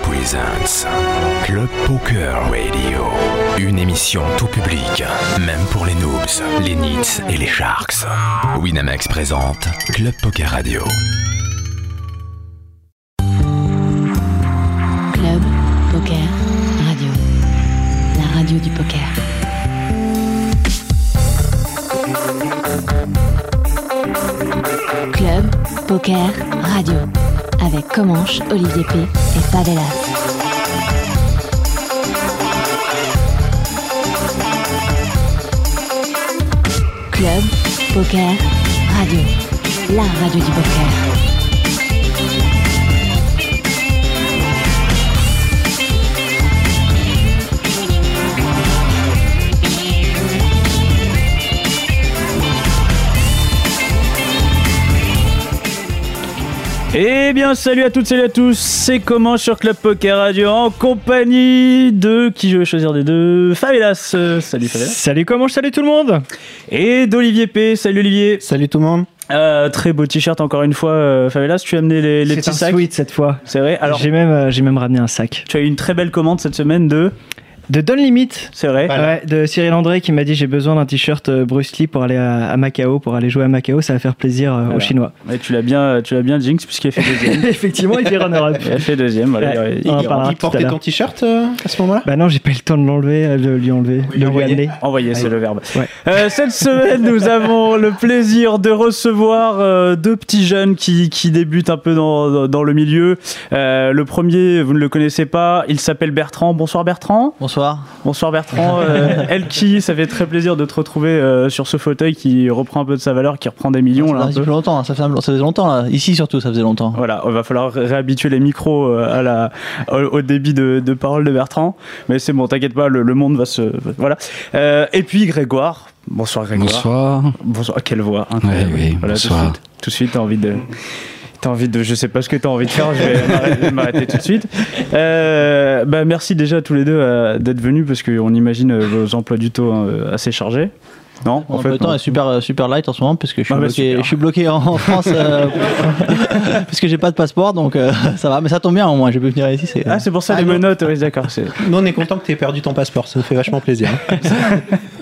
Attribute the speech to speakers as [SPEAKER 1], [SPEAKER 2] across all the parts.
[SPEAKER 1] Presents. Club Poker Radio. Une émission tout public, même pour les noobs, les nits et les sharks. Winamax présente Club Poker Radio.
[SPEAKER 2] Club Poker Radio. La radio du poker. Club Poker Radio. Avec Comanche, Olivier P. et Pavelas. Club Poker Radio. La radio du poker.
[SPEAKER 3] Eh bien, salut à toutes, salut à tous. C'est comment sur Club Poker Radio en compagnie de qui je vais choisir des deux Favelas. euh, Salut Favelas.
[SPEAKER 4] Salut comment salut tout le monde
[SPEAKER 3] Et d'Olivier P. Salut Olivier.
[SPEAKER 4] Salut tout le monde
[SPEAKER 3] Euh, très beau t-shirt encore une fois, euh, Favelas. Tu as amené les, les
[SPEAKER 4] C'est
[SPEAKER 3] petits
[SPEAKER 4] un
[SPEAKER 3] sacs.
[SPEAKER 4] sweat cette fois.
[SPEAKER 3] C'est vrai. Alors,
[SPEAKER 4] J'ai même, euh, j'ai même ramené un sac.
[SPEAKER 3] tu as eu une très belle commande cette semaine de.
[SPEAKER 4] De Don Limit
[SPEAKER 3] C'est vrai.
[SPEAKER 4] Ouais, de Cyril André qui m'a dit j'ai besoin d'un t-shirt euh, Bruce Lee pour aller à, à Macao, pour aller jouer à Macao, ça va faire plaisir euh,
[SPEAKER 3] Voilà.
[SPEAKER 4] aux Chinois.
[SPEAKER 3] Ouais, tu l'as bien, euh, tu l'as bien jinx puisqu'il a fait deuxième.
[SPEAKER 4] Effectivement, il est runner-up.
[SPEAKER 3] Il a fait deuxième. Voilà.
[SPEAKER 4] Ouais.
[SPEAKER 3] Il-
[SPEAKER 4] On en
[SPEAKER 3] il-
[SPEAKER 4] parlera
[SPEAKER 5] Il
[SPEAKER 4] tout à
[SPEAKER 5] portait
[SPEAKER 4] l'heure.
[SPEAKER 5] ton t-shirt euh, à ce moment-là
[SPEAKER 4] Bah non, j'ai pas eu le temps de l'enlever, euh, de lui enlever, de lui
[SPEAKER 5] l'envoyer.
[SPEAKER 4] amener.
[SPEAKER 3] Envoyer, c'est le verbe.
[SPEAKER 4] Ouais.
[SPEAKER 3] Euh, cette semaine, nous avons le plaisir de recevoir euh, deux petits jeunes qui, qui débutent un peu dans, dans- dans le milieu. Euh, le premier, vous ne le connaissez pas, il s'appelle Bertrand. Bonsoir Bertrand.
[SPEAKER 6] Bonsoir.
[SPEAKER 3] Bonsoir Bertrand. Euh, Elki, ça fait très plaisir de te retrouver euh, sur ce fauteuil qui reprend un peu de sa valeur, qui reprend des millions là.
[SPEAKER 6] ça
[SPEAKER 3] un
[SPEAKER 6] faisait
[SPEAKER 3] peu.
[SPEAKER 6] longtemps, hein, ça, fait un- ça faisait longtemps là. Ici surtout, ça faisait longtemps.
[SPEAKER 3] Voilà, il va falloir ré- réhabituer les micros euh, à la, au, au débit de, de parole de Bertrand. Mais c'est bon, t'inquiète pas, le, le monde va se. Voilà. Euh, et puis Grégoire. Bonsoir Grégoire.
[SPEAKER 7] Bonsoir.
[SPEAKER 3] Bonsoir, quelle voix incroyable.
[SPEAKER 7] Ouais, oui,
[SPEAKER 3] Voilà, tout de
[SPEAKER 7] bonsoir.
[SPEAKER 3] suite, tout de suite, t'as envie de. T'as envie de. Je sais pas ce que t'as envie de faire, je vais m'arrêter- m'arrêter tout de suite. Euh, bah, merci déjà à tous les deux euh, d'être venus parce qu'on imagine euh, vos emplois du taux hein, assez chargés. Non
[SPEAKER 6] Mon emploi du temps
[SPEAKER 3] non.
[SPEAKER 6] est super, euh, super light en ce moment parce que je suis,
[SPEAKER 3] Ah bah,
[SPEAKER 6] bloqué,
[SPEAKER 3] super.
[SPEAKER 6] je suis bloqué en en France euh, parce que j'ai pas de passeport donc euh, ça va. Mais ça tombe bien au moins, j'ai pu venir ici. c'est-
[SPEAKER 3] Ah, c'est pour ça
[SPEAKER 5] Ah,
[SPEAKER 3] les
[SPEAKER 5] non.
[SPEAKER 3] menottes, oui, d'accord. c'est-
[SPEAKER 5] Non, on est content que tu aies perdu ton passeport, ça nous fait vachement plaisir. hein.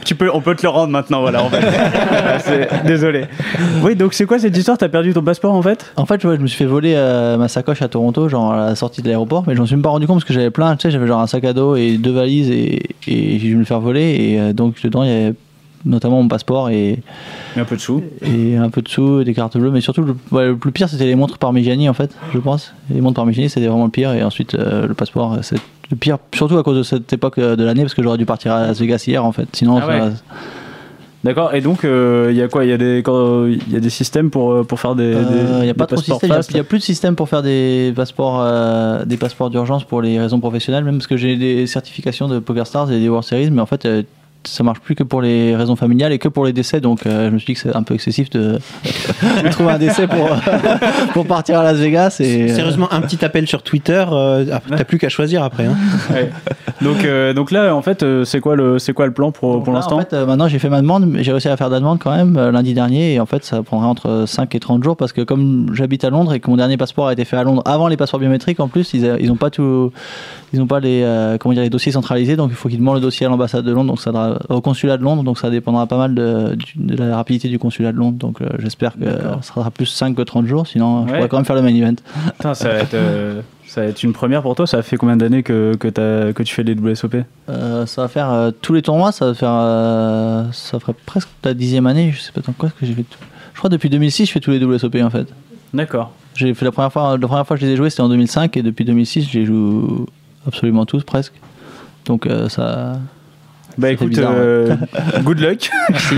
[SPEAKER 3] Tu peux, on peut te le rendre maintenant, voilà. En fait. Ah, c'est- Désolé. Oui, donc c'est quoi cette histoire T'as perdu ton passeport en fait
[SPEAKER 6] En fait, tu vois, je me suis fait voler euh, ma sacoche à Toronto, genre à la sortie de l'aéroport, mais je m'en suis même pas rendu compte parce que j'avais plein, tu sais, j'avais genre un sac à dos et deux valises et, et j'ai dû me le faire voler et euh, donc dedans il y avait notamment mon passeport et,
[SPEAKER 3] Et un peu de sous.
[SPEAKER 6] et un peu de sous, et des cartes bleues, mais surtout le, ouais, le plus pire c'était les montres parmigiani en fait, je pense. Les montres parmigiani c'était vraiment le pire, et ensuite euh, le passeport, euh, c'est le pire, surtout à cause de cette époque euh, de l'année, parce que j'aurais dû partir à Las Vegas hier en fait, sinon
[SPEAKER 3] Ah ouais.
[SPEAKER 6] ça-
[SPEAKER 3] D'accord, et donc euh, il y a quoi Il y, a des- quand- il y a des systèmes pour, euh, pour faire des.
[SPEAKER 6] Euh,
[SPEAKER 3] des-
[SPEAKER 6] y a
[SPEAKER 3] des
[SPEAKER 6] pas trop de
[SPEAKER 3] passeports
[SPEAKER 6] système, y a-
[SPEAKER 3] fast
[SPEAKER 6] y a plus de système pour faire des passeports, euh, des passeports d'urgence pour les raisons professionnelles, même parce que j'ai des certifications de Poker Stars et des World Series, mais en fait. euh, ça marche plus que pour les raisons familiales et que pour les décès, donc euh, je me suis dit que c'est un peu excessif de, de trouver un décès pour, euh, pour partir à Las Vegas. Et, euh,
[SPEAKER 5] Sérieusement, un petit appel sur Twitter, euh, ah, t'as plus qu'à choisir après. hein.
[SPEAKER 3] Ouais. donc, euh, donc là, en fait, euh, c'est quoi le c'est quoi le plan pour,
[SPEAKER 6] Donc
[SPEAKER 3] pour
[SPEAKER 6] là,
[SPEAKER 3] l'instant
[SPEAKER 6] En fait, euh, maintenant j'ai fait ma demande, mais j'ai réussi à faire de la demande quand même euh, lundi dernier et en fait ça prendra entre 5 et 30 jours parce que comme j'habite à Londres et que mon dernier passeport a été fait à Londres avant les passeports biométriques en plus, ils, a- ils ont pas tout ils ont pas les euh, comment dire les dossiers centralisés donc il faut qu'ils demandent le dossier à l'ambassade de Londres donc ça dra- au consulat de Londres donc ça dépendra pas mal de, du- de la rapidité du consulat de Londres donc euh, j'espère que
[SPEAKER 3] D'accord.
[SPEAKER 6] ça sera plus 5 que 30 jours sinon je
[SPEAKER 3] Ouais.
[SPEAKER 6] pourrais quand même faire le main event.
[SPEAKER 3] Putain, ça va être euh, ça va être une première pour toi. Ça fait combien d'années que que, t'as- que tu fais les WSOP
[SPEAKER 6] Euh, ça va faire euh, tous les tournois, ça va faire euh, ça ferait presque la dixième année, je sais pas dans quoi est-ce que j'ai fait. tout- Je crois depuis 2006 je fais tous les WSOP en fait.
[SPEAKER 3] D'accord.
[SPEAKER 6] J'ai fait la première fois, la première fois que je les ai joués c'était en 2005 et depuis 2006 j'ai joué absolument tous presque. Donc euh, ça.
[SPEAKER 3] Bah
[SPEAKER 6] fait
[SPEAKER 3] écoute,
[SPEAKER 6] bizarre, hein. ouais.
[SPEAKER 3] euh, good luck. Merci.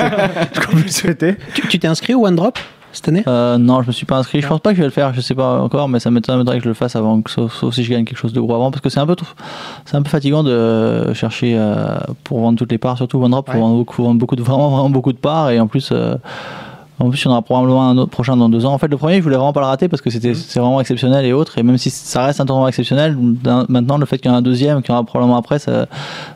[SPEAKER 3] qu'on peut le souhaiter.
[SPEAKER 5] Tu tu t'es inscrit au One Drop cette année
[SPEAKER 6] Euh, non, je me suis pas inscrit. Je pense pas que je vais le faire. Je sais pas encore, mais ça m'étonnerait que je le fasse avant, que- sauf, sauf si je gagne quelque chose de gros avant, parce que c'est un peu, trop- c'est un peu fatigant de euh, chercher euh, pour vendre toutes les parts, surtout OneDrop pour
[SPEAKER 5] Ouais.
[SPEAKER 6] vendre beaucoup, vendre beaucoup de vraiment, vraiment beaucoup de parts, et en plus. euh, En plus, il y en aura probablement un autre prochain dans deux ans. En fait, le premier, je voulais vraiment pas le rater parce que c'était
[SPEAKER 5] Mm-hmm.
[SPEAKER 6] c'est vraiment exceptionnel et autre. Et même si ça reste un tournoi exceptionnel, d'un- maintenant le fait qu'il y en a un deuxième, qu'il y en aura probablement après, ça,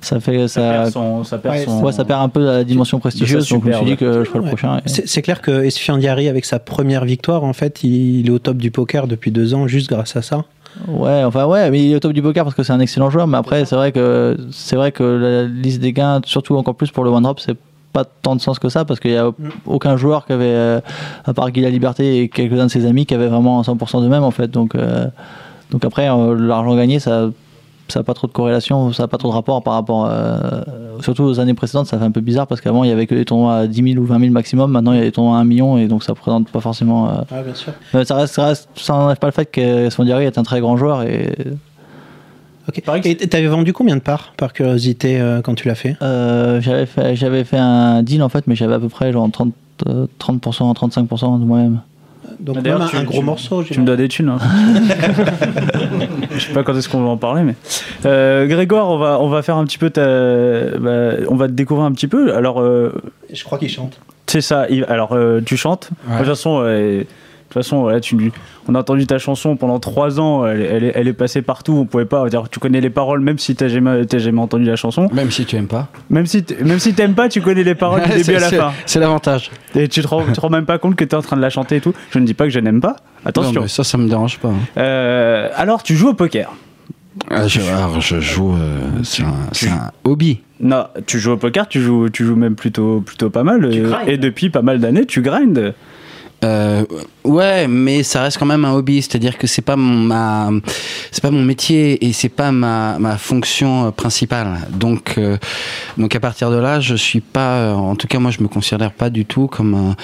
[SPEAKER 6] ça fait ça,
[SPEAKER 3] perd son- ça perd
[SPEAKER 5] Ouais,
[SPEAKER 3] son-
[SPEAKER 6] ouais, ça perd un peu la dimension prestigieuse.
[SPEAKER 3] ça
[SPEAKER 6] Donc je me suis dit
[SPEAKER 3] superbe.
[SPEAKER 6] que je ferai le
[SPEAKER 5] Ouais.
[SPEAKER 6] prochain. et-
[SPEAKER 5] C'est c'est clair que Esfian Diarry, avec sa première victoire, en fait, il, il est au top du poker depuis deux ans, juste grâce à ça.
[SPEAKER 6] Ouais, enfin ouais, mais il est au top du poker parce que c'est un excellent joueur. Mais après, c'est vrai que c'est vrai que la liste des gains, surtout encore plus pour le one drop, c'est pas tant de sens que ça parce qu'il y
[SPEAKER 5] Mm.
[SPEAKER 6] a aucun joueur qui avait, euh, à part Guy la Liberté et quelques-uns de ses amis, qui avait vraiment 100% de même en fait. Donc euh, donc après, euh, l'argent gagné, ça ça n'a pas trop de corrélation, ça n'a pas trop de rapport par rapport, euh, surtout aux années précédentes, ça fait un peu bizarre parce qu'avant il y avait que des tournois à 10 000 ou 20 000 maximum, maintenant il y a des tournois à 1 million et donc ça présente pas forcément euh,
[SPEAKER 5] Ah, bien sûr.
[SPEAKER 6] mais ça reste, ça reste- ça n'enlève pas le fait que Sondiari est un très grand joueur et
[SPEAKER 5] Ok. Et t'avais vendu combien de parts, par curiosité, euh, quand tu l'as fait
[SPEAKER 6] euh, j'avais fait j'avais fait un deal en fait, mais j'avais à peu près genre 30 euh, 30%, 35% de moi-même.
[SPEAKER 5] Donc,
[SPEAKER 3] Ah, d'ailleurs,
[SPEAKER 5] même un,
[SPEAKER 3] tu-
[SPEAKER 5] un gros
[SPEAKER 3] tu-
[SPEAKER 5] morceau,
[SPEAKER 3] Tu me dois des thunes. hein. Je sais pas quand est-ce qu'on va en parler, mais Euh, Grégoire, on va on va faire un petit peu ta, bah, on va te découvrir un petit peu. Alors euh,
[SPEAKER 5] Je crois qu'il chante.
[SPEAKER 3] c'est ça. il- Alors euh, tu chantes. De toute façon, euh, de toute façon, voilà, tu, on a entendu ta chanson pendant trois ans. Elle, elle est, elle est passée partout. On pouvait pas dire, tu connais les paroles, même si t'as jamais, t'as jamais entendu la chanson.
[SPEAKER 7] Même si tu aimes pas.
[SPEAKER 3] Même si, t- même si t'aimes pas, tu connais les paroles du
[SPEAKER 7] Ouais,
[SPEAKER 3] début à
[SPEAKER 7] c'est-
[SPEAKER 3] la
[SPEAKER 7] c'est-
[SPEAKER 3] fin.
[SPEAKER 7] C'est l'avantage.
[SPEAKER 3] Et tu te rends, tu te rends même pas compte que t'es en train de la chanter et tout. Je ne dis pas que je n'aime pas.
[SPEAKER 7] Non,
[SPEAKER 3] Attention.
[SPEAKER 7] mais ça, ça me dérange pas. hein.
[SPEAKER 3] Euh, alors tu joues au poker.
[SPEAKER 7] Ah, je, alors, je joue. euh, c'est un, c'est un hobby.
[SPEAKER 3] Non, tu joues au poker, tu joues, tu joues même plutôt, plutôt pas mal. euh, et depuis pas mal d'années, tu grindes.
[SPEAKER 7] Euh, ouais, mais ça reste quand même un hobby. C'est-à-dire que c'est pas mon, ma, c'est pas mon métier et c'est pas ma, ma fonction euh, principale. Donc, euh, donc à partir de là, je suis pas. euh, en tout cas, moi, je me considère pas du tout comme un,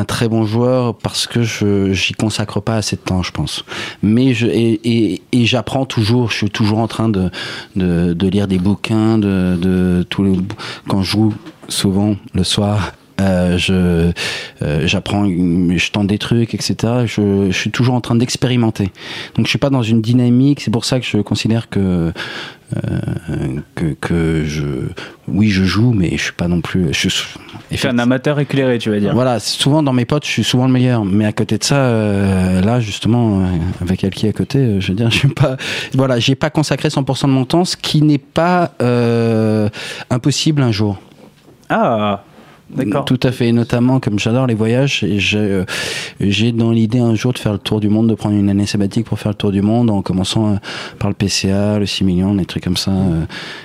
[SPEAKER 7] un très bon joueur parce que je j'y consacre pas assez de temps, je pense. Mais je et, et, et j'apprends toujours. Je suis toujours en train de de, de lire des bouquins, de de tous les quand je joue souvent le soir. Euh, je euh, j'apprends, une- je tente des trucs, etc. Je, je suis toujours en train d'expérimenter. Donc je suis pas dans une dynamique. C'est pour ça que je considère que euh, que, que je oui je joue, mais je suis pas non plus. Je suis
[SPEAKER 3] Et fais un amateur éclairé, tu vas dire.
[SPEAKER 7] voilà, souvent dans mes potes, je suis souvent le meilleur. Mais à côté de ça, euh, là justement, euh, avec Alki à côté, euh, je veux dire, je suis pas. Voilà, j'ai pas consacré 100% de mon temps, ce qui n'est pas euh, impossible un jour.
[SPEAKER 3] Ah, d'accord.
[SPEAKER 7] Tout à fait, et notamment comme j'adore les voyages, et j'ai euh, j'ai dans l'idée un jour de faire le tour du monde, de prendre une année sabbatique pour faire le tour du monde, en commençant euh, par le PCA, le 6 millions, des trucs comme ça, euh,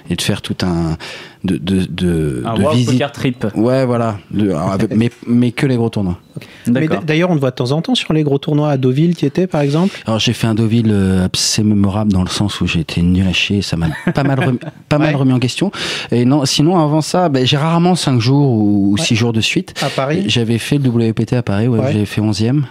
[SPEAKER 7] et de faire tout un de de de,
[SPEAKER 3] Un
[SPEAKER 7] de
[SPEAKER 3] World
[SPEAKER 7] visite.
[SPEAKER 3] Poker Trip.
[SPEAKER 7] Ouais, voilà, De- alors, avec- mais mais que les gros tournois.
[SPEAKER 5] Mais
[SPEAKER 3] D'accord.
[SPEAKER 5] d- D'ailleurs, on te voit de temps en temps sur les gros tournois à Deauville, tu étais, par exemple.
[SPEAKER 7] Alors j'ai fait un Deauville euh, assez mémorable dans le sens où j'ai été nul à chier, ça m'a pas mal remis, pas mal
[SPEAKER 5] Ouais.
[SPEAKER 7] remis en question. Et non, sinon avant ça, ben, j'ai rarement 5 jours ou
[SPEAKER 5] Ouais.
[SPEAKER 7] 6 jours de suite.
[SPEAKER 5] À Paris.
[SPEAKER 7] J'avais fait le WPT à Paris, ouais,
[SPEAKER 5] Ouais.
[SPEAKER 7] j'avais fait 11e.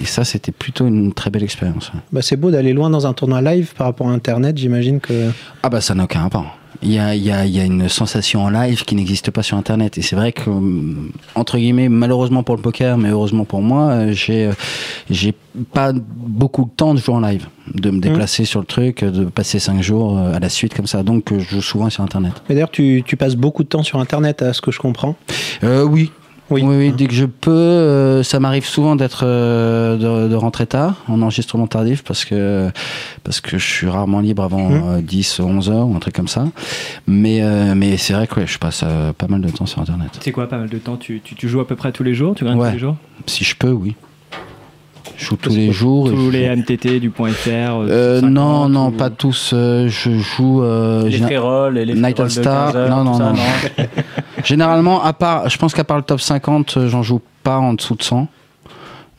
[SPEAKER 7] Et ça, c'était plutôt une très belle expérience. ouais.
[SPEAKER 5] Bah, c'est beau d'aller loin dans un tournoi live par rapport à Internet, j'imagine que.
[SPEAKER 7] Ah bah ça n'a aucun rapport. Il y a, il y a- il y a une sensation en live qui n'existe pas sur Internet. Et c'est vrai que, hum, entre guillemets, malheureusement pour le poker, mais heureusement pour moi, euh, j'ai, euh, j'ai pas beaucoup de temps de jouer en live, de me déplacer sur le truc, euh, de passer cinq jours euh, à la suite comme ça. Donc euh, je joue souvent sur Internet.
[SPEAKER 5] Mais d'ailleurs, tu, tu passes beaucoup de temps sur Internet, à ce que je comprends.
[SPEAKER 7] Euh, oui.
[SPEAKER 5] Oui. Hein.
[SPEAKER 7] Oui. oui, dès que je peux, euh, ça m'arrive souvent d'être euh, de, de rentrer tard en enregistrement tardif parce que parce que je suis rarement libre avant
[SPEAKER 5] Mhm.
[SPEAKER 7] euh, 10 11 heures ou un truc comme ça. Mais euh, mais c'est vrai que ouais, je passe euh, pas mal de temps sur internet.
[SPEAKER 8] C'est quoi, pas mal de temps tu, tu, tu joues à peu près tous les jours Tu gagnes
[SPEAKER 7] Ouais.
[SPEAKER 8] tous les jours
[SPEAKER 7] Si je peux, oui. Je joue tous les jours. et
[SPEAKER 8] Tous
[SPEAKER 7] je-
[SPEAKER 8] les MTT du point .fr
[SPEAKER 7] Euh,
[SPEAKER 8] 50,
[SPEAKER 7] non, non,
[SPEAKER 8] ou-
[SPEAKER 7] pas tous. euh, je joue euh,
[SPEAKER 3] Les
[SPEAKER 7] géné-
[SPEAKER 3] free rolls et oh, les free
[SPEAKER 7] Night
[SPEAKER 3] rolls
[SPEAKER 7] and
[SPEAKER 3] de
[SPEAKER 7] Star.
[SPEAKER 3] 15 heures,
[SPEAKER 7] Non,
[SPEAKER 3] tout
[SPEAKER 7] non,
[SPEAKER 3] ça,
[SPEAKER 7] non. Généralement, à part, je pense qu'à part le top 50, euh, j'en joue pas en dessous de 100.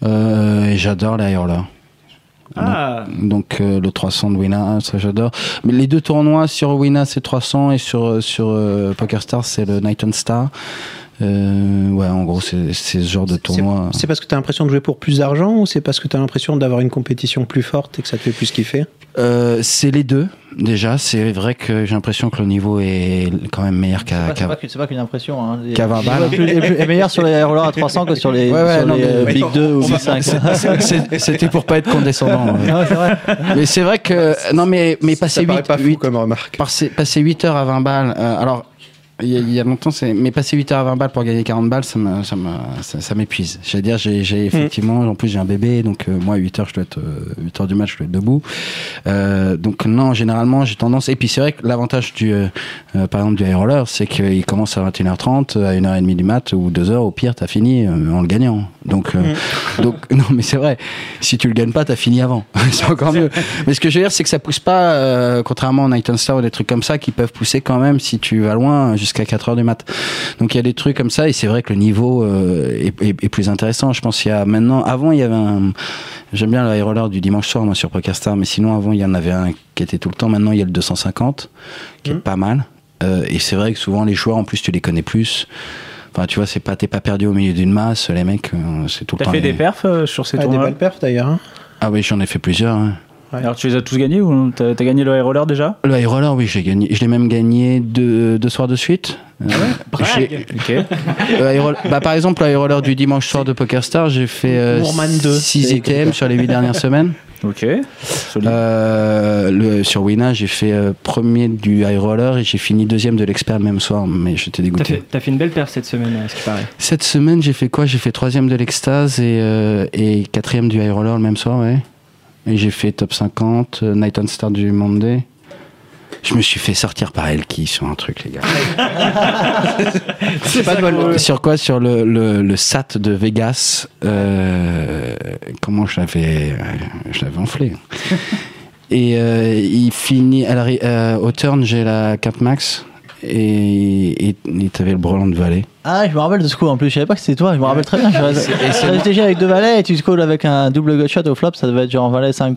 [SPEAKER 7] Euh, et j'adore les hurleurs.
[SPEAKER 3] Ah,
[SPEAKER 7] Donc euh, le 300 de Wina, ça j'adore. Mais les deux tournois sur Wina c'est 300 et sur euh, sur euh, PokerStars c'est le Night and Star. Euh, ouais, en gros c'est c'est ce genre de
[SPEAKER 5] C'est-
[SPEAKER 7] tournoi.
[SPEAKER 5] C'est parce que tu as l'impression de jouer pour plus d'argent ou c'est parce que tu as l'impression d'avoir une compétition plus forte et que ça te fait plus kiffer
[SPEAKER 7] Euh, C'est les deux déjà. C'est vrai que j'ai l'impression que le niveau est quand même meilleur qu'à.
[SPEAKER 6] C'est
[SPEAKER 7] qu'à-
[SPEAKER 6] pas, qu'une impression. hein.
[SPEAKER 7] Cavabal.
[SPEAKER 6] Il est plus- il est plus- il est meilleur sur les rollers à 300 que sur les,
[SPEAKER 7] Ouais, ouais,
[SPEAKER 6] sur
[SPEAKER 7] non,
[SPEAKER 6] les,
[SPEAKER 7] mais-
[SPEAKER 6] euh, Big 2 ou Big Ah, 5.
[SPEAKER 7] C'est- c'est- C'était pour pas être condescendant.
[SPEAKER 5] Ah
[SPEAKER 7] ouais.
[SPEAKER 6] Non, c'est vrai.
[SPEAKER 7] mais c'est vrai que non mais mais passer
[SPEAKER 5] paraît
[SPEAKER 7] 8,
[SPEAKER 5] pas fou comme remarque.
[SPEAKER 7] Passer, passer 8 heures à 20 balles, euh, alors il y a- il y a longtemps, c'est- mais passer 8 heures à 20 balles pour gagner 40 balles, ça me- ça me- ça- ça m'épuise. Je veux dire, j'ai j'ai effectivement, en plus j'ai un bébé, donc euh, moi, 8 heures, je dois être, euh, 8 heures du match, je dois être debout. Euh, donc non, généralement, j'ai tendance. Et puis c'est vrai que l'avantage du, euh, euh, par exemple, du high roller, c'est qu'il commence à 21h30, à 1h30 du mat ou 2h, au pire, t'as fini euh, en le gagnant. Donc, euh, donc non, mais c'est vrai. Si tu le gagnes pas, t'as fini avant. c'est encore mieux. Mais ce que je veux dire, c'est que ça pousse pas, euh, contrairement à Night and Star ou des trucs comme ça, qui peuvent pousser quand même si tu vas loin jusqu'à 4h du mat. Donc il y a des trucs comme ça, et c'est vrai que le niveau euh, est, est- est plus intéressant. Je pense qu'il y a maintenant, avant, il y avait un. J'aime bien le high roller du dimanche soir, moi, sur PokerStar, mais sinon, avant, il y en avait un qui était tout le temps. Maintenant, il y a le 250, qui
[SPEAKER 3] Mmh.
[SPEAKER 7] est pas mal. Euh, et c'est vrai que souvent, les joueurs, en plus, tu les connais plus. Enfin, tu vois, c'est pas, t'es pas perdu au milieu d'une masse, les mecs, euh, c'est tout le
[SPEAKER 3] T'as
[SPEAKER 7] temps.
[SPEAKER 3] fait
[SPEAKER 7] les-
[SPEAKER 3] des perfs euh, sur ces
[SPEAKER 5] Ah, des
[SPEAKER 3] tournois
[SPEAKER 5] belles perfs d'ailleurs. hein.
[SPEAKER 7] Ah oui, j'en ai fait plusieurs. hein.
[SPEAKER 3] Alors tu les as tous gagnés ou t'as t'as gagné le high roller déjà
[SPEAKER 7] Le high roller, oui, j'ai gagné. Je l'ai même gagné deux, deux soirs de suite.
[SPEAKER 3] Ah
[SPEAKER 7] Euh, j'ai-
[SPEAKER 3] Ok.
[SPEAKER 7] le high roll- bah, par exemple, le high roller du dimanche soir de PokerStar, j'ai fait
[SPEAKER 5] Moorman 2.
[SPEAKER 7] 6
[SPEAKER 5] C'est-
[SPEAKER 7] ITM sur les 8 dernières semaines.
[SPEAKER 3] Ok. Solide.
[SPEAKER 7] Euh, le, sur Wina, j'ai fait euh, premier du high roller et j'ai fini deuxième de l'expert le même soir, mais j'étais
[SPEAKER 8] T'as
[SPEAKER 7] dégoûté.
[SPEAKER 8] fait, t'as fait une belle perf cette semaine, à ce qui paraît.
[SPEAKER 7] Cette semaine, j'ai fait quoi J'ai fait troisième de l'extase et, euh, et quatrième du high roller le même soir, ouais. Et j'ai fait top 50, euh, Night on Star du Monday. Je me suis fait sortir par Elki sur un truc, les gars. C'est pas de bol. Sur quoi Sur le, le- le SAT de Vegas. euh, comment je l'avais, euh, je l'avais enflé. Et euh, il finit à la ri- euh, au turn, j'ai la carte max et et- et t'avais le brelan de Valais.
[SPEAKER 6] Ah, je me rappelle de ce coup en plus, je savais pas que c'était toi, je me rappelle très bien. J'étais déjà avec deux valets et tu scores avec un double gut shot au flop, ça devait être genre valet 5,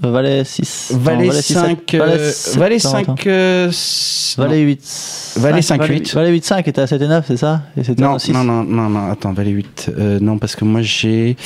[SPEAKER 6] valet 6, non,
[SPEAKER 7] Valet
[SPEAKER 6] six,
[SPEAKER 7] 5,
[SPEAKER 6] sept,
[SPEAKER 7] euh,
[SPEAKER 6] sept,
[SPEAKER 7] Valet
[SPEAKER 6] attends, attends.
[SPEAKER 7] 5, euh, s-
[SPEAKER 6] Valet 8.
[SPEAKER 7] Valet
[SPEAKER 6] cinq,
[SPEAKER 7] 5,
[SPEAKER 6] Valet
[SPEAKER 7] 8.
[SPEAKER 6] Valet 8, 5 était à 7 et 9, c'est ça Et c'était
[SPEAKER 7] non,
[SPEAKER 6] en six.
[SPEAKER 7] non, non, non, non, attends, Valet 8, euh, non, parce que moi j'ai,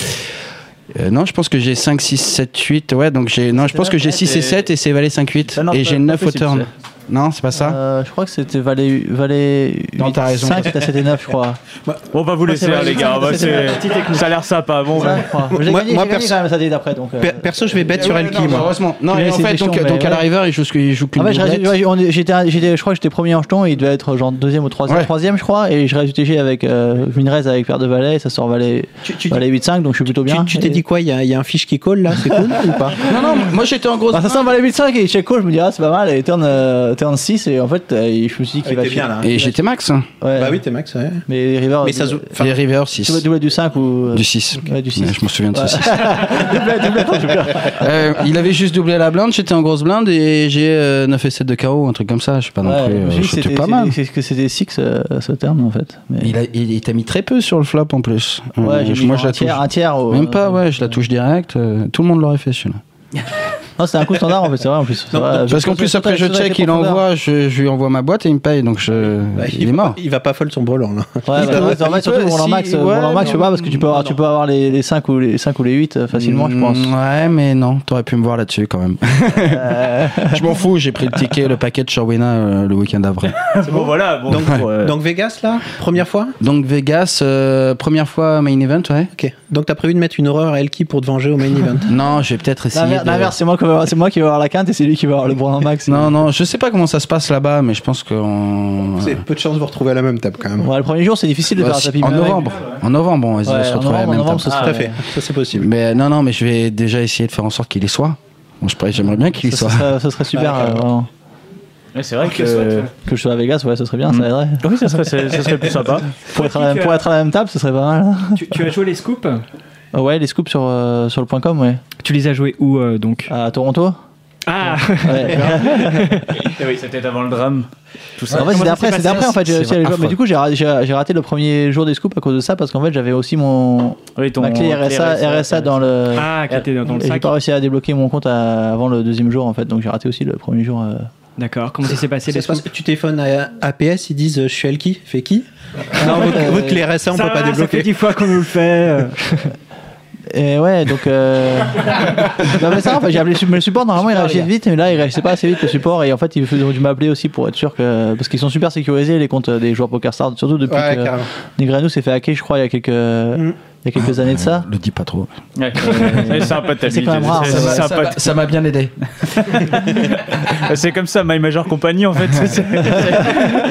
[SPEAKER 7] euh, non, je pense que j'ai 5, 6, 7, 8, ouais, donc j'ai, non, je pense que j'ai 6 et 7 et c'est Valet 5, 8,
[SPEAKER 3] Ah non,
[SPEAKER 7] et
[SPEAKER 3] c'est
[SPEAKER 7] j'ai
[SPEAKER 3] pas
[SPEAKER 7] 9 au
[SPEAKER 3] possible,
[SPEAKER 7] turn. Non, c'est pas ça
[SPEAKER 6] Euh, je crois que c'était valet, valet 8,
[SPEAKER 7] Non, t'as raison.
[SPEAKER 6] 5, c'était à 7 et 9, je crois.
[SPEAKER 3] Bon, on va vous
[SPEAKER 6] Ouais, Ah,
[SPEAKER 3] laisser,
[SPEAKER 6] c'est vrai,
[SPEAKER 3] hein, les
[SPEAKER 6] c'est
[SPEAKER 3] gars.
[SPEAKER 6] vrai,
[SPEAKER 3] on va
[SPEAKER 6] c'est
[SPEAKER 3] essayer-
[SPEAKER 6] vrai, petite technique.
[SPEAKER 3] Ça a l'air sympa. Bon,
[SPEAKER 6] Ça,
[SPEAKER 3] bah.
[SPEAKER 6] je crois. J'ai
[SPEAKER 5] Moi-
[SPEAKER 6] gagné,
[SPEAKER 5] moi,
[SPEAKER 6] j'ai gagné
[SPEAKER 5] perso-
[SPEAKER 6] quand même, ça dit d'après. Donc, euh,
[SPEAKER 5] Per- perso, je vais bet sur Elki,
[SPEAKER 7] Non,
[SPEAKER 5] moi.
[SPEAKER 7] heureusement. Non,
[SPEAKER 6] Il a
[SPEAKER 7] et en
[SPEAKER 6] essayé
[SPEAKER 7] fait,
[SPEAKER 6] des
[SPEAKER 7] donc,
[SPEAKER 6] jetons,
[SPEAKER 7] donc
[SPEAKER 6] mais
[SPEAKER 7] à la
[SPEAKER 6] ouais.
[SPEAKER 7] river, il joue, ce que- il joue qu'une
[SPEAKER 6] En fait, Ah, je,
[SPEAKER 7] doublette.
[SPEAKER 6] résulte- ouais, on- j'étais, j'étais- je crois que j'étais premier en jeton, il devait être genre deuxième ou troisième,
[SPEAKER 7] Ouais.
[SPEAKER 6] troisième je crois, et je résultais avec euh, une raise avec paire de valets, ça sort valet,
[SPEAKER 5] Tu- tu dis-
[SPEAKER 6] valet 8-5, donc je suis plutôt bien.
[SPEAKER 5] Tu tu t'es
[SPEAKER 6] Et-
[SPEAKER 5] dit quoi Il y, a- il y a un fiche qui colle là, c'est cool ou pas
[SPEAKER 7] Non, non, moi j'étais en gros.
[SPEAKER 6] Bah, ça sent valet 8-5 et check call, je me dis ah c'est pas mal, et turn, euh, turn 6, et en fait euh, je me suis dit
[SPEAKER 5] Ah,
[SPEAKER 6] qu'il va filer.
[SPEAKER 7] Et j'étais max. hein.
[SPEAKER 6] Ouais.
[SPEAKER 5] Bah oui, t'es Max, ouais.
[SPEAKER 6] Mais River,
[SPEAKER 5] Mais ça se-
[SPEAKER 6] euh,
[SPEAKER 5] enfin,
[SPEAKER 7] les river
[SPEAKER 6] tu vois,
[SPEAKER 7] 6.
[SPEAKER 6] double du 5 ou. euh,
[SPEAKER 7] Du 6.
[SPEAKER 6] Ouais, du 6.
[SPEAKER 7] Je m'en souviens de ce
[SPEAKER 6] Ouais.
[SPEAKER 7] 6.
[SPEAKER 6] double, double, attends, double.
[SPEAKER 7] Euh, il avait juste doublé la blinde, j'étais en grosse blinde et j'ai euh, 9 et 7 de KO, un truc comme ça. Je sais pas non
[SPEAKER 6] Ouais,
[SPEAKER 7] plus.
[SPEAKER 6] je me
[SPEAKER 7] euh,
[SPEAKER 6] suis dit que
[SPEAKER 7] J'étais
[SPEAKER 6] c'était-
[SPEAKER 7] pas mal.
[SPEAKER 6] C'est c'est que c'était 6 euh, ce terme en fait. Mais-
[SPEAKER 7] Il a- il- il t'a mis très peu sur le flop en plus. Euh,
[SPEAKER 6] Ouais, j'ai mis
[SPEAKER 7] moi
[SPEAKER 6] genre
[SPEAKER 7] je
[SPEAKER 6] un
[SPEAKER 7] la touche.
[SPEAKER 6] tiers, un tiers. au- euh,
[SPEAKER 7] Même pas, ouais, je la touche direct. euh, tout le monde l'aurait fait celui-là.
[SPEAKER 6] Non, c'était un coup standard en fait, c'est vrai en plus. c'est vrai,
[SPEAKER 7] Parce qu'en
[SPEAKER 6] je-
[SPEAKER 7] plus,
[SPEAKER 6] je-
[SPEAKER 7] après, je
[SPEAKER 6] je-
[SPEAKER 7] check,
[SPEAKER 6] je-
[SPEAKER 7] il envoie, je, je lui envoie ma boîte et il me paye, donc je,
[SPEAKER 5] Bah,
[SPEAKER 7] il est
[SPEAKER 5] va-
[SPEAKER 7] mort.
[SPEAKER 5] il va pas folle son hein, brelan là.
[SPEAKER 6] Ouais, bah,
[SPEAKER 7] peut-
[SPEAKER 6] ouais, en
[SPEAKER 7] il
[SPEAKER 6] fait, surtout
[SPEAKER 7] peut-
[SPEAKER 6] pour
[SPEAKER 7] si,
[SPEAKER 6] max, euh,
[SPEAKER 7] ouais,
[SPEAKER 6] max, je sais
[SPEAKER 7] non,
[SPEAKER 6] pas, parce que tu peux avoir, tu peux avoir les, les 5 ou les, 5 ou les 8 euh, facilement, je pense.
[SPEAKER 7] Mm, Ouais, mais non, t'aurais pu me voir là-dessus quand même.
[SPEAKER 6] Euh.
[SPEAKER 7] je m'en fous, j'ai pris le ticket, le paquet de Wina euh, le week-end après.
[SPEAKER 3] c'est bon, voilà. Bon,
[SPEAKER 5] Donc,
[SPEAKER 3] pour, euh,
[SPEAKER 5] Donc Vegas là, première fois
[SPEAKER 7] Donc Vegas, euh, première fois main event, ouais.
[SPEAKER 5] Ok. Donc t'as prévu de mettre une horreur à Elki pour te venger au main event
[SPEAKER 7] Non, je vais peut-être essayer.
[SPEAKER 6] L'inverse,
[SPEAKER 7] de-
[SPEAKER 6] l'inverse, c'est moi, qui vais avoir- c'est moi qui vais avoir la quinte et c'est lui qui va avoir le bras en max.
[SPEAKER 7] Non, non, je sais pas comment ça se passe là-bas, mais je pense qu'on.
[SPEAKER 5] C'est peu de chance de vous retrouver à la même table quand même.
[SPEAKER 6] Ouais, le premier jour, c'est difficile de
[SPEAKER 7] Ouais,
[SPEAKER 6] faire un tapis.
[SPEAKER 7] en
[SPEAKER 6] mais-
[SPEAKER 7] novembre. En novembre, on va
[SPEAKER 6] Ouais,
[SPEAKER 7] se
[SPEAKER 6] en
[SPEAKER 7] retrouver à
[SPEAKER 6] novembre,
[SPEAKER 7] la
[SPEAKER 6] en
[SPEAKER 7] même
[SPEAKER 6] novembre, ce
[SPEAKER 7] table.
[SPEAKER 5] Tout
[SPEAKER 6] sera.
[SPEAKER 5] à fait, ça c'est possible.
[SPEAKER 7] Mais euh, non, non, mais je vais déjà essayer de faire en sorte qu'il y soit. Bon, je pourrais- J'aimerais bien qu'il y
[SPEAKER 6] Ça, ça
[SPEAKER 7] soit.
[SPEAKER 6] serait, ça serait super euh, vraiment.
[SPEAKER 3] mais c'est vrai que.
[SPEAKER 6] euh, que je sois à Vegas, ouais, ça serait
[SPEAKER 7] Mm.
[SPEAKER 6] bien, ça aiderait.
[SPEAKER 3] Oui, ça serait, c'est- ça serait plus sympa. euh,
[SPEAKER 6] Pour être, à la, même- pour être à la même table, ce serait pas mal.
[SPEAKER 8] Tu, tu as joué les scoops
[SPEAKER 6] Ah ouais, les scoops sur, euh, sur le point com, ouais.
[SPEAKER 8] Tu les as joués où euh, donc
[SPEAKER 6] À Toronto
[SPEAKER 8] Ah
[SPEAKER 6] Ouais.
[SPEAKER 3] oui, c'était avant le drame. Tout ça.
[SPEAKER 6] En fait, c'est après, c'est après en fait, j'ai réussi à
[SPEAKER 3] Ah,
[SPEAKER 6] les jouer.
[SPEAKER 7] affreux.
[SPEAKER 6] Mais du coup, j'ai ra- j'ai j'ai raté le premier jour des scoops à cause de ça parce qu'en fait, j'avais aussi mon
[SPEAKER 3] Oui, ton-
[SPEAKER 6] ma clé RSA, RSA dans le.
[SPEAKER 8] Ah, qui était dans le
[SPEAKER 6] Et j'ai
[SPEAKER 8] sac.
[SPEAKER 6] pas réussi à débloquer mon compte à- avant le deuxième jour en fait, donc j'ai raté aussi le premier jour. euh.
[SPEAKER 8] D'accord. Comment ça s'est passé
[SPEAKER 5] Ça
[SPEAKER 8] les
[SPEAKER 5] se passe
[SPEAKER 8] scoops
[SPEAKER 5] que tu téléphones à APS, ils disent euh, je suis Elki, fais qui Non, votre, votre clé RSA on peut pas
[SPEAKER 8] va, Ça fait
[SPEAKER 5] débloquer.
[SPEAKER 8] dix fois qu'on nous le fait. euh.
[SPEAKER 6] Et ouais, donc. Euh... non, mais ça, en fait, j'ai appelé le su- mais le support. Normalement, il réagissait vite, mais là, il réagissait pas assez vite le support. Et en fait, ils ont dû m'appeler aussi pour être sûr que. Parce qu'ils sont euh, super sécurisés, les comptes des joueurs PokerStars, surtout depuis
[SPEAKER 5] Ouais,
[SPEAKER 6] que
[SPEAKER 5] carrément.
[SPEAKER 8] Mm.
[SPEAKER 6] Negreanu s'est fait hacker, je crois, il y a quelques. il y a quelques années de ça.
[SPEAKER 9] Le dis pas trop.
[SPEAKER 3] Ouais. Et c'est un pote, t'as
[SPEAKER 6] C'est
[SPEAKER 3] mis-
[SPEAKER 6] quand même rare,
[SPEAKER 3] c'est-
[SPEAKER 6] ça va-
[SPEAKER 3] c'est un
[SPEAKER 9] ça
[SPEAKER 3] pote.
[SPEAKER 9] m'a- ça m'a bien aidé.
[SPEAKER 3] C'est comme ça, My Major Company en fait. C'est- c'est-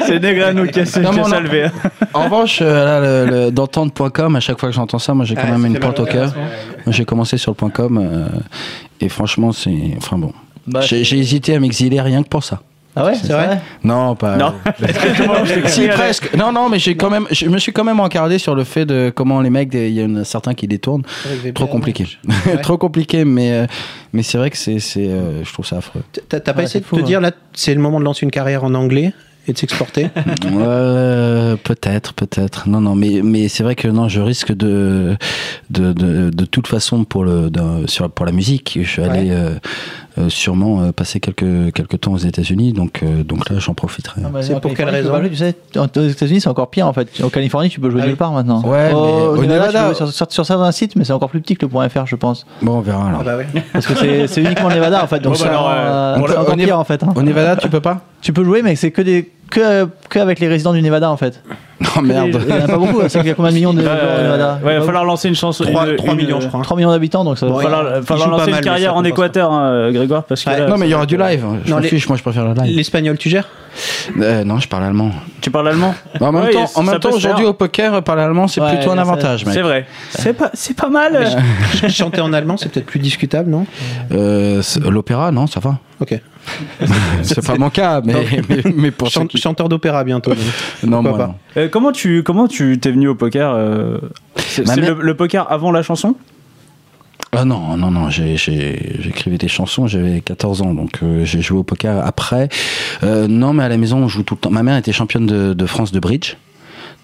[SPEAKER 3] C'est Negrano qui a qui
[SPEAKER 7] Non, mais
[SPEAKER 3] a
[SPEAKER 7] on a-
[SPEAKER 3] salvé. hein.
[SPEAKER 7] En revanche, euh, là, le, le- d'entendre.com, à chaque fois que j'entends ça, moi j'ai quand même une porte au cœur. J'ai commencé sur le point .com euh, et franchement, c'est. Enfin bon.
[SPEAKER 6] Bah,
[SPEAKER 7] J'ai j'ai hésité à m'exiler rien que pour ça.
[SPEAKER 6] ah ouais, c'est vrai.
[SPEAKER 7] Non, pas. euh,
[SPEAKER 3] Non.
[SPEAKER 7] Si, presque. Non, non, mais j'ai quand même, je me suis quand même encardé sur le fait de comment les mecs, des- il y en a certains qui détournent. Trop compliqué. Trop compliqué, mais, euh, mais c'est vrai que c'est, c'est, euh, je trouve ça affreux.
[SPEAKER 5] T'as t'as pas
[SPEAKER 6] Ouais,
[SPEAKER 5] essayé de
[SPEAKER 6] c'est
[SPEAKER 5] te
[SPEAKER 7] hein.
[SPEAKER 6] fou,
[SPEAKER 5] dire, là, c'est le moment de lancer une carrière en anglais et de s'exporter
[SPEAKER 7] Euh, peut-être, peut-être. Non, non, mais, mais c'est vrai que non, je risque de, de, de, de toute façon pour, le, de- sur, pour la musique. Je suis allé euh, euh, sûrement euh, passer quelques, quelques temps aux États-Unis, donc, euh, donc là, j'en profiterai.
[SPEAKER 6] Ah bah,
[SPEAKER 5] C'est
[SPEAKER 6] en
[SPEAKER 5] pour
[SPEAKER 6] Californie,
[SPEAKER 5] quelle
[SPEAKER 6] tu peux pas
[SPEAKER 5] raison
[SPEAKER 6] jouer, tu sais, en- aux États-Unis, c'est encore pire en fait. En Californie, tu peux jouer
[SPEAKER 5] Ah
[SPEAKER 6] nulle
[SPEAKER 5] oui.
[SPEAKER 6] part maintenant.
[SPEAKER 7] Ouais, mais
[SPEAKER 6] au, Nevada, tu
[SPEAKER 7] au Nevada-
[SPEAKER 6] peux jouer sur, sur, sur certains sites, mais c'est encore plus petit que le point .fr, je pense.
[SPEAKER 7] Bon, on verra alors.
[SPEAKER 5] Ah bah ouais.
[SPEAKER 6] Parce que c'est c'est uniquement le Nevada en fait. Donc
[SPEAKER 3] Bon, bah,
[SPEAKER 6] c'est
[SPEAKER 3] alors, euh,
[SPEAKER 6] encore-
[SPEAKER 7] on
[SPEAKER 6] c'est
[SPEAKER 7] l'a-
[SPEAKER 6] encore
[SPEAKER 7] on est-
[SPEAKER 6] pire en fait. hein.
[SPEAKER 7] Au Nevada, tu peux pas
[SPEAKER 6] Tu peux jouer, mais c'est que des que, que avec les résidents du Nevada en fait.
[SPEAKER 7] Oh merde.
[SPEAKER 6] Il y en a pas beaucoup. hein. C'est qu'il y a combien de millions de gens au Nevada
[SPEAKER 3] Euh, ouais, il va falloir lancer une chanson.
[SPEAKER 9] 3,
[SPEAKER 3] une- une-
[SPEAKER 9] millions, je crois.
[SPEAKER 6] 3 millions d'habitants, donc ça
[SPEAKER 3] Il
[SPEAKER 6] va
[SPEAKER 3] va
[SPEAKER 5] Ouais.
[SPEAKER 3] falloir,
[SPEAKER 5] Ils
[SPEAKER 3] falloir
[SPEAKER 5] jouent pas
[SPEAKER 3] lancer
[SPEAKER 5] mal,
[SPEAKER 3] une
[SPEAKER 5] mais
[SPEAKER 3] carrière
[SPEAKER 5] ça
[SPEAKER 3] en
[SPEAKER 5] compte pas.
[SPEAKER 3] Équateur, hein, Grégoire, parce que là,
[SPEAKER 7] Non, mais il y aura du live. Je
[SPEAKER 3] hein.
[SPEAKER 5] Non,
[SPEAKER 7] m'en
[SPEAKER 5] les-
[SPEAKER 7] fiche, moi, je préfère le live.
[SPEAKER 5] L'espagnol, tu gères
[SPEAKER 7] Euh, non, je parle allemand. Bah,
[SPEAKER 3] tu parles allemand.
[SPEAKER 7] En même
[SPEAKER 3] Ouais,
[SPEAKER 7] temps,
[SPEAKER 3] ça
[SPEAKER 7] en même
[SPEAKER 3] peut
[SPEAKER 7] temps
[SPEAKER 3] se
[SPEAKER 7] aujourd'hui
[SPEAKER 3] faire.
[SPEAKER 7] au poker, parler allemand, c'est
[SPEAKER 6] Ouais,
[SPEAKER 7] plutôt un
[SPEAKER 6] là, ça-
[SPEAKER 7] avantage, mec.
[SPEAKER 3] C'est vrai. C'est pas, c'est pas mal. euh.
[SPEAKER 5] Chanter en allemand, c'est peut-être plus discutable, non
[SPEAKER 7] Euh, c'est- L'opéra, non, ça va.
[SPEAKER 5] Ok.
[SPEAKER 7] c'est pas mon cas, mais,
[SPEAKER 5] Non.
[SPEAKER 7] mais, mais pour ceux
[SPEAKER 5] Chan-
[SPEAKER 7] qui...
[SPEAKER 5] Chanteur d'opéra bientôt. donc.
[SPEAKER 7] Non,
[SPEAKER 5] pourquoi
[SPEAKER 7] moi,
[SPEAKER 5] pas.
[SPEAKER 7] non.
[SPEAKER 3] Euh, comment tu comment tu t'es venu au poker euh, C'est
[SPEAKER 7] Ma
[SPEAKER 3] c'est
[SPEAKER 7] mère-
[SPEAKER 3] le, le poker avant la chanson
[SPEAKER 7] Ah non, non, non, j'ai- j'ai- j'écrivais des chansons, j'avais 14 ans, donc euh, j'ai joué au poker après. Euh, non, mais à la maison, on joue tout le temps. Ma mère était championne de, de France de bridge.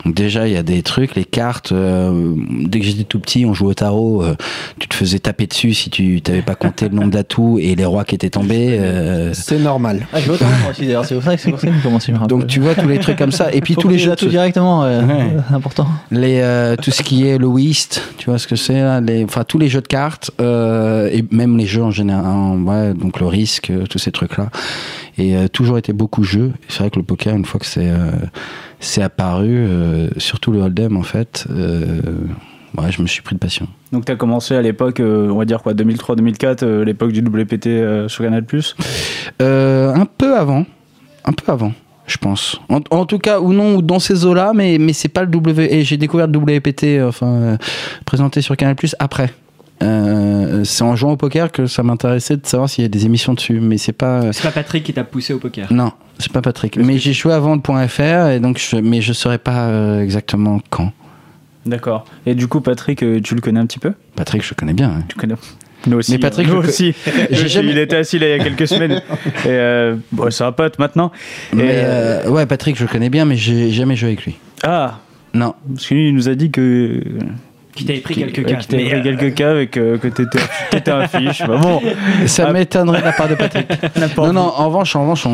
[SPEAKER 7] Donc déjà, il y a des trucs, les cartes, euh, dès que j'étais tout petit, on jouait au tarot, euh, tu te faisais taper dessus si tu t'avais pas compté le nombre d'atouts et les rois qui étaient tombés. euh,
[SPEAKER 9] C'est normal.
[SPEAKER 6] Ah, je veux autant moi aussi d'ailleurs, c'est pour ça que c'est pour ça que j'ai commencé à me
[SPEAKER 7] donc tu vois tous les trucs comme ça. Et puis tous les jeux,
[SPEAKER 6] tout directement, ouais,
[SPEAKER 7] Ouais.
[SPEAKER 6] c'est important.
[SPEAKER 7] les euh, tout ce qui est le whist, tu vois ce que c'est là, les enfin tous les jeux de cartes euh, et même les jeux en général, en- ouais, donc le risque, euh, tous ces trucs là. Et euh, toujours été beaucoup jeu. C'est vrai que le poker une fois que c'est euh, c'est apparu, euh, surtout le hold'em en fait, euh, ouais, je me suis pris de passion.
[SPEAKER 3] Donc t'as commencé à l'époque, euh, on va dire quoi, 2003-2004, euh, l'époque du WPT euh, sur Canal+.
[SPEAKER 7] Euh, un peu avant, un peu avant. Je pense. En, en tout cas, ou non, ou dans ces eaux-là, mais, mais c'est pas le W. Et j'ai découvert le WPT, euh, enfin, euh, présenté sur Canal Plus après. Euh, c'est en jouant au poker que ça m'intéressait de savoir s'il y a des émissions dessus, mais c'est pas.
[SPEAKER 8] C'est pas Patrick qui t'a poussé au poker.
[SPEAKER 7] Non, c'est pas Patrick. Mais j'ai joué avant le point .fr, et donc je, mais je saurais pas euh, exactement quand.
[SPEAKER 3] D'accord. Et du coup, Patrick, euh, tu le connais un petit peu
[SPEAKER 7] Patrick, je le connais bien. hein.
[SPEAKER 3] Tu connais Nous aussi.
[SPEAKER 7] Mais Patrick,
[SPEAKER 3] hein.
[SPEAKER 7] je
[SPEAKER 3] Nous
[SPEAKER 7] co-
[SPEAKER 3] aussi.
[SPEAKER 7] J'ai
[SPEAKER 3] J'ai
[SPEAKER 7] jamais-
[SPEAKER 3] Il était assis là il y a quelques semaines. Et euh, bon, c'est un pote maintenant. Et,
[SPEAKER 7] Mais,
[SPEAKER 3] euh,
[SPEAKER 7] euh, ouais, Patrick, je le connais bien, mais j'ai jamais joué avec lui.
[SPEAKER 3] Ah,
[SPEAKER 7] Non,
[SPEAKER 3] parce qu'il nous a dit que.
[SPEAKER 8] Qui t'avait pris
[SPEAKER 3] qu'il-
[SPEAKER 8] quelques
[SPEAKER 3] ouais,
[SPEAKER 8] cas.
[SPEAKER 3] qu'il t'avait
[SPEAKER 8] Mais,
[SPEAKER 3] pris
[SPEAKER 8] euh,
[SPEAKER 3] quelques cas avec euh, que t'étais, t'étais un fiche. Bah bon,
[SPEAKER 7] ça
[SPEAKER 3] Ah.
[SPEAKER 7] m'étonnerait de la part de Patrick.
[SPEAKER 3] n'importe
[SPEAKER 7] Non, non, en revanche, en revanche on,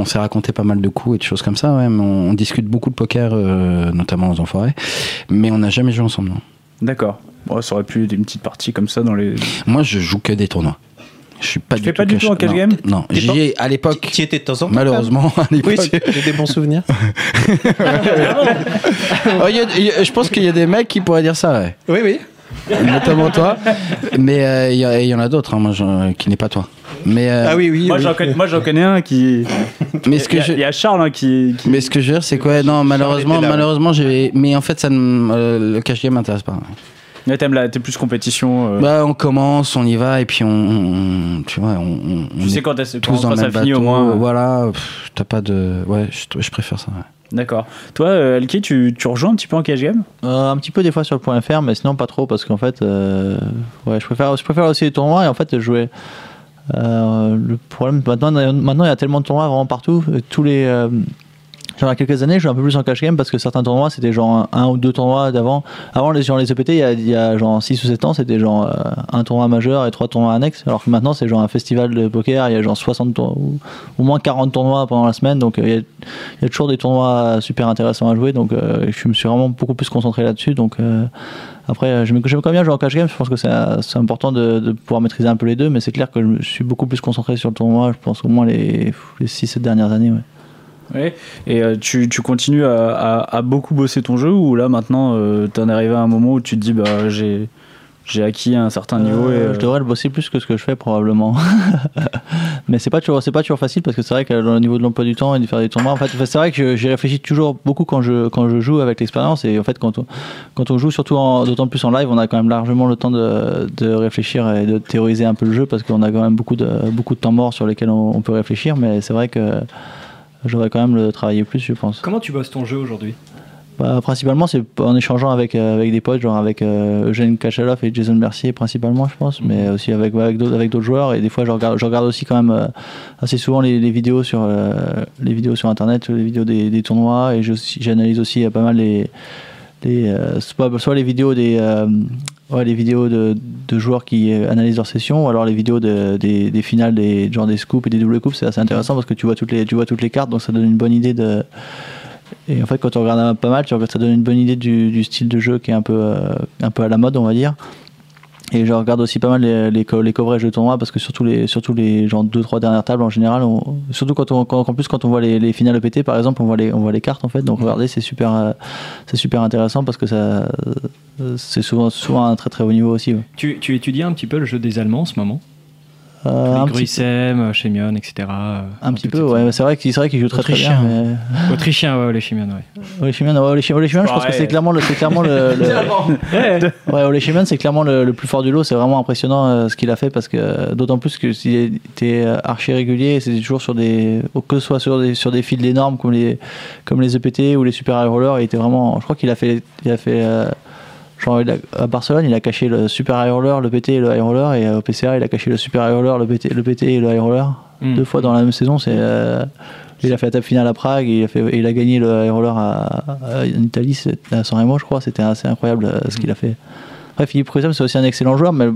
[SPEAKER 7] on s'est raconté pas mal de coups et de choses comme ça. ouais, mais on, on discute beaucoup de poker, euh, notamment aux enfoirés. Mais on n'a jamais joué ensemble. non.
[SPEAKER 3] D'accord. Bon, ça aurait pu être une petite partie comme ça dans les.
[SPEAKER 7] Moi, je joue que des tournois. Je suis pas
[SPEAKER 3] Tu
[SPEAKER 7] du
[SPEAKER 3] fais
[SPEAKER 7] tout
[SPEAKER 3] pas du
[SPEAKER 7] cash-
[SPEAKER 3] tout en cash
[SPEAKER 7] non,
[SPEAKER 3] game
[SPEAKER 7] Non,
[SPEAKER 3] T'es pas-
[SPEAKER 7] j'y ai à l'époque.
[SPEAKER 5] T'y étais de temps en temps.
[SPEAKER 7] Malheureusement, à
[SPEAKER 5] quand même.
[SPEAKER 7] l'époque.
[SPEAKER 5] Oui, j'ai des bons souvenirs.
[SPEAKER 7] Oh, il y a- il y a- je pense qu'il y a des mecs qui pourraient dire ça, ouais.
[SPEAKER 5] Oui, oui.
[SPEAKER 7] notamment toi. Mais euh, il y a- il y, en a d'autres, hein, moi, je- qui n'est pas toi. Mais, euh,
[SPEAKER 5] Ah oui, oui.
[SPEAKER 3] Moi
[SPEAKER 5] oui.
[SPEAKER 3] j'en connais, moi, j'en connais un qui.
[SPEAKER 7] mais ce que
[SPEAKER 3] il, y a,
[SPEAKER 7] je-
[SPEAKER 3] il y a Charles hein, qui. qui-
[SPEAKER 7] Mais ce que je veux dire, c'est quoi Non, malheureusement,
[SPEAKER 5] était là, ouais.
[SPEAKER 7] malheureusement, j'ai. Mais en fait, ça, ne- euh, le cash game m'intéresse pas.
[SPEAKER 3] Mais t'aimes la- t'es plus compétition. euh,
[SPEAKER 7] Bah, on commence, on y va, et puis on, on- tu vois, on, on- on
[SPEAKER 3] tu sais
[SPEAKER 7] est
[SPEAKER 3] quand, t'as- quand
[SPEAKER 7] tous dans le
[SPEAKER 3] ça
[SPEAKER 7] même
[SPEAKER 3] finit au
[SPEAKER 7] bateau,
[SPEAKER 3] moins. euh.
[SPEAKER 7] Voilà, pff, t'as pas de, ouais, je, je préfère ça. ouais.
[SPEAKER 3] D'accord. Toi, euh, Alki, tu, tu rejoins un petit peu en cash game
[SPEAKER 6] Euh, un petit peu des fois sur le point .fr, mais sinon pas trop parce qu'en fait, euh, ouais, je préfère, je préfère aussi les tournois et en fait jouer. Euh, le problème maintenant, maintenant il y a tellement de tournois vraiment partout. euh, Tous les, euh, genre il y a quelques années, je jouais un peu plus en cash game parce que certains tournois c'était genre un, un ou deux tournois d'avant. Avant les genre les EPT, il y a, il y a genre 6 ou 7 ans, c'était genre euh, un tournoi majeur et trois tournois annexes. Alors que maintenant c'est genre un festival de poker, il y a genre 60 tournois, ou au moins 40 tournois pendant la semaine, donc euh, il y a il y a toujours des tournois super intéressants à jouer, donc euh, je me suis vraiment beaucoup plus concentré là-dessus. Donc euh, après, euh, j'aime j'aime quand bien jouer en cash game, je pense que c'est euh, c'est important de, de pouvoir maîtriser un peu les deux, mais c'est clair que je me suis beaucoup plus concentré sur le tournoi, je pense au moins les, les 6-7 dernières années. ouais.
[SPEAKER 3] Ouais. Et euh, tu, tu continues à, à- à beaucoup bosser ton jeu ou là maintenant euh, t'en es arrivé à un moment où tu te dis bah j'ai j'ai acquis un certain niveau
[SPEAKER 6] Euh,
[SPEAKER 3] et
[SPEAKER 6] Je
[SPEAKER 3] euh,
[SPEAKER 6] devrais le bosser plus que ce que je fais probablement. Mais c'est pas toujours, c'est pas toujours facile parce que c'est vrai que dans le niveau de l'emploi du temps et de faire des tournois, en fait, c'est vrai que je- j'y réfléchis toujours beaucoup quand je quand je joue avec l'expérience et en fait quand on quand on joue surtout en- d'autant plus en live, on a quand même largement le temps de, de réfléchir et de théoriser un peu le jeu parce qu'on a quand même beaucoup de beaucoup de temps mort sur lesquels on, on peut réfléchir. Mais c'est vrai que j'aurais quand même le travailler plus, je pense.
[SPEAKER 8] Comment tu bosses ton jeu aujourd'hui
[SPEAKER 6] Bah, principalement, c'est en échangeant avec, euh, avec des potes, genre avec euh, Eugène Kachaloff et Jason Mercier, principalement, je pense, mais aussi avec, avec d'autres avec d'autres joueurs. Et des fois, je regarde, je regarde aussi quand même euh, assez souvent les, les vidéos sur, euh, les vidéos sur Internet, les vidéos des, des tournois, et je- j'analyse aussi euh, pas mal les. les euh, soit, soit les vidéos des. euh, ouais, les vidéos de, de joueurs qui euh, analysent leurs sessions, ou alors les vidéos de- des, des finales, des, genre des scoops et des doubles coupes, c'est assez intéressant parce que tu vois, toutes les, tu vois toutes les cartes, donc ça donne une bonne idée de, et en fait, quand on regarde pas mal, tu regardes- ça donne une bonne idée du, du style de jeu qui est un peu, euh, un peu à la mode, on va dire. Et je regarde aussi pas mal les, les, co- les coverages de tournoi parce que surtout les, surtout les genre deux trois dernières tables en général, on- surtout quand on, quand- en plus quand on voit les, les finales EPT par exemple, on voit les, on voit les cartes en fait.
[SPEAKER 8] Mmh.
[SPEAKER 6] Donc regardez, c'est super, euh, c'est super intéressant parce que ça, euh, c'est souvent, souvent un très très haut niveau aussi. ouais.
[SPEAKER 8] tu, tu étudies un petit peu le jeu des Allemands en ce moment
[SPEAKER 6] Euh, un,
[SPEAKER 8] Les
[SPEAKER 6] petit,
[SPEAKER 8] Gruissem, euh, Chemion, etc. euh,
[SPEAKER 6] un petit
[SPEAKER 8] toute
[SPEAKER 6] peu,
[SPEAKER 8] cette-
[SPEAKER 6] ouais. C'est vrai qu'ils, c'est vrai qu'ils jouent très très bien.
[SPEAKER 8] Autrichien.
[SPEAKER 6] mais-
[SPEAKER 8] Autrichien, ouais, les Chemion, ouais.
[SPEAKER 6] Ole Schmidt, ouais, Ole Schmidt, Ole Schmidt, je pense que
[SPEAKER 3] Ouais.
[SPEAKER 6] c'est clairement le, c'est clairement le, le- ouais, Ole Schmidt, c'est clairement le, le plus fort du lot. C'est vraiment impressionnant euh, ce qu'il a fait parce que euh, d'autant plus que s'il était euh, archi régulier, et c'était toujours sur des, au- que ce soit sur des sur des fils d'énormes comme les comme les EPT ou les Super High Roller, il était vraiment. Je crois qu'il a fait, il a fait. euh, Genre, il a- à Barcelone, il a caché le Super High Roller, le PT et le High Roller, et euh, au PCA, il a caché le Super High Roller, le PT, le PT et le High Roller
[SPEAKER 8] Mm.
[SPEAKER 6] deux fois dans la même saison. C'est, euh, il a fait la table finale à Prague, il a, fait, il a gagné le high roller à, à- en Italie, c'est- à San Remo, je crois. C'était assez incroyable euh, ce qu'il a fait. Après, Philippe Cruzem, c'est aussi un excellent joueur, mais,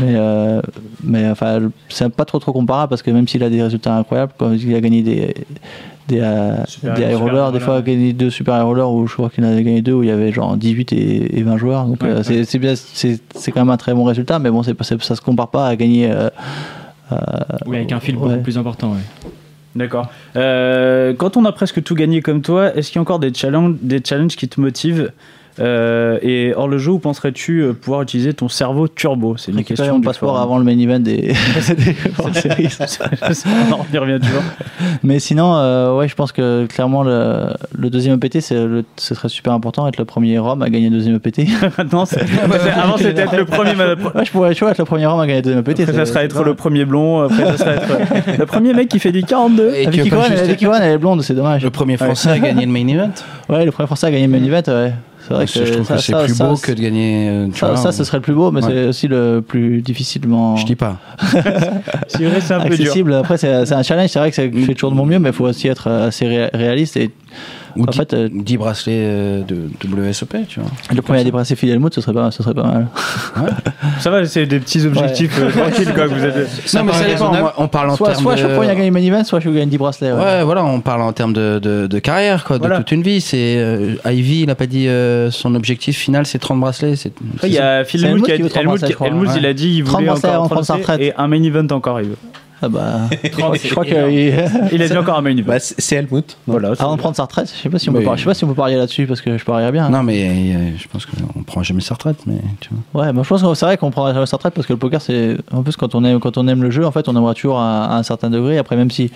[SPEAKER 6] mais, euh, mais enfin, c'est pas trop, trop comparable parce que même s'il a des résultats incroyables, quand il a gagné des, des, euh,
[SPEAKER 3] Super-
[SPEAKER 6] des high
[SPEAKER 3] super
[SPEAKER 6] rollers, des
[SPEAKER 3] rollers,
[SPEAKER 6] fois
[SPEAKER 3] ouais.
[SPEAKER 6] gagné deux super high rollers, ou je crois qu'il en avait gagné deux où il y avait genre 18 et, et 20 joueurs. Donc
[SPEAKER 8] Ouais,
[SPEAKER 6] euh,
[SPEAKER 8] ouais.
[SPEAKER 6] c'est- c'est bien- c'est c'est quand même un très bon résultat, mais bon, c'est pas- c'est- ça se compare pas à gagner. euh, euh,
[SPEAKER 8] Oui, avec un fil
[SPEAKER 6] ouais.
[SPEAKER 8] beaucoup plus important, ouais.
[SPEAKER 3] D'accord. Euh, quand on a presque tout gagné comme toi, est-ce qu'il y a encore des challenges, des challenges qui te motivent Euh, Et hors le jeu, où penserais-tu euh, pouvoir utiliser ton cerveau turbo C'est une
[SPEAKER 6] récupérer
[SPEAKER 3] question.
[SPEAKER 6] mon
[SPEAKER 3] du hein.
[SPEAKER 6] passeport
[SPEAKER 3] forum.
[SPEAKER 6] avant le main event des, des World Series.
[SPEAKER 3] on y revient toujours.
[SPEAKER 6] Mais sinon, euh, ouais, je pense que clairement le, le deuxième EPT, c'est le- ce serait super important être le premier Rome à gagner le deuxième E EPT.
[SPEAKER 3] Maintenant, c'est- c'est- avant c'était être le premier. ma-
[SPEAKER 6] ouais, je pourrais, je pourrais être le premier Rome à gagner le deuxième EPT.
[SPEAKER 3] Après,
[SPEAKER 6] c'est-
[SPEAKER 3] ça sera être
[SPEAKER 6] non.
[SPEAKER 3] le premier blond. Après, ça sera être le premier mec qui fait du 42.
[SPEAKER 7] Et tu
[SPEAKER 6] Vicky
[SPEAKER 7] veux pas
[SPEAKER 6] Cohen,
[SPEAKER 7] juste
[SPEAKER 6] elle- Vicky Cohen, elle est blonde, c'est dommage.
[SPEAKER 7] Le premier français à gagner le main event
[SPEAKER 6] Ouais, le premier Français à gagner le main event, ouais. C'est vrai
[SPEAKER 7] Parce
[SPEAKER 6] que
[SPEAKER 7] que Je trouve
[SPEAKER 6] ça-
[SPEAKER 7] que c'est
[SPEAKER 6] ça-
[SPEAKER 7] plus
[SPEAKER 6] ça-
[SPEAKER 7] beau que de gagner. euh, tu
[SPEAKER 6] Ça,
[SPEAKER 7] vois,
[SPEAKER 6] ça, ce serait le plus beau, mais
[SPEAKER 7] Ouais.
[SPEAKER 6] c'est aussi le plus difficilement.
[SPEAKER 7] Je dis pas.
[SPEAKER 3] C'est vrai, c'est un peu dur.
[SPEAKER 6] accessible. Après, c'est c'est un challenge. C'est vrai que c'est-
[SPEAKER 7] Mm.
[SPEAKER 6] je fais toujours de mon mieux, mais il faut aussi être euh, assez ré- réaliste et
[SPEAKER 7] Ou
[SPEAKER 6] En
[SPEAKER 7] dix-
[SPEAKER 6] fait, euh,
[SPEAKER 7] 10 bracelets euh, de WSOP, tu vois.
[SPEAKER 6] Le premier à débrasser Phil Helmut, ce serait pas, ce serait pas mal.
[SPEAKER 3] Ça va, c'est des petits objectifs euh, tranquilles quoi. que vous avez.
[SPEAKER 7] Non, mais ça dépend. moi, on parle en
[SPEAKER 6] Soit,
[SPEAKER 7] termes
[SPEAKER 6] soit je suis
[SPEAKER 7] de-
[SPEAKER 6] le premier à gagner main event, soit je gagne 10 bracelets. ouais.
[SPEAKER 7] Ouais, voilà, on parle en termes de, de, de carrière, quoi,
[SPEAKER 3] Voilà.
[SPEAKER 7] de toute une vie. C'est euh, Ivy, il a pas dit euh, son objectif final, c'est 30 bracelets. C'est,
[SPEAKER 3] Après, Il y a Phil
[SPEAKER 6] C'est Helmut
[SPEAKER 3] Helmut qui a
[SPEAKER 6] qui veut
[SPEAKER 3] dit,
[SPEAKER 6] trente
[SPEAKER 3] Helmut,
[SPEAKER 6] bracelets, je crois,
[SPEAKER 3] Helmut, il a dit il
[SPEAKER 6] Trente
[SPEAKER 3] voulait
[SPEAKER 6] bracelets
[SPEAKER 3] encore
[SPEAKER 6] avant de prendre sa
[SPEAKER 3] 30
[SPEAKER 6] retraite.
[SPEAKER 3] et un main event encore. Il, veut.
[SPEAKER 6] Ah bah, je crois
[SPEAKER 8] énorme.
[SPEAKER 6] que
[SPEAKER 3] il a dit encore un main event.
[SPEAKER 5] Bah, c'est c'est Helmut.
[SPEAKER 3] voilà.
[SPEAKER 6] avant de prendre sa retraite, je sais pas si on peut
[SPEAKER 7] Oui.
[SPEAKER 6] par- je sais pas si on peut parier là-dessus parce que je parierais bien. hein.
[SPEAKER 7] Non, mais euh, je pense qu'on prend jamais sa retraite, mais tu vois.
[SPEAKER 6] Ouais, moi je pense que c'est vrai qu'on prendra jamais sa retraite parce que le poker c'est en plus quand on aime quand on aime le jeu, en fait, on aimerait toujours à, à un certain degré. Après, même si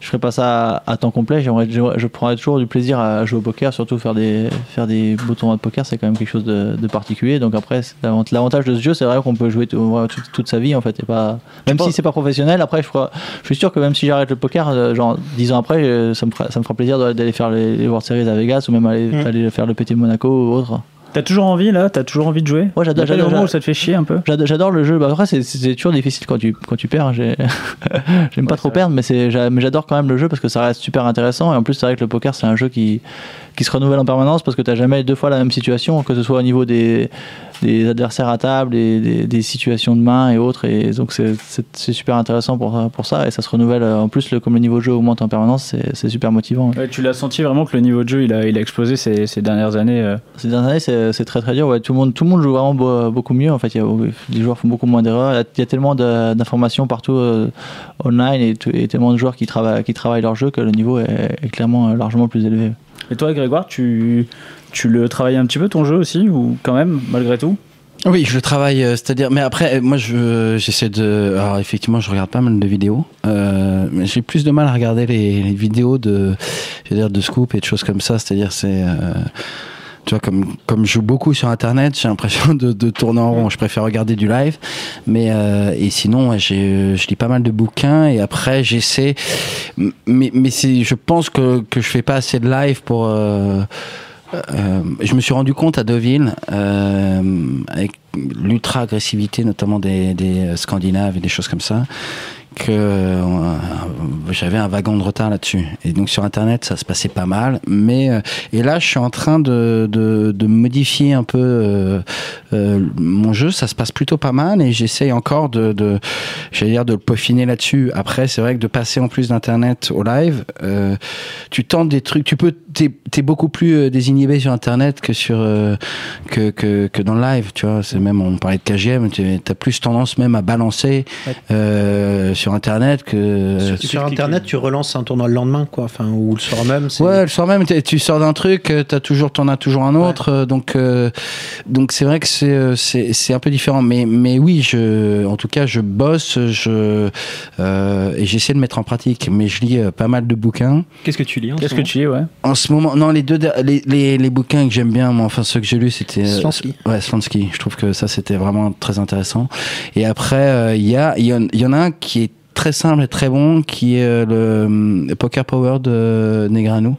[SPEAKER 6] je ferais pas ça à, à temps complet, j'aimerais j'aimerais- je prendrais toujours du plaisir à jouer au poker, surtout faire des faire des beaux tournois de poker, c'est quand même quelque chose de, de particulier. Donc après, c'est l'avant- l'avantage de ce jeu, c'est vrai qu'on peut jouer tout- vraiment toute, toute sa vie en fait, et pas même si c'est pas professionnel. Après, je crois, je suis sûr que même si j'arrête le poker, euh, genre 10 ans après, euh, ça me fera, ça me fera plaisir d'aller- d'aller faire les, les World Series à Vegas ou même aller, aller faire le PT Monaco ou autre.
[SPEAKER 3] T'as toujours envie là T'as toujours envie de jouer
[SPEAKER 6] Ouais, j'adore-
[SPEAKER 3] Y a pas des
[SPEAKER 6] j'adore-
[SPEAKER 3] moments où ça te fait chier un peu.
[SPEAKER 6] J'ado- J'adore le jeu. Bah, après, c'est- c'est toujours difficile quand tu, quand tu perds. J'ai- J'aime pas trop perdre, mais, c'est- j'a- mais j'adore quand même le jeu parce que ça reste super intéressant. Et en plus, c'est vrai que le poker, c'est un jeu qui, qui se renouvelle en permanence parce que t'as jamais deux fois la même situation, que ce soit au niveau des, des adversaires à table, et des, des situations de main et autres. Et donc c'est- c'est c'est super intéressant pour, pour ça et ça se renouvelle. euh, En plus, le, comme le niveau de jeu augmente en permanence, c'est- c'est super motivant.
[SPEAKER 3] Ouais, tu l'as senti vraiment que le niveau de jeu il a, il a explosé ces, ces dernières années. euh.
[SPEAKER 6] Ces dernières années, c'est c'est très très dur. Ouais, tout, le monde, tout le monde joue vraiment beau- beaucoup mieux. En fait, il y a- les joueurs font beaucoup moins d'erreurs. Il y a- Il y a tellement de- d'informations partout euh, online et, tout- et tellement de joueurs qui travaillent, qui travaillent leur jeu que le niveau est, est clairement euh, largement plus élevé.
[SPEAKER 3] Et toi, Grégoire, tu, tu le travailles un petit peu ton jeu aussi, ou quand même, malgré tout
[SPEAKER 7] Oui, je le travaille, euh, c'est-à-dire, mais après, euh, moi, je- j'essaie de. Alors, effectivement, je regarde pas mal de vidéos. euh, mais j'ai plus de mal à regarder les, les vidéos de, je veux dire, de scoop et de choses comme ça. C'est-à-dire, c'est. euh, tu vois, comme, comme je joue beaucoup sur Internet, j'ai l'impression de, de tourner en rond. Je préfère regarder du live. Mais, euh, et sinon, ouais, j'ai, euh, je lis pas mal de bouquins et après, j'essaie. M- Mais, mais c'est, je pense que, que je fais pas assez de live pour. euh, euh, je me suis rendu compte à Deauville, euh, avec l'ultra-agressivité notamment des, des Scandinaves et des choses comme ça, que euh, j'avais un wagon de retard là-dessus. Et donc sur Internet, ça se passait pas mal. Mais euh, et là, je suis en train de, de, de modifier un peu euh, euh, mon jeu. Ça se passe plutôt pas mal et j'essaye encore de, de j'allais dire de le peaufiner là-dessus. Après, c'est vrai que de passer en plus d'Internet au live, euh, tu tentes des trucs. Tu peux, t'es es beaucoup plus euh, désinhibé sur Internet que sur euh, que, que que dans le live. Tu vois, c'est même on parlait de KGM. tu- T'as plus tendance même à balancer
[SPEAKER 5] Ouais.
[SPEAKER 7] euh, sur Internet que euh,
[SPEAKER 5] Sur, sur internet, tu relances un tournoi le lendemain, quoi. Enfin, ou le soir même. c'est-
[SPEAKER 7] Ouais, le soir même, t'es- tu sors d'un truc, euh, t'as toujours, t'en as toujours un autre, euh, donc euh, donc c'est vrai que c'est euh, c'est c'est un peu différent, mais mais oui, je, en tout cas, je bosse, je euh, et j'essaie de mettre en pratique, mais je lis euh, pas mal de bouquins.
[SPEAKER 8] Qu'est-ce que tu lis en
[SPEAKER 3] Qu'est-ce que tu dis, ouais
[SPEAKER 7] En ce moment, non, les deux, der- les, les, les bouquins que j'aime bien, moi, enfin ceux que j'ai lus, c'était euh,
[SPEAKER 5] Slansky.
[SPEAKER 7] Ouais, Slansky. Je trouve que ça, c'était vraiment très intéressant. Et après, euh, il y a, il y, en- il y en a un qui est très simple et très bon, qui est euh, le hum, Poker Power de Negreanu.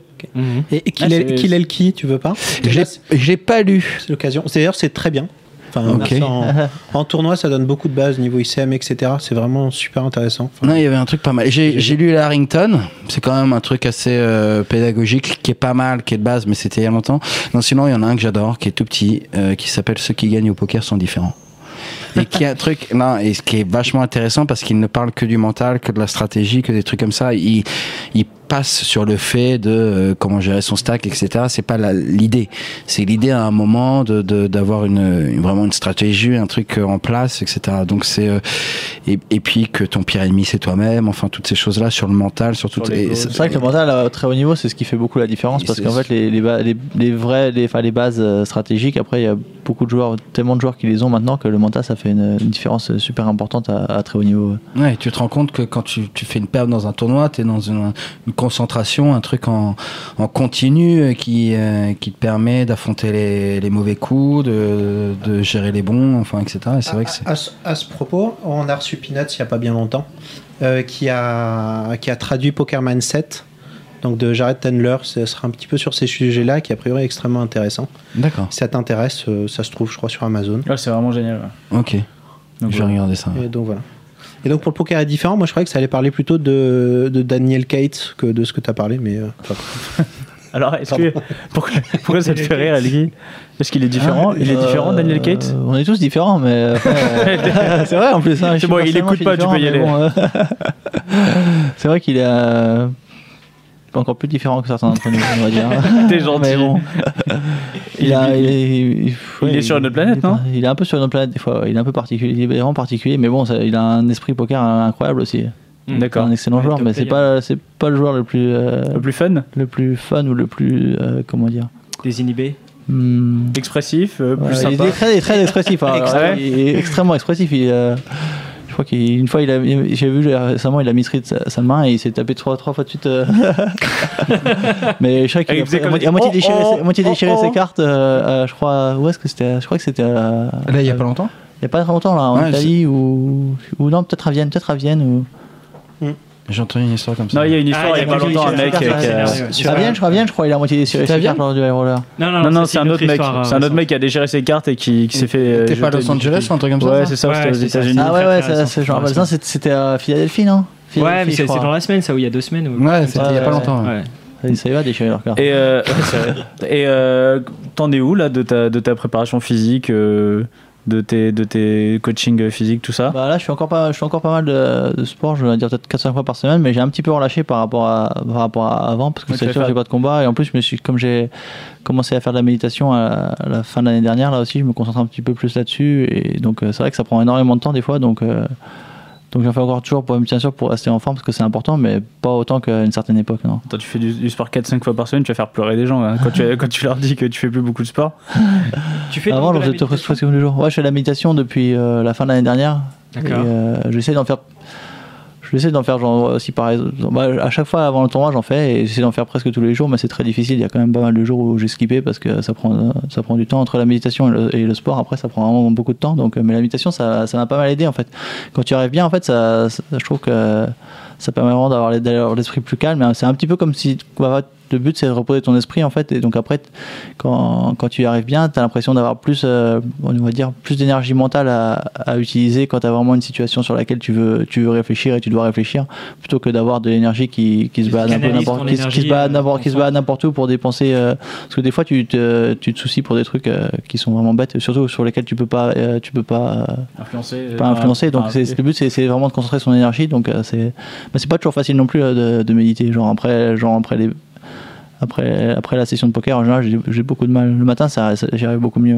[SPEAKER 5] Et, et
[SPEAKER 3] Ah,
[SPEAKER 5] qu'il est,
[SPEAKER 3] c'est-
[SPEAKER 5] qu'il est le qui, tu veux pas
[SPEAKER 7] Je
[SPEAKER 5] Déjà,
[SPEAKER 7] l'ai-
[SPEAKER 5] c'est
[SPEAKER 7] je l'ai pas lu.
[SPEAKER 5] c'est l'occasion. C'est- D'ailleurs, c'est très bien. Enfin,
[SPEAKER 7] Ok.
[SPEAKER 5] en, en tournoi, ça donne beaucoup de bases niveau ICM, etc. C'est vraiment super intéressant. Enfin,
[SPEAKER 7] Non, il y avait un truc pas mal. J'ai j'ai lu la Harrington. C'est quand même un truc assez euh, pédagogique, qui est pas mal, qui est de base, mais c'était il y a longtemps. Non, sinon, il y en a un que j'adore, qui est tout petit, euh, qui s'appelle Ceux qui gagnent au poker sont différents. Et qui est un truc, non, et ce qui est vachement intéressant parce qu'il ne parle que du mental, que de la stratégie, que des trucs comme ça. Il, il passe sur le fait de euh, comment gérer son stack, etc. C'est pas la- l'idée. C'est l'idée à un moment de de- d'avoir une, une- vraiment une stratégie, un truc euh, en place, etc. Donc c'est euh, et, et puis que ton pire ennemi c'est toi-même. Enfin toutes ces choses là sur le mental, sur,
[SPEAKER 3] Sur
[SPEAKER 7] toutes
[SPEAKER 3] les
[SPEAKER 7] et-
[SPEAKER 3] causes.
[SPEAKER 7] et-
[SPEAKER 6] C'est vrai que le mental à très haut niveau, c'est ce qui fait beaucoup la différence
[SPEAKER 7] Et
[SPEAKER 6] parce
[SPEAKER 7] c'est-
[SPEAKER 6] qu'en fait, les, les, ba- les, les vrais, les, enfin, les bases euh, stratégiques, après, il y a beaucoup de joueurs, tellement de joueurs qui les ont maintenant que le mental, ça fait une, une différence euh, super importante à, à très haut niveau. ouais.
[SPEAKER 7] Ouais, tu te rends compte que quand tu, tu fais une perte dans un tournoi, tu es dans une, une concentration, un truc en, en continu euh, qui, euh, qui te permet d'affronter les, les mauvais coups, de, de gérer les bons, enfin, etc. Et c'est vrai que c'est.
[SPEAKER 5] À, à ce- à ce propos, on a reçu Peanuts il n'y a pas bien longtemps, euh, qui, a, qui a traduit Pokerman 7, donc de Jared Tandler. Ce sera un petit peu sur ces sujets-là, qui a priori est extrêmement intéressant.
[SPEAKER 7] D'accord.
[SPEAKER 5] Si ça t'intéresse, euh, ça se trouve, je crois, sur Amazon.
[SPEAKER 3] Ouais, c'est vraiment génial. ouais.
[SPEAKER 7] Ok.
[SPEAKER 3] Donc,
[SPEAKER 7] je vais
[SPEAKER 3] voilà.
[SPEAKER 7] regarder ça.
[SPEAKER 5] Et donc voilà. Et donc pour le poker est différent, moi je croyais que ça allait parler plutôt de, de Daniel Cates que de ce que tu as parlé, mais euh, enfin,
[SPEAKER 3] Alors, est-ce que, pourquoi, pourquoi ça te fait rire, Algi Est-ce qu'il est différent Il est
[SPEAKER 6] Euh,
[SPEAKER 3] différent, Daniel Kate
[SPEAKER 6] On est tous différents, mais. euh, euh, c'est vrai en plus. hein, je
[SPEAKER 3] C'est
[SPEAKER 6] suis
[SPEAKER 3] bon, il
[SPEAKER 6] personnellement,
[SPEAKER 3] écoute
[SPEAKER 6] je suis
[SPEAKER 3] pas, tu
[SPEAKER 6] différent,
[SPEAKER 3] peux y
[SPEAKER 6] mais bon, euh, c'est vrai qu'il est. euh, encore plus différent que certains d'entre nous, on va dire.
[SPEAKER 3] T'es gentil.
[SPEAKER 6] Mais bon, il, a- il est, il-
[SPEAKER 3] Il est
[SPEAKER 6] ouais,
[SPEAKER 3] sur notre planète,
[SPEAKER 6] il est pas-
[SPEAKER 3] non
[SPEAKER 6] Il est un peu sur notre planète des fois. ouais, Il est un peu particulier, il est vraiment particulier, mais bon, ça- il a un esprit poker incroyable aussi. C'est
[SPEAKER 3] D'accord.
[SPEAKER 6] un excellent
[SPEAKER 8] Ouais,
[SPEAKER 6] joueur,
[SPEAKER 8] top
[SPEAKER 6] mais c'est
[SPEAKER 8] player.
[SPEAKER 6] pas c'est pas le joueur le plus euh,
[SPEAKER 3] Le plus fun,
[SPEAKER 6] le plus fun ou le plus euh, comment dire.
[SPEAKER 8] Désinhibé.
[SPEAKER 6] hmm,
[SPEAKER 3] expressif, euh, plus
[SPEAKER 6] Ouais,
[SPEAKER 3] sympa.
[SPEAKER 6] Il est très, très expressif. hein. Alors,
[SPEAKER 3] Extrême.
[SPEAKER 6] il est extrêmement expressif. il, euh, je crois qu'une fois, il a, il- j'ai vu euh, récemment, il a mistrit sa, sa main et il s'est tapé trois, trois fois de suite. euh. Mais je crois
[SPEAKER 3] Et il
[SPEAKER 6] qu'il a-
[SPEAKER 3] faisait
[SPEAKER 6] à
[SPEAKER 3] comme-
[SPEAKER 6] moitié- à moitié déchiré,
[SPEAKER 3] Oh, oh,
[SPEAKER 6] ses- à moitié
[SPEAKER 3] oh,
[SPEAKER 6] déchiré
[SPEAKER 3] oh.
[SPEAKER 6] ses cartes. euh, euh, je crois. Où est-ce que c'était Je crois que c'était. euh,
[SPEAKER 7] Là, il y a pas longtemps
[SPEAKER 6] il n'y a pas très longtemps, là, en
[SPEAKER 7] Ouais,
[SPEAKER 6] Italie ou, ou non, peut-être à Vienne, peut-être à Vienne ou.
[SPEAKER 7] J'ai entendu une histoire comme ça.
[SPEAKER 3] Non, il y a une histoire
[SPEAKER 8] Ah,
[SPEAKER 3] il y a pas
[SPEAKER 8] quelqu'un
[SPEAKER 3] longtemps, un
[SPEAKER 8] qui
[SPEAKER 3] mec.
[SPEAKER 8] a fait
[SPEAKER 3] avec,
[SPEAKER 8] ça,
[SPEAKER 3] euh,
[SPEAKER 8] c'est vrai.
[SPEAKER 6] à Vienne, je crois, à Vienne, je crois, il a à moitié déchiré
[SPEAKER 7] C'est à
[SPEAKER 6] ses
[SPEAKER 7] Vienne
[SPEAKER 6] cartes lors du high roller.
[SPEAKER 3] Non, non, c'est un autre hein, mec. C'est un autre mec qui a déchiré ses cartes et qui, qui s'est fait. euh,
[SPEAKER 7] T'es pas à
[SPEAKER 3] jeter
[SPEAKER 7] Los
[SPEAKER 3] du-
[SPEAKER 7] Angeles ou un truc comme ça
[SPEAKER 3] Ouais,
[SPEAKER 7] ça
[SPEAKER 3] c'est ça,
[SPEAKER 8] Ouais,
[SPEAKER 3] c'était aux
[SPEAKER 8] c'est ça,
[SPEAKER 3] États-Unis.
[SPEAKER 8] c'est
[SPEAKER 6] Ah ouais, ouais,
[SPEAKER 8] très
[SPEAKER 6] ça, c'est- je me rappelle
[SPEAKER 8] intéressant.
[SPEAKER 6] ça, c'était- c'était à Philadelphie, non
[SPEAKER 8] Ouais, mais
[SPEAKER 6] Philadelphie, je
[SPEAKER 8] c'est c'est
[SPEAKER 6] crois.
[SPEAKER 8] dans la semaine, ça, ou il y a deux semaines. ou-
[SPEAKER 7] Ouais, c'était il y a
[SPEAKER 6] Ouais,
[SPEAKER 7] pas
[SPEAKER 6] ouais,
[SPEAKER 7] longtemps. ouais.
[SPEAKER 8] Ouais.
[SPEAKER 6] Ça, ça y va déchirer leur carte.
[SPEAKER 3] Et, euh, et euh, t'en es où là de ta, de ta préparation physique, euh, de, tes, de tes coachings euh, physiques, tout ça
[SPEAKER 6] Bah là, je suis encore pas, je suis encore pas mal Euh, de, de sport, je vais dire peut-être 4-5 fois par semaine, mais j'ai un petit peu relâché par rapport à, par rapport à avant, parce que
[SPEAKER 3] Donc, tu
[SPEAKER 6] c'est
[SPEAKER 3] vas
[SPEAKER 6] sûr,
[SPEAKER 3] faire-
[SPEAKER 6] j'ai pas de combat, et en plus, je me suis, comme j'ai commencé à faire de la méditation à, à la fin de l'année dernière, là aussi, je me concentre un petit peu plus là-dessus, et donc euh, c'est vrai que ça prend énormément de temps des fois, donc, euh, donc j'en fais encore toujours, pour, bien sûr, pour rester en forme, parce que c'est important, mais pas autant qu'à une certaine époque, non.
[SPEAKER 3] Attends, tu fais du, du sport 4-5 fois par semaine, tu vas faire pleurer des gens hein, quand, tu, quand tu leur dis que tu fais plus beaucoup de sport.
[SPEAKER 8] Tu fais
[SPEAKER 6] Avant,
[SPEAKER 8] donc
[SPEAKER 6] j'en faisais
[SPEAKER 8] de la
[SPEAKER 6] presque
[SPEAKER 8] méditation
[SPEAKER 6] presque tous les jours. Ouais, je fais de la méditation depuis euh, la fin de l'année dernière.
[SPEAKER 8] D'accord.
[SPEAKER 6] Et, euh, j'essaie d'en faire. J'essaie d'en faire genre aussi par exemple. bah, à chaque fois avant le tournoi, j'en fais et j'essaie d'en faire presque tous les jours, mais c'est très difficile. Il y a quand même pas mal de jours où j'ai skippé parce que ça prend, euh, ça prend du temps entre la méditation et le, et le sport. Après, ça prend vraiment beaucoup de temps. Donc, euh, mais la méditation, ça ça m'a pas mal aidé en fait. Quand tu arrives bien, en fait, ça, ça- je trouve que ça permet vraiment d'avoir les- d'avoir l'esprit plus calme. C'est un petit peu comme si bah, le but c'est de reposer ton esprit en fait et donc après quand, quand tu y arrives bien tu as l'impression d'avoir plus euh, on va dire plus d'énergie mentale à, à utiliser quand tu as vraiment une situation sur laquelle tu veux tu veux réfléchir et tu dois réfléchir plutôt que d'avoir de l'énergie qui, qui se
[SPEAKER 8] Qui
[SPEAKER 6] bat un peu
[SPEAKER 8] canalise
[SPEAKER 6] n'importe
[SPEAKER 8] ton
[SPEAKER 6] qui, se- qui se
[SPEAKER 8] énergie,
[SPEAKER 6] bat
[SPEAKER 8] euh,
[SPEAKER 6] n'importe qui se bat
[SPEAKER 8] concentre.
[SPEAKER 6] n'importe où pour dépenser euh, parce que des fois tu te, tu te soucies pour des trucs euh, qui sont vraiment bêtes surtout sur lesquels tu peux pas euh, tu peux pas euh,
[SPEAKER 3] Influencer.
[SPEAKER 6] pas influencer. Donc c'est- le but, c'est- c'est vraiment de concentrer son énergie. Donc euh, c'est, mais c'est pas toujours facile non plus euh, de, de méditer. Genre après, genre après les, après, après la session de poker, en général, j'ai- j'ai beaucoup de mal. Le matin, ça, ça- j'y arrive beaucoup mieux.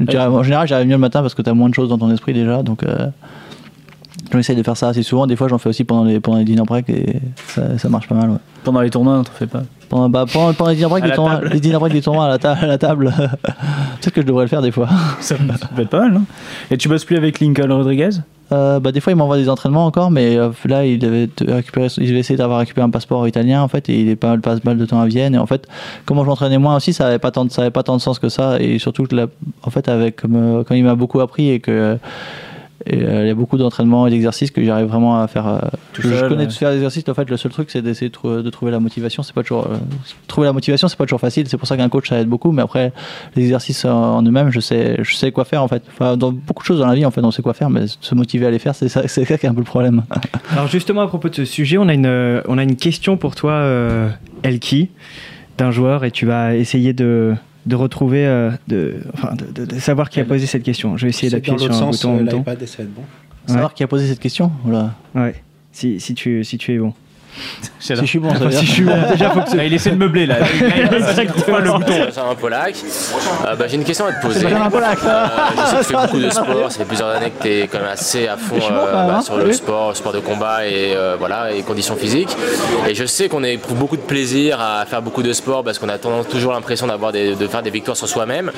[SPEAKER 6] Donc, j'y arrive- en général, j'arrive mieux le matin parce que t'as moins de choses dans ton esprit déjà. Donc euh, j'essaie de faire ça assez souvent. Des fois, j'en fais aussi pendant les pendant les dinner break et ça, ça marche pas mal. ouais.
[SPEAKER 3] Pendant les tournois, t'en fais pas.
[SPEAKER 6] Pendant, bah, pendant, pendant les dinner break,
[SPEAKER 3] À
[SPEAKER 6] des
[SPEAKER 3] la
[SPEAKER 6] tournois,
[SPEAKER 3] table.
[SPEAKER 6] les dinner break des tournois à la, ta- à la table. Peut-être que je devrais le faire des fois.
[SPEAKER 3] Ça peut ça peut être pas mal, non Et tu bosses plus avec Lincoln Rodriguez
[SPEAKER 6] Euh, bah, des fois, il m'envoie des entraînements encore, mais euh, là, il devait te- récupérer, il devait essayer d'avoir récupéré un passeport italien, en fait, et il est pas mal, passe mal de temps à Vienne. Et en fait, comment je m'entraînais moi aussi, ça avait pas tant de, ça avait pas tant de sens que ça. Et surtout, que la- en fait, avec, comme, euh, quand il m'a beaucoup appris et que, euh, et, euh, il y a beaucoup d'entraînements et d'exercices que j'arrive vraiment à faire. euh,
[SPEAKER 3] Tout
[SPEAKER 6] je, je
[SPEAKER 3] seul,
[SPEAKER 6] connais
[SPEAKER 3] ouais.
[SPEAKER 6] tous faire l'exercice. En fait, le seul truc, c'est d'essayer de, trou- de trouver la motivation. C'est pas toujours euh, trouver la motivation, c'est pas toujours facile. C'est pour ça qu'un coach ça aide beaucoup. Mais après, les exercices en en eux-mêmes, je sais, je sais quoi faire en fait. Enfin, dans beaucoup de choses dans la vie, en fait, on sait quoi faire, mais se motiver à les faire, c'est ça, c'est ça qui est un peu le problème.
[SPEAKER 8] Alors justement à propos de ce sujet, on a une, euh, on a une question pour toi, euh, Elki, d'un joueur, et tu vas essayer de, de retrouver, euh, de, enfin, de, de- de savoir qui a posé cette question. Je vais essayer
[SPEAKER 5] C'est dans
[SPEAKER 8] d'appuyer sur
[SPEAKER 5] l'autre
[SPEAKER 8] un
[SPEAKER 5] sens,
[SPEAKER 8] bouton. en
[SPEAKER 5] euh,
[SPEAKER 8] même temps.
[SPEAKER 5] l'iPad, et ça va être bon.
[SPEAKER 6] Savoir qui a posé cette question. Voilà.
[SPEAKER 8] Ouais. Si, si, tu, si tu es bon.
[SPEAKER 3] C'est
[SPEAKER 6] Si je suis bon, ça veut
[SPEAKER 8] Enfin,
[SPEAKER 6] dire-
[SPEAKER 8] si je suis bon, déjà faut que ce-
[SPEAKER 3] Ah, Il essaie de meubler là.
[SPEAKER 9] Benjamin Polak. Euh, bah, j'ai une question à te poser.
[SPEAKER 6] Benjamin Pollack.
[SPEAKER 9] Euh, je sais que tu fais beaucoup de sport, ça fait plusieurs années que tu es quand même assez à fond
[SPEAKER 6] Je suis bon
[SPEAKER 9] euh,
[SPEAKER 6] quand même,
[SPEAKER 9] bah,
[SPEAKER 6] hein,
[SPEAKER 9] sur
[SPEAKER 6] t'as
[SPEAKER 9] le
[SPEAKER 6] vu
[SPEAKER 9] sport, sport de combat et euh, voilà et conditions physiques. Et je sais qu'on éprouve beaucoup de plaisir à faire beaucoup de sport parce qu'on a tendance- toujours l'impression d'avoir des- de faire des victoires sur soi-même.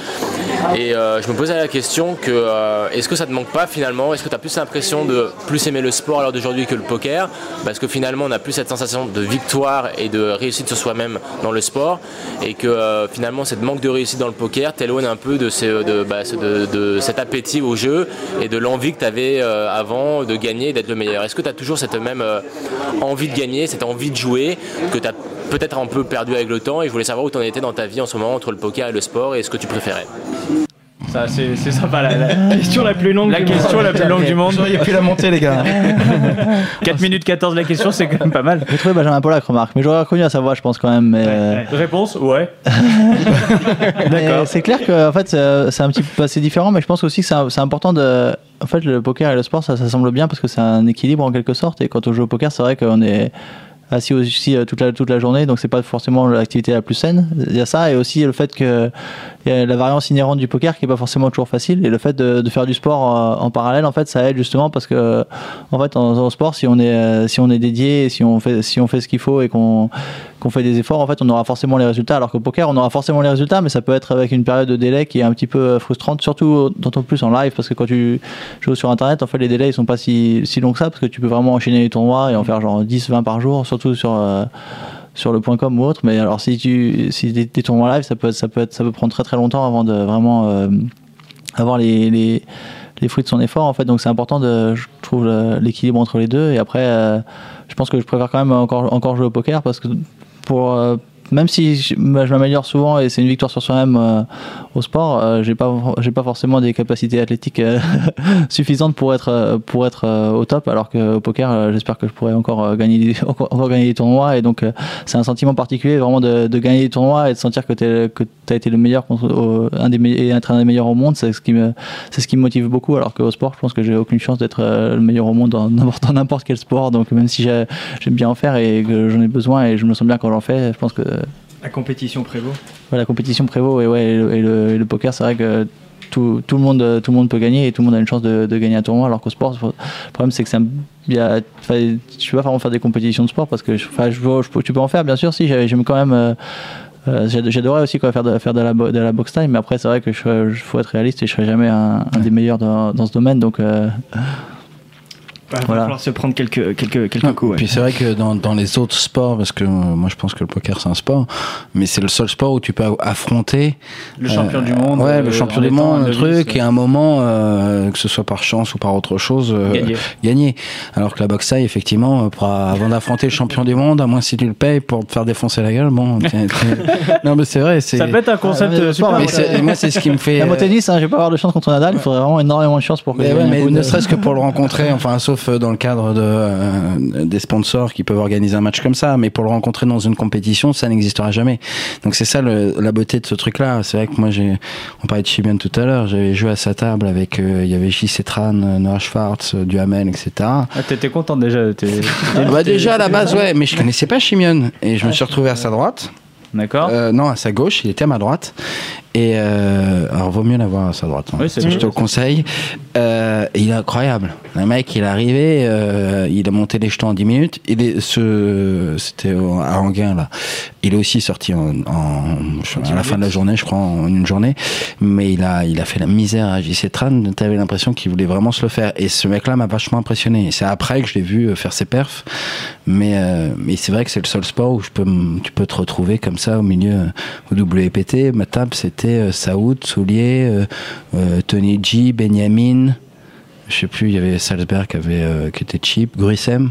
[SPEAKER 9] Et euh, je me posais la question que euh, est-ce que ça te manque pas finalement Est-ce que tu as plus l'impression de plus aimer le sport à l'heure d'aujourd'hui que le poker Parce que finalement on a plus cette sensation de victoire et de réussite sur soi-même dans le sport et que euh, finalement cette manque de réussite dans le poker t'éloigne un peu de, ce- de, bah, ce- de- de cet appétit au jeu et de l'envie que tu avais avant de gagner et d'être le meilleur. Est-ce que tu as toujours cette même euh, envie de gagner, cette envie de jouer que tu as peut-être un peu perdu avec le temps et je voulais savoir où tu en étais dans ta vie en ce moment entre le poker et le sport et ce que tu préférais.
[SPEAKER 3] Ça, c'est c'est sympa la, la-
[SPEAKER 8] question la plus longue.
[SPEAKER 3] la
[SPEAKER 8] du
[SPEAKER 3] question
[SPEAKER 8] monde.
[SPEAKER 3] la plus longue du monde.
[SPEAKER 10] Il n'y a plus la montée, les gars.
[SPEAKER 3] 4 minutes 14 la question, c'est quand même pas mal.
[SPEAKER 6] J'ai trouvé Benjamin Pollack, remarque, mais j'aurais reconnu à sa voix, je pense quand même. mais, euh,
[SPEAKER 3] Réponse Ouais.
[SPEAKER 6] Mais C'est clair que en fait, c'est c'est un petit peu c'est différent, mais je pense aussi que c'est c'est important de. En fait, le poker et le sport, ça, ça semble bien parce que c'est un équilibre en quelque sorte. Et quand on joue au poker, c'est vrai qu'on est assis aussi euh, toute la, toute la journée, donc c'est pas forcément l'activité la plus saine. Il y a ça, et aussi le fait que il y a la variance inhérente du poker qui est pas forcément toujours facile, et le fait de, de faire du sport euh, en parallèle, en fait, ça aide justement parce que, en fait, en, en sport, si on est, euh, si on est dédié, si on fait, si on fait ce qu'il faut et qu'on qu'on fait des efforts, en fait, on aura forcément les résultats. Alors qu'au poker, on aura forcément les résultats, mais ça peut être avec une période de délai qui est un petit peu euh, frustrante, surtout d'autant plus en live, parce que quand tu joues sur Internet, en fait, les délais, ils sont pas si, si longs que ça, parce que tu peux vraiment enchaîner les tournois et en faire genre 10, 20 par jour, surtout sur. euh, sur le point com ou autre, mais alors si tu si des, des tournois live, ça peut être- ça peut être, ça peut prendre très très longtemps avant de vraiment euh, avoir les, les les fruits de son effort en fait. Donc c'est important de je trouve le- l'équilibre entre les deux. Et après, euh, je pense que je préfère quand même encore encore jouer au poker parce que pour euh, même si je, bah, je m'améliore souvent et c'est une victoire sur soi-même euh, au sport, euh, j'ai pas j'ai pas forcément des capacités athlétiques euh, suffisantes pour être euh, pour être euh, au top. Alors que au poker, euh, j'espère que je pourrais encore euh, gagner des- encore, encore gagner des tournois et donc euh, c'est un sentiment particulier vraiment de, de gagner des tournois et de sentir que t'es que t'as été le meilleur contre au- un des me- et être un des meilleurs au monde, c'est ce qui me c'est ce qui me motive beaucoup. Alors qu'au sport, je pense que j'ai aucune chance d'être euh, le meilleur au monde dans n'importe dans n'importe quel sport. Donc même si j'ai- j'aime bien en faire et que j'en ai besoin et je me sens bien quand j'en fais, je pense que
[SPEAKER 8] La compétition prévaut.
[SPEAKER 6] Ouais, la compétition prévaut et, ouais, et, le, et le- et le poker, c'est vrai que tout, tout le monde, tout le monde peut gagner et tout le monde a une chance de, de gagner un tournoi. Alors qu'au sport, faut- le problème c'est que ça, y a, enfin, tu peux pas vraiment faire des compétitions de sport parce que je- enfin, je, vois- je- tu peux en faire, bien sûr, si j'avais- j'aime quand même. euh, euh, j'ad- J'adorais aussi quoi, faire, de, faire de, la, bo- de la boxe time, mais après, c'est vrai que je, serais- je- faut être réaliste et je serai jamais un, un des meilleurs dans, dans ce domaine. Donc, euh,
[SPEAKER 8] Il va
[SPEAKER 6] Voilà.
[SPEAKER 8] falloir se prendre quelques, quelques, quelques coups. ouais.
[SPEAKER 7] Puis c'est vrai que dans, dans les autres sports, parce que euh, moi je pense que le poker c'est un sport, mais c'est le seul sport où tu peux affronter
[SPEAKER 3] Le champion du monde.
[SPEAKER 7] ouais,
[SPEAKER 3] euh,
[SPEAKER 7] le champion
[SPEAKER 3] en
[SPEAKER 7] du
[SPEAKER 3] étant
[SPEAKER 7] monde,
[SPEAKER 3] un
[SPEAKER 7] le
[SPEAKER 3] novice,
[SPEAKER 7] truc, et à un moment, euh, que ce soit par chance ou par autre chose, euh,
[SPEAKER 3] Gagner.
[SPEAKER 7] gagner. Alors que la boxe taille, effectivement, euh, pour- avant d'affronter le champion du monde, à moins si tu le payes pour te faire défoncer la gueule, bon. t'es- t'es- non, mais c'est vrai, c'est.
[SPEAKER 3] Ça peut être un
[SPEAKER 6] Ah,
[SPEAKER 3] concept
[SPEAKER 6] mais
[SPEAKER 3] euh,
[SPEAKER 6] le
[SPEAKER 3] super.
[SPEAKER 6] sport,
[SPEAKER 7] Mais
[SPEAKER 3] intéressant.
[SPEAKER 7] c'est- moi, c'est ce qui me fait.
[SPEAKER 6] même au
[SPEAKER 7] euh,
[SPEAKER 6] tennis, hein, je vais pas avoir de chance contre Nadal, il faudrait vraiment énormément de chance pour que
[SPEAKER 7] Mais,
[SPEAKER 6] je
[SPEAKER 7] ouais,
[SPEAKER 6] gagne un
[SPEAKER 7] mais
[SPEAKER 6] coup de-
[SPEAKER 7] ne serait-ce que pour le rencontrer, enfin, sauf euh, dans le cadre de, euh, des sponsors qui peuvent organiser un match comme ça, mais pour le rencontrer dans une compétition, ça n'existera jamais. Donc c'est ça le- la beauté de ce truc-là. C'est vrai que moi, j'ai, on parlait de Chibian tout à l'heure, j'avais joué à sa table avec, euh, il y avait J. Cetran, euh, Noah Schwartz, euh, Duhamel, etc.
[SPEAKER 3] Ah, T'étais content déjà. Ah, t'es-
[SPEAKER 7] Bah, déjà à la base, ouais, mais je connaissais pas Chimion et je me suis retrouvé à sa droite.
[SPEAKER 3] D'accord.
[SPEAKER 7] Euh, non, à sa gauche, il était à ma droite. Et euh, alors, vaut mieux l'avoir à sa droite. hein.
[SPEAKER 3] Oui, c'est
[SPEAKER 7] je
[SPEAKER 3] vrai.
[SPEAKER 7] te le conseille. Euh, il est incroyable. Le mec, il est arrivé, euh, il a monté les jetons en 10 minutes. Il est, ce, c'était au- à Anguin, là. Il est aussi sorti en, en- je- à la fin de la journée, je crois, en une journée. Mais il a, il a fait la misère à JC Tran. T'avais l'impression qu'il voulait vraiment se le faire. Et ce mec-là m'a vachement impressionné. Et C'est après que je l'ai vu euh, faire ses perfs. Mais, euh, mais c'est vrai que c'est le seul sport où je peux, m- tu peux te retrouver comme ça au milieu euh, au WPT. Ma table, c'était euh, Saoud, Soulier, euh, euh, Tony G, Benjamin. Je sais plus, il y avait Salzberg qui, avait, euh, qui était cheap, Gruissem.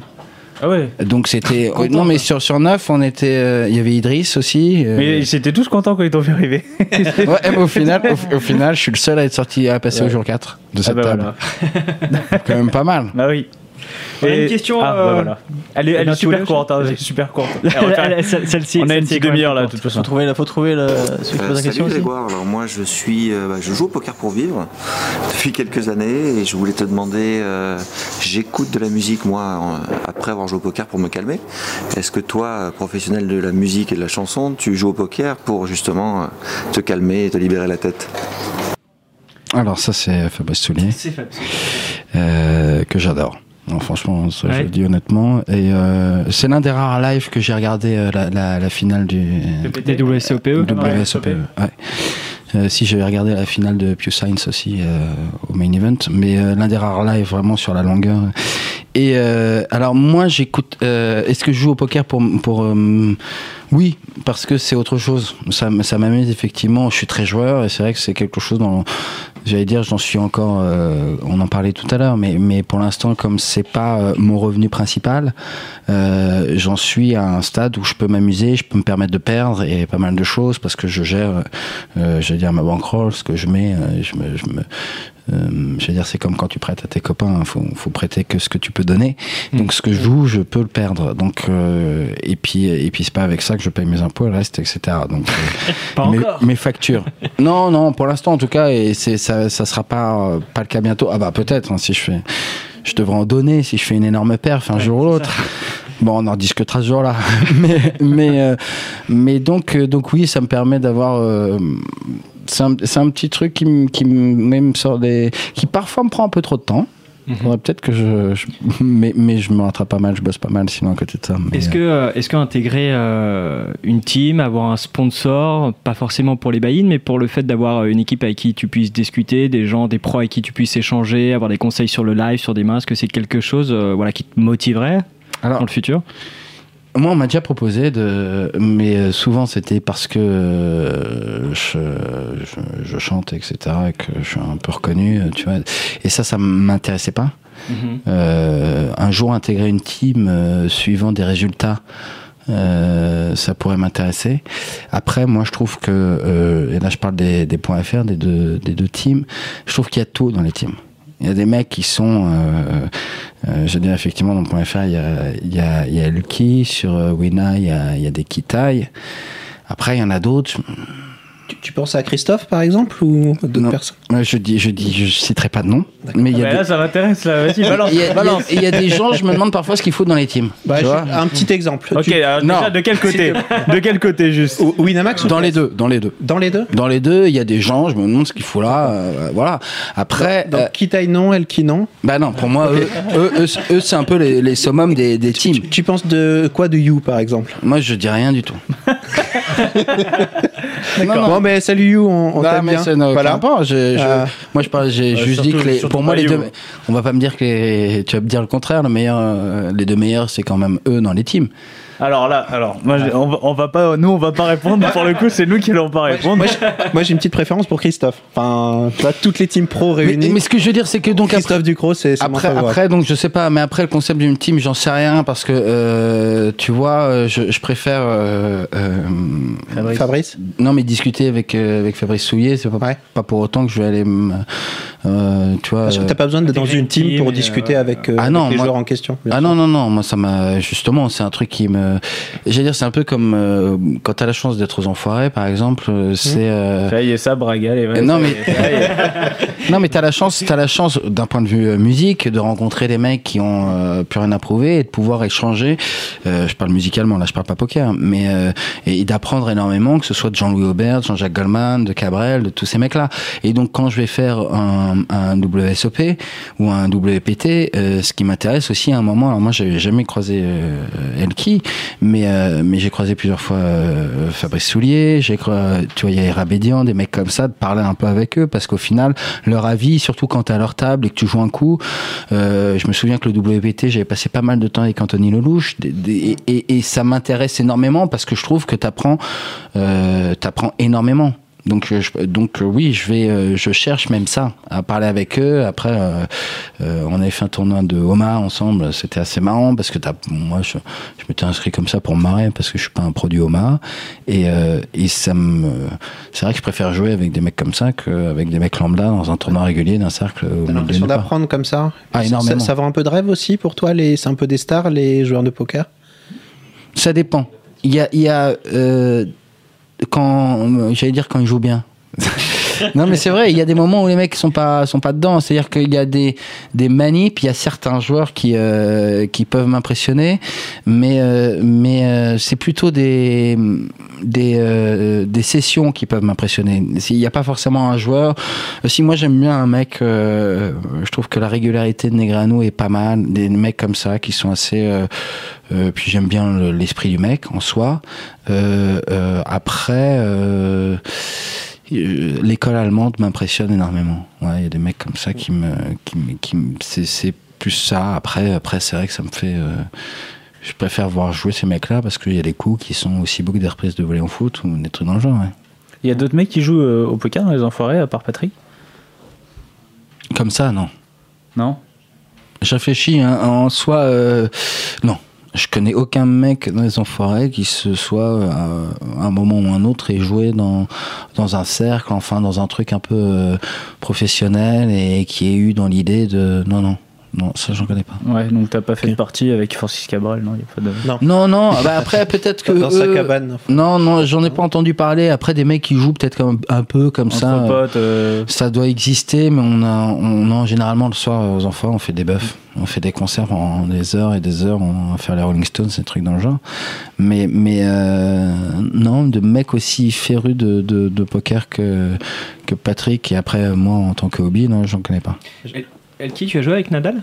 [SPEAKER 3] Ah ouais.
[SPEAKER 7] Donc c'était. ouais, non, mais sur, sur 9, on était, euh, il y avait Idriss aussi. euh,
[SPEAKER 3] Mais ils étaient tous contents quand ils t'ont fait arriver.
[SPEAKER 7] ouais, mais au final, au, au final, je suis le seul à être sorti, à passer au jour 4 de cette
[SPEAKER 3] Ah bah
[SPEAKER 7] table.
[SPEAKER 3] voilà.
[SPEAKER 7] Quand même pas mal.
[SPEAKER 3] Bah oui.
[SPEAKER 8] On a une question,
[SPEAKER 3] Ah,
[SPEAKER 8] euh,
[SPEAKER 3] bah voilà. Elle est, elle est
[SPEAKER 8] Nathalie,
[SPEAKER 3] super
[SPEAKER 8] je-
[SPEAKER 3] courte. hein, elle est super courte. Alors, on va faire-
[SPEAKER 8] Celle- Celle-ci.
[SPEAKER 3] On a une
[SPEAKER 8] celle-ci est
[SPEAKER 3] petite
[SPEAKER 8] quand même
[SPEAKER 3] demi-heure là, de
[SPEAKER 8] courte.
[SPEAKER 3] toute
[SPEAKER 6] Faut
[SPEAKER 3] façon.
[SPEAKER 6] trouver, la- faut trouver le, celui qui
[SPEAKER 10] Euh,
[SPEAKER 6] pose la question
[SPEAKER 10] salut
[SPEAKER 6] aussi.
[SPEAKER 10] Grégoire, alors moi je suis, euh, bah, je joue au poker pour vivre depuis quelques années et je voulais te demander, euh, j'écoute de la musique moi en- après avoir joué au poker pour me calmer. Est-ce que toi, euh, professionnel de la musique et de la chanson, tu joues au poker pour justement euh, te calmer et te libérer la tête
[SPEAKER 7] Alors ça, c'est Fabrice Soulier.
[SPEAKER 8] C'est fait.
[SPEAKER 7] euh, que j'adore. Non, franchement, ça, je
[SPEAKER 8] Ouais.
[SPEAKER 7] le dis honnêtement. Et euh, c'est l'un des rares lives que j'ai regardé euh, la, la- la finale du
[SPEAKER 8] Des WSOPE.
[SPEAKER 7] WSOPE. E, ouais. Euh, si j'avais regardé la finale de Pew Science aussi euh, au main event, mais euh, l'un des rares lives vraiment sur la longueur. Et euh, alors moi j'écoute. euh, Est-ce que je joue au poker pour pour euh, oui parce que c'est autre chose. Ça m- ça m'amuse effectivement. Je suis très joueur et c'est vrai que c'est quelque chose dans J'allais dire, j'en suis encore. euh, on en parlait tout à l'heure, mais mais pour l'instant, comme c'est pas euh, mon revenu principal, euh, j'en suis à un stade où je peux m'amuser, je peux me permettre de perdre et pas mal de choses parce que je gère, euh, j'allais dire ma bankroll, ce que je mets, euh, je me, je me euh, j'allais dire, c'est comme quand tu prêtes à tes copains, hein, faut, faut prêter que ce que tu peux donner.
[SPEAKER 8] Mm.
[SPEAKER 7] Donc ce que je joue, je peux le perdre. Donc euh, et puis et puis c'est pas avec ça que je paye mes impôts, le reste, etc. Donc euh,
[SPEAKER 8] Pas
[SPEAKER 7] mes,
[SPEAKER 8] encore.
[SPEAKER 7] mes factures. non, non, pour l'instant en tout cas, et c'est ça, ça sera pas euh, pas le cas bientôt. Ah bah peut-être hein, si je fais, je devrais en donner si je fais une énorme perf un jour ou l'autre. Bon, on en discutera ce jour-là. mais, mais, euh, mais donc, euh, donc oui, ça me permet d'avoir. euh, c'est un, c'est un petit truc qui, me- qui me mais me sort des. qui parfois me prend un peu trop de temps. Faudrait peut-être que je. je- mais, mais je me rattrape pas mal, je bosse pas mal sinon à côté de ça. mais,
[SPEAKER 8] Est-ce que, euh, est-ce que intégrer euh, une team, avoir un sponsor, pas forcément pour les buy-in, mais pour le fait d'avoir euh, une équipe avec qui tu puisses discuter, des gens, des pros avec qui tu puisses échanger, avoir des conseils sur le live, sur des mains, est-ce que c'est quelque chose euh, voilà, qui te motiverait
[SPEAKER 7] Alors-
[SPEAKER 8] dans le futur
[SPEAKER 7] Moi, on m'a déjà proposé de, mais euh, souvent c'était parce que euh, je, je- je chante, etc., et que je suis un peu reconnu, euh, tu vois. Et ça, ça m'intéressait pas. Euh, un jour, intégrer une team euh, suivant des résultats Euh, ça pourrait m'intéresser. Après, moi, je trouve que, euh, et là, je parle des, des points à faire des deux, des deux teams, je trouve qu'il y a tout dans les teams. Il y a des mecs qui sont, euh, euh, je veux dire, effectivement, dans le .fr, il y a, il y a, il y a Lucky, sur euh, Wina, il y a, il y a des Kitai. Après, il y en a d'autres.
[SPEAKER 5] Tu, tu penses à Christophe, par exemple, ou d'autres
[SPEAKER 7] Non.
[SPEAKER 5] personnes
[SPEAKER 7] Euh, Je dis, je dis, je citerai pas de nom. Mais il y a
[SPEAKER 3] Bah
[SPEAKER 7] des-
[SPEAKER 3] Là, ça m'intéresse, là. Vas-y, balance.
[SPEAKER 7] il y a- balance. Et il y a des gens, je me demande parfois ce qu'il faut dans les teams.
[SPEAKER 5] Bah,
[SPEAKER 7] tu
[SPEAKER 5] je-
[SPEAKER 7] vois
[SPEAKER 5] Un petit exemple.
[SPEAKER 3] Ok,
[SPEAKER 5] Tu-
[SPEAKER 3] alors
[SPEAKER 7] Non.
[SPEAKER 3] déjà, de quel côté De quel côté, juste
[SPEAKER 5] Ou- Winamax ou-
[SPEAKER 7] dans les deux, dans les deux.
[SPEAKER 5] Dans les deux
[SPEAKER 7] Dans les deux, il y a des gens, je me demande ce qu'il faut là. euh, voilà. Après, euh,
[SPEAKER 5] Donc, qui taille non, elle qui non.
[SPEAKER 7] bah non, pour moi, eux, eux, eux, eux, c'est un peu les, les summums des, des teams.
[SPEAKER 5] Tu, tu penses de quoi de You, par exemple
[SPEAKER 7] Moi, je dis rien du tout. non, non.
[SPEAKER 5] Bon, mais salut You, on, on
[SPEAKER 7] Non,
[SPEAKER 5] t'aime
[SPEAKER 7] Bah, mais
[SPEAKER 5] bien.
[SPEAKER 7] ça n'a aucun rapport. Je- je-
[SPEAKER 5] Euh,
[SPEAKER 7] moi, je parle, j'ai
[SPEAKER 3] euh,
[SPEAKER 7] juste dit
[SPEAKER 3] surtout-
[SPEAKER 7] que les-
[SPEAKER 3] surtout
[SPEAKER 7] pour moi,
[SPEAKER 3] pas
[SPEAKER 7] les
[SPEAKER 3] You.
[SPEAKER 7] deux, on va pas me dire que les- tu vas me dire le contraire. Le meilleur, euh, les deux meilleurs, c'est quand même eux dans les teams.
[SPEAKER 3] Alors là, alors, moi, j'ai- on, va- on va pas, nous, on va pas répondre. Pour le coup, c'est nous qui allons pas répondre.
[SPEAKER 5] Moi, j'ai- moi, j'ai une petite préférence pour Christophe. Enfin, tu vois, toutes les teams pro
[SPEAKER 7] Mais,
[SPEAKER 5] réunies.
[SPEAKER 7] mais ce que je veux dire, c'est que donc après,
[SPEAKER 5] Christophe Ducrot, c'est c'est mon
[SPEAKER 7] après,
[SPEAKER 5] favori.
[SPEAKER 7] après, donc je sais pas, mais après le concept d'une team, j'en sais rien parce que euh, tu vois, euh, je, je préfère. euh, euh,
[SPEAKER 5] Fabrice
[SPEAKER 7] Non, mais discuter avec euh, avec Fabrice Souillet, c'est pas,
[SPEAKER 5] Ouais.
[SPEAKER 7] pas pour autant que je vais aller, me- euh, tu vois.
[SPEAKER 5] Parce que
[SPEAKER 7] euh,
[SPEAKER 5] t'as pas besoin d'être dans
[SPEAKER 8] Intégrer
[SPEAKER 5] une
[SPEAKER 8] une
[SPEAKER 5] team
[SPEAKER 8] team
[SPEAKER 5] pour
[SPEAKER 8] et,
[SPEAKER 5] discuter
[SPEAKER 8] euh,
[SPEAKER 5] avec, euh,
[SPEAKER 7] Ah non,
[SPEAKER 5] avec les
[SPEAKER 7] moi-
[SPEAKER 5] joueurs en question. bien
[SPEAKER 7] Ah
[SPEAKER 5] sûr.
[SPEAKER 7] non, non, non, moi ça m'a. Justement, c'est un truc qui me. J'allais dire, c'est un peu comme euh, quand t'as la chance d'être aux enfoirés, par exemple,
[SPEAKER 5] Mmh.
[SPEAKER 7] euh, c'est. euh,
[SPEAKER 3] Ça y est, ça brague, allez, vas-y. ça
[SPEAKER 7] Non,
[SPEAKER 3] y
[SPEAKER 7] mais-
[SPEAKER 3] est, ça y est.
[SPEAKER 7] Non, mais t'as la chance, t'as la chance d'un point de vue euh, musique de rencontrer des mecs qui ont euh, plus rien à prouver et de pouvoir échanger. Euh, je parle musicalement, là, je parle pas poker, mais euh, et, et d'apprendre énormément, que ce soit de Jean-Louis Aubert, de Jean-Jacques Goldman, de Cabrel, de tous ces mecs-là. Et donc, quand je vais faire un, un WSOP ou un WPT, euh, ce qui m'intéresse aussi à un moment, alors moi, j'avais jamais croisé euh, Elki, mais euh, mais j'ai croisé plusieurs fois euh, Fabrice Soulier, j'ai cro- euh, tu vois, il y a Ira Bédian, des mecs comme ça, de parler un peu avec eux parce qu'au final leur avis, surtout quand t'es à leur table et que tu joues un coup. Euh, je me souviens que le WPT, j'avais passé pas mal de temps avec Anthony Lelouch des- des- et, et- et ça m'intéresse énormément parce que je trouve que t'apprends, euh, t'apprends énormément. Donc, euh, je- donc euh, oui, je vais, euh, je cherche même ça à parler avec eux. Après, euh, euh, on avait fait un tournoi de Oma ensemble. C'était assez marrant parce que t'as- moi, je, je m'étais inscrit comme ça pour me marrer parce que je suis pas un produit Oma et, euh, et ça me, c'est vrai que je préfère jouer avec des mecs comme ça qu'avec des mecs lambda dans un tournoi régulier d'un cercle. au
[SPEAKER 5] T'as
[SPEAKER 7] milieu
[SPEAKER 5] l'impression
[SPEAKER 7] nulle part.
[SPEAKER 5] d'apprendre comme ça.
[SPEAKER 7] Ah,
[SPEAKER 5] Ça- ça,
[SPEAKER 7] énormément.
[SPEAKER 5] ça vend un peu de rêve aussi pour toi. les- C'est un peu des stars, les joueurs de poker.
[SPEAKER 7] Ça dépend. Il y a, il y a euh, quand, j'allais dire quand ils jouent bien. non mais c'est vrai, il y a des moments où les mecs sont pas sont pas dedans. C'est-à-dire qu'il y a des des manips, il y a certains joueurs qui euh, qui peuvent m'impressionner, mais euh, mais euh, c'est plutôt des des euh, des sessions qui peuvent m'impressionner. Il n'y a pas forcément un joueur. euh, Si moi j'aime bien un mec, euh, je trouve que la régularité de Negrano est pas mal. Des mecs comme ça qui sont assez euh, euh, puis j'aime bien le- l'esprit du mec en soi. Euh, euh, après, euh, euh, l'école allemande m'impressionne énormément. Ouais, Il y a des mecs comme ça qui me, qui, me- qui me- c'est, c'est plus ça. Après, après c'est vrai que ça me fait. euh, je préfère voir jouer ces mecs-là parce qu'il y a des coups qui sont aussi beaux que des reprises de volley en foot ou des trucs dans le genre. ouais.
[SPEAKER 3] Il y a d'autres mecs qui jouent euh, au poker dans les enfoirés, à part Patrick
[SPEAKER 7] Comme ça, non.
[SPEAKER 3] Non
[SPEAKER 7] Je réfléchis hein, en soi. euh, non, je connais aucun mec dans les enfoirés qui se soit euh, à un moment ou un autre et joué dans dans un cercle, enfin dans un truc un peu euh, professionnel et qui ait eu dans l'idée de non non non ça j'en connais pas.
[SPEAKER 3] Ouais, donc t'as pas fait
[SPEAKER 7] Ok.
[SPEAKER 3] de partie avec Francis Cabrel, non, il y a pas de...
[SPEAKER 7] Non non ah bah après peut-être que
[SPEAKER 5] Dans sa
[SPEAKER 7] eux-
[SPEAKER 5] cabane.
[SPEAKER 7] Non non j'en ai pas entendu parler. Après des mecs qui jouent peut-être comme un peu comme
[SPEAKER 3] Entre
[SPEAKER 7] ça. euh,
[SPEAKER 3] potes, euh,
[SPEAKER 7] Ça doit exister, mais on a, on a généralement le soir euh, aux enfants, on fait des buffs, on fait des concerts en, en des heures et des heures, on va faire les Rolling Stones, des trucs dans le genre. Mais, mais euh, non, de mecs aussi férus de, de, de poker que, que Patrick et après euh, moi en tant que hobby, non, j'en connais pas.
[SPEAKER 8] Elki, tu as joué avec Nadal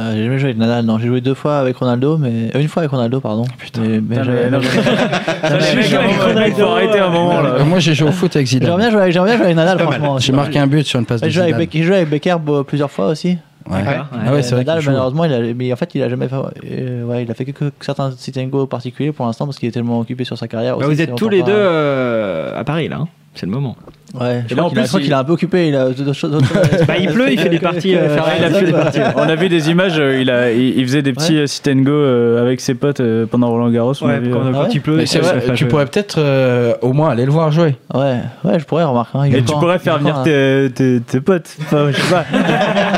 [SPEAKER 6] Euh, j'ai jamais joué avec Nadal, non. J'ai joué deux fois avec Ronaldo, mais. euh, une fois avec Ronaldo, pardon. Putain. Mais, mais
[SPEAKER 3] putain,
[SPEAKER 6] j'avais-
[SPEAKER 3] mais non, mais-
[SPEAKER 6] j'avais-
[SPEAKER 3] Les mecs,
[SPEAKER 6] j'avais-
[SPEAKER 3] à un moment, il faut arrêter à un
[SPEAKER 6] Oh
[SPEAKER 3] moment, là.
[SPEAKER 7] Euh, moi j'ai joué au foot avec
[SPEAKER 6] J'aimerais bien
[SPEAKER 7] Zidane.
[SPEAKER 6] jouer avec, j'aimerais bien jouer avec Nadal, franchement.
[SPEAKER 7] J'ai marqué un but sur une passe de
[SPEAKER 6] J'ai joué avec,
[SPEAKER 7] Zidane.
[SPEAKER 6] Beck- j'ai joué avec Becker bo- plusieurs fois aussi.
[SPEAKER 7] Ouais. Ah
[SPEAKER 6] Euh,
[SPEAKER 7] ouais, c'est vrai
[SPEAKER 6] Nadal,
[SPEAKER 7] qu'il joue.
[SPEAKER 6] malheureusement, il a, mais en fait, il a jamais fait. euh, ouais, il a fait que, que certains sit and go particuliers pour l'instant parce qu'il est tellement occupé sur sa carrière. aussi,
[SPEAKER 8] Bah, Vous
[SPEAKER 6] c'est
[SPEAKER 8] êtes tous
[SPEAKER 6] encore
[SPEAKER 8] les
[SPEAKER 6] pas-
[SPEAKER 8] deux euh, à Paris là. hein. c'est le moment.
[SPEAKER 6] Ouais, je
[SPEAKER 3] là,
[SPEAKER 6] crois
[SPEAKER 3] en
[SPEAKER 6] qu'il a-
[SPEAKER 3] plus,
[SPEAKER 6] je crois
[SPEAKER 3] il-
[SPEAKER 6] qu'il a un peu occupé, il a d'autres choses. d'autres choses.
[SPEAKER 8] Bah, il pleut, il fait des parties. euh,
[SPEAKER 6] Faire
[SPEAKER 3] Il a fait des
[SPEAKER 6] parties.
[SPEAKER 3] parties. On a vu des images, euh, il, a, il, il faisait des petits euh, sit and go euh, avec ses potes euh, pendant Roland Garros. on a
[SPEAKER 8] ouais,
[SPEAKER 3] vu,
[SPEAKER 8] quand,
[SPEAKER 3] euh.
[SPEAKER 8] quand
[SPEAKER 6] ouais.
[SPEAKER 8] il pleut.
[SPEAKER 11] Mais c'est
[SPEAKER 8] ça,
[SPEAKER 11] vrai,
[SPEAKER 8] ça,
[SPEAKER 11] tu
[SPEAKER 8] je-
[SPEAKER 11] pourrais peut-être euh, au moins aller le voir jouer.
[SPEAKER 6] Ouais, ouais, je pourrais remarquer. hein, il
[SPEAKER 3] Et
[SPEAKER 6] est
[SPEAKER 3] tu
[SPEAKER 6] pas- il hein.
[SPEAKER 3] pourrais
[SPEAKER 6] est
[SPEAKER 3] faire
[SPEAKER 6] pas-
[SPEAKER 3] venir tes, tes, tes potes. Enfin, je sais pas.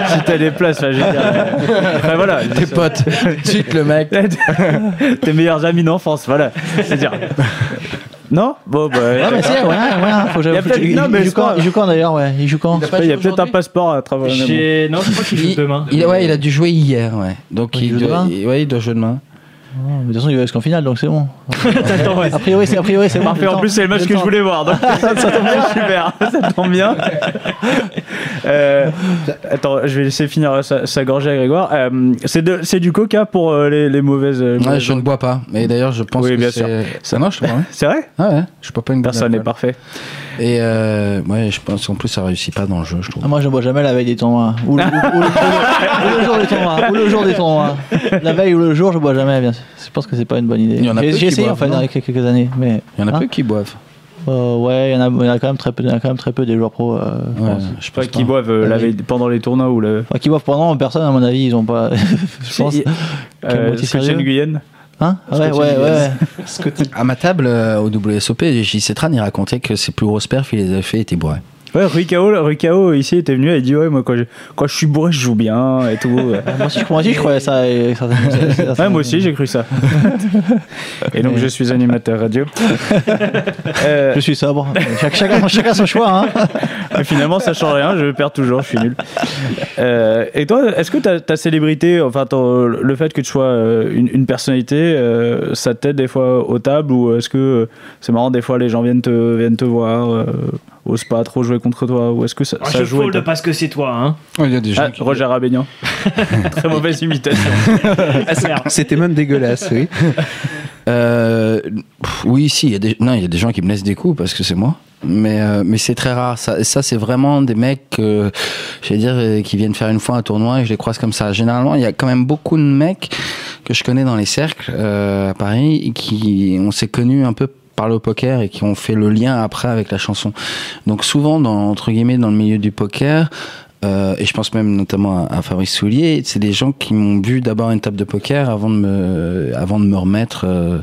[SPEAKER 3] si t'as des places, enfin, je veux dire, euh, enfin, voilà.
[SPEAKER 11] Tes potes, suite le mec.
[SPEAKER 3] tes meilleurs amis d'enfance, voilà. C'est dire. Non Bon, bah.
[SPEAKER 6] Ouais, mais si, ouais, ouais, faut que
[SPEAKER 3] Il y a
[SPEAKER 6] j'aille.
[SPEAKER 3] peut-être-
[SPEAKER 6] Il,
[SPEAKER 3] non, mais
[SPEAKER 6] il, joue
[SPEAKER 3] c'est pas-
[SPEAKER 6] quand, il joue quand d'ailleurs, ouais, il joue quand
[SPEAKER 11] Il a pas
[SPEAKER 3] Il y
[SPEAKER 11] joué
[SPEAKER 3] a peut-être un
[SPEAKER 11] aujourd'hui
[SPEAKER 3] passeport à travers. mais bon.
[SPEAKER 8] J'ai- Non, je crois qu'il joue demain.
[SPEAKER 7] Il, ouais, il a dû jouer hier, ouais. Donc
[SPEAKER 6] Ah, Il
[SPEAKER 7] il,
[SPEAKER 6] joue
[SPEAKER 7] doit,
[SPEAKER 6] demain
[SPEAKER 7] il- ouais, il doit jouer demain.
[SPEAKER 6] Non, Oh, mais De toute façon, il va jusqu'en finale, donc c'est bon.
[SPEAKER 3] Attends, ouais.
[SPEAKER 6] A priori, c'est a priori, c'est bon.
[SPEAKER 3] Parfait,
[SPEAKER 6] le
[SPEAKER 3] en
[SPEAKER 6] temps-
[SPEAKER 3] plus c'est le match que je
[SPEAKER 6] temps.
[SPEAKER 3] voulais voir, donc ça, tombe bien, super, ça tombe bien. Euh, attends, je vais laisser finir sa, sa gorgée à Grégoire. Euh, c'est de- c'est du coca pour euh, les, les mauvaises. euh,
[SPEAKER 7] Ouais,
[SPEAKER 3] mauvaises-
[SPEAKER 7] je ne bois pas. Mais d'ailleurs, je pense
[SPEAKER 3] Oui,
[SPEAKER 7] que
[SPEAKER 3] bien
[SPEAKER 7] c'est- ça marche. je crois, hein.
[SPEAKER 3] C'est vrai
[SPEAKER 7] Ah ouais, je bois pas une goutte
[SPEAKER 3] Personne n'est
[SPEAKER 7] d'alcool.
[SPEAKER 3] parfait.
[SPEAKER 7] Et euh, ouais, je pense qu'en plus ça réussit pas dans le jeu, je trouve.
[SPEAKER 6] Ah, moi, je bois jamais la veille des tournois. Ou le, ou- ou le- ou le jour des tournois. Ou le jour des tournois. La veille ou le jour, je bois jamais. Bien sûr. Je pense que c'est pas une bonne idée.
[SPEAKER 7] Il y en a
[SPEAKER 6] J'ai
[SPEAKER 7] peu qui
[SPEAKER 6] j'ai essayé en
[SPEAKER 7] boivent,
[SPEAKER 6] fait
[SPEAKER 7] non
[SPEAKER 6] il y a quelques années, mais
[SPEAKER 7] Il y en a
[SPEAKER 6] Hein
[SPEAKER 7] peu qui boivent.
[SPEAKER 6] Euh, ouais, il y en a, il y en a quand même très peu, il y en a quand même très peu des joueurs pro. euh, je
[SPEAKER 7] Ouais,
[SPEAKER 6] pense.
[SPEAKER 7] je
[SPEAKER 3] Je crois
[SPEAKER 7] pense
[SPEAKER 3] qu'ils
[SPEAKER 7] pas.
[SPEAKER 3] boivent euh, la veille- pendant les tournois ou le.
[SPEAKER 6] Enfin, qui boivent pendant personne à mon avis, ils ont pas. je pense.
[SPEAKER 3] Si,
[SPEAKER 6] Quel
[SPEAKER 3] euh,
[SPEAKER 6] motif
[SPEAKER 3] Scotch and
[SPEAKER 6] sérieux
[SPEAKER 3] Guyenne.
[SPEAKER 6] Hein Ouais,
[SPEAKER 7] que
[SPEAKER 6] ouais,
[SPEAKER 7] tu
[SPEAKER 6] ouais.
[SPEAKER 7] dis-
[SPEAKER 6] ouais.
[SPEAKER 7] À ma table euh, au WSOP, J.C. Tran, il racontait que ses plus grosses perfs, il les avait fait, il était bourré.
[SPEAKER 3] Ouais, Ricao, Ricao ici était venu, il dit Ouais, moi quand je, quand je suis bourré, je joue bien et tout.
[SPEAKER 6] moi aussi, je crois aussi, je croyais ça. et ça- ça- ça-
[SPEAKER 3] Ouais, moi aussi j'ai cru ça. et donc je suis animateur radio. Euh,
[SPEAKER 6] Je suis sobre. Chaque- chacun, son- chacun son choix. Hein.
[SPEAKER 3] Mais finalement, ça change rien, je perds toujours, je suis nul. Euh, et toi, est-ce que ta, ta célébrité, enfin ton- le fait que tu sois euh, une, une personnalité, euh, ça t'aide des fois aux tables ou est-ce que euh, c'est marrant, des fois les gens viennent te, viennent te voir, euh, osent pas trop jouer contre toi ou est-ce que ça,
[SPEAKER 8] Ah,
[SPEAKER 3] ça
[SPEAKER 8] je
[SPEAKER 3] joue
[SPEAKER 8] fold
[SPEAKER 3] avec ta-
[SPEAKER 8] parce que c'est toi, hein.
[SPEAKER 11] il y a des gens
[SPEAKER 3] Ah, Roger Abénian. Très mauvaise imitation.
[SPEAKER 5] C'était même dégueulasse, oui.
[SPEAKER 7] Euh, pff, oui, si, il y, a des- non, il y a des gens qui me laissent des coups parce que c'est moi. Mais, euh, mais c'est très rare. Ça, ça c'est vraiment des mecs euh, j'allais dire, euh, qui viennent faire une fois un tournoi et je les croise comme ça. Généralement, il y a quand même beaucoup de mecs que je connais dans les cercles euh, à Paris et qui on s'est connus un peu par le poker et qui ont fait le lien après avec la chanson. Donc souvent, dans, entre guillemets, dans le milieu du poker, euh, et je pense même notamment à, à Fabrice Soulier, c'est des gens qui m'ont vu d'abord à une table de poker avant de me, avant de me remettre euh,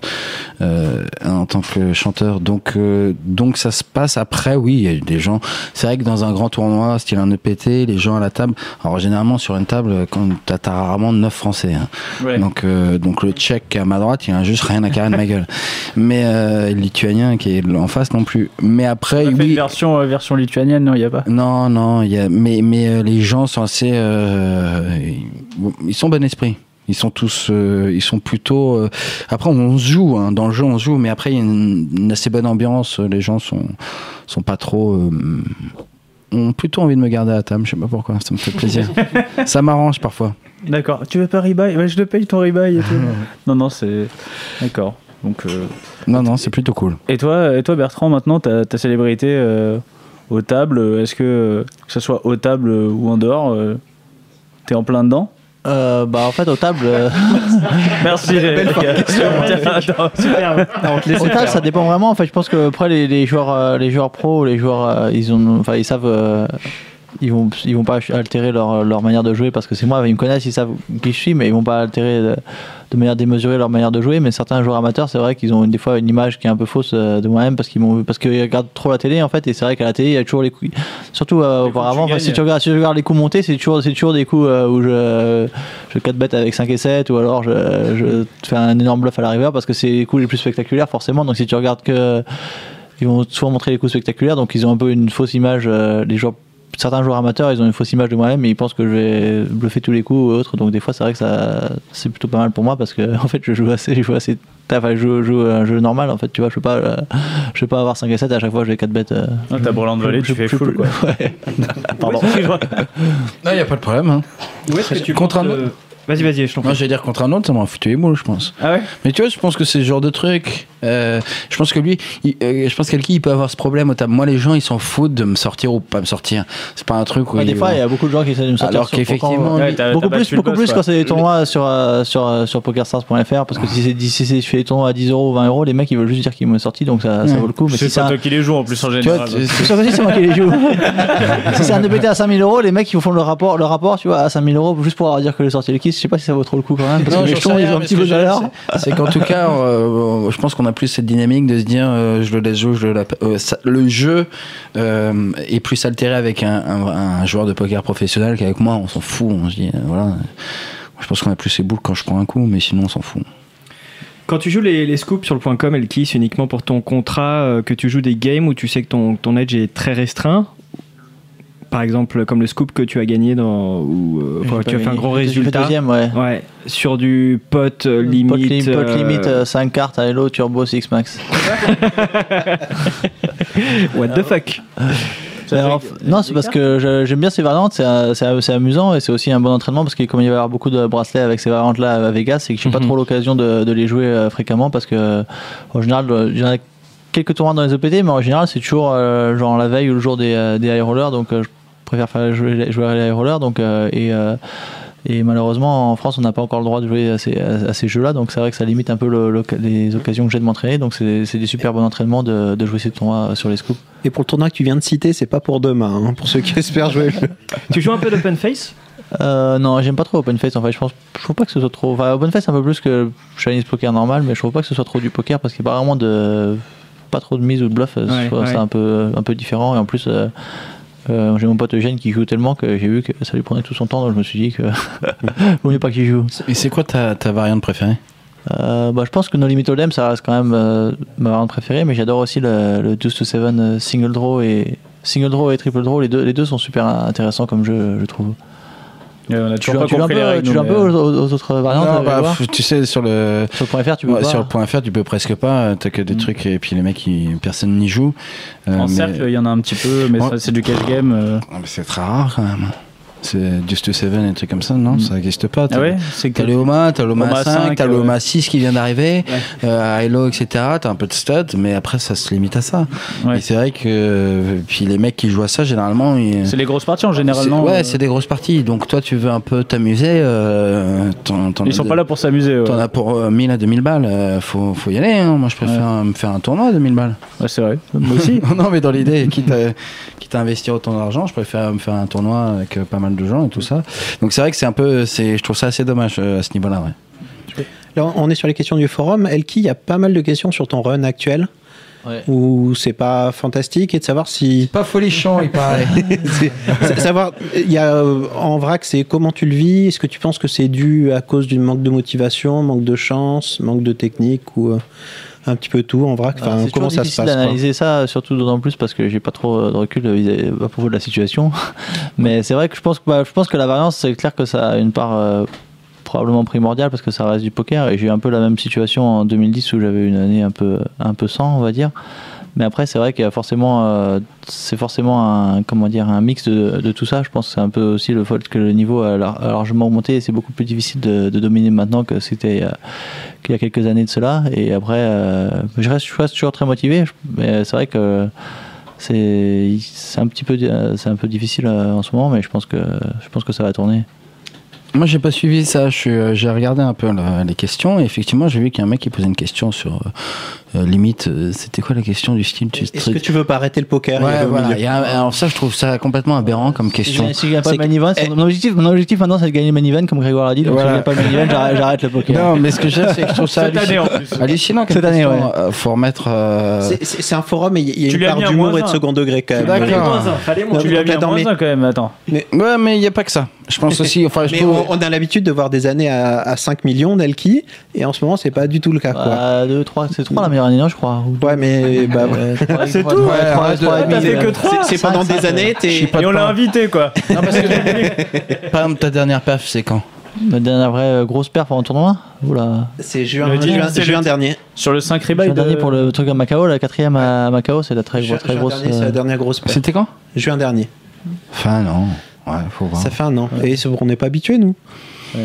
[SPEAKER 7] euh, en tant que chanteur. Donc, euh, donc ça se passe après, oui, il y a eu des gens. C'est vrai que dans un grand tournoi, style un EPT, les gens à la table. Alors généralement sur une table, quand t'as t'as rarement 9 Français. hein.
[SPEAKER 3] Ouais.
[SPEAKER 7] Donc, euh, donc le Tchèque à ma droite, il a juste rien à carrer de ma gueule. Mais euh, le Lituanien qui est en face non plus. Mais après,
[SPEAKER 3] On a fait une
[SPEAKER 7] oui.
[SPEAKER 3] version, euh, version lituanienne, non, il n'y a pas.
[SPEAKER 7] Non, non, il y a, mais, mais euh, les gens sont assez. euh, ils- ils sont bon esprit. Ils sont tous. euh, ils sont plutôt. euh, après, on se joue, hein, dans le jeu, on se joue, mais après, il y a une, une assez bonne ambiance. euh, Les gens sont, sont pas trop. euh, ont plutôt envie de me garder à table, je sais pas pourquoi, ça me fait plaisir. ça m'arrange parfois.
[SPEAKER 3] D'accord. Tu veux pas rebuy Ouais, Je te paye ton rebuy et tout. non, non, c'est. D'accord. Donc. euh,
[SPEAKER 7] Non, non, c'est plutôt cool.
[SPEAKER 3] Et toi, et toi Bertrand, maintenant, ta, ta célébrité euh, aux tables, euh, est-ce que, euh, que ce soit aux tables euh, ou en dehors, euh, t'es en plein dedans
[SPEAKER 6] Euh, bah, en fait, aux tables. euh,
[SPEAKER 3] Merci. les gars. Attends,
[SPEAKER 8] Superbe.
[SPEAKER 6] Au table, ça dépend vraiment. En fait, je pense que après les, les joueurs, euh, les joueurs pro, les joueurs, euh, ils ont, enfin, ils savent, euh, ils vont, ils vont pas altérer leur, leur manière de jouer parce que c'est moi, ils me connaissent, ils savent qui je suis, mais ils vont pas altérer de, de manière démesurée leur manière de jouer. Mais certains joueurs amateurs, c'est vrai qu'ils ont des fois une image qui est un peu fausse euh, de moi-même parce qu'ils m'ont, parce qu'ils regardent trop la télé en fait. Et c'est vrai qu'à la télé, il y a toujours les coups, surtout euh, auparavant.
[SPEAKER 3] tu
[SPEAKER 6] enfin, si
[SPEAKER 3] gagnes.
[SPEAKER 6] tu regardes, si tu regardes les coups montés, c'est toujours, c'est toujours des coups euh, où je, je 4 bêtes avec 5 et 7 ou alors je, je te fais un énorme bluff à la river parce que c'est les coups les plus spectaculaires forcément donc si tu regardes que ils vont souvent montrer les coups spectaculaires donc ils ont un peu une fausse image euh, les joueurs certains joueurs amateurs ils ont une fausse image de moi-même et ils pensent que je vais bluffer tous les coups ou autre donc des fois c'est vrai que ça c'est plutôt pas mal pour moi parce que en fait je joue assez je joue assez enfin, je joue, je joue un jeu normal en fait tu vois je peux pas euh, je peux pas avoir 5 et 7 à chaque fois je vais 4 bêtes euh,
[SPEAKER 3] Ah, T'as brûlant de voler, tu
[SPEAKER 6] je-
[SPEAKER 3] fais
[SPEAKER 6] je-
[SPEAKER 3] full quoi.
[SPEAKER 6] Ouais.
[SPEAKER 3] Pardon.
[SPEAKER 7] Non, il n'y a pas de problème.
[SPEAKER 8] Où est-ce que tu
[SPEAKER 7] hein. Contre
[SPEAKER 8] penses,
[SPEAKER 7] un-
[SPEAKER 8] euh, Vas-y, vas-y, je t'en
[SPEAKER 7] Moi,
[SPEAKER 8] prie.
[SPEAKER 7] j'allais dire contre un autre, ça m'aurait foutu les boules, je pense.
[SPEAKER 3] Ah ouais
[SPEAKER 7] Mais tu vois, je pense que c'est ce genre de truc. Euh, je pense que lui, il- euh, je pense qu'Elki, il peut avoir ce problème au table. Moi, les gens, ils s'en foutent de me sortir ou pas me sortir. C'est pas un truc où.
[SPEAKER 6] Ouais,
[SPEAKER 7] ils
[SPEAKER 6] des fois,
[SPEAKER 7] vont-
[SPEAKER 6] il y a beaucoup de gens qui essaient de me sortir.
[SPEAKER 7] Alors
[SPEAKER 6] sur-
[SPEAKER 7] qu'effectivement,
[SPEAKER 6] pourtant,
[SPEAKER 3] Ouais,
[SPEAKER 6] lui-
[SPEAKER 3] t'as-
[SPEAKER 6] beaucoup
[SPEAKER 3] t'as
[SPEAKER 6] plus,
[SPEAKER 3] battu le
[SPEAKER 6] beaucoup
[SPEAKER 3] boss,
[SPEAKER 6] plus
[SPEAKER 3] quoi.
[SPEAKER 6] quand c'est des tournois sur, euh, sur, euh, sur PokerStars.fr parce que si c'est si c'est- tu fais des tournois à 10 euros ou 20 euros, les mecs ils veulent juste dire qu'ils m'ont sorti donc ça, ça vaut le coup. Mais
[SPEAKER 3] C'est
[SPEAKER 6] si
[SPEAKER 3] pas
[SPEAKER 6] c'est un,
[SPEAKER 3] toi qui les joues en plus en
[SPEAKER 7] Tu vois,
[SPEAKER 3] général.
[SPEAKER 7] tu-
[SPEAKER 6] Je suis sûr que c'est moi qui les joue. si c'est un EBT à 5000 euros, les mecs ils font le rapport, le rapport tu vois, à 5000 euros juste pour avoir dire que j'ai sorti le kiss. Je sais pas si ça vaut trop le coup quand même parce
[SPEAKER 7] Non,
[SPEAKER 6] que les
[SPEAKER 7] j'en
[SPEAKER 6] jetons
[SPEAKER 7] sais
[SPEAKER 6] ils
[SPEAKER 7] rien,
[SPEAKER 6] ont un
[SPEAKER 7] mais
[SPEAKER 6] petit
[SPEAKER 7] ce
[SPEAKER 6] peu
[SPEAKER 7] que
[SPEAKER 6] de
[SPEAKER 7] je veux dire,
[SPEAKER 6] valeur.
[SPEAKER 7] c'est- C'est qu'en tout cas, euh, je pense qu'on a plus cette dynamique de se dire euh, je le laisse jouer, je le, la- euh, ça- le jeu euh, est plus altéré avec un, un- un joueur de poker professionnel qu'avec moi. On s'en fout, on se dit euh, voilà. Je pense qu'on a plus ses boules quand je prends un coup, mais sinon on s'en fout.
[SPEAKER 8] Quand tu joues les, les scoops sur le point .com, Elki, c'est uniquement pour ton contrat euh, que tu joues des games où tu sais que ton, ton edge est très restreint par exemple, comme le scoop que tu as gagné dans, où euh,
[SPEAKER 6] J'ai
[SPEAKER 8] quand
[SPEAKER 6] pas
[SPEAKER 8] tu as fait un
[SPEAKER 6] gagné.
[SPEAKER 8] gros
[SPEAKER 6] J'ai fait
[SPEAKER 8] résultat.
[SPEAKER 6] deuxième, ouais.
[SPEAKER 8] Ouais, sur du pot euh, limite.
[SPEAKER 6] Pot lim- pot
[SPEAKER 8] euh,
[SPEAKER 6] limite 5 cartes à Hello Turbo 6 Max.
[SPEAKER 8] What the fuck
[SPEAKER 6] Alors, non, c'est parce que je- j'aime bien ces variantes, c'est euh, c'est, euh, c'est amusant et c'est aussi un bon entraînement parce que comme il va y avoir beaucoup de bracelets avec ces variantes là à Vegas, c'est que j'ai pas
[SPEAKER 7] Mhm.
[SPEAKER 6] trop l'occasion de, de les jouer euh, fréquemment parce que euh, en général, euh, j'en ai quelques tournois dans les EPT, mais en général, c'est toujours euh, genre la veille ou le jour des, euh, des high rollers, donc euh, je préfère faire jouer, jouer à les high rollers donc euh, et euh, et malheureusement, en France, on n'a pas encore le droit de jouer à ces, à- à ces jeux-là, donc c'est vrai que ça limite un peu le- le- les occasions que j'ai de m'entraîner. Donc c'est c'est des super bons entraînements de, de jouer ces tournois euh, sur les scoops.
[SPEAKER 5] Et pour le tournoi que tu viens de citer, c'est pas pour demain, hein, pour ceux qui espèrent jouer. le-
[SPEAKER 8] Tu joues un peu d'open face
[SPEAKER 6] Euh, non, j'aime pas trop Open Face en fait. Je pense, je trouve pas que ce soit trop. Enfin, Open Face un peu plus que Chinese Poker normal, mais je trouve pas que ce soit trop du poker parce qu'il n'y a pas vraiment de. Pas trop de mise ou de bluff.
[SPEAKER 8] Ouais,
[SPEAKER 6] je trouve
[SPEAKER 8] ouais.
[SPEAKER 6] ça un peu, un peu différent. Et en plus, euh, euh, j'ai mon pote Eugène qui joue tellement que j'ai vu que ça lui prenait tout son temps, donc je me suis dit que. Vaut mieux pas qu'il joue.
[SPEAKER 7] Et c'est quoi ta, ta variante préférée
[SPEAKER 6] Euh, bah, je pense que No Limit Hold'em, ça reste quand même euh, ma variante préférée, mais j'adore aussi le, le 12 to 7 euh, single draw et. Single draw et triple draw, les deux, les deux sont super intéressants comme jeu, je trouve.
[SPEAKER 3] Euh, on a
[SPEAKER 6] Tu
[SPEAKER 3] toujours
[SPEAKER 6] joues,
[SPEAKER 3] pas
[SPEAKER 6] tu joues un
[SPEAKER 3] compris les
[SPEAKER 6] peu,
[SPEAKER 3] règles,
[SPEAKER 6] tu joues un
[SPEAKER 3] nous,
[SPEAKER 6] peu
[SPEAKER 3] mais,
[SPEAKER 6] aux, aux- aux autres variantes
[SPEAKER 7] Non,
[SPEAKER 6] euh,
[SPEAKER 7] bah,
[SPEAKER 6] Edouard
[SPEAKER 7] pff, tu sais, sur le,
[SPEAKER 6] Sur le point FR, tu peux
[SPEAKER 7] ouais,
[SPEAKER 6] pas. hein. Mm.
[SPEAKER 7] sur le point FR, tu peux presque pas. euh, T'as que des trucs et puis les mecs, ils- personne n'y joue. Euh,
[SPEAKER 3] En
[SPEAKER 7] mais-
[SPEAKER 3] cercle, il y en a un petit peu, mais
[SPEAKER 7] Ouais.
[SPEAKER 3] ça, c'est du cash game. euh.
[SPEAKER 7] Ah, mais c'est très rare quand même. C'est Just to Seven et des trucs comme ça, non Ça n'existe pas.
[SPEAKER 3] Ah
[SPEAKER 7] t'as-
[SPEAKER 3] ouais C'est
[SPEAKER 7] T'as
[SPEAKER 3] que. euh,
[SPEAKER 7] le Oma, t'as le Oma
[SPEAKER 3] Oma
[SPEAKER 7] 5, t'as le
[SPEAKER 3] ouais.
[SPEAKER 7] Oma 6 qui vient d'arriver, euh, Hello, etc. T'as un peu de stud, mais après ça se limite à ça.
[SPEAKER 3] Ouais.
[SPEAKER 7] Et c'est vrai que euh, puis les mecs qui jouent à ça, généralement, ils...
[SPEAKER 3] C'est les euh, grosses parties
[SPEAKER 6] Ah,
[SPEAKER 3] en général,
[SPEAKER 7] c'est-
[SPEAKER 3] non
[SPEAKER 7] ouais, c'est des grosses parties. Donc toi, tu veux un peu t'amuser. euh, t'en- t'en
[SPEAKER 3] Ils
[SPEAKER 7] as
[SPEAKER 3] sont
[SPEAKER 7] de-
[SPEAKER 3] pas là pour s'amuser. ouais.
[SPEAKER 7] T'en as pour euh, 1000 à 2000 balles, euh, faut, faut y aller. hein. Moi, je préfère euh, me faire un tournoi à 2000 balles.
[SPEAKER 3] Ouais, c'est vrai. Moi aussi.
[SPEAKER 7] non, mais dans l'idée, quitte à, quitte à investir autant d'argent, je préfère me faire un tournoi avec euh, pas mal de gens et tout ça. Donc c'est vrai que c'est un peu, c'est, je trouve ça assez dommage euh, à ce niveau-là. Ouais.
[SPEAKER 5] Là, on est sur les questions du forum. Elki, il y a pas mal de questions sur ton run actuel.
[SPEAKER 6] Ouais.
[SPEAKER 5] Où c'est pas fantastique et de savoir si.
[SPEAKER 7] Pas folichon, il paraît.
[SPEAKER 5] c'est- sa- savoir, il y a euh, en vrac, c'est comment tu le vis Est-ce que tu penses que c'est dû à cause du manque de motivation, manque de chance, manque de technique ou euh, un petit peu tout en vrac
[SPEAKER 6] Ah,
[SPEAKER 5] Enfin,
[SPEAKER 6] c'est
[SPEAKER 5] comment
[SPEAKER 6] toujours
[SPEAKER 5] ça se
[SPEAKER 6] difficile
[SPEAKER 5] passe quoi
[SPEAKER 6] d'analyser ça, surtout d'autant plus parce que j'ai pas trop euh, de recul euh, vis- à propos de la situation. Mais c'est vrai que je pense, que- bah, je pense que la variance, c'est clair que ça a une part euh, probablement primordiale parce que ça reste du poker. Et j'ai eu un peu la même situation en 2010 où j'avais une année un peu, un peu sans, on va dire. Mais après, c'est vrai qu'il y a forcément, euh, c'est forcément un, comment dire, un mix de, de tout ça. Je pense que c'est un peu aussi le fait que le niveau a lar- a largement augmenté et c'est beaucoup plus difficile de, de dominer maintenant que c'était euh, qu'il y a quelques années de cela. Et après, euh, je, reste, je reste toujours très motivé, Je- mais c'est vrai que c'est c'est un petit peu, euh, c'est un peu difficile euh, en ce moment, mais je pense que, je pense que ça va tourner.
[SPEAKER 7] Moi, j'ai pas suivi ça. Je suis, euh, J'ai regardé un peu là, les questions. Et effectivement, j'ai vu qu'il y a un mec qui posait une question sur euh, euh, limite. euh, C'était quoi la question du style tu,
[SPEAKER 5] Est-ce que tu veux pas arrêter le poker Il y
[SPEAKER 7] Ouais,
[SPEAKER 5] avait au
[SPEAKER 7] voilà.
[SPEAKER 5] milieu.
[SPEAKER 7] Il y a un- alors ça, je trouve ça complètement aberrant comme question.
[SPEAKER 6] Si je gagne pas
[SPEAKER 5] C'est-
[SPEAKER 6] le main event, c'est- mon, objectif, mon objectif maintenant c'est de gagner le main event, comme Grégoire l'a dit, donc
[SPEAKER 7] Voilà.
[SPEAKER 6] si je gagne pas le main event, j'arrête- j'arrête le poker.
[SPEAKER 7] Non, mais ce que je veux dire, c'est que je trouve ça
[SPEAKER 3] Cette année
[SPEAKER 7] hallucinant.
[SPEAKER 3] en plus.
[SPEAKER 7] hallucinant comme
[SPEAKER 6] Cette année,
[SPEAKER 7] question.
[SPEAKER 6] ouais.
[SPEAKER 7] Euh, faut remettre. euh,
[SPEAKER 5] C'est- C'est c'est un forum et il y a- il y a
[SPEAKER 3] Tu
[SPEAKER 5] une
[SPEAKER 3] lui as
[SPEAKER 5] part
[SPEAKER 3] mis un
[SPEAKER 5] d'humour
[SPEAKER 3] moins
[SPEAKER 5] et de
[SPEAKER 3] un.
[SPEAKER 5] second degré quand même.
[SPEAKER 7] D'accord.
[SPEAKER 5] Non,
[SPEAKER 3] Tu lui as
[SPEAKER 5] donc,
[SPEAKER 3] mis un
[SPEAKER 5] attends,
[SPEAKER 3] moins
[SPEAKER 5] mais-
[SPEAKER 3] un, quand même, attends.
[SPEAKER 7] Ouais, mais il n'y a pas que ça. Je pense aussi. Enfin, je
[SPEAKER 5] Mais
[SPEAKER 7] trouve-
[SPEAKER 5] on, on a l'habitude de voir des années à, à 5 millions d'Elki, et en ce moment, c'est pas du tout le cas. Quoi.
[SPEAKER 6] Bah, deux, trois, c'est 3 la meilleure année, non, je crois. ou deux.
[SPEAKER 5] Ouais, mais bah,
[SPEAKER 6] Euh, trois-
[SPEAKER 3] C'est
[SPEAKER 6] trois-
[SPEAKER 3] tout
[SPEAKER 6] trois-
[SPEAKER 7] Ouais,
[SPEAKER 6] trois-
[SPEAKER 7] arrête de-
[SPEAKER 6] trois et
[SPEAKER 3] T'as
[SPEAKER 6] demi,
[SPEAKER 3] fait
[SPEAKER 6] euh,
[SPEAKER 3] que 3
[SPEAKER 5] c'est pendant
[SPEAKER 6] cinq,
[SPEAKER 5] des
[SPEAKER 6] cinq,
[SPEAKER 5] années,
[SPEAKER 7] Je suis
[SPEAKER 5] t'es.
[SPEAKER 7] pas
[SPEAKER 3] Et
[SPEAKER 7] de
[SPEAKER 3] on l'a
[SPEAKER 7] pain.
[SPEAKER 3] invité, quoi.
[SPEAKER 7] Non, parce que. Par exemple, ta dernière perf, c'est quand
[SPEAKER 6] Ma dernière vraie euh, grosse perf en tournoi Oula.
[SPEAKER 5] C'est juin,
[SPEAKER 3] Le dix-
[SPEAKER 5] juin,
[SPEAKER 3] c'est le
[SPEAKER 5] juin
[SPEAKER 3] dix-
[SPEAKER 5] dernier.
[SPEAKER 3] Sur le euh, 5
[SPEAKER 6] Le
[SPEAKER 3] rebuy
[SPEAKER 6] dernier
[SPEAKER 3] de...
[SPEAKER 6] pour le truc à Macao, la quatrième à Macao, c'est la très,
[SPEAKER 5] Ju-
[SPEAKER 6] grosse- très
[SPEAKER 5] juin
[SPEAKER 6] grosse.
[SPEAKER 5] dernier, c'est la
[SPEAKER 6] euh,
[SPEAKER 5] dernière grosse paire.
[SPEAKER 7] C'était quand
[SPEAKER 5] Juin dernier.
[SPEAKER 7] Fin, non. Ouais, faut voir.
[SPEAKER 5] Ça fait un an. Et c'est- on n'est pas habitué, nous.
[SPEAKER 6] Ouais,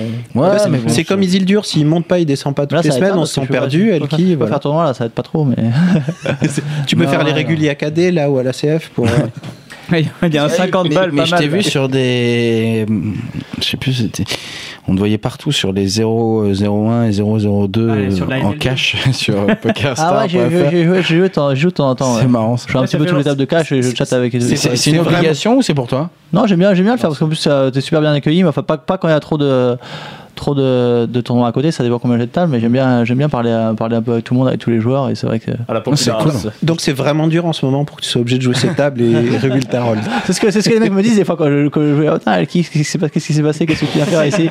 [SPEAKER 5] Après, c'est-
[SPEAKER 6] mais bon,
[SPEAKER 5] c'est
[SPEAKER 6] je-
[SPEAKER 5] comme Isildur, s'il monte pas, il descend pas toutes
[SPEAKER 6] Là, ça
[SPEAKER 5] les
[SPEAKER 6] va être
[SPEAKER 5] semaines,
[SPEAKER 6] pas
[SPEAKER 5] on
[SPEAKER 6] parce
[SPEAKER 5] se
[SPEAKER 6] que
[SPEAKER 5] sent
[SPEAKER 6] je vais-
[SPEAKER 5] perdu,
[SPEAKER 6] je vais
[SPEAKER 5] elle
[SPEAKER 6] faire-
[SPEAKER 5] qui,
[SPEAKER 6] je vais
[SPEAKER 5] voilà.
[SPEAKER 6] faire tournoi là, ça va être pas trop, mais.
[SPEAKER 5] Tu peux
[SPEAKER 6] Non,
[SPEAKER 5] faire les
[SPEAKER 6] non.
[SPEAKER 5] réguliers à KD là ou à la CF pour. euh,
[SPEAKER 3] Il y a un 50
[SPEAKER 7] mais,
[SPEAKER 3] balles,
[SPEAKER 7] mais
[SPEAKER 3] pas
[SPEAKER 7] je t'ai
[SPEAKER 3] mal.
[SPEAKER 7] vu sur des. Je sais plus, c'était. On te voyait partout sur les 0, 0,1 et 0,02
[SPEAKER 8] Ouais, sur la
[SPEAKER 7] euh, en
[SPEAKER 8] LLD.
[SPEAKER 7] cash sur PokerStar.
[SPEAKER 6] Ah ouais, j'ai joué, j'ai joué, j'ai joué, t'en- je joue de temps en temps.
[SPEAKER 7] C'est
[SPEAKER 6] ouais.
[SPEAKER 7] marrant.
[SPEAKER 6] Je suis un
[SPEAKER 3] Ouais,
[SPEAKER 6] petit
[SPEAKER 3] ça
[SPEAKER 6] peu
[SPEAKER 3] fait
[SPEAKER 6] sur les
[SPEAKER 3] longtemps.
[SPEAKER 6] tables de cash et je chatte avec les
[SPEAKER 7] C'est c'est une
[SPEAKER 5] vraiment-
[SPEAKER 7] obligation ou c'est pour toi
[SPEAKER 6] Non, j'aime bien, j'aime bien le faire parce qu'en plus, euh, t'es super bien accueilli, mais enfin, pas, pas quand il y a trop de trop de, de tournois à côté, ça dépend combien j'ai de table, mais j'aime bien, j'aime bien parler, à- parler un peu avec tout le monde, avec tous les joueurs, et c'est vrai que
[SPEAKER 5] Ah,
[SPEAKER 3] À la
[SPEAKER 7] C'est
[SPEAKER 3] populaire.
[SPEAKER 7] cool.
[SPEAKER 5] Donc c'est vraiment dur en ce moment pour que tu sois obligé de jouer cette table et réguler ta rôle.
[SPEAKER 6] c'est ce que c'est ce que les mecs me disent des fois quand je, quand je jouais. Oh, putain, qui- qu'est-ce qui s'est passé Qu'est-ce qui s'est passé Qu'est-ce que tu viens faire ici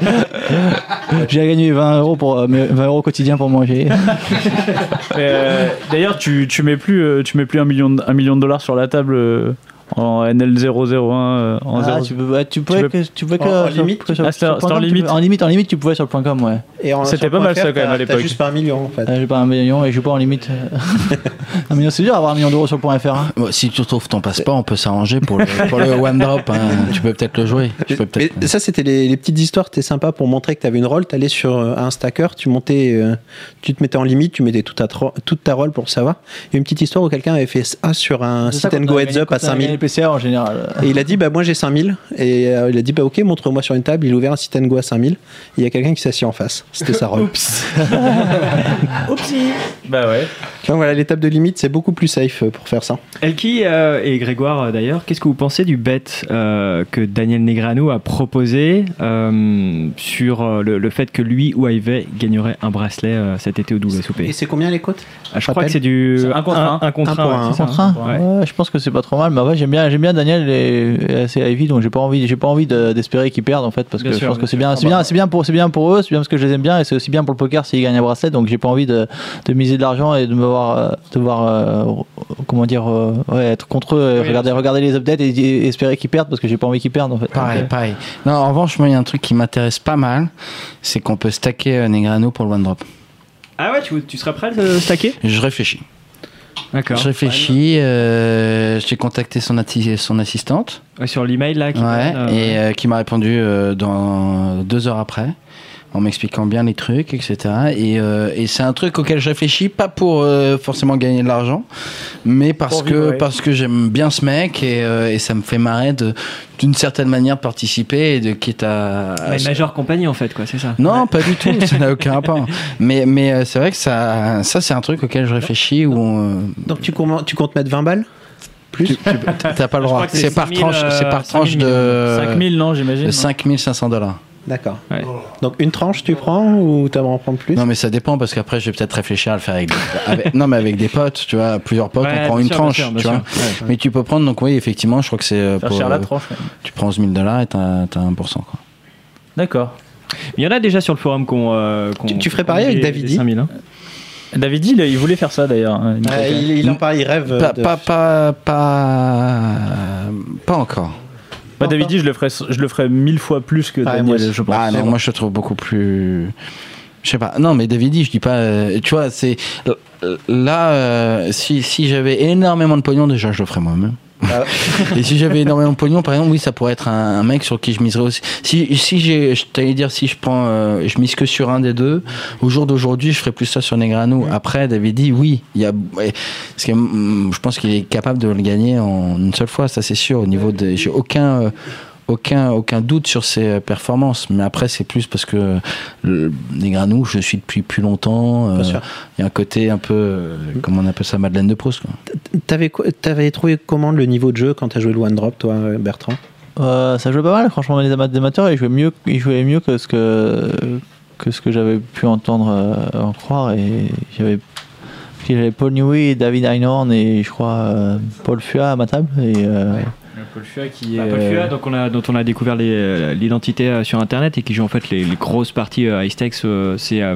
[SPEAKER 6] J'ai gagné 20 euros pour euh, mes 20 euros quotidien pour manger.
[SPEAKER 3] Ah, Mais, euh, D'ailleurs, tu, tu mets plus, euh, tu mets plus un million, de- un million de dollars sur la table euh, en NL001, euh, en
[SPEAKER 6] Ah,
[SPEAKER 3] 0.
[SPEAKER 6] tu peux, ouais, tu pouvais
[SPEAKER 3] Tu peux-
[SPEAKER 6] que, tu pouvais que
[SPEAKER 5] en- en
[SPEAKER 6] sur-
[SPEAKER 5] limite,
[SPEAKER 6] que sur-
[SPEAKER 3] ah,
[SPEAKER 6] sur
[SPEAKER 3] c'était en-
[SPEAKER 6] point
[SPEAKER 3] c'était en
[SPEAKER 6] com, tu peux-
[SPEAKER 3] limite.
[SPEAKER 6] en limite, tu pouvais sur le point com, ouais.
[SPEAKER 5] Et en-
[SPEAKER 3] C'était
[SPEAKER 5] sur
[SPEAKER 3] pas mal,
[SPEAKER 5] .fr,
[SPEAKER 3] ça, quand même, à
[SPEAKER 5] t'as-
[SPEAKER 3] l'époque.
[SPEAKER 5] T'as juste pas un million en fait.
[SPEAKER 6] Euh, J'ai pas un million et je joue pas en limite. un million, c'est dur d'avoir un million d'euros sur le point fr. hein.
[SPEAKER 7] Bon, Si tu retrouves ton passeport, on peut s'arranger pour le, pour le one drop. hein. Tu peux peut-être le jouer. Tu peux
[SPEAKER 5] Mais
[SPEAKER 7] peut-être.
[SPEAKER 5] ça, c'était les, les petites histoires, c'était sympa pour montrer que t'avais une rôle. T'allais sur euh, un stacker, tu montais, euh, tu te mettais en limite, tu mettais toute ta, tro- toute ta rôle pour savoir. Il y a une petite histoire où quelqu'un avait fait ça sur un
[SPEAKER 6] C'est ça
[SPEAKER 5] sit and
[SPEAKER 6] qu'on
[SPEAKER 5] go
[SPEAKER 6] a
[SPEAKER 5] heads
[SPEAKER 6] gagné-
[SPEAKER 5] up à
[SPEAKER 6] qu'on a gagné
[SPEAKER 5] 5000.
[SPEAKER 6] le PCR en général.
[SPEAKER 5] Et il a dit, bah moi j'ai 5000. Et euh, il a dit, bah ok, montre-moi sur une table. Il a ouvert un sit and go à 5000. Et Il y a quelqu'un qui s'assit en face. C'était sa rôle.
[SPEAKER 3] Bah ouais.
[SPEAKER 5] Donc voilà, l'étape de limite, c'est beaucoup plus safe euh, pour faire ça.
[SPEAKER 8] Elki euh, et Grégoire euh, d'ailleurs, qu'est-ce que vous pensez du bet euh, que Daniel Negrano a proposé euh, sur euh, le, le fait que lui ou Ivey gagnerait un bracelet euh, cet été au double souper
[SPEAKER 5] c'est combien les côtes
[SPEAKER 8] Ah, Je crois
[SPEAKER 5] rappelle.
[SPEAKER 8] que c'est du
[SPEAKER 3] C'est un contre un.
[SPEAKER 8] un contre
[SPEAKER 5] Un
[SPEAKER 8] un,
[SPEAKER 5] pour
[SPEAKER 8] ouais,
[SPEAKER 5] un.
[SPEAKER 8] c'est ça,
[SPEAKER 6] Contre un
[SPEAKER 8] ouais.
[SPEAKER 6] Ouais, je pense que c'est pas trop mal. Mais ouais, j'aime bien, j'aime bien Daniel et, et assez Ivy, donc j'ai pas envie, j'ai pas envie de- d'espérer qu'ils perdent en fait, parce que
[SPEAKER 8] Bien
[SPEAKER 6] je
[SPEAKER 8] sûr, Ah bah.
[SPEAKER 6] pense que
[SPEAKER 8] bien
[SPEAKER 6] c'est bien, c'est bien, c'est bien pour, c'est bien pour eux, c'est bien parce que je les aime bien et c'est aussi bien pour le poker s'ils gagnent un bracelet. Donc j'ai pas envie de, de miser de l'argent et de me voir, euh, de voir, euh, comment dire, euh, ouais, être contre eux, et
[SPEAKER 8] Oui,
[SPEAKER 6] regarder, regarder les updates et, et espérer qu'ils perdent parce que j'ai pas envie qu'ils perdent en fait.
[SPEAKER 7] Pareil,
[SPEAKER 6] Donc, euh,
[SPEAKER 7] pareil. Non, en revanche, moi, il y a un truc qui m'intéresse pas mal, c'est qu'on peut stacker euh, Negrano pour le one drop.
[SPEAKER 8] Ah ouais, tu, tu serais prêt à le stacker
[SPEAKER 7] Je réfléchis.
[SPEAKER 8] D'accord.
[SPEAKER 7] Je réfléchis. euh, J'ai contacté son, atti- son assistante,
[SPEAKER 8] Ouais, sur l'email là qui
[SPEAKER 7] ouais,
[SPEAKER 8] donne, euh,
[SPEAKER 7] et euh, qui m'a répondu euh, dans deux heures après, en m'expliquant bien les trucs, etc. Et, euh, et c'est un truc auquel je réfléchis, pas pour euh, forcément gagner de l'argent, mais parce
[SPEAKER 3] Pour
[SPEAKER 7] que
[SPEAKER 3] vivre, ouais.
[SPEAKER 7] parce que j'aime bien ce mec et, euh, et ça me fait marrer de d'une certaine manière de participer et de quitte à, à-
[SPEAKER 8] Ouais, Major Bah, Compagnie en fait quoi, c'est ça
[SPEAKER 7] Ah, non, pas du tout, ça n'a aucun rapport. Mais, mais euh, c'est vrai que ça, ça c'est un truc auquel je réfléchis où on, euh,
[SPEAKER 5] Donc tu, com- tu comptes mettre 20 balles
[SPEAKER 7] tu- tu- t'as pas le
[SPEAKER 8] crois
[SPEAKER 7] droit.
[SPEAKER 8] que c'est
[SPEAKER 7] C'est par
[SPEAKER 8] 5 000,
[SPEAKER 7] tranche, c'est
[SPEAKER 8] euh,
[SPEAKER 7] par tranche
[SPEAKER 8] 5
[SPEAKER 7] de
[SPEAKER 3] 5000, non, j'imagine.
[SPEAKER 7] de
[SPEAKER 3] non
[SPEAKER 7] 5500 dollars.
[SPEAKER 5] D'accord.
[SPEAKER 8] Ouais.
[SPEAKER 5] Donc une tranche tu prends ou tu vas en prendre plus
[SPEAKER 7] Non, mais ça dépend parce qu'après, je vais peut-être réfléchir à le faire avec, avec- non, mais avec des potes, tu vois, plusieurs potes,
[SPEAKER 8] Ouais,
[SPEAKER 7] on prend
[SPEAKER 8] bien
[SPEAKER 7] une
[SPEAKER 8] sûr,
[SPEAKER 7] tranche,
[SPEAKER 8] bien sûr,
[SPEAKER 7] tu
[SPEAKER 8] bien
[SPEAKER 7] vois. Mais tu peux prendre, donc oui, effectivement, je crois que c'est euh,
[SPEAKER 3] Faire
[SPEAKER 7] pour,
[SPEAKER 3] cher la
[SPEAKER 7] euh,
[SPEAKER 3] tranche. ouais.
[SPEAKER 7] tu prends 11 000 dollars et t'as t'as 1%. Quoi.
[SPEAKER 3] D'accord.
[SPEAKER 8] Il y en a déjà sur le forum qu'on. euh, qu'on-
[SPEAKER 5] Tu- tu ferais
[SPEAKER 8] qu'on
[SPEAKER 5] pareil
[SPEAKER 8] dit
[SPEAKER 5] avec
[SPEAKER 8] des-
[SPEAKER 5] Davidi
[SPEAKER 8] des 5000, hein.
[SPEAKER 3] David, il, il voulait faire ça d'ailleurs. hein, il-
[SPEAKER 5] Euh, il, il en parle, il rêve. euh,
[SPEAKER 7] Pas,
[SPEAKER 5] de-
[SPEAKER 7] pas, pas, pas, pas encore.
[SPEAKER 3] Bah, David, je le ferais, je le ferais mille fois plus que
[SPEAKER 5] Ah,
[SPEAKER 3] Daniel,
[SPEAKER 5] moi aussi.
[SPEAKER 3] je pense.
[SPEAKER 7] Ah non, moi je le trouve beaucoup plus. Je sais pas. Non, mais Davidi, je dis pas. euh, tu vois, c'est. Là, euh, si, si j'avais énormément de pognon, déjà, je le ferais moi-même.
[SPEAKER 5] Ah.
[SPEAKER 7] Et si j'avais énormément de pognon, par exemple, oui, ça pourrait être un, un mec sur qui je miserais aussi. Si, si j'ai, je t'allais dire, si je prends, euh, je mise que sur un des deux, au jour d'aujourd'hui, je ferais plus ça sur Negrano. Après, Davidi, oui, il y a, ouais, parce que mm, je pense qu'il est capable de le gagner en une seule fois, ça c'est sûr. Au niveau des, j'ai aucun. euh, aucun, aucun doute sur ses euh, performances. Mais après, c'est plus parce que le Negranou, je le suis depuis plus longtemps. euh,
[SPEAKER 5] Bien sûr.
[SPEAKER 7] Il y a un côté un peu, euh, comment on appelle ça, Madeleine de Proust. Quoi.
[SPEAKER 5] T'avais, quoi- t'avais trouvé comment le niveau de jeu quand t'as joué le one drop, toi, euh, Bertrand
[SPEAKER 6] Euh, ça jouait pas mal, franchement, les ama- des amateurs, ils jouaient mieux, ils jouaient mieux que ce que, que ce que j'avais pu entendre euh, en croire. Et j'avais, j'avais Paul Newey, David Einhorn et je crois euh, Paul Fua à ma table. Et, euh,
[SPEAKER 3] Paul Fua qui euh,
[SPEAKER 8] Bah, Paul Fua, donc on a, dont on a découvert les, euh, l'identité euh, sur internet et qui joue en fait les, les grosses parties euh, high stakes, euh, c'est. euh,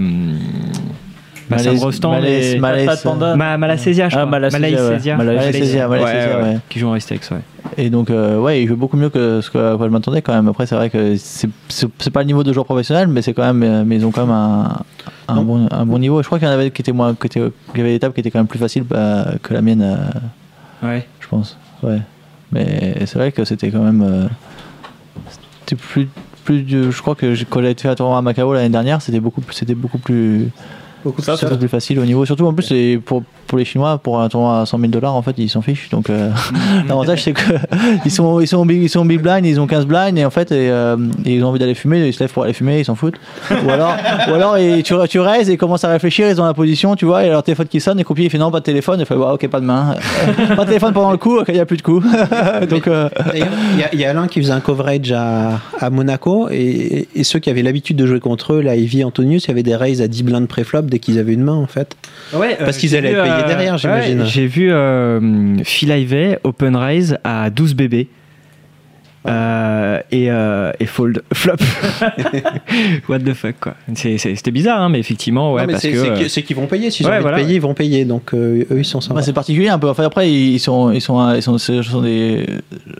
[SPEAKER 8] Bassin
[SPEAKER 6] Malaise-
[SPEAKER 8] Brostan
[SPEAKER 6] malaise-
[SPEAKER 8] et-
[SPEAKER 6] malaise-
[SPEAKER 3] Pas de panda.
[SPEAKER 8] Ma- Malassezia, je
[SPEAKER 3] Ah,
[SPEAKER 8] crois.
[SPEAKER 3] Malassezia, ouais.
[SPEAKER 6] Malassezia, Malassezia,
[SPEAKER 8] Ouais, ouais,
[SPEAKER 6] ouais.
[SPEAKER 8] ouais, Qui joue en high stakes, ouais.
[SPEAKER 6] Et donc, euh, ouais, il joue beaucoup mieux que ce que- à quoi je m'attendais quand même. Après, c'est vrai que c'est c'est- c'est pas le niveau de joueur professionnel, mais c'est quand même, euh, mais ils ont quand même un, un,
[SPEAKER 5] Non.
[SPEAKER 6] bon, un bon niveau. Je crois qu'il y en avait qui étaient moins, qui étaient- qu'il y avait des tables qui étaient quand même plus faciles bah, que la mienne, euh,
[SPEAKER 8] Ouais.
[SPEAKER 6] je pense. Ouais. Mais c'est vrai que c'était quand même, euh, c'était plus, plus. de- Je crois que j'ai- quand j'avais fait un tournoi à Macao l'année dernière, c'était beaucoup, c'était beaucoup plus.
[SPEAKER 5] Beaucoup
[SPEAKER 6] c'était beaucoup plus facile au niveau. Surtout en plus, les- pour, pour les Chinois, pour un tournoi à 100 000 dollars, en fait, ils s'en fichent. Donc euh, l'avantage, c'est que ils sont, ils sont, big, ils sont big blind, ils ont 15 blinds, et en fait, et, euh, et ils ont envie d'aller fumer, ils se lèvent pour aller fumer, ils s'en foutent. Ou alors, ou alors et tu, tu raises et ils commencent à réfléchir, ils sont dans la position, tu vois, il y a leur téléphone qui sonne, et le croupier, il fait non, pas de téléphone, il fait bah, ok, pas de main. Euh, pas de téléphone pendant le coup, ok, il n'y a plus de coup. Donc. euh,
[SPEAKER 5] D'ailleurs, il y a- il y, a Alain qui faisait un coverage à, à Monaco et, et ceux qui avaient l'habitude de jouer contre eux, là, Ivy Antonius, il y avait des raises à 10 blindes pré-flop dès qu'ils avaient une main en fait.
[SPEAKER 8] Ouais,
[SPEAKER 5] Parce
[SPEAKER 8] euh,
[SPEAKER 5] qu'ils
[SPEAKER 8] j'ai
[SPEAKER 5] allaient
[SPEAKER 8] vu,
[SPEAKER 5] être payés
[SPEAKER 8] euh,
[SPEAKER 5] derrière, j'imagine.
[SPEAKER 8] ouais, J'ai vu euh, Phil Ivey, Open Raise à 12 bébés. Euh, et, euh, et fold flop. What the fuck quoi. C'est- c'est- C'était bizarre hein, mais effectivement ouais
[SPEAKER 5] Non, mais
[SPEAKER 8] parce
[SPEAKER 5] c'est
[SPEAKER 8] que
[SPEAKER 5] c'est
[SPEAKER 8] euh,
[SPEAKER 5] que- c'est qu'ils vont payer. S'ils ont
[SPEAKER 8] ouais,
[SPEAKER 5] envie de
[SPEAKER 8] voilà.
[SPEAKER 5] payer, ils vont payer. Donc euh, eux, ils sont sympas.
[SPEAKER 6] Bah, c'est particulier un peu. Enfin, après, ils sont, ils sont, ils sont, ce sont des,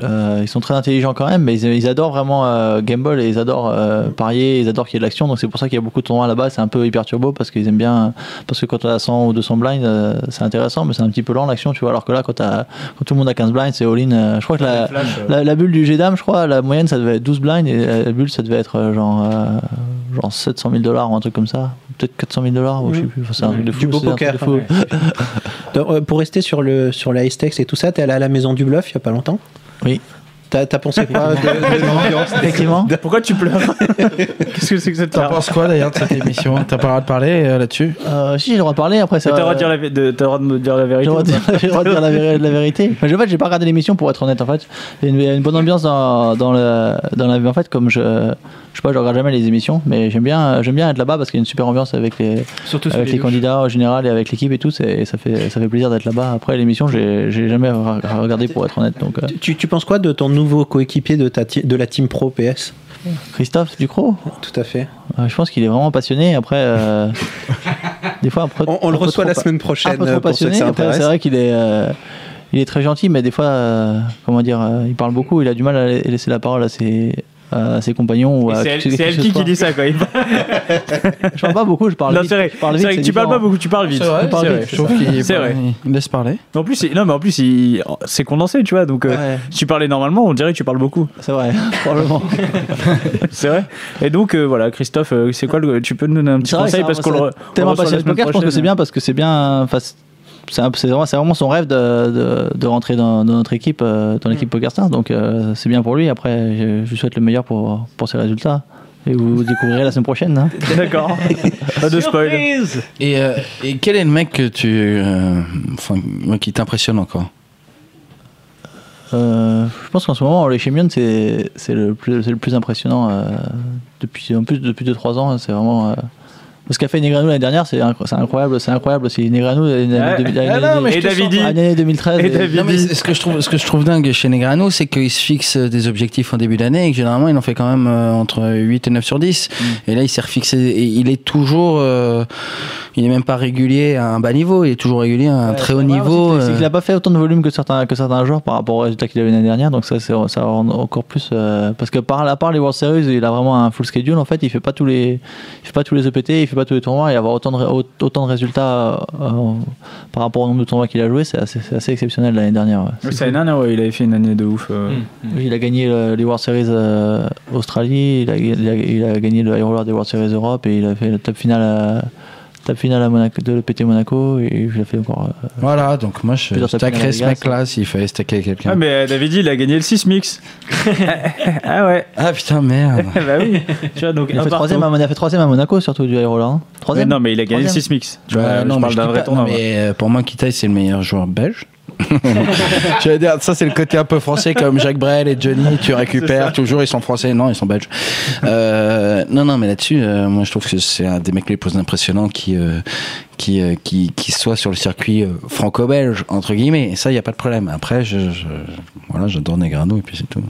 [SPEAKER 6] euh, ils sont très intelligents quand même, mais ils, ils adorent vraiment euh, Gamble et ils adorent euh, parier, ils adorent qu'il y ait de l'action. Donc c'est pour ça qu'il y a beaucoup de tournois là-bas. C'est un peu hyper turbo parce qu'ils aiment bien. Parce que quand t'as 100 ou 200 blinds, euh, c'est intéressant, mais c'est un petit peu lent l'action, tu vois. Alors que là, quand, t'as- quand tout le monde a 15 blinds, c'est all-in. euh, je crois que la, la, la bulle du G-Dame, je crois, la moyenne, ça devait être 12 blinds et la bulle, ça devait être euh, genre, euh, genre 700 000 dollars ou un truc comme ça. Peut-être 400 000 dollars
[SPEAKER 7] Oh,
[SPEAKER 6] ou je sais
[SPEAKER 5] Mm.
[SPEAKER 6] plus. Enfin, c'est
[SPEAKER 3] Mm.
[SPEAKER 6] un truc de fou.
[SPEAKER 5] Du beau
[SPEAKER 6] c'est un truc de
[SPEAKER 5] poker.
[SPEAKER 6] fou.
[SPEAKER 5] Donc, euh, pour rester sur le sur la Ace-Tex et tout ça, t'es allé à la maison du bluff il y a pas longtemps.
[SPEAKER 6] Oui.
[SPEAKER 5] T'as t'as pensé quoi de, de l'ambiance
[SPEAKER 6] Effectivement.
[SPEAKER 3] Pourquoi tu pleures Qu'est-ce que c'est que cette
[SPEAKER 7] T'en
[SPEAKER 3] histoire
[SPEAKER 7] penses quoi d'ailleurs de cette émission T'as pas le droit de parler euh, là-dessus
[SPEAKER 6] Euh, si j'ai le droit de parler après ça.
[SPEAKER 3] T'as le
[SPEAKER 6] va-
[SPEAKER 3] droit de dire la vé- de- t'as le droit de me dire la
[SPEAKER 6] j'ai le
[SPEAKER 3] vérité
[SPEAKER 6] droit de
[SPEAKER 3] ou
[SPEAKER 6] dire, j'ai le droit de dire la, véri- la vérité. Enfin, en fait, j'ai pas regardé l'émission pour être honnête. En fait, il y a une, il y a une bonne ambiance dans, dans le dans la en fait comme je je sais pas, je regarde jamais les émissions, mais j'aime bien j'aime bien être là-bas parce qu'il y a une super ambiance avec les
[SPEAKER 8] surtout sur
[SPEAKER 6] avec
[SPEAKER 8] les
[SPEAKER 6] les,
[SPEAKER 8] douches.
[SPEAKER 6] candidats en général et avec l'équipe et tout. C'est ça fait ça fait plaisir d'être là-bas. Après l'émission, j'ai j'ai jamais re- regardé pour être honnête. Donc euh,
[SPEAKER 5] Tu, tu penses quoi de ton nouveau coéquipier de, ta ti- de la Team Pro PS
[SPEAKER 6] Christophe Ducrot,
[SPEAKER 5] Tout à fait.
[SPEAKER 6] euh, je pense qu'il est vraiment passionné. Après, euh, des fois après
[SPEAKER 5] On, on le reçoit la semaine prochaine
[SPEAKER 6] un peu
[SPEAKER 5] euh,
[SPEAKER 6] trop
[SPEAKER 5] pour ceux que
[SPEAKER 6] passionné.
[SPEAKER 5] ça
[SPEAKER 6] Après, c'est
[SPEAKER 5] intéresse.
[SPEAKER 6] vrai qu'il est, euh, il est très gentil, mais des fois, euh, comment dire, euh, il parle beaucoup. Il a du mal à la- laisser la parole à ses, à ses compagnons ou
[SPEAKER 3] pas
[SPEAKER 6] à
[SPEAKER 3] C'est
[SPEAKER 6] qui- qui
[SPEAKER 3] c'est
[SPEAKER 6] que ce
[SPEAKER 3] Elki
[SPEAKER 6] soit.
[SPEAKER 3] qui dit ça quoi. Il parle-
[SPEAKER 6] Je parle pas beaucoup, je parle
[SPEAKER 3] Non,
[SPEAKER 6] vite.
[SPEAKER 3] c'est vrai.
[SPEAKER 6] Je parle vite,
[SPEAKER 3] C'est vrai que
[SPEAKER 6] c'est
[SPEAKER 3] tu parles pas
[SPEAKER 6] différent.
[SPEAKER 3] beaucoup, tu parles vite.
[SPEAKER 6] On parle vite,
[SPEAKER 7] je trouve qu'il
[SPEAKER 3] C'est vrai.
[SPEAKER 7] il laisse parler.
[SPEAKER 3] En plus, il- non mais en plus, il- c'est condensé, tu vois. Donc, euh,
[SPEAKER 6] Ouais,
[SPEAKER 3] si tu parlais normalement, on dirait que tu parles beaucoup.
[SPEAKER 6] c'est vrai, probablement.
[SPEAKER 3] C'est vrai. Et donc euh, voilà, Christophe, euh, c'est quoi le, Tu peux nous donner un petit
[SPEAKER 6] C'est vrai,
[SPEAKER 3] conseil
[SPEAKER 6] c'est
[SPEAKER 3] parce
[SPEAKER 6] un-
[SPEAKER 3] qu'on le. re- on
[SPEAKER 6] Tellement
[SPEAKER 3] reçoit la
[SPEAKER 6] passionné de
[SPEAKER 3] semaine
[SPEAKER 6] poker, je pense que
[SPEAKER 3] prochaine.
[SPEAKER 6] c'est bien parce que c'est bien. enfin, c'est- c'est un- c'est vraiment, c'est vraiment son rêve de, de- de rentrer dans, dans notre équipe, euh, dans
[SPEAKER 3] Mm.
[SPEAKER 6] l'équipe Poker Star. Donc euh, c'est bien pour lui. Après, je, je lui souhaite le meilleur pour, pour ses résultats. Et vous découvrirez la semaine prochaine. hein.
[SPEAKER 3] D'accord. pas de spoil.
[SPEAKER 8] Surprise
[SPEAKER 7] Et, euh, et quel est le mec que tu. euh, enfin, moi, qui t'impressionne encore
[SPEAKER 6] Euh, je pense qu'en ce moment, les Chemion, c'est c'est le, plus- c'est le plus impressionnant. euh, depuis, en plus, depuis 2-3 ans, c'est vraiment. euh, ce qu'a fait Negreanu l'année dernière, c'est incro- c'est incroyable, c'est incroyable aussi. Negreanu, il y a une année,
[SPEAKER 3] Ouais. Ah non, mais je te sens, toi.
[SPEAKER 6] année 2013.
[SPEAKER 3] Et
[SPEAKER 6] et-
[SPEAKER 3] David.
[SPEAKER 7] Non, mais ce que je trouve, ce que je trouve dingue chez Negrano, c'est qu'il se fixe des objectifs en début d'année et que généralement il en fait quand même euh, entre 8 et 9 sur 10. Et là, il s'est refixé. et il est toujours, euh, il est même pas régulier à un bas niveau. Il est toujours régulier à un très haut
[SPEAKER 6] Ouais,
[SPEAKER 7] niveau.
[SPEAKER 6] c'est que- C'est
[SPEAKER 7] euh.
[SPEAKER 6] qu'il n'a pas fait autant de volume que certains, que certains joueurs par rapport au résultat qu'il avait l'année dernière, donc ça, c'est- ça rend encore plus. euh, parce que par, à part les World Series, il a vraiment un full schedule en fait, il fait pas tous les, il fait pas tous les EPT, il fait pas tous les tournois, et avoir autant de, ré- au- autant de résultats euh, euh, par rapport au nombre de tournois qu'il a joué, c'est assez, c'est assez exceptionnel l'année dernière. ouais.
[SPEAKER 3] Ouais, C'est l'année dernière, ouais, il avait fait une année de ouf. euh.
[SPEAKER 6] Oui, il a gagné euh, les World Series euh, Australie, il a, il a- il a gagné le High Roller des World Series Europe, et il a fait le top final à, top final à Monaco, de l'EPT Monaco, et il a fait encore. euh,
[SPEAKER 7] Voilà, donc moi je,
[SPEAKER 6] Plusieurs
[SPEAKER 7] je
[SPEAKER 6] tapis
[SPEAKER 7] taquerais
[SPEAKER 6] dans
[SPEAKER 7] ce
[SPEAKER 6] la
[SPEAKER 7] mec-là Ah, s'il fallait se taquer quelqu'un.
[SPEAKER 3] Ah mais euh, David, il a gagné le 6 mix. ah ouais.
[SPEAKER 7] Ah putain, merde.
[SPEAKER 3] Ah bah oui. Tu vois donc
[SPEAKER 6] Il a,
[SPEAKER 3] un
[SPEAKER 6] fait
[SPEAKER 3] partout.
[SPEAKER 6] troisième hein, à, Mon- il a fait troisième à Monaco, surtout du Aero là.
[SPEAKER 3] Mais
[SPEAKER 6] Troisième
[SPEAKER 3] non mais il a gagné le
[SPEAKER 6] Troisième.
[SPEAKER 3] 6 mix. Tu
[SPEAKER 7] Bah,
[SPEAKER 3] vois,
[SPEAKER 7] non,
[SPEAKER 3] je
[SPEAKER 7] mais
[SPEAKER 3] parle
[SPEAKER 7] je
[SPEAKER 3] d'un
[SPEAKER 7] dis
[SPEAKER 3] vrai
[SPEAKER 7] pas-
[SPEAKER 3] tournoi. hein.
[SPEAKER 7] non,
[SPEAKER 3] moi.
[SPEAKER 7] mais euh, pour moi, Kitaï, c'est le meilleur joueur belge. je veux dire, ça, c'est le côté un peu français, comme Jacques Brel et Johnny, tu récupères toujours, ils sont français. Non, ils sont belges. Euh, non, non, mais là-dessus, euh, moi, je trouve que c'est un des mecs les plus impressionnants qui. euh, qui, euh, qui, qui soit sur le circuit euh, franco-belge, entre guillemets. Et ça, il n'y a pas de problème. Après, je, je- voilà, j'adore Negrano et puis c'est tout.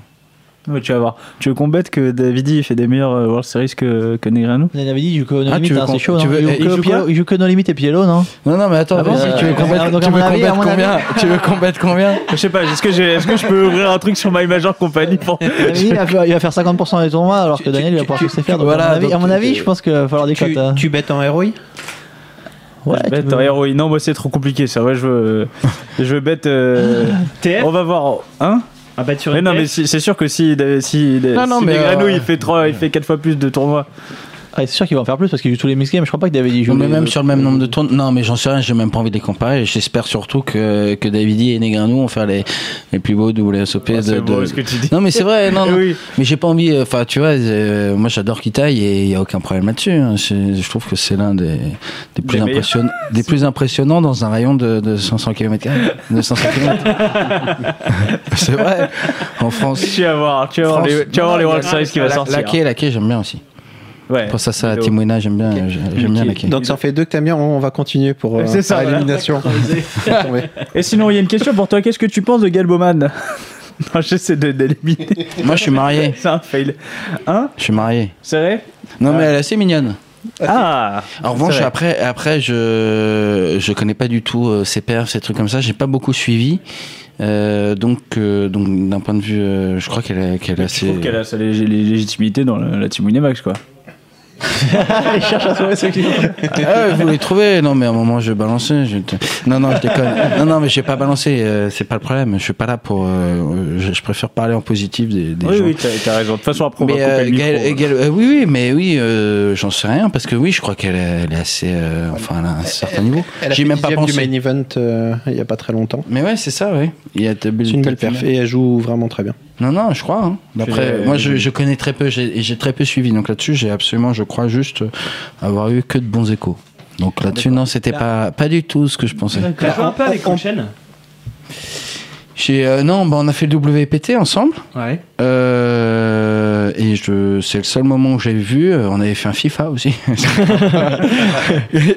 [SPEAKER 3] Ouais, tu vas voir. Tu veux qu'on bête que David il fait des meilleurs euh, World Series que que Negreanu
[SPEAKER 6] Il avait dit, il joue que No
[SPEAKER 7] Ah, tu
[SPEAKER 6] Limit,
[SPEAKER 7] veux
[SPEAKER 6] hein,
[SPEAKER 7] qu'on-
[SPEAKER 6] c'est chaud.
[SPEAKER 7] tu
[SPEAKER 6] hein.
[SPEAKER 7] veux-
[SPEAKER 6] Il joue
[SPEAKER 7] il
[SPEAKER 6] que
[SPEAKER 7] joue
[SPEAKER 6] Pielo-
[SPEAKER 7] quoi
[SPEAKER 6] il joue que No Limit et Pielo, non
[SPEAKER 7] Non, non, mais attends,
[SPEAKER 6] Ah bon,
[SPEAKER 7] vas-y,
[SPEAKER 6] euh,
[SPEAKER 7] tu veux qu'on
[SPEAKER 6] donc,
[SPEAKER 7] bête-
[SPEAKER 6] à
[SPEAKER 7] tu
[SPEAKER 6] mon
[SPEAKER 7] veux qu'on
[SPEAKER 6] avis,
[SPEAKER 7] bête
[SPEAKER 6] à mon
[SPEAKER 7] combien
[SPEAKER 6] avis-
[SPEAKER 7] Tu veux qu'on bête combien
[SPEAKER 3] Je sais pas. Est-ce que j'ai- est-ce que je peux ouvrir un truc sur My Major Company pour
[SPEAKER 6] Il avait dit, il va faire- il va faire 50% des tournois, alors que Daniel, il va pouvoir tout se faire. Donc,
[SPEAKER 7] voilà,
[SPEAKER 6] à mon avis, à
[SPEAKER 7] donc,
[SPEAKER 6] mon
[SPEAKER 7] tu-
[SPEAKER 6] avis, je pense qu'il va falloir des
[SPEAKER 5] euh, Tu,
[SPEAKER 6] cotes. hein.
[SPEAKER 5] tu bêtes en héroïne
[SPEAKER 6] Ouais,
[SPEAKER 3] Je
[SPEAKER 6] tu
[SPEAKER 3] bête
[SPEAKER 6] peux-
[SPEAKER 3] un héros. Non moi c'est trop compliqué ça. Ouais je veux je veux bête. euh,
[SPEAKER 8] TF
[SPEAKER 3] On va voir. Hein
[SPEAKER 8] À battre sur
[SPEAKER 3] Mais
[SPEAKER 8] une
[SPEAKER 3] non,
[SPEAKER 8] tête.
[SPEAKER 3] mais si- c'est sûr que si, si,
[SPEAKER 7] Non, non,
[SPEAKER 3] si
[SPEAKER 7] mais,
[SPEAKER 3] Negrano,
[SPEAKER 7] euh,
[SPEAKER 3] il fait trois, il fait 4 fois plus de tournois.
[SPEAKER 6] Ah, c'est sûr qu'ils vont en faire plus parce qu'ils jouent tous les mix games. Je crois pas que David y joue.
[SPEAKER 7] Non, mais
[SPEAKER 6] les-
[SPEAKER 7] même sur le même
[SPEAKER 3] euh,
[SPEAKER 7] nombre de tournois. Non, mais j'en sais rien, j'ai même pas envie de les comparer. J'espère surtout que, que Davidi et Negreanu vont faire les, les plus beaux WSOP
[SPEAKER 3] Ah,
[SPEAKER 7] de.
[SPEAKER 3] c'est beau
[SPEAKER 7] de-
[SPEAKER 3] ce que tu dis.
[SPEAKER 7] Non, mais c'est vrai, non,
[SPEAKER 3] Eh
[SPEAKER 7] non.
[SPEAKER 3] oui.
[SPEAKER 7] Mais j'ai pas envie. Enfin, tu vois, euh, moi j'adore Kitaï et il n'y a aucun problème là-dessus. hein. Je, je trouve que c'est l'un des, des, plus,
[SPEAKER 3] meilleurs.
[SPEAKER 7] impressionn- des plus impressionnants dans un rayon de, de 500 km. De 500 km. c'est vrai. En France.
[SPEAKER 3] Tu vas voir, tu vas voir
[SPEAKER 7] France-
[SPEAKER 3] les, tu vas voir les
[SPEAKER 7] Non,
[SPEAKER 3] World
[SPEAKER 7] la-
[SPEAKER 3] Series qui
[SPEAKER 7] la-
[SPEAKER 3] va sortir.
[SPEAKER 7] La quai, la quai, j'aime bien aussi.
[SPEAKER 3] Ouais.
[SPEAKER 7] Pour ça, ça,
[SPEAKER 3] Vidéo.
[SPEAKER 7] Timouna, j'aime bien, j'aime bien la quai.
[SPEAKER 5] Donc ça en fait deux que t'aimes bien, on va continuer pour euh,
[SPEAKER 3] C'est ça,
[SPEAKER 5] par
[SPEAKER 3] voilà.
[SPEAKER 5] élimination.
[SPEAKER 3] Et sinon, il y a une question pour toi. Qu'est-ce que tu penses de Galboman Non, j'essaie de d'éliminer.
[SPEAKER 7] Moi, je suis marié.
[SPEAKER 3] C'est un fail. Hein
[SPEAKER 7] Je suis marié.
[SPEAKER 3] C'est vrai
[SPEAKER 7] Non, mais elle est assez mignonne.
[SPEAKER 3] Ah
[SPEAKER 7] En revanche, après, après, je je connais pas du tout euh, ses perfs, ces trucs comme ça. J'ai pas beaucoup suivi. Euh, donc, euh, donc d'un point de vue, euh, je crois qu'elle est, qu'elle est
[SPEAKER 3] Je
[SPEAKER 7] assez.
[SPEAKER 3] trouve qu'elle a sa lég- légitimité dans la, la Team Winamax, quoi.
[SPEAKER 7] Ah, vous les trouvez Non, mais à un moment, je balançais. Je... te- Non, non, je déconne. Non, non, mais j'ai pas balancé. euh, c'est pas le problème. Je suis pas là pour. euh, je, je préfère parler en positif des, des
[SPEAKER 3] Oui,
[SPEAKER 7] gens.
[SPEAKER 3] oui, t'as t'as raison. De toute façon, après, on va
[SPEAKER 7] Mais,
[SPEAKER 3] couper
[SPEAKER 7] euh,
[SPEAKER 3] le micro.
[SPEAKER 7] Gaëlle- Gaëlle- euh, oui, oui, mais oui, euh, j'en sais rien parce que oui, je crois qu'elle est, elle est assez, euh, enfin, elle a un certain niveau.
[SPEAKER 5] Elle a
[SPEAKER 7] J'ai
[SPEAKER 5] fait
[SPEAKER 7] même pas
[SPEAKER 5] dixième du
[SPEAKER 7] pensé.
[SPEAKER 5] main event euh, il y a pas très longtemps.
[SPEAKER 7] Mais ouais, c'est ça, oui. Il y a de
[SPEAKER 5] C'est une belle perf et elle joue vraiment très bien.
[SPEAKER 7] Non, non, je crois. hein. D'après,
[SPEAKER 3] Puis, euh,
[SPEAKER 7] moi, je, je connais très peu, j'ai et j'ai très peu suivi. Donc là-dessus, j'ai absolument, je crois, juste avoir eu que de bons échos. Donc là-dessus, non, c'était pas, pas du tout ce que je pensais.
[SPEAKER 8] T'as joué un peu avec Kouchen
[SPEAKER 7] J'ai, euh, non, bah, on a fait le WPT ensemble.
[SPEAKER 8] Ouais.
[SPEAKER 7] Euh, et je, c'est le seul moment où j'ai vu. euh, On avait fait un FIFA aussi. et,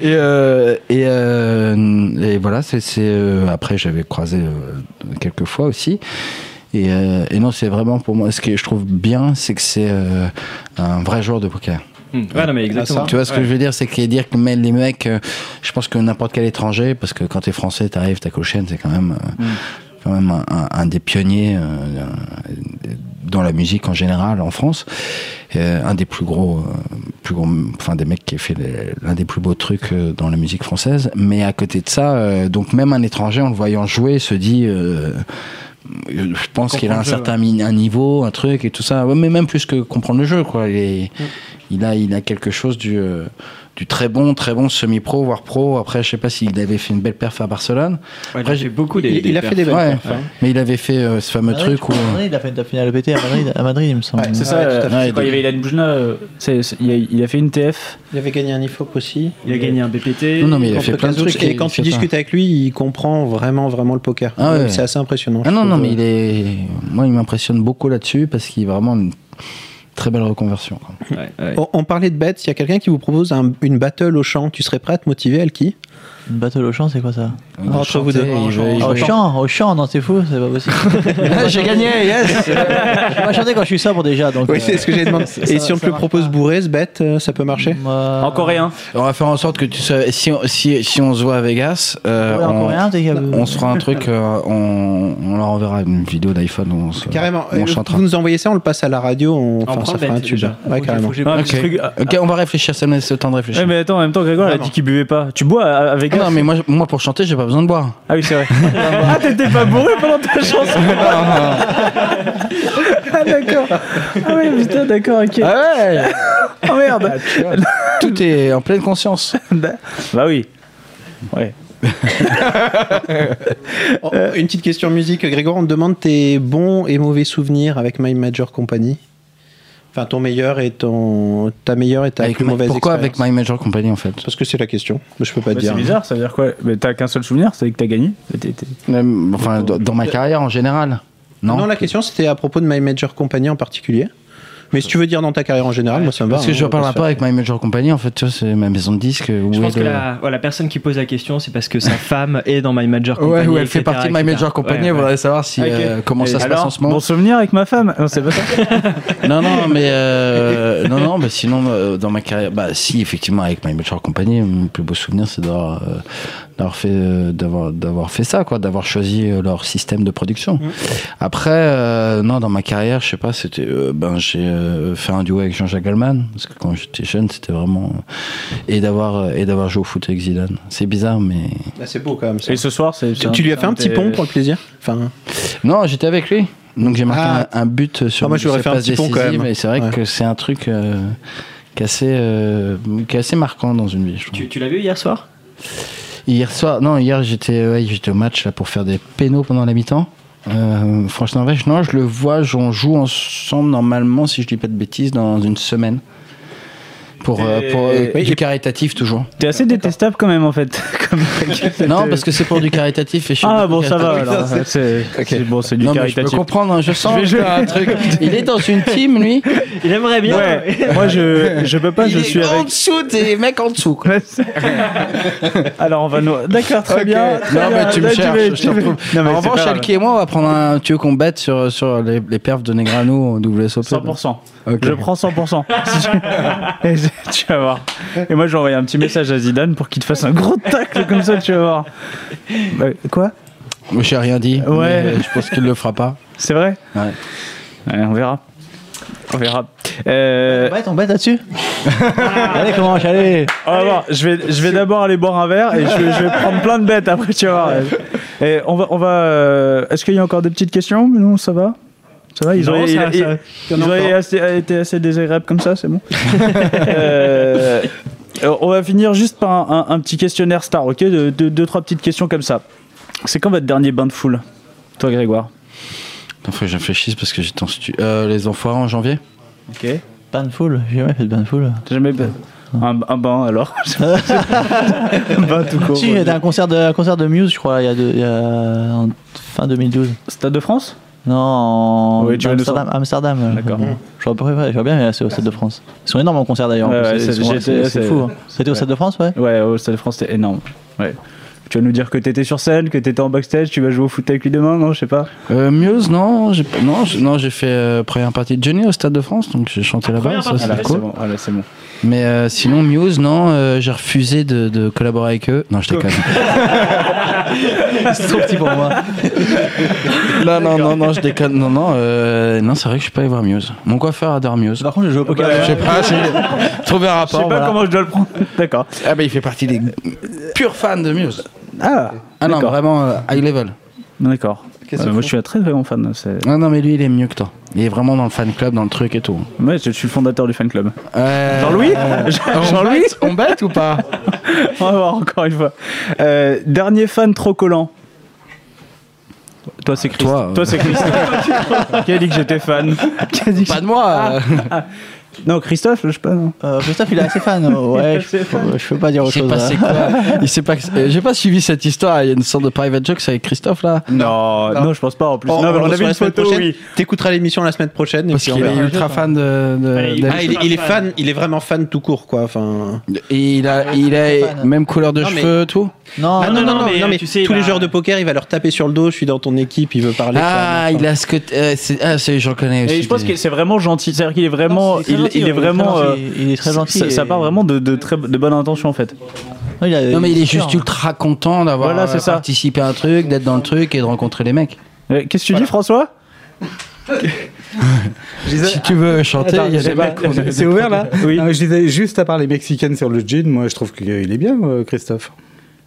[SPEAKER 7] euh, et, euh, et voilà, c'est, c'est, euh, après j'avais croisé euh, quelques fois aussi. Et, euh, et non, c'est vraiment pour moi. Ce que je trouve bien, c'est que c'est euh, un vrai joueur de poker.
[SPEAKER 8] Hmm. Ouais, non, mais
[SPEAKER 12] Ah,
[SPEAKER 8] exactement.
[SPEAKER 7] Tu vois ce que je veux dire, c'est que dire que mais les mecs, euh, je pense que n'importe quel étranger, parce que quand t'es français, t'arrives, t'as Cochin, c'est quand même, euh,
[SPEAKER 8] Mm.
[SPEAKER 6] Hmm.
[SPEAKER 7] quand même un, un- un des pionniers euh, euh, dans la musique en général en France, Euh, un des plus gros, euh, plus gros, enfin des mecs qui a fait les- l'un des plus beaux trucs euh, dans la musique française. Mais à côté de ça, euh, donc même un étranger en le voyant jouer se dit. euh, je pense qu'il a un
[SPEAKER 8] Comprendre le jeu,
[SPEAKER 7] certain mi- un niveau, un truc et tout ça. Ouais, mais même plus que comprendre le jeu, quoi. Il, est-
[SPEAKER 8] Mm.
[SPEAKER 7] il a, il a quelque chose du, euh, du très bon, très bon semi-pro, voire pro. Après, je sais pas s'il avait fait une belle perf à Barcelone.
[SPEAKER 8] Après, j'ai beaucoup des.
[SPEAKER 5] Il, il a fait des belles
[SPEAKER 7] Ouais.
[SPEAKER 5] perfs. hein.
[SPEAKER 7] Mais il avait fait euh, ce fameux
[SPEAKER 5] Ah
[SPEAKER 6] Madrid, je
[SPEAKER 7] truc où.
[SPEAKER 6] crois, Madrid, Il a fait une finale à PT à Madrid, à Madrid, il me semble.
[SPEAKER 3] C'est ça,
[SPEAKER 5] ouais, tout à
[SPEAKER 3] euh,
[SPEAKER 5] fait.
[SPEAKER 3] c'est quand il y avait Ilan Boujna, euh, c'est- c'est- il, a, il a fait une TF.
[SPEAKER 5] Il avait gagné un IFOP aussi.
[SPEAKER 8] Il a gagné un BPT.
[SPEAKER 7] Non, non, mais il a
[SPEAKER 5] Contre
[SPEAKER 7] fait plein de
[SPEAKER 5] Kazuch.
[SPEAKER 7] trucs.
[SPEAKER 5] Et quand tu
[SPEAKER 7] c'est ça.
[SPEAKER 5] discutes avec lui, il comprend vraiment, vraiment le poker.
[SPEAKER 7] Ah ouais.
[SPEAKER 5] C'est assez impressionnant.
[SPEAKER 7] Ah
[SPEAKER 5] je
[SPEAKER 7] non, non,
[SPEAKER 5] trouve. euh,
[SPEAKER 7] mais il est. Moi, il m'impressionne beaucoup là-dessus parce qu'il a vraiment une très belle reconversion. quoi.
[SPEAKER 8] Ouais, ouais.
[SPEAKER 5] On, on parlait de bêtes. Il y a quelqu'un qui vous propose un- une battle au champ. Tu serais prêt à te motiver, Alki
[SPEAKER 6] Une battle au champ, c'est quoi ça Ah,
[SPEAKER 5] Entre vous deux.
[SPEAKER 7] Il veut- il
[SPEAKER 6] Au
[SPEAKER 7] veut-
[SPEAKER 6] champ, au champ, non, c'est fou, c'est pas possible. Ah, J'ai gagné, yes Je vais pas chanter quand je suis sobre déjà. Donc, euh,
[SPEAKER 5] Oui, c'est ce que j'ai demandé. Et si on te le propose bourré, ce bête, euh, ça peut marcher
[SPEAKER 3] En coréen.
[SPEAKER 7] On va faire en sorte que tu sois. Si on, si, si on se voit à Vegas, euh,
[SPEAKER 6] En
[SPEAKER 7] on,
[SPEAKER 6] coréen, t'es capable.
[SPEAKER 7] on se fera un truc, euh, on, on leur enverra une vidéo d'iPhone où on se.
[SPEAKER 5] Carrément.
[SPEAKER 7] où
[SPEAKER 5] Euh,
[SPEAKER 7] On chantera.
[SPEAKER 5] Vous nous envoyez ça, on le passe à la radio. On, enfin,
[SPEAKER 8] prend
[SPEAKER 5] ça
[SPEAKER 8] le
[SPEAKER 5] fera un
[SPEAKER 8] bête,
[SPEAKER 5] tube.
[SPEAKER 8] déjà.
[SPEAKER 5] Ouais, carrément.
[SPEAKER 3] Ah,
[SPEAKER 7] Ok.
[SPEAKER 3] petit truc- ah,
[SPEAKER 7] Ok, on va réfléchir, ça me laisse le temps de réfléchir.
[SPEAKER 3] ouais, mais attends, en même temps, Grégoire, elle a dit
[SPEAKER 5] Vraiment.
[SPEAKER 3] qu'il buvait pas. Tu bois à- avec
[SPEAKER 7] Ah
[SPEAKER 3] elle
[SPEAKER 7] non, mais moi, moi pour chanter, j'ai pas besoin de boire.
[SPEAKER 3] Ah oui, c'est vrai. ah, t'étais pas bourré pendant ta chanson Ah, d'accord. Ah ouais, putain, d'accord, ok.
[SPEAKER 7] Ah ouais
[SPEAKER 3] Ah merde
[SPEAKER 7] Tout est en pleine conscience.
[SPEAKER 3] Bah oui. Ouais.
[SPEAKER 5] Oh, une petite question musique. Grégoire, on te demande tes bons et mauvais souvenirs avec My Major Company. Enfin, ton meilleur et ton. Ta meilleure et ta
[SPEAKER 7] Avec
[SPEAKER 5] plus
[SPEAKER 7] ma-
[SPEAKER 5] mauvaise
[SPEAKER 7] pourquoi avec
[SPEAKER 5] expérience.
[SPEAKER 7] My Major Company en fait
[SPEAKER 5] Parce que c'est la question. Je peux pas
[SPEAKER 3] Bah,
[SPEAKER 5] te dire.
[SPEAKER 3] c'est bizarre, ça veut dire quoi Mais t'as qu'un seul souvenir, c'est que t'as gagné T'es- t'es-
[SPEAKER 7] Même- Enfin, dans dans ma carrière en général. Non,
[SPEAKER 5] Non, la question c'était à propos de My Major Company en particulier. Mais si tu veux dire dans ta carrière en général, moi ça me va.
[SPEAKER 7] Parce que
[SPEAKER 5] hein,
[SPEAKER 7] je
[SPEAKER 5] on
[SPEAKER 7] parle
[SPEAKER 5] peut se
[SPEAKER 7] pas avec My Major Company en fait, tu vois, c'est ma maison de disque. Où
[SPEAKER 8] Je pense que
[SPEAKER 7] est le-
[SPEAKER 8] la, ouais, la personne qui pose la question, c'est parce que sa femme est dans My Major Company.
[SPEAKER 7] Ouais, ouais, elle
[SPEAKER 8] etc.,
[SPEAKER 7] fait partie de My
[SPEAKER 8] etc.
[SPEAKER 7] Major Company,
[SPEAKER 8] Ouais,
[SPEAKER 7] on
[SPEAKER 8] ouais.
[SPEAKER 7] voudrait savoir si, euh, comment ça se passe
[SPEAKER 3] Alors,
[SPEAKER 7] en ce moment.
[SPEAKER 3] Bon souvenir avec ma femme Non, c'est pas ça.
[SPEAKER 7] Non, non, mais euh, non, non, bah, sinon euh, dans ma carrière, bah si effectivement avec My Mature Company, mon plus beau souvenir c'est d'avoir euh, d'avoir fait euh, d'avoir d'avoir fait ça quoi, d'avoir choisi euh, leur système de production. Après, euh, non, dans ma carrière, je sais pas, c'était euh, ben j'ai euh, fait un duo avec Jean-Jacques Goldman parce que quand j'étais jeune, c'était vraiment et d'avoir euh, et d'avoir joué au foot avec Zidane. C'est bizarre, mais
[SPEAKER 5] faire. Ah, c'est Bah, beau quand même. ça.
[SPEAKER 3] Et ce soir, c'est.
[SPEAKER 5] Tu, tu lui as fait un petit pont pour le plaisir Enfin,
[SPEAKER 7] non, j'étais avec lui. Donc j'ai marqué
[SPEAKER 5] Ah.
[SPEAKER 7] un, un but sur
[SPEAKER 5] Ah, moi, je
[SPEAKER 7] sur
[SPEAKER 5] voudrais faire un
[SPEAKER 7] passe
[SPEAKER 5] petit pont, quand
[SPEAKER 7] décisive,
[SPEAKER 5] même.
[SPEAKER 7] et c'est vrai
[SPEAKER 5] Ouais.
[SPEAKER 7] que c'est un truc euh, qui est assez, euh, qui est assez marquant dans une vie, je trouve.
[SPEAKER 8] Tu, tu l'as vu hier soir
[SPEAKER 7] Hier soir, non, hier j'étais ouais, j'étais au match là, pour faire des pénaux pendant la mi-temps. Euh, Franche-Norvège, non, je le vois, j'en joue ensemble normalement, si je dis pas de bêtises, dans une semaine. Pour, euh, pour euh,
[SPEAKER 3] Oui,
[SPEAKER 7] du
[SPEAKER 3] et-
[SPEAKER 7] caritatif toujours.
[SPEAKER 3] T'es assez détestable quand même en fait. Comme-
[SPEAKER 7] Non, parce que c'est pour du caritatif et je suis
[SPEAKER 3] Ah
[SPEAKER 7] beaucoup
[SPEAKER 3] bon, ça va
[SPEAKER 7] caritatif.
[SPEAKER 3] alors. C'est c'est- bon, c'est du
[SPEAKER 7] Non, mais je peux
[SPEAKER 3] caritatif.
[SPEAKER 7] comprendre, hein, je sens
[SPEAKER 3] Je vais-
[SPEAKER 7] que t'as un truc. Il est dans une team, lui.
[SPEAKER 8] Il aimerait bien.
[SPEAKER 3] Ouais, moi je, je peux pas,
[SPEAKER 7] il
[SPEAKER 3] je
[SPEAKER 7] est
[SPEAKER 3] suis
[SPEAKER 7] en
[SPEAKER 3] avec.
[SPEAKER 7] dessous des mecs en dessous. quoi.
[SPEAKER 3] Alors on va nous. D'accord, très
[SPEAKER 7] Ok.
[SPEAKER 3] bien. très
[SPEAKER 7] Non,
[SPEAKER 3] bien.
[SPEAKER 7] mais tu me
[SPEAKER 3] Là,
[SPEAKER 7] cherches,
[SPEAKER 3] vas-
[SPEAKER 7] je
[SPEAKER 3] tu
[SPEAKER 7] te
[SPEAKER 3] vas-
[SPEAKER 7] retrouve.
[SPEAKER 3] Non, mais
[SPEAKER 7] en
[SPEAKER 3] c'est
[SPEAKER 7] revanche,
[SPEAKER 3] pas
[SPEAKER 7] Alki et moi, on va prendre un. Tu veux qu'on bête sur, sur les, les perfs de Negrano en WSOP
[SPEAKER 3] grave. 100%.
[SPEAKER 7] Ok.
[SPEAKER 3] Je prends 100%. Si tu- Et je- tu vas voir. Et moi, j'ai envoyé un petit message à Zidane pour qu'il te fasse un gros tacle comme ça, tu vas voir. Bah, quoi
[SPEAKER 7] Moi, j'ai rien dit.
[SPEAKER 3] Ouais.
[SPEAKER 7] mais, euh, je pense qu'il le fera pas.
[SPEAKER 3] C'est vrai
[SPEAKER 7] Ouais.
[SPEAKER 3] Ouais, on verra. On verra. Euh,
[SPEAKER 6] Bête, on bête là-dessus Allez, comment allez
[SPEAKER 3] On va voir, je vais, je vais d'abord aller boire un verre et je, vais- je vais prendre plein de bêtes après, tu vas voir. Et on va, on va, euh, Est-ce qu'il y a encore des petites questions Non, ça va Ça va Ah, Ils
[SPEAKER 8] Non, ça-
[SPEAKER 3] auraient, ils-
[SPEAKER 8] ça-
[SPEAKER 3] ils auraient assez- été assez désagréables comme ça, c'est bon Euh, On va finir juste par un, un- un petit questionnaire star, ok de, de- Deux, trois petites questions comme ça. C'est quand votre dernier bain de foule Toi, Grégoire
[SPEAKER 7] Attends, faut que je réfléchisse parce que j'étais en stu. Euh, les enfoirés en janvier
[SPEAKER 3] Ok.
[SPEAKER 6] Ban full, j'ai jamais fait de ban full.
[SPEAKER 3] T'as jamais. Un, un bain alors Un bain tout court.
[SPEAKER 6] Si, j'étais à un concert de, un concert de Muse, je crois, il y a, deux- il y a en fin 2012.
[SPEAKER 3] Stade de France
[SPEAKER 6] Non, en
[SPEAKER 3] Oui, tu vas nous
[SPEAKER 6] Amsterdam. Amsterdam euh,
[SPEAKER 3] D'accord.
[SPEAKER 6] bon. Je vois, à peu près, je vois bien, mais là, c'est au Stade de France. Ils sont énormes en concert d'ailleurs. en
[SPEAKER 3] Ouais,
[SPEAKER 6] plus,
[SPEAKER 3] ouais,
[SPEAKER 6] ils
[SPEAKER 3] c'est-
[SPEAKER 6] sont-
[SPEAKER 3] j'étais-
[SPEAKER 6] c'est c'est
[SPEAKER 3] c'est-
[SPEAKER 6] fou. hein. C'était au Stade de France, ouais
[SPEAKER 3] Ouais, au Stade de France, c'était énorme. Ouais. Tu vas nous dire que t'étais sur scène, que t'étais en backstage, tu vas jouer au foot avec lui demain, non Je sais pas.
[SPEAKER 7] euh, Muse, non, j'ai non, j'ai- non, j'ai fait euh, première partie de Johnny au Stade de France, donc j'ai chanté là-bas, bah, ça
[SPEAKER 3] Ah là,
[SPEAKER 7] c'était
[SPEAKER 3] c'est
[SPEAKER 7] cool.
[SPEAKER 3] bon. ah là, c'est bon.
[SPEAKER 7] Mais euh, sinon, Muse, non, euh, j'ai refusé de, de collaborer avec eux. Non, je déconne.
[SPEAKER 6] C'est trop petit pour moi.
[SPEAKER 7] non, non, non, non, je déconne. Non, non, euh, non, c'est vrai que je suis pas allé voir Muse. Mon coiffeur adore Muse.
[SPEAKER 6] Par contre, j'ai joué au poker.
[SPEAKER 7] Je sais pas, c'est- trouver un
[SPEAKER 3] Je sais
[SPEAKER 7] rapport.
[SPEAKER 3] pas
[SPEAKER 7] voilà.
[SPEAKER 3] comment je dois le prendre. D'accord.
[SPEAKER 7] Ah bah il fait partie des purs fans de Muse.
[SPEAKER 3] Ah,
[SPEAKER 7] Ah non,
[SPEAKER 3] D'accord.
[SPEAKER 7] vraiment euh, high level.
[SPEAKER 3] d'accord. Euh, moi, je suis un très très grand fan. c'est-
[SPEAKER 7] Non, non, mais lui, il est mieux que toi. Il est vraiment dans le fan club, dans le truc et tout.
[SPEAKER 3] Moi, je suis le fondateur du fan club.
[SPEAKER 7] Euh,
[SPEAKER 3] Jean-Louis
[SPEAKER 7] on
[SPEAKER 3] Jean-Louis
[SPEAKER 7] bête- On bête ou pas
[SPEAKER 3] On va voir encore une fois. Euh, dernier fan trop collant. Toi, c'est Christ.
[SPEAKER 7] Toi, euh.
[SPEAKER 3] c'est Christ. Qui a dit que j'étais fan Qui a dit que-
[SPEAKER 7] Pas de moi euh.
[SPEAKER 3] Non, Christophe, je sais pas. Non.
[SPEAKER 6] Euh, Christophe, il est assez fan. euh, Ouais, je, peux- je peux pas dire autre
[SPEAKER 7] Il s'est
[SPEAKER 6] chose.
[SPEAKER 7] passé
[SPEAKER 6] hein.
[SPEAKER 7] quoi Il s'est pas... euh, J'ai pas suivi cette histoire. Il y a une sorte de private joke avec Christophe là.
[SPEAKER 3] Non, non, je pense pas en plus.
[SPEAKER 5] Oh, On-
[SPEAKER 3] non, mais
[SPEAKER 5] on
[SPEAKER 3] on
[SPEAKER 5] le
[SPEAKER 3] avait
[SPEAKER 5] saura
[SPEAKER 3] une
[SPEAKER 5] la semaine
[SPEAKER 3] photo,
[SPEAKER 5] prochaine.
[SPEAKER 3] oui.
[SPEAKER 5] T'écouteras l'émission la semaine prochaine. et
[SPEAKER 7] Parce
[SPEAKER 5] puis on
[SPEAKER 7] qu'il est
[SPEAKER 5] verra.
[SPEAKER 7] ultra fan Euh, de. de- d'Alice.
[SPEAKER 5] Ah, il, est- il est fan, il est vraiment fan tout court quoi. Enfin.
[SPEAKER 7] Et il a, il a
[SPEAKER 6] Fan.
[SPEAKER 7] même couleur de
[SPEAKER 5] Non, mais-
[SPEAKER 7] cheveux, tout.
[SPEAKER 6] Non,
[SPEAKER 5] Ah non, non, non,
[SPEAKER 13] mais
[SPEAKER 5] non, mais
[SPEAKER 13] tu sais,
[SPEAKER 5] tous
[SPEAKER 13] il
[SPEAKER 5] les
[SPEAKER 13] a-
[SPEAKER 5] joueurs de poker, il va leur taper sur le dos. Je suis dans ton équipe, il veut parler.
[SPEAKER 7] Ah, il a ce que. euh, c'est- ah, c'est, j'en connais aussi.
[SPEAKER 3] Et je pense
[SPEAKER 7] des-
[SPEAKER 3] que c'est vraiment gentil. C'est-à-dire qu'il est vraiment,
[SPEAKER 6] Non, c'est très
[SPEAKER 3] il,
[SPEAKER 6] gentil,
[SPEAKER 3] il
[SPEAKER 6] ouais,
[SPEAKER 3] est vraiment,
[SPEAKER 6] très
[SPEAKER 3] euh,
[SPEAKER 6] gentil. Il est très gentil
[SPEAKER 3] Ça, ça
[SPEAKER 6] et-
[SPEAKER 3] part vraiment de, de très de bonnes intentions en fait.
[SPEAKER 6] Non, il a-
[SPEAKER 7] Non, mais il est juste
[SPEAKER 6] sûr.
[SPEAKER 7] ultra content d'avoir
[SPEAKER 3] Voilà, c'est
[SPEAKER 7] euh,
[SPEAKER 3] ça.
[SPEAKER 7] participé à un truc, d'être dans le truc et de rencontrer les mecs.
[SPEAKER 3] Euh, Qu'est-ce que tu dis, François
[SPEAKER 7] Si tu veux chanter, il y a des mecs.
[SPEAKER 12] C'est ouvert là
[SPEAKER 3] Oui.
[SPEAKER 12] Non, mais Je disais Ah, juste à part les mexicaines sur le gin, moi je trouve qu'il est bien, euh, Christophe.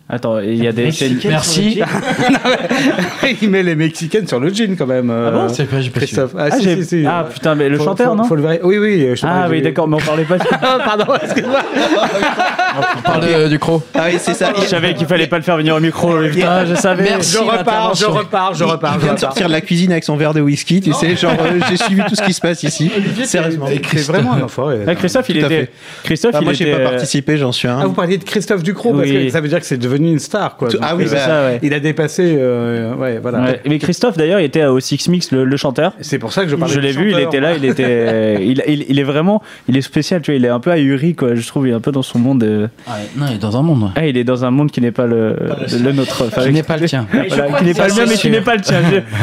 [SPEAKER 3] Attends, il y a des. Ah, c'est-
[SPEAKER 7] Merci.
[SPEAKER 12] il met les mexicaines sur le gin quand même. euh,
[SPEAKER 7] C'est pas, j'ai pas suivi.
[SPEAKER 12] Christophe. Ah,
[SPEAKER 3] Ah,
[SPEAKER 12] si,
[SPEAKER 3] j'ai-
[SPEAKER 12] si, si.
[SPEAKER 3] ah, putain, mais le
[SPEAKER 12] Faut-
[SPEAKER 3] chanteur
[SPEAKER 12] faut-
[SPEAKER 3] non
[SPEAKER 12] faut le vrai- Oui, oui. je sais
[SPEAKER 3] Ah
[SPEAKER 12] pas,
[SPEAKER 3] oui,
[SPEAKER 12] j'ai-
[SPEAKER 3] d'accord, mais on parlait pas. Ah
[SPEAKER 7] On parle euh, du croc.
[SPEAKER 5] Ah oui, c'est ça.
[SPEAKER 3] Je savais qu'il fallait pas le faire venir au micro. mais Putain, je savais.
[SPEAKER 12] Je repars, je repars, je repars.
[SPEAKER 5] Il
[SPEAKER 12] je
[SPEAKER 5] vient de
[SPEAKER 12] repars.
[SPEAKER 5] sortir de la cuisine avec son verre de whisky, tu sais, genre euh, j'ai suivi tout ce qui se passe ici. Sérieusement.
[SPEAKER 12] C'est vraiment un enfoiré.
[SPEAKER 3] Ah, Christophe, il
[SPEAKER 5] Tout à
[SPEAKER 3] était.
[SPEAKER 5] fait.
[SPEAKER 3] Christophe,
[SPEAKER 5] Ah, moi,
[SPEAKER 3] il
[SPEAKER 5] j'ai
[SPEAKER 3] était.
[SPEAKER 5] pas
[SPEAKER 3] euh,
[SPEAKER 5] participé, j'en suis
[SPEAKER 12] Ah,
[SPEAKER 5] un.
[SPEAKER 12] vous parliez de Christophe Ducrot, parce
[SPEAKER 3] Oui.
[SPEAKER 12] que ça veut dire que c'est devenu une star, quoi.
[SPEAKER 5] Tout-
[SPEAKER 12] Donc,
[SPEAKER 5] Ah oui,
[SPEAKER 12] euh,
[SPEAKER 3] c'est
[SPEAKER 5] bah,
[SPEAKER 3] ça, ouais.
[SPEAKER 12] Il a dépassé, euh, ouais, voilà.
[SPEAKER 3] ouais. Mais Christophe d'ailleurs, il était au Six Mix, le, le chanteur.
[SPEAKER 12] C'est pour ça que je parlais
[SPEAKER 3] Je
[SPEAKER 12] du
[SPEAKER 3] l'ai vu, il
[SPEAKER 12] chanteur.
[SPEAKER 3] était là, il était, il, il, il est vraiment, il est spécial, tu vois, il est un peu ahuri quoi. Je trouve, il est un peu dans son monde. euh,
[SPEAKER 7] Ah, non, il est dans un monde.
[SPEAKER 3] Ah, il est dans un monde qui n'est pas le, le nôtre. Enfin,
[SPEAKER 7] Qui n'est pas le tien.
[SPEAKER 3] Voilà, qui n'est pas le mien, mais qui n'est pas le tien.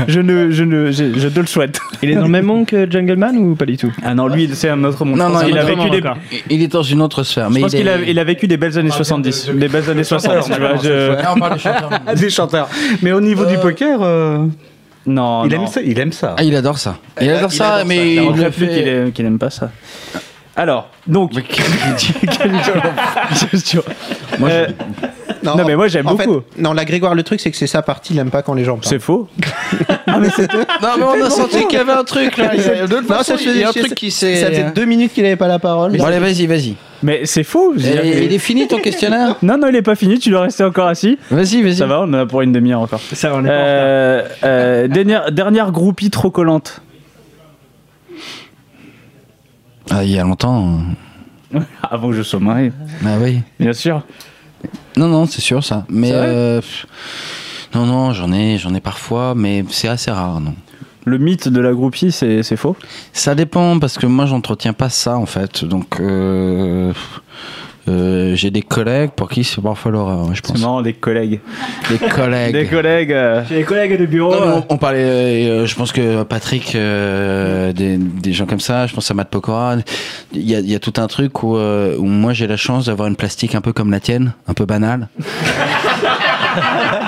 [SPEAKER 3] Je, je ne, je ne, je, je te le souhaite.
[SPEAKER 8] Il est dans le même monde que Jungle Man ou pas du tout
[SPEAKER 3] Ah non, lui, c'est un autre monde.
[SPEAKER 7] Non,
[SPEAKER 3] Je
[SPEAKER 7] non,
[SPEAKER 3] pense
[SPEAKER 7] il
[SPEAKER 3] qu'il
[SPEAKER 7] est
[SPEAKER 3] a
[SPEAKER 7] vraiment
[SPEAKER 3] vécu des.
[SPEAKER 7] d'accord. Il est dans une autre sphère.
[SPEAKER 3] Je
[SPEAKER 7] Mais
[SPEAKER 3] pense
[SPEAKER 7] il
[SPEAKER 3] qu'il a,
[SPEAKER 7] est-
[SPEAKER 3] il a vécu des belles
[SPEAKER 12] Ah,
[SPEAKER 3] années 70, des belles années 60. Tu vois, je...
[SPEAKER 7] Ouais, on parle du chanteur.
[SPEAKER 12] Ah, Des chanteurs. Mais au niveau du poker, euh,
[SPEAKER 3] Non,
[SPEAKER 12] il,
[SPEAKER 3] non.
[SPEAKER 12] aime ça, il aime ça.
[SPEAKER 7] Ah, il adore ça. Il adore ça, mais
[SPEAKER 3] Euh, Il
[SPEAKER 7] il le
[SPEAKER 3] regrette plus qu'il
[SPEAKER 7] fait.
[SPEAKER 3] ait- qu'il aime pas ça. Alors, donc,
[SPEAKER 7] Mais qu'est-ce qu'il dit
[SPEAKER 3] Quelle violence. Question.
[SPEAKER 7] Moi, je-
[SPEAKER 3] Euh, Non, mais moi, j'aime
[SPEAKER 5] en fait,
[SPEAKER 3] beaucoup.
[SPEAKER 5] non, la Grégoire, le truc, c'est que c'est sa partie, il aime pas quand les gens parlent.
[SPEAKER 3] C'est faux.
[SPEAKER 7] Non, mais on a senti qu'il y avait un truc là. Il y a- de toute façon, il y a un truc qui s'est.
[SPEAKER 5] Ça faisait deux minutes qu'il avait pas la parole.
[SPEAKER 7] Bon, allez, vas-y, vas-y.
[SPEAKER 3] Mais c'est faux. je veux dire
[SPEAKER 7] Et-
[SPEAKER 3] que-
[SPEAKER 7] Il est fini ton questionnaire
[SPEAKER 3] Non, non, il est pas fini, tu dois rester encore assis.
[SPEAKER 7] Vas-y, vas-y.
[SPEAKER 3] Ça va, on en a pour une demi-heure encore.
[SPEAKER 8] Ça, on est pas en
[SPEAKER 3] Euh, euh, dernière, dernière groupie trop collante.
[SPEAKER 7] Ah, il y a longtemps.
[SPEAKER 3] Avant que je sois marié,
[SPEAKER 7] Bah oui.
[SPEAKER 3] bien sûr.
[SPEAKER 7] Non, non, c'est sûr ça. Mais.
[SPEAKER 3] C'est vrai
[SPEAKER 7] euh, pff, Non, non, j'en ai, j'en ai parfois, mais c'est assez rare, non.
[SPEAKER 3] Le mythe de la groupie, c'est c'est faux.
[SPEAKER 7] Ça dépend parce que moi j'entretiens pas ça en fait. Donc euh, euh, j'ai des collègues pour qui c'est parfois l'horreur, ouais, je
[SPEAKER 3] C'est
[SPEAKER 7] pense.
[SPEAKER 3] marrant, des collègues.
[SPEAKER 7] Des collègues.
[SPEAKER 3] Des collègues. euh,
[SPEAKER 8] J'ai des collègues de bureau.
[SPEAKER 7] Non, mais
[SPEAKER 8] là.
[SPEAKER 7] on, on parlait, euh, euh, je pense que Patrick, euh, des, des gens comme ça, je pense à Matt Pokora, il y a, il y a tout un truc où, euh, où moi j'ai la chance d'avoir une plastique un peu comme la tienne, un peu banale.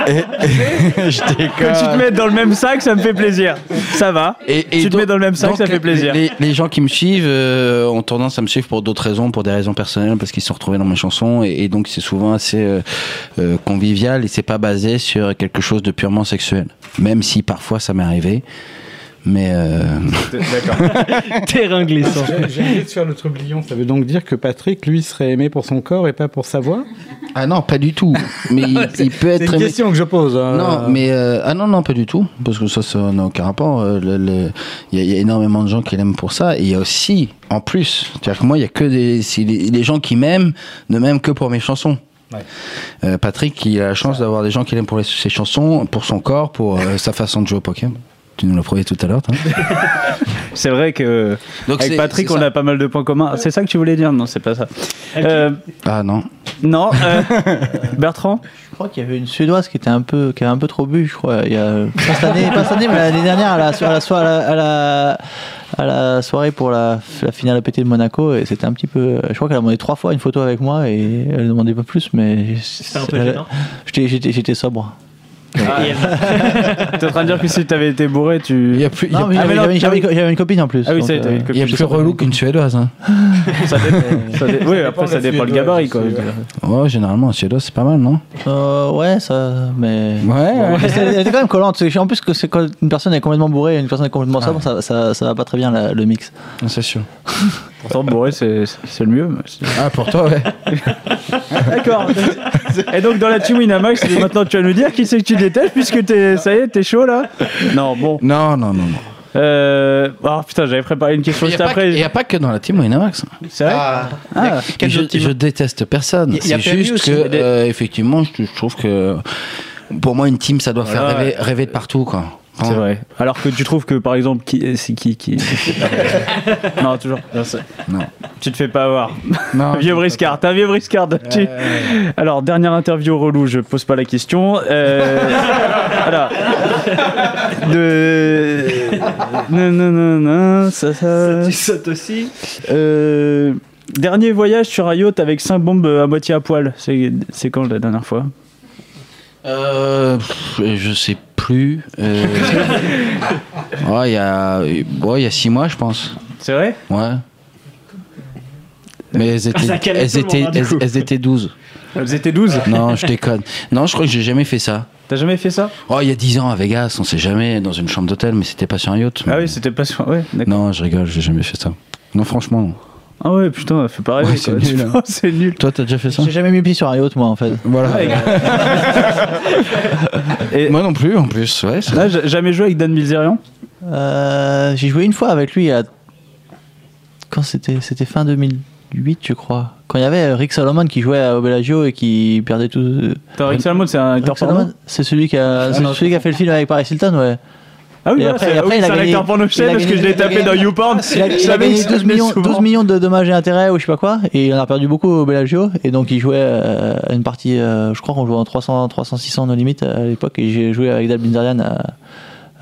[SPEAKER 7] Et- et- je
[SPEAKER 3] Que tu te
[SPEAKER 7] déconne.
[SPEAKER 3] mettes dans le même sac, ça me fait plaisir. Ça va.
[SPEAKER 7] Et, et
[SPEAKER 3] tu te
[SPEAKER 7] donc-
[SPEAKER 3] mets dans le même sac,
[SPEAKER 7] donc
[SPEAKER 3] ça fait
[SPEAKER 7] les-
[SPEAKER 3] plaisir.
[SPEAKER 7] Les, les gens qui me suivent euh, ont tendance à me suivre pour d'autres raisons, pour des raisons personnelles, parce qu'ils se sont retrouvés dans mes chansons, et, et donc c'est souvent assez euh, euh, convivial et c'est pas basé sur quelque chose de purement sexuel. Même si parfois ça m'est arrivé, mais euh,
[SPEAKER 3] D'accord.
[SPEAKER 8] Terrain glissant.
[SPEAKER 14] J'ai j'ai envie de faire le trublion. Ça veut donc dire que Patrick, lui, serait aimé pour son corps et pas pour sa voix
[SPEAKER 7] ah non, pas du tout. Mais il, il peut
[SPEAKER 14] C'est une
[SPEAKER 7] être aimé-
[SPEAKER 14] question que je pose. hein.
[SPEAKER 7] Non, mais euh, ah non, non, pas du tout, parce que ça, ça n'a aucun rapport. Euh, le- le- Il y, a- il y a énormément de gens qui l'aiment pour ça, et il y a aussi, en plus, c'est-à-dire que moi, il y a que des, si les, les gens qui m'aiment ne m'aiment que pour mes chansons. Euh, Patrick, il a la chance d'avoir des gens qui l'aiment pour les- ses chansons, pour son corps, pour euh, sa façon de jouer au Pokémon. Tu nous l'as prouvé tout à l'heure. toi. hein.
[SPEAKER 3] C'est vrai que
[SPEAKER 7] Donc
[SPEAKER 3] avec
[SPEAKER 7] c'est-
[SPEAKER 3] Patrick,
[SPEAKER 7] c'est
[SPEAKER 3] on
[SPEAKER 7] ça.
[SPEAKER 3] a pas mal de points communs. C'est ça que tu voulais dire Non, c'est pas ça.
[SPEAKER 8] Ok.
[SPEAKER 3] Euh,
[SPEAKER 7] Ah non.
[SPEAKER 3] non. euh, Bertrand
[SPEAKER 6] Je crois qu'il y avait une Suédoise qui était un peu, qui avait un peu trop bu, je crois. Il y a, pas cette année, pas cette année, mais l'année dernière, à la, so- à la so- à la- à la- à la soirée pour la, la finale APT de Monaco, et c'était un petit peu. Je crois qu'elle a demandé trois fois une photo avec moi et elle demandait pas plus, mais.
[SPEAKER 8] C'était un peu
[SPEAKER 6] elle-
[SPEAKER 8] gênant.
[SPEAKER 6] J'étais, j'étais, j'étais sobre. Ah,
[SPEAKER 3] T'es en train de dire que si t'avais été bourré, tu.
[SPEAKER 7] Il y a plus. il y a-
[SPEAKER 6] Non, mais
[SPEAKER 3] ah, mais
[SPEAKER 6] j'avais, j'avais-
[SPEAKER 3] non, ah oui.
[SPEAKER 6] j'avais une co- j'avais une copine en plus.
[SPEAKER 3] Ah oui,
[SPEAKER 6] donc,
[SPEAKER 3] ça, t'avais une
[SPEAKER 6] euh,
[SPEAKER 7] il y a
[SPEAKER 3] copine.
[SPEAKER 7] plus relou qu'une suédoise. Hein.
[SPEAKER 3] Ça dépend- ça dé- Oui, après,
[SPEAKER 14] dépend
[SPEAKER 3] ça
[SPEAKER 14] de la
[SPEAKER 3] dépend le
[SPEAKER 14] Suédoise
[SPEAKER 3] gabarit, quoi.
[SPEAKER 14] aussi,
[SPEAKER 7] Oh, généralement, une suédoise, c'est pas mal, non
[SPEAKER 6] euh, ouais, ça, mais.
[SPEAKER 7] Ouais. ouais.
[SPEAKER 6] Mais c'est- Elle était quand même collante. c'est- En plus, que c'est quand une personne est complètement bourrée et une personne est complètement sobre, ça, ça, ça va pas très bien la- le mix.
[SPEAKER 7] C'est sûr.
[SPEAKER 3] Pourtant, bourré, c'est c'est le mieux. mais c'est-
[SPEAKER 7] Ah, pour toi, ouais.
[SPEAKER 3] D'accord. Et donc dans la team Winamax, maintenant tu vas nous dire qui c'est que tu détestes puisque t'es, ça y est, t'es chaud là. Non, bon.
[SPEAKER 7] Non, non, non. non.
[SPEAKER 3] Euh... Oh putain, j'avais préparé une question
[SPEAKER 7] Il n'y
[SPEAKER 3] juste
[SPEAKER 7] a, pas que-
[SPEAKER 3] après.
[SPEAKER 7] il y a pas que dans la team Winamax.
[SPEAKER 3] C'est vrai
[SPEAKER 5] Ah,
[SPEAKER 7] Ah,
[SPEAKER 5] quel
[SPEAKER 7] je,
[SPEAKER 5] autre team
[SPEAKER 7] je déteste personne.
[SPEAKER 5] y a
[SPEAKER 7] C'est
[SPEAKER 5] PMU
[SPEAKER 7] juste
[SPEAKER 5] aussi,
[SPEAKER 7] que,
[SPEAKER 5] mais des-
[SPEAKER 7] euh, effectivement, je, je trouve que pour moi, une team, ça doit
[SPEAKER 3] Voilà,
[SPEAKER 7] faire rêver, rêver de partout. Quoi.
[SPEAKER 3] C'est vrai. Alors que tu trouves que par exemple, qui, euh, c'est qui qui Non, toujours. Non, c'est-
[SPEAKER 7] Non.
[SPEAKER 3] Tu te fais pas avoir.
[SPEAKER 7] Non,
[SPEAKER 3] vieux
[SPEAKER 7] je-
[SPEAKER 3] briscard, t'es un vieux briscard. tu- Alors dernière interview relou, je pose pas la question. Euh... voilà. De. Non, non, non, non, ça, ça.
[SPEAKER 8] Tu sautes aussi.
[SPEAKER 3] Euh, dernier voyage sur un yacht avec 5 bombes à moitié à poil. C'est c'est quand la dernière fois
[SPEAKER 7] Euh, pff, je sais plus. Euh, ouais, il y a, ouais, il y a six mois, je pense.
[SPEAKER 3] C'est vrai
[SPEAKER 7] Ouais. Mais elles étaient,
[SPEAKER 8] ça calme
[SPEAKER 7] elles
[SPEAKER 8] tout le monde,
[SPEAKER 7] étaient,
[SPEAKER 8] hein, du
[SPEAKER 7] elles-
[SPEAKER 8] coup.
[SPEAKER 7] elles étaient 12.
[SPEAKER 3] Vous étiez 12
[SPEAKER 7] Non, je déconne. Non, je crois que j'ai jamais fait ça.
[SPEAKER 3] T'as jamais fait ça
[SPEAKER 7] Oh, il y a 10 ans à Vegas, on sait jamais, dans une chambre d'hôtel, mais c'était pas sur un yacht.
[SPEAKER 3] Ah oui, c'était pas sur. Ouais, d'accord.
[SPEAKER 7] Non, je rigole, j'ai jamais fait ça. Non, franchement. non.
[SPEAKER 3] Ah ouais, putain, fais pas rêver.
[SPEAKER 7] Ouais, c'est
[SPEAKER 3] quoi.
[SPEAKER 7] nul, hein.
[SPEAKER 3] c'est nul.
[SPEAKER 7] Toi, t'as déjà fait ça
[SPEAKER 6] J'ai jamais mis le pied sur un yacht, moi, en fait.
[SPEAKER 7] Voilà.
[SPEAKER 3] Et-
[SPEAKER 7] Moi non plus, en plus. Ouais, c'est-
[SPEAKER 3] Là, j'ai jamais joué avec Dan Bilzerian
[SPEAKER 6] Euh, j'ai joué une fois avec lui à. Quand c'était C'était fin 2008, je crois. Quand il y avait euh, Rick Solomon qui jouait à Bellagio et qui perdait tout. euh,
[SPEAKER 3] Attends, Rick Salmon, c'est un acteur
[SPEAKER 6] Rick
[SPEAKER 3] porno
[SPEAKER 6] Solomon C'est celui, qui a... c'est celui qui a fait le film avec Paris Hilton, ouais.
[SPEAKER 3] Ah oui,
[SPEAKER 6] Et
[SPEAKER 3] voilà,
[SPEAKER 6] après-
[SPEAKER 3] c'est
[SPEAKER 6] et après,
[SPEAKER 3] oui,
[SPEAKER 6] il a
[SPEAKER 3] c'est un
[SPEAKER 6] gagné-
[SPEAKER 3] acteur porno, je sais,
[SPEAKER 6] il a
[SPEAKER 3] parce que
[SPEAKER 6] gagné-
[SPEAKER 3] je l'ai
[SPEAKER 6] il a
[SPEAKER 3] tapé dans
[SPEAKER 6] gagné-
[SPEAKER 3] YouPorn.
[SPEAKER 6] Il a, il a
[SPEAKER 3] Je savais que
[SPEAKER 6] gagné
[SPEAKER 3] ça venait
[SPEAKER 6] 12 millions,
[SPEAKER 3] souvent.
[SPEAKER 6] 12 millions de dommages et intérêts ou je sais pas quoi, et il en a perdu beaucoup au Bellagio, et donc il jouait euh, à une partie, euh, je crois qu'on jouait en 300, 300, 600 nos limites à l'époque, et j'ai joué avec Dal Binzarian à,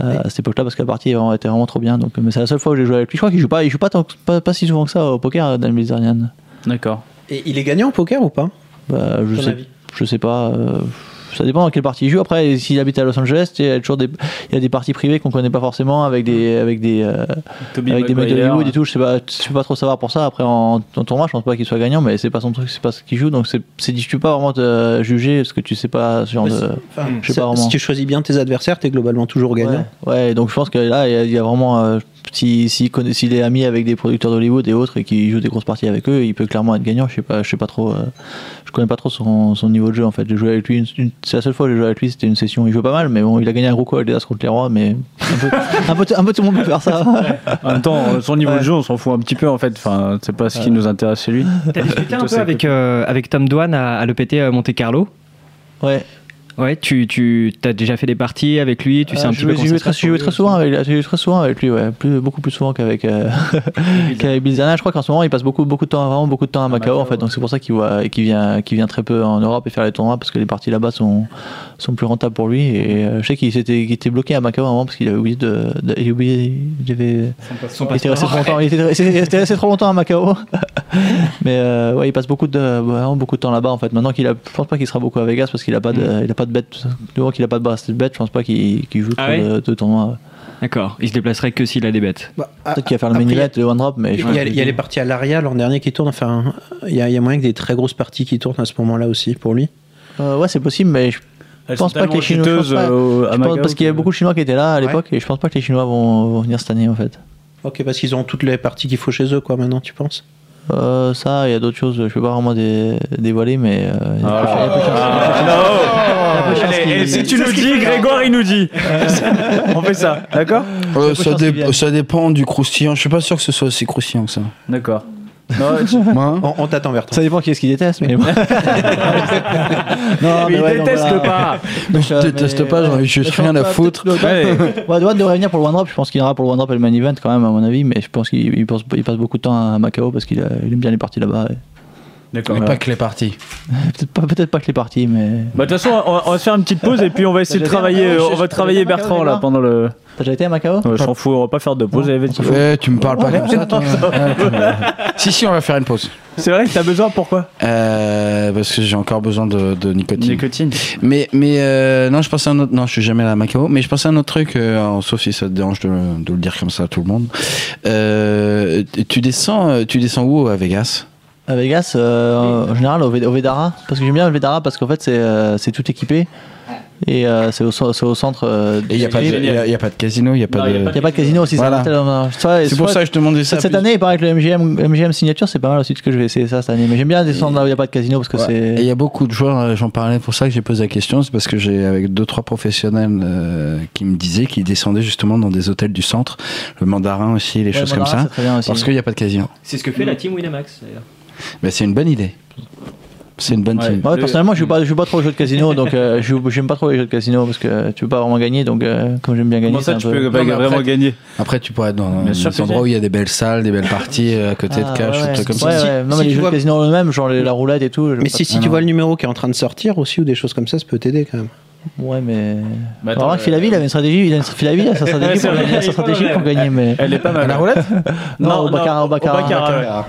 [SPEAKER 6] à cette époque-là parce que la partie vraiment- était vraiment trop bien, donc, mais c'est la seule fois où j'ai joué avec lui. Je crois qu'il joue pas, il joue pas, tant que- pas, pas si souvent que ça au poker, euh, Dal Binzarian.
[SPEAKER 3] D'accord.
[SPEAKER 5] Et il est gagnant au poker ou pas
[SPEAKER 6] Bah, je,
[SPEAKER 5] Ton
[SPEAKER 6] sais,
[SPEAKER 5] avis
[SPEAKER 6] je sais pas. euh, ça dépend dans quelle partie il joue. Après, s'il habite à Los Angeles, il y a toujours des, il y a des parties privées qu'on connaît pas forcément avec des, avec des, euh,
[SPEAKER 3] Tobey
[SPEAKER 6] avec des mecs de
[SPEAKER 3] Maguire.
[SPEAKER 6] Hollywood et tout. Je sais pas, je peux pas trop savoir pour ça. Après, en, en tournoi, je pense pas qu'il soit gagnant, mais c'est pas son truc, c'est pas ce qu'il joue. Donc, c'est, c'est, tu peux pas vraiment te juger ce que tu sais pas, ce genre
[SPEAKER 5] Ouais,
[SPEAKER 6] de,
[SPEAKER 5] c'est- enfin,
[SPEAKER 6] je sais
[SPEAKER 5] ça-
[SPEAKER 6] pas vraiment.
[SPEAKER 5] Si tu choisis bien tes adversaires, t'es globalement toujours gagnant.
[SPEAKER 6] Ouais, donc je pense que là, il y a- il y, a vraiment. euh, si- S'il connaît- s'il est ami avec des producteurs d'Hollywood et autres et qu'il joue des grosses parties avec eux, il peut clairement être gagnant. Je sais pas, je sais pas trop. euh, je connais pas trop son, son niveau de jeu en fait. J'ai joué avec lui. une- une- C'est la seule fois que j'ai joué avec lui, c'était une session. Il joue pas mal, mais bon, il a gagné un gros coup avec les As contre les Rois, mais un peu, un peu, un peu tout le monde peut faire ça.
[SPEAKER 3] En même temps, euh, son niveau de jeu, on s'en fout un petit peu en fait. Enfin, c'est pas ce qui nous intéresse chez lui.
[SPEAKER 8] T'as discuté un
[SPEAKER 3] Plutôt
[SPEAKER 8] peu
[SPEAKER 3] ça,
[SPEAKER 8] avec, euh, avec Tom Douane à, à l'EPT à Monte Carlo
[SPEAKER 6] Ouais.
[SPEAKER 8] Ouais, tu, tu as déjà fait des parties avec lui, tu sais un
[SPEAKER 6] Euh,
[SPEAKER 8] petit
[SPEAKER 6] je
[SPEAKER 8] peu
[SPEAKER 6] jouais-
[SPEAKER 8] comment
[SPEAKER 6] je jouais
[SPEAKER 8] ça se
[SPEAKER 6] très,
[SPEAKER 8] passe
[SPEAKER 6] je jouais très souvent avec, je jouais très souvent avec lui, ouais. Plus- beaucoup plus souvent qu'avec euh, qu'avec Bizana. Je crois qu'en ce moment il passe beaucoup, beaucoup de temps, vraiment beaucoup de temps à Macao, en fait. Donc c'est pour ça qu'il voit, qu'il vient, qu'il vient très peu en Europe et faire les tournois parce que les parties là-bas sont sont plus rentables pour lui. Et euh, je sais qu'il s'était, qu'il était bloqué à Macao à un moment parce qu'il avait oublié de, de- il oubliait, il avait, il était resté trop longtemps, il était resté- il était resté trop longtemps à Macao. Mais euh, ouais, il passe beaucoup de, vraiment beaucoup de temps là-bas en fait. Maintenant qu'il a, je pense pas qu'il sera beaucoup à Vegas parce qu'il a pas
[SPEAKER 5] Ah
[SPEAKER 6] de, il a pas de bête. Du moment qu'il a pas de bracelet de bête, je pense pas qu'il qu'il joue
[SPEAKER 8] Ah
[SPEAKER 6] trop
[SPEAKER 8] ouais
[SPEAKER 6] de, de tournois.
[SPEAKER 8] D'accord, il se déplacerait que s'il a des bêtes.
[SPEAKER 6] Peut-être qu'il va faire le main
[SPEAKER 5] Ah, après, il y a-
[SPEAKER 6] event, le one drop, mais
[SPEAKER 5] Il
[SPEAKER 6] je
[SPEAKER 5] y,
[SPEAKER 6] pense
[SPEAKER 5] a, il y a les parties à l'aria l'an dernier qui tournent. Enfin, il y, a- il y a moyen que des très grosses parties qui tournent à ce moment-là aussi pour lui.
[SPEAKER 6] Euh, ouais, c'est possible, mais je
[SPEAKER 5] Elles
[SPEAKER 6] pense
[SPEAKER 5] sont
[SPEAKER 6] pas que les
[SPEAKER 5] tellement
[SPEAKER 6] Chinois. je pense
[SPEAKER 5] juteuses,
[SPEAKER 6] pas-
[SPEAKER 5] euh, à
[SPEAKER 6] je pense-
[SPEAKER 5] Macao
[SPEAKER 6] parce qu'il y avait
[SPEAKER 5] que-
[SPEAKER 6] beaucoup de Chinois qui étaient là à l'époque et je pense pas que les Chinois vont, vont venir cette année en fait.
[SPEAKER 5] Ok, parce qu'ils ont toutes les parties qu'il faut chez eux, quoi, maintenant, tu penses
[SPEAKER 6] Euh, ça, il y a d'autres choses, je peux pas vraiment dé- dévoiler, mais euh, il y a plus- il y a plus de chance.
[SPEAKER 5] Ah,
[SPEAKER 3] Ah, non Ah, Et, et si tu nous dis, Grégoire, il nous dit. on fait ça, d'accord
[SPEAKER 11] Euh, ça, dé- ça dépend du croustillant. Je suis pas sûr que ce soit aussi croustillant que ça.
[SPEAKER 3] D'accord.
[SPEAKER 5] on on t'attend vers toi.
[SPEAKER 6] Ça dépend qui est-ce qui déteste, mais. non,
[SPEAKER 11] Mais il
[SPEAKER 6] donc
[SPEAKER 11] déteste pas.
[SPEAKER 6] Donc,
[SPEAKER 11] Je
[SPEAKER 6] euh,
[SPEAKER 11] déteste pas, j'en ai juste
[SPEAKER 6] je pense
[SPEAKER 11] rien à
[SPEAKER 6] pas,
[SPEAKER 11] foutre.
[SPEAKER 6] peut-être que
[SPEAKER 11] Ouais.
[SPEAKER 6] Douane- Ouais, Douane devrait venir pour le one drop. Je pense qu'il ira pour le one drop et le main event quand même, à mon avis. Mais je pense qu'il il pense- il passe beaucoup de temps à Macao parce qu'il a- il aime bien les parties là-bas. et-
[SPEAKER 3] D'accord.
[SPEAKER 11] Mais
[SPEAKER 6] Voilà.
[SPEAKER 11] pas que les parties.
[SPEAKER 6] Peut-être pas, peut-être pas que les parties, mais.
[SPEAKER 3] Bah, de toute façon, on, on va se faire une petite pause et puis on va essayer de
[SPEAKER 6] T'as déjà été à
[SPEAKER 3] travailler.
[SPEAKER 6] Macao,
[SPEAKER 3] euh,
[SPEAKER 6] je-
[SPEAKER 3] on va
[SPEAKER 6] t'as déjà
[SPEAKER 3] travailler
[SPEAKER 6] été à Macao,
[SPEAKER 3] Bertrand là
[SPEAKER 6] Grégoire
[SPEAKER 3] pendant le.
[SPEAKER 6] T'as déjà été à Macao
[SPEAKER 3] Ouais, je s'en fous, on va pas faire de pause. allez, vas-y.
[SPEAKER 11] Eh, tu me parles pas comme ça, toi. Ouais, tu me- si, si, on va faire une pause.
[SPEAKER 3] C'est vrai que t'as besoin, pourquoi
[SPEAKER 11] Euh, parce que j'ai encore besoin de, de nicotine.
[SPEAKER 3] Nicotine.
[SPEAKER 11] Mais, mais euh, non, je pensais à un autre. Non, je suis jamais là à Macao. Mais je pensais à un autre truc, euh, alors, sauf si ça te dérange de, de le dire comme ça à tout le monde. Euh, tu descends, euh, tu descends où à Vegas
[SPEAKER 6] À Vegas, euh, en général, au, Ve- au Vedara. Parce que j'aime bien le Vedara parce qu'en fait, c'est euh, c'est tout équipé. Et euh, c'est au, so- c'est au centre. euh,
[SPEAKER 11] Et il y a
[SPEAKER 6] du
[SPEAKER 11] pas, de-
[SPEAKER 6] strip.
[SPEAKER 11] y a- y a pas de casino, il y a pas de.
[SPEAKER 6] Il n'y a pas de casino aussi.
[SPEAKER 11] Voilà.
[SPEAKER 6] c'est un hôtel, euh, soit-
[SPEAKER 11] C'est pour
[SPEAKER 6] soit-
[SPEAKER 11] ça que je te demandais ça.
[SPEAKER 6] Cette cette année, il paraît que le MGM, MGM signature, c'est pas mal aussi parce que je vais essayer ça cette année. Mais j'aime bien descendre là où il n'y a pas de casino parce que
[SPEAKER 11] Ouais.
[SPEAKER 6] c'est.
[SPEAKER 11] Et il y a beaucoup de joueurs, euh, j'en parlais pour ça que j'ai posé la question, c'est parce que j'ai avec deux trois professionnels euh, qui me disaient qu'ils descendaient justement dans des hôtels du centre, le mandarin aussi, les
[SPEAKER 6] Ouais,
[SPEAKER 11] choses comme
[SPEAKER 6] Mandarin,
[SPEAKER 11] ça,
[SPEAKER 6] c'est très bien aussi.
[SPEAKER 11] parce qu'il n'y a pas de casino.
[SPEAKER 8] C'est ce que fait la team Winamax d'ailleurs.
[SPEAKER 11] Mais c'est une bonne idée. C'est une bonne team.
[SPEAKER 6] Ouais, personnellement, je ne joue, pas- je joue pas trop aux jeux de casino, donc euh, je joue- j'aime pas trop les jeux de casino parce que tu peux pas vraiment gagner, donc euh, comme j'aime bien gagner,
[SPEAKER 3] Comment ça,
[SPEAKER 6] c'est un
[SPEAKER 3] tu
[SPEAKER 6] peu-
[SPEAKER 3] peux pas
[SPEAKER 11] Non, mais après-
[SPEAKER 3] vraiment gagner
[SPEAKER 11] Après, tu pourras être dans
[SPEAKER 3] Bien
[SPEAKER 11] des
[SPEAKER 3] sûr que
[SPEAKER 11] endroits
[SPEAKER 3] j'ai.
[SPEAKER 11] où il y a des belles salles, des belles parties euh, à côté
[SPEAKER 6] Ah,
[SPEAKER 11] de cash,
[SPEAKER 6] ouais,
[SPEAKER 11] des trucs comme
[SPEAKER 6] ouais,
[SPEAKER 11] ça.
[SPEAKER 6] ouais.
[SPEAKER 5] Si-
[SPEAKER 6] non,
[SPEAKER 5] si
[SPEAKER 6] mais les
[SPEAKER 5] tu
[SPEAKER 6] jeux de
[SPEAKER 5] vois-
[SPEAKER 6] casino en eux-mêmes, genre les- la roulette et tout. je
[SPEAKER 5] Mais
[SPEAKER 6] vois
[SPEAKER 5] si,
[SPEAKER 6] pas-
[SPEAKER 5] si tu vois le numéro qui est en train de sortir aussi ou des choses comme ça, ça peut t'aider quand même.
[SPEAKER 6] Ouais, mais.
[SPEAKER 3] Bah,
[SPEAKER 6] Alors là,
[SPEAKER 3] attends,
[SPEAKER 6] Philavi, il avait une stratégie, il a une Philavi, il a sa stratégie
[SPEAKER 3] c'est
[SPEAKER 6] pour
[SPEAKER 3] vrai,
[SPEAKER 6] gagner- il a
[SPEAKER 3] il est
[SPEAKER 6] sa stratégie
[SPEAKER 3] pas
[SPEAKER 6] pour
[SPEAKER 3] mal.
[SPEAKER 6] gagner, mais.
[SPEAKER 3] Elle est pas mal.
[SPEAKER 11] La roulette
[SPEAKER 6] Non, au baccarat, au baccarat.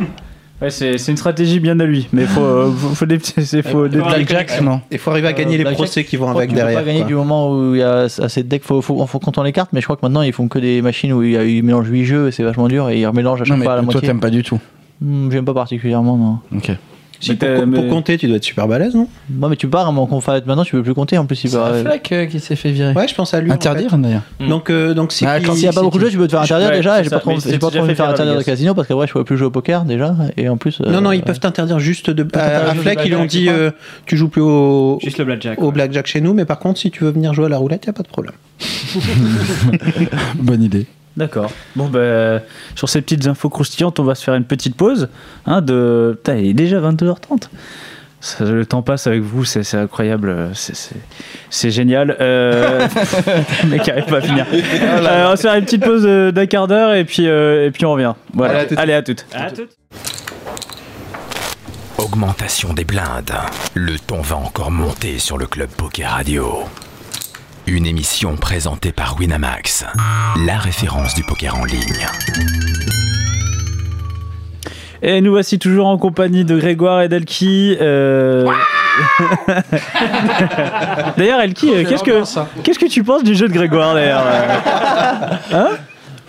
[SPEAKER 3] Ouais, c'est c'est une stratégie bien à lui, mais faut, euh, faut, faut des petits. c'est- Faut des petits-
[SPEAKER 11] Blackjack, non.
[SPEAKER 5] Il faut arriver à gagner
[SPEAKER 6] Euh,
[SPEAKER 5] les
[SPEAKER 6] Blackjack,
[SPEAKER 5] procès qui vont
[SPEAKER 6] Je crois que
[SPEAKER 5] avec
[SPEAKER 6] tu peux
[SPEAKER 5] derrière.
[SPEAKER 6] pas gagner
[SPEAKER 5] quoi.
[SPEAKER 6] du moment où il y a assez de decks, faut, faut, faut compter les cartes, mais je crois que maintenant ils font que des machines où il y a- ils mélangent 8 jeux et c'est vachement dur et ils remélangent à
[SPEAKER 11] Non,
[SPEAKER 6] chaque
[SPEAKER 11] mais
[SPEAKER 6] fois à la
[SPEAKER 11] toi,
[SPEAKER 6] moitié.
[SPEAKER 11] t'aimes pas du tout.
[SPEAKER 6] Hmm, J'aime pas particulièrement, non.
[SPEAKER 11] Ok.
[SPEAKER 5] Si,
[SPEAKER 3] Mais
[SPEAKER 5] pour,
[SPEAKER 3] t'as-
[SPEAKER 5] pour
[SPEAKER 3] mais-
[SPEAKER 5] compter, tu dois être super balèze, non
[SPEAKER 6] Moi, mais tu pars à mon confat, maintenant tu peux plus compter en plus. Il paraît-
[SPEAKER 11] euh, qui s'est fait virer.
[SPEAKER 5] Ouais, je pense à lui. en
[SPEAKER 11] Interdire d'ailleurs.
[SPEAKER 5] fait. Donc, euh, donc si.
[SPEAKER 11] Ah, quand
[SPEAKER 6] S'il n'y a pas beaucoup de jeux, tu peux te faire interdire
[SPEAKER 3] Ouais,
[SPEAKER 6] déjà. et
[SPEAKER 3] c'est
[SPEAKER 6] J'ai
[SPEAKER 3] ça,
[SPEAKER 6] pas trop
[SPEAKER 3] mais
[SPEAKER 6] j'ai
[SPEAKER 3] c'est
[SPEAKER 6] pas
[SPEAKER 3] déjà
[SPEAKER 6] trop envie
[SPEAKER 3] fait
[SPEAKER 6] de faire
[SPEAKER 3] faire
[SPEAKER 6] interdire
[SPEAKER 3] la
[SPEAKER 6] de
[SPEAKER 3] Vegas.
[SPEAKER 6] casino parce qu'après, je pourrais plus jouer au poker déjà. Et en plus.
[SPEAKER 5] Non,
[SPEAKER 6] euh,
[SPEAKER 5] non, ils peuvent t'interdire juste de.
[SPEAKER 6] t'interdire
[SPEAKER 5] À
[SPEAKER 6] juste
[SPEAKER 5] Fleck,
[SPEAKER 6] le
[SPEAKER 5] ils ont
[SPEAKER 6] blackjack,
[SPEAKER 5] dit
[SPEAKER 6] je crois.
[SPEAKER 5] euh, tu joues plus au,
[SPEAKER 8] Juste le blackjack.
[SPEAKER 5] au blackjack chez nous, mais par contre, si tu veux venir jouer à la roulette, y a pas de problème.
[SPEAKER 11] Bonne idée.
[SPEAKER 3] D'accord. Bon, bah, sur ces petites infos croustillantes, on va se faire une petite pause. Hein, de... Putain, il est déjà 22h30. Ça, le temps passe avec vous, c'est c'est incroyable. C'est- C'est c'est génial. Euh... le mec qui arrive pas à finir. Euh, on va se faire une petite pause euh, d'un quart d'heure et, puis euh, et puis on revient. Voilà.
[SPEAKER 14] Allez, à toutes.
[SPEAKER 3] Allez, à toutes.
[SPEAKER 1] Augmentation des blindes. Le ton va encore monter sur le Club Poker Radio. Une émission présentée par Winamax, la référence du poker en ligne.
[SPEAKER 3] Et nous voici toujours en compagnie de Grégoire et d'Elki. Euh, D'ailleurs, Elki, euh, qu'est-ce que, qu'est-ce que tu penses du jeu de Grégoire d'ailleurs euh,
[SPEAKER 6] Hein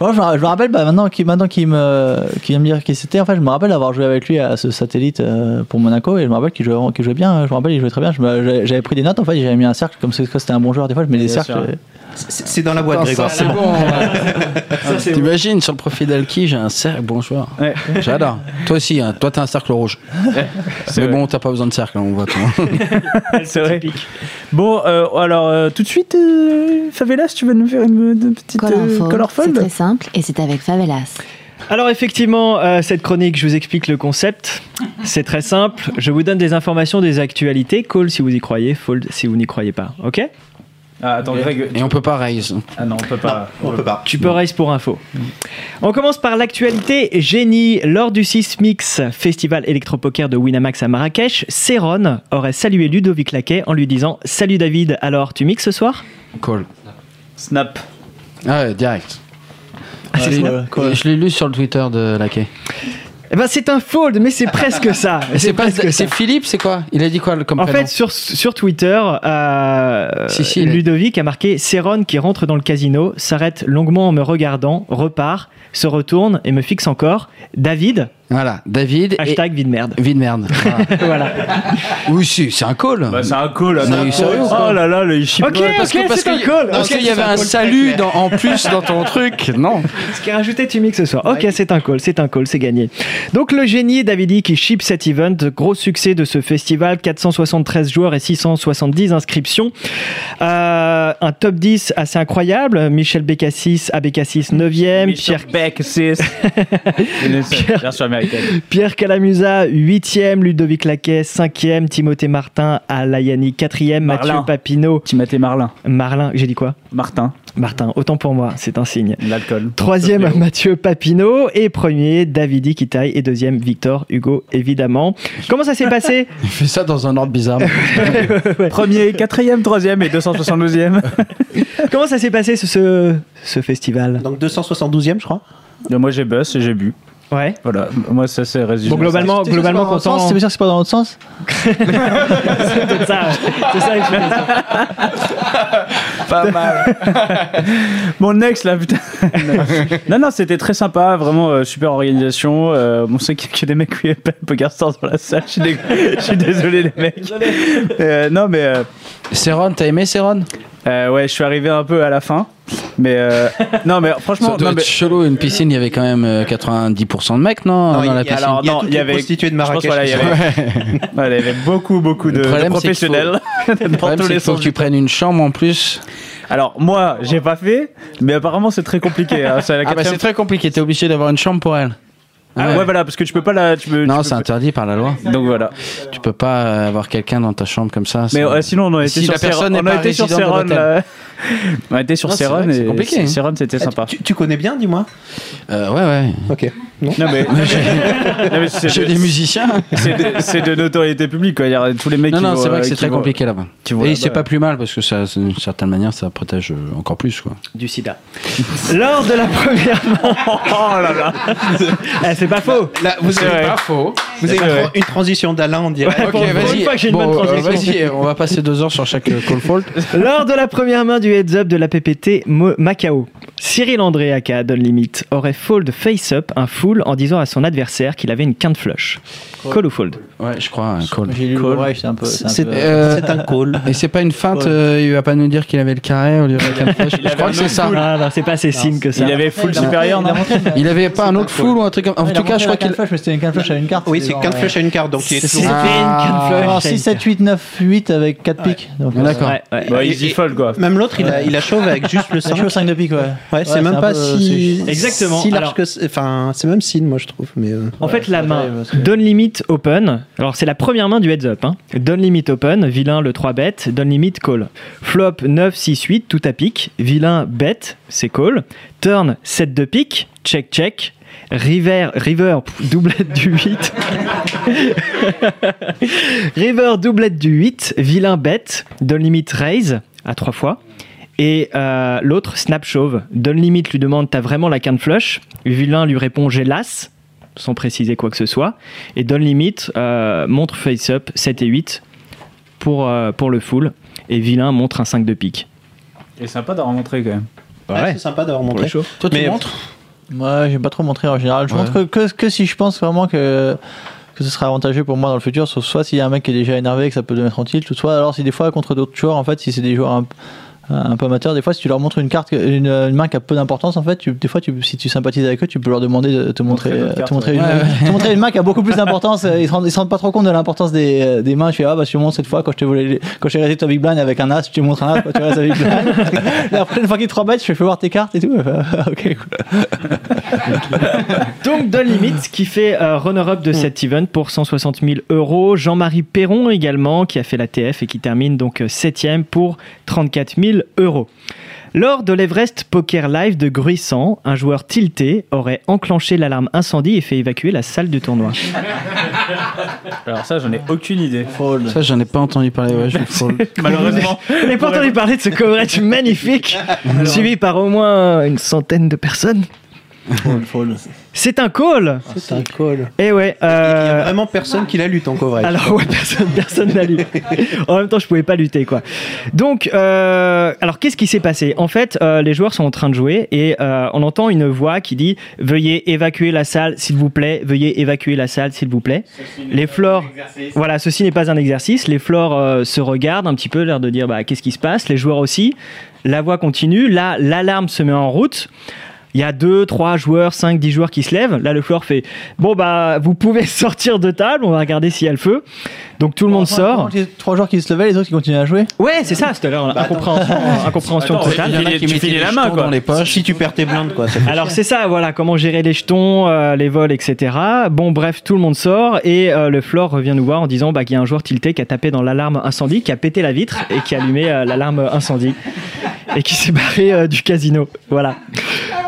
[SPEAKER 6] Bon, je, me- je me rappelle bah, maintenant qu'il maintenant qu'il me, qu'il vient me dire qui c'était. En fait, je me rappelle avoir joué avec lui à ce satellite euh, pour Monaco et je me rappelle qu'il jouait, qu'il jouait bien. hein, Je me rappelle il jouait très bien. Je me- J'avais j'avais pris des notes en fait. J'avais mis un cercle comme c'est- que c'était un bon joueur. Des fois, je mets des
[SPEAKER 5] Bien
[SPEAKER 6] cercles. euh,
[SPEAKER 5] sûr. C'est c'est dans la
[SPEAKER 7] Putain,
[SPEAKER 5] boîte, Grégoire,
[SPEAKER 7] ça,
[SPEAKER 5] c'est
[SPEAKER 7] là,
[SPEAKER 5] bon.
[SPEAKER 7] bon. T'imagines, sur le profil d'Alki, j'ai un cercle, bon joueur. J'adore. Toi aussi, hein, toi t'as un cercle rouge. Mais bon, t'as pas besoin de cercle, hein, on voit tout.
[SPEAKER 3] C'est vrai. Bon, euh, alors euh, tout de suite, euh, Favelas, tu vas nous faire une, une petite
[SPEAKER 2] Call
[SPEAKER 3] euh,
[SPEAKER 2] info, c'est
[SPEAKER 3] colorful
[SPEAKER 2] très simple et c'est avec Favelas.
[SPEAKER 8] Alors effectivement, euh, cette chronique, je vous explique le concept. C'est très simple. Je vous donne des informations, des actualités. Call si vous y croyez, fold si vous n'y croyez pas. Ok
[SPEAKER 3] Ah, attends, Greg.
[SPEAKER 7] Et on peut pas raise.
[SPEAKER 3] Ah non, on peut pas. on peut pas.
[SPEAKER 8] Tu peux raise pour info. On commence par l'actualité génie. Lors du Sismix, festival électropoker de Winamax à Marrakech, Céron aurait salué Ludovic Laquet en lui disant « Salut David, alors tu mixes ce soir ?»
[SPEAKER 7] Call.
[SPEAKER 3] Snap.
[SPEAKER 7] Ah ouais, direct.
[SPEAKER 8] Ah, c'est
[SPEAKER 7] Je l'ai-
[SPEAKER 8] Snap, quoi.
[SPEAKER 7] Je l'ai lu sur le Twitter de Laquet.
[SPEAKER 8] Eh ben c'est un fold, mais c'est presque ça.
[SPEAKER 7] C'est pas-
[SPEAKER 8] presque ça.
[SPEAKER 7] c'est Philippe, c'est quoi Il a dit quoi le- comme
[SPEAKER 8] En
[SPEAKER 7] prénom
[SPEAKER 8] fait, sur, sur Twitter, euh,
[SPEAKER 7] Si, si, il est-
[SPEAKER 8] Ludovic a marqué Céron qui rentre dans le casino, s'arrête longuement en me regardant, repart, se retourne et me fixe encore. David,
[SPEAKER 7] Voilà, David.
[SPEAKER 8] hashtag vide merde.
[SPEAKER 7] Vide merde. Ah.
[SPEAKER 8] voilà.
[SPEAKER 7] Oui, si, c'est un call.
[SPEAKER 3] Bah, c'est un call.
[SPEAKER 7] Non, mais
[SPEAKER 3] attends.
[SPEAKER 7] sérieux,
[SPEAKER 3] oh
[SPEAKER 7] quoi.
[SPEAKER 3] là là, le Ishii.
[SPEAKER 8] Ok,
[SPEAKER 7] parce
[SPEAKER 8] ok,
[SPEAKER 7] que- parce
[SPEAKER 8] c'est un
[SPEAKER 7] que-
[SPEAKER 8] call.
[SPEAKER 7] Parce
[SPEAKER 8] Ok,
[SPEAKER 7] qu'il y avait un salut dans- en plus dans ton truc. Non.
[SPEAKER 8] Ce qui a rajouté Tumix ce soir. Ok, c'est un call, c'est un call, c'est gagné. Donc le génie Davidi qui ship cet event, gros succès de ce festival, 473 joueurs et 670 inscriptions. Euh, un top 10 assez incroyable, Michel Bécassis, ABK6 9e, Pierre,
[SPEAKER 3] Beck, c'est. Version américaine.
[SPEAKER 8] Pierre Calamusa 8e, Ludovic Laquet 5e, Timothée Martin Alayani 4e, Mathieu
[SPEAKER 3] Marlin.
[SPEAKER 8] Papineau,
[SPEAKER 3] Timothée Marlin.
[SPEAKER 8] Marlin, j'ai dit quoi
[SPEAKER 3] Martin,
[SPEAKER 8] Martin, autant pour moi, c'est un signe.
[SPEAKER 3] l'alcool.
[SPEAKER 8] Troisième, Mathieu Papineau. Et premier, Davidi Kitaï. Et deuxième, Victor Hugo, évidemment. Comment ça s'est passé
[SPEAKER 7] Il fait ça dans un ordre bizarre.
[SPEAKER 3] Premier, quatrième, troisième et 272e.
[SPEAKER 8] Comment ça s'est passé ce, ce, ce festival
[SPEAKER 5] Donc 272e, je crois.
[SPEAKER 3] Donc, Euh, moi, j'ai boss et j'ai bu.
[SPEAKER 8] Ouais.
[SPEAKER 3] Voilà, moi, ça, c'est résumé.
[SPEAKER 8] Bon, globalement, globalement content.
[SPEAKER 6] C'est sûr que c'est pas dans l'autre sens.
[SPEAKER 8] C'est peut-être ça. C'est ça que je voulais dire.
[SPEAKER 3] Pas mal. Mon ex là, putain. non, non, c'était très sympa, vraiment euh, super organisation. Euh, on sait qu'il y a que des mecs qui avaient pas de Poker Stars dans la salle. Je suis, dé- je suis désolé, les mecs. Euh, non, mais euh,
[SPEAKER 7] Céron, t'as aimé Céron
[SPEAKER 3] euh, ouais, je suis arrivé un peu à la fin. Mais euh, non, mais
[SPEAKER 7] Ça
[SPEAKER 3] franchement,
[SPEAKER 7] doit
[SPEAKER 3] non,
[SPEAKER 7] être
[SPEAKER 3] mais,
[SPEAKER 7] chelou, une piscine, il y avait quand même euh, 90% de mecs, non,
[SPEAKER 5] il y
[SPEAKER 7] Dans la
[SPEAKER 5] a- il y a-
[SPEAKER 7] piscine.
[SPEAKER 3] alors,
[SPEAKER 5] il y a
[SPEAKER 3] non, il
[SPEAKER 5] toutes
[SPEAKER 3] y
[SPEAKER 5] les
[SPEAKER 3] avait-
[SPEAKER 5] prostituées de
[SPEAKER 3] je pense
[SPEAKER 5] Marrakech.
[SPEAKER 3] voilà, il y
[SPEAKER 5] qui
[SPEAKER 3] avait, voilà, il y avait beaucoup, beaucoup de, de
[SPEAKER 7] problème, c'est qu'il
[SPEAKER 3] professionnels dans
[SPEAKER 7] Le
[SPEAKER 3] tous
[SPEAKER 7] problème, c'est
[SPEAKER 3] les
[SPEAKER 7] qu'il faut
[SPEAKER 3] sens.
[SPEAKER 7] que tu prennes une chambre en plus.
[SPEAKER 3] Alors moi, j'ai pas fait, mais apparemment c'est très compliqué. hein. C'est la
[SPEAKER 7] Ah bah
[SPEAKER 3] quatrième-
[SPEAKER 7] c'est très compliqué, t'es obligé d'avoir une chambre pour elle.
[SPEAKER 3] Ah, ouais. voilà, parce que tu peux pas la. Tu peux,
[SPEAKER 7] Non,
[SPEAKER 3] tu
[SPEAKER 7] c'est
[SPEAKER 3] peux-
[SPEAKER 7] interdit par la loi.
[SPEAKER 3] Donc voilà.
[SPEAKER 7] Tu peux pas euh, avoir quelqu'un dans ta chambre comme ça.
[SPEAKER 3] Mais
[SPEAKER 7] c'est-
[SPEAKER 3] euh, sinon, on a été
[SPEAKER 7] Si
[SPEAKER 3] sur
[SPEAKER 7] la
[SPEAKER 3] Céron-
[SPEAKER 7] personne n'est
[SPEAKER 3] on a
[SPEAKER 7] pas
[SPEAKER 3] été sur
[SPEAKER 7] résidente de
[SPEAKER 3] Céron,
[SPEAKER 7] l'hôtel.
[SPEAKER 3] là. On a été sur
[SPEAKER 7] Non, c'est
[SPEAKER 3] Céron
[SPEAKER 7] vrai que c'est
[SPEAKER 3] et
[SPEAKER 7] compliqué,
[SPEAKER 3] C-
[SPEAKER 7] hein.
[SPEAKER 3] Céron, c'était
[SPEAKER 5] Ah,
[SPEAKER 3] sympa.
[SPEAKER 5] tu, tu connais bien, dis-moi
[SPEAKER 7] Euh, ouais, ouais.
[SPEAKER 5] Ok.
[SPEAKER 3] Non mais, Non, mais c'est
[SPEAKER 7] J'ai
[SPEAKER 3] de-
[SPEAKER 7] des musiciens.
[SPEAKER 3] c'est de, c'est de notoriété publique quoi. Il y a tous les mecs
[SPEAKER 7] Non,
[SPEAKER 3] qui
[SPEAKER 7] non,
[SPEAKER 3] vont,
[SPEAKER 7] c'est vrai
[SPEAKER 3] euh,
[SPEAKER 7] que c'est
[SPEAKER 3] qui
[SPEAKER 7] très
[SPEAKER 3] vont-
[SPEAKER 7] compliqué là-bas.
[SPEAKER 3] qui vont
[SPEAKER 7] Et
[SPEAKER 3] là-bas,
[SPEAKER 7] c'est pas
[SPEAKER 3] ouais.
[SPEAKER 7] plus mal parce que ça, c'est- d'une certaine manière, ça protège euh, encore plus, quoi.
[SPEAKER 8] Du sida. Lors de la première.
[SPEAKER 3] Oh là là.
[SPEAKER 8] Eh, c'est pas faux.
[SPEAKER 5] Là, vous
[SPEAKER 3] C'est
[SPEAKER 5] avez,
[SPEAKER 3] vrai.
[SPEAKER 7] faux.
[SPEAKER 5] vous avez
[SPEAKER 3] C'est
[SPEAKER 5] une,
[SPEAKER 3] vrai.
[SPEAKER 5] tra- une transition d'Alain, on dirait.
[SPEAKER 7] Ok,
[SPEAKER 8] Pour une
[SPEAKER 7] vas-y.
[SPEAKER 8] fois que j'ai une
[SPEAKER 7] Bon,
[SPEAKER 8] bonne
[SPEAKER 7] euh,
[SPEAKER 8] transition.
[SPEAKER 7] vas-y, on va passer deux heures sur chaque euh, call fault.
[SPEAKER 8] Lors de la première main du heads-up de la PPT Mo- Macao, Cyril André aka Don Limit aurait fold face-up un full en disant à son adversaire qu'il avait une quinte flush. Call ou fold
[SPEAKER 7] Ouais, je crois, un call.
[SPEAKER 6] J'ai lu le Blu-ray, c'est un peu. c'est un
[SPEAKER 5] C'est
[SPEAKER 6] peu-
[SPEAKER 7] Euh,
[SPEAKER 5] c'est un call.
[SPEAKER 7] Et c'est pas une feinte, euh, il va pas nous dire qu'il avait le carré au lieu de la canne fraîche. Je crois que c'est ça.
[SPEAKER 8] Ah non, c'est pas ces signes que ça.
[SPEAKER 3] Il avait full supérieur, non
[SPEAKER 7] Il avait pas un autre full ou un truc comme En
[SPEAKER 6] Il a
[SPEAKER 7] tout cas, je
[SPEAKER 6] montré la canne
[SPEAKER 7] crois qu'il.
[SPEAKER 6] flush, mais c'était une canne flush à une carte.
[SPEAKER 5] Oui, c'est
[SPEAKER 6] genre,
[SPEAKER 5] qu'un
[SPEAKER 6] ouais.
[SPEAKER 5] flush à une carte, donc il est
[SPEAKER 8] C'est
[SPEAKER 5] toujours-
[SPEAKER 7] Ah.
[SPEAKER 8] une canne
[SPEAKER 6] Alors,
[SPEAKER 8] flush.
[SPEAKER 6] 6, 7, 8, 9, 8 avec 4 pics. Donc, euh,
[SPEAKER 7] D'accord.
[SPEAKER 8] Ouais, ouais.
[SPEAKER 3] Bah,
[SPEAKER 5] Et-
[SPEAKER 3] easy
[SPEAKER 5] et-
[SPEAKER 3] fold quoi.
[SPEAKER 5] Même l'autre, il a, il a chauve avec juste le
[SPEAKER 6] Je
[SPEAKER 5] sein.
[SPEAKER 6] suis au 5 de pique, ouais.
[SPEAKER 5] Ouais, c'est même
[SPEAKER 6] un
[SPEAKER 5] pas
[SPEAKER 6] peu,
[SPEAKER 5] si.
[SPEAKER 6] c'est-
[SPEAKER 8] Exactement.
[SPEAKER 5] Si large
[SPEAKER 8] Alors-
[SPEAKER 5] que c'est- Enfin, c'est même signe, moi, je trouve. Mais euh,
[SPEAKER 8] En fait, la
[SPEAKER 6] c'est
[SPEAKER 8] main
[SPEAKER 6] terrible, parce que-
[SPEAKER 8] Don Limit Open. Alors, c'est la première main du heads up. Hein. Don Limit Open, vilain le 3 bet, Don Limit call. Flop 9, 6, 8, tout à pique. Vilain bet, c'est call. Turn 7 de pique, check, check. River, river, pff, doublette du 8. river, doublette du 8. Vilain bet, Don Limit raise à 3 fois. Et euh, l'autre, Snap Chauve. Don Limit lui demande T'as vraiment la canne flush Vilain lui répond J'ai l'as, sans préciser quoi que ce soit. Et Don Limit euh, montre face-up 7 et 8. pour, euh, pour le full. Et vilain montre un 5 de pique.
[SPEAKER 3] Et sympa d'avoir montré quand même.
[SPEAKER 5] Ouais, c'est sympa d'avoir montré.
[SPEAKER 8] Toi,
[SPEAKER 6] tu montres Moi, j'aime pas trop montrer en général. Je montre que, que si je pense vraiment que, que ce sera avantageux pour moi dans le futur. Sauf soit s'il y a un mec qui est déjà énervé et que ça peut le mettre en tilt, ou soit alors si des fois contre d'autres joueurs, en fait, si c'est des joueurs un, un peu amateurs, des fois si tu leur montres une carte, une, une main qui a peu d'importance, en fait, tu- des fois tu- si tu sympathises avec eux, tu peux leur demander de te montrer,
[SPEAKER 11] d'autres
[SPEAKER 6] euh,
[SPEAKER 11] cartes,
[SPEAKER 6] te montrer
[SPEAKER 11] ouais.
[SPEAKER 6] une,
[SPEAKER 11] Ouais, ouais.
[SPEAKER 6] te montrer une main qui a beaucoup plus d'importance. euh, Ils se rendent, ils se rendent pas trop compte de l'importance des, euh, des mains. Je fais ah bah sûrement cette fois quand je t'ai volé, les- quand j'ai resté ta big blind avec un as, je te montre un as, toi, tu restes avec Et après, une fois qu'il te rebête, je fais Fais voir tes cartes et tout. Ah, ok, cool.
[SPEAKER 8] Donc Don Limits qui fait euh, runner-up
[SPEAKER 7] Mm.
[SPEAKER 8] de cet event pour 160 000 euros. Jean-Marie Perron également qui a fait la TF et qui termine donc 7ème pour 34 000 euros. Lors de l'Everest Poker Live de Gruissant, un joueur tilté aurait enclenché l'alarme incendie et fait évacuer la salle du tournoi.
[SPEAKER 3] Alors ça, j'en ai aucune idée.
[SPEAKER 7] Ça, j'en ai pas entendu parler. Ouais, je suis fold.
[SPEAKER 3] Malheureusement.
[SPEAKER 8] On n'est pas entendu parler de ce coverage magnifique suivi par au moins une centaine de personnes. C'est un call
[SPEAKER 5] Ah, C'est un call.
[SPEAKER 8] Eh ouais.
[SPEAKER 5] Il y a vraiment personne qui la lutte en coverage.
[SPEAKER 8] Alors ouais, personne, personne n'a lu. en même temps, je pouvais pas lutter quoi. Donc, euh, alors qu'est-ce qui s'est passé En fait, euh, les joueurs sont en train de jouer et euh, on entend une voix qui dit "Veuillez évacuer la salle, s'il vous plaît. Veuillez évacuer la salle, s'il vous plaît." Les flores, voilà, ceci n'est pas un exercice. Les flores euh, se regardent un petit peu, l'air de dire "Bah qu'est-ce qui se passe Les joueurs aussi. La voix continue. Là, l'alarme se met en route. Il y a 2, 3 joueurs, 5, 10 joueurs qui se lèvent. Là, le floor fait Bon, bah, vous pouvez sortir de table, on va regarder s'il y a le feu. Donc tout le monde sort.
[SPEAKER 6] Trois joueurs qui se levaient, les autres qui continuaient à jouer.
[SPEAKER 8] Ouais, c'est ça, c'était l'heure. Incompréhension, incompréhension
[SPEAKER 6] Bah, Attends,
[SPEAKER 8] totale.
[SPEAKER 6] il y en a qui Tu finis mettaient la les main, jetons quoi. dans les poches.
[SPEAKER 5] Si tu perds tes blindes, quoi.
[SPEAKER 8] Alors c'est ça, voilà, comment gérer les jetons, euh, les vols, etc. Bon, bref, tout le monde sort et euh, le floor revient nous voir en disant bah, qu'il y a un joueur tilté qui a tapé dans l'alarme incendie, qui a pété la vitre et qui a allumé euh, l'alarme incendie et qui s'est barré euh, du casino. Voilà.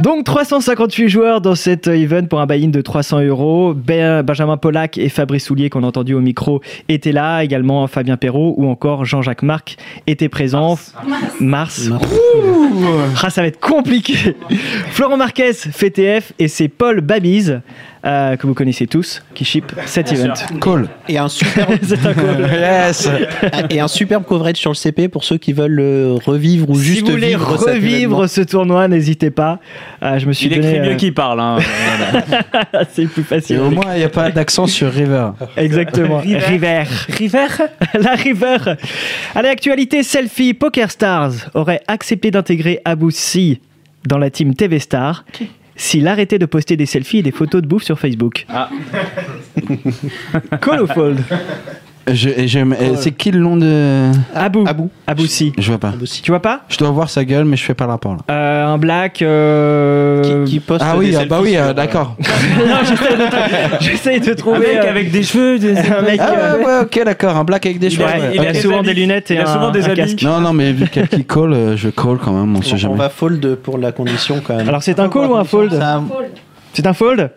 [SPEAKER 8] Donc 358 joueurs dans cet euh, event pour un buy-in de 300 euros. Ben- Benjamin Pollack et Fabrice Soulier qu'on a entendu au micro étaient là, également Fabien Perrault ou encore Jean-Jacques Marc étaient présents. Mars. Ouh. Ah, ça va être compliqué. Florent Marquez fait TF et c'est Paul Babiz euh, que vous connaissez tous qui ship cet
[SPEAKER 5] Bien
[SPEAKER 8] event.
[SPEAKER 5] sûr.
[SPEAKER 7] Call.
[SPEAKER 5] Et un super.
[SPEAKER 8] C'est un call.
[SPEAKER 7] Yes.
[SPEAKER 5] Et un superbe coverage sur le CP pour ceux qui veulent le revivre ou
[SPEAKER 8] Si
[SPEAKER 5] juste
[SPEAKER 8] vous voulez
[SPEAKER 5] vivre cet
[SPEAKER 8] revivre
[SPEAKER 5] événement.
[SPEAKER 8] ce tournoi, n'hésitez pas. Euh, je me suis
[SPEAKER 3] Il écrit
[SPEAKER 8] donné,
[SPEAKER 3] mieux
[SPEAKER 8] euh,
[SPEAKER 3] qu'il parle. Hein.
[SPEAKER 8] c'est plus facile.
[SPEAKER 7] Et au moins, il n'y a pas d'accent sur River.
[SPEAKER 8] Exactement.
[SPEAKER 3] River.
[SPEAKER 8] Euh, River. River La River. À l'actualité, selfie Poker Stars aurait accepté d'intégrer Abou Si dans la team TV Star s'il arrêtait de poster des selfies et des photos de bouffe sur Facebook.
[SPEAKER 3] Ah.
[SPEAKER 8] Call ou fold
[SPEAKER 7] Je- et je- et c'est qui le nom de.
[SPEAKER 8] Abou. Abou. Si.
[SPEAKER 7] Je vois pas.
[SPEAKER 8] Tu vois pas
[SPEAKER 7] Je dois voir sa gueule, mais je fais pas le rapport là.
[SPEAKER 8] Euh, un black. euh,
[SPEAKER 7] ah oui, ah bah oui, euh, d'accord.
[SPEAKER 8] Non, j'essaie de tr- J'essaie de trouver. euh,
[SPEAKER 3] des cheveux. des-
[SPEAKER 8] un mec,
[SPEAKER 7] Ah
[SPEAKER 8] euh,
[SPEAKER 7] ouais, ouais, ok, d'accord, un black avec des
[SPEAKER 3] Il
[SPEAKER 7] cheveux.
[SPEAKER 3] a-
[SPEAKER 7] ouais.
[SPEAKER 3] il a
[SPEAKER 7] Ok.
[SPEAKER 3] des
[SPEAKER 8] souvent
[SPEAKER 3] habits.
[SPEAKER 8] des lunettes et
[SPEAKER 3] Il a
[SPEAKER 8] un-
[SPEAKER 3] souvent des
[SPEAKER 8] un
[SPEAKER 3] habits.
[SPEAKER 8] casque.
[SPEAKER 7] Non, non, mais vu qu'il qui call, euh, je call quand même, on sait
[SPEAKER 5] On
[SPEAKER 7] jamais.
[SPEAKER 5] va fold pour la condition quand même.
[SPEAKER 8] Alors c'est un call ou un fold C'est un fold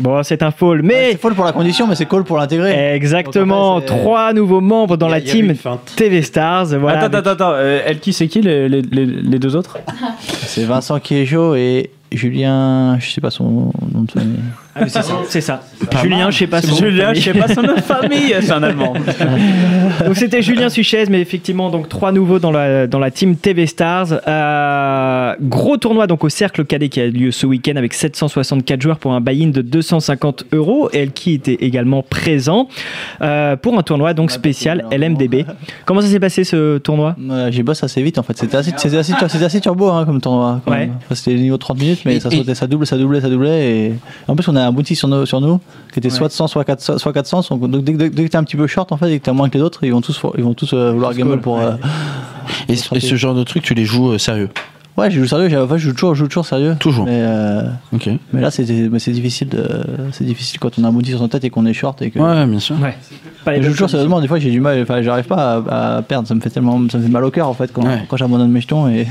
[SPEAKER 8] Bon, c'est un fold, mais
[SPEAKER 6] C'est folle pour la condition, mais c'est call pour l'intégrer.
[SPEAKER 8] exactement
[SPEAKER 6] Donc, en fait, c'est-
[SPEAKER 8] trois nouveaux membres dans
[SPEAKER 5] Il y a-
[SPEAKER 8] la
[SPEAKER 5] il y avait une
[SPEAKER 8] team
[SPEAKER 5] feinte.
[SPEAKER 8] TV Stars. Voilà,
[SPEAKER 3] Attends,
[SPEAKER 8] avec-
[SPEAKER 3] attends, attends. euh, Elki, c'est qui les, les- les- les deux autres
[SPEAKER 6] C'est Vincent Kiejo et Julien, je sais pas son nom de famille.
[SPEAKER 8] Ah, mais c'est ça, c'est ça. Julien, je sais pas. son nom de
[SPEAKER 3] Julien, je
[SPEAKER 8] famille.
[SPEAKER 3] sais pas son nom de famille. C'est un Allemand.
[SPEAKER 8] Donc c'était Julien Suchez, mais effectivement donc trois nouveaux dans la, dans la team TV Stars. Euh, gros tournoi donc au Cercle Cadet qui a lieu ce week-end avec 764 joueurs pour un buy-in de 250 euros. Et qui était également présent euh, pour un tournoi
[SPEAKER 6] bah,
[SPEAKER 8] donc spécial LMDB. Comment ça s'est passé ce tournoi Ah.
[SPEAKER 6] Ouais, Euh, J'ai bossé assez vite en fait. C'était assez, c'était assez, c'était assez turbo hein, comme tournoi. quand
[SPEAKER 8] Ouais.
[SPEAKER 6] même. Enfin, C'était niveau 30 minutes, mais
[SPEAKER 7] Et-
[SPEAKER 6] ça
[SPEAKER 7] et-
[SPEAKER 6] sautait, ça doublait, ça doublait, ça doublait. Et... En plus, on a un boutique sur nous, sur nous qui était soit 100, soit 400. Soit 400 donc, dès, que- dès que t'es un petit peu short en fait et que t'es moins que les autres, ils vont tous, ils vont tous euh, vouloir gamble pour. euh,
[SPEAKER 7] Et, ce- et ce genre de truc, tu les joues euh, sérieux.
[SPEAKER 6] Ouais, je joue sérieux. j'ai- Enfin, je joue toujours, je joue toujours sérieux.
[SPEAKER 7] Toujours.
[SPEAKER 6] Mais, euh,
[SPEAKER 7] Ok.
[SPEAKER 6] mais là, c'est mais c'est difficile. de- C'est difficile quand on a un boutique sur notre tête et qu'on est short et que.
[SPEAKER 7] Ouais, bien sûr.
[SPEAKER 8] Ouais. Pas les
[SPEAKER 6] Je
[SPEAKER 8] mêmes
[SPEAKER 6] joue toujours
[SPEAKER 8] conditions.
[SPEAKER 6] sérieusement, des fois j'ai du mal, enfin j'arrive pas à, à perdre, ça me fait tellement ça me fait mal au cœur en fait quand,
[SPEAKER 7] Ouais.
[SPEAKER 6] quand j'abandonne mes jetons et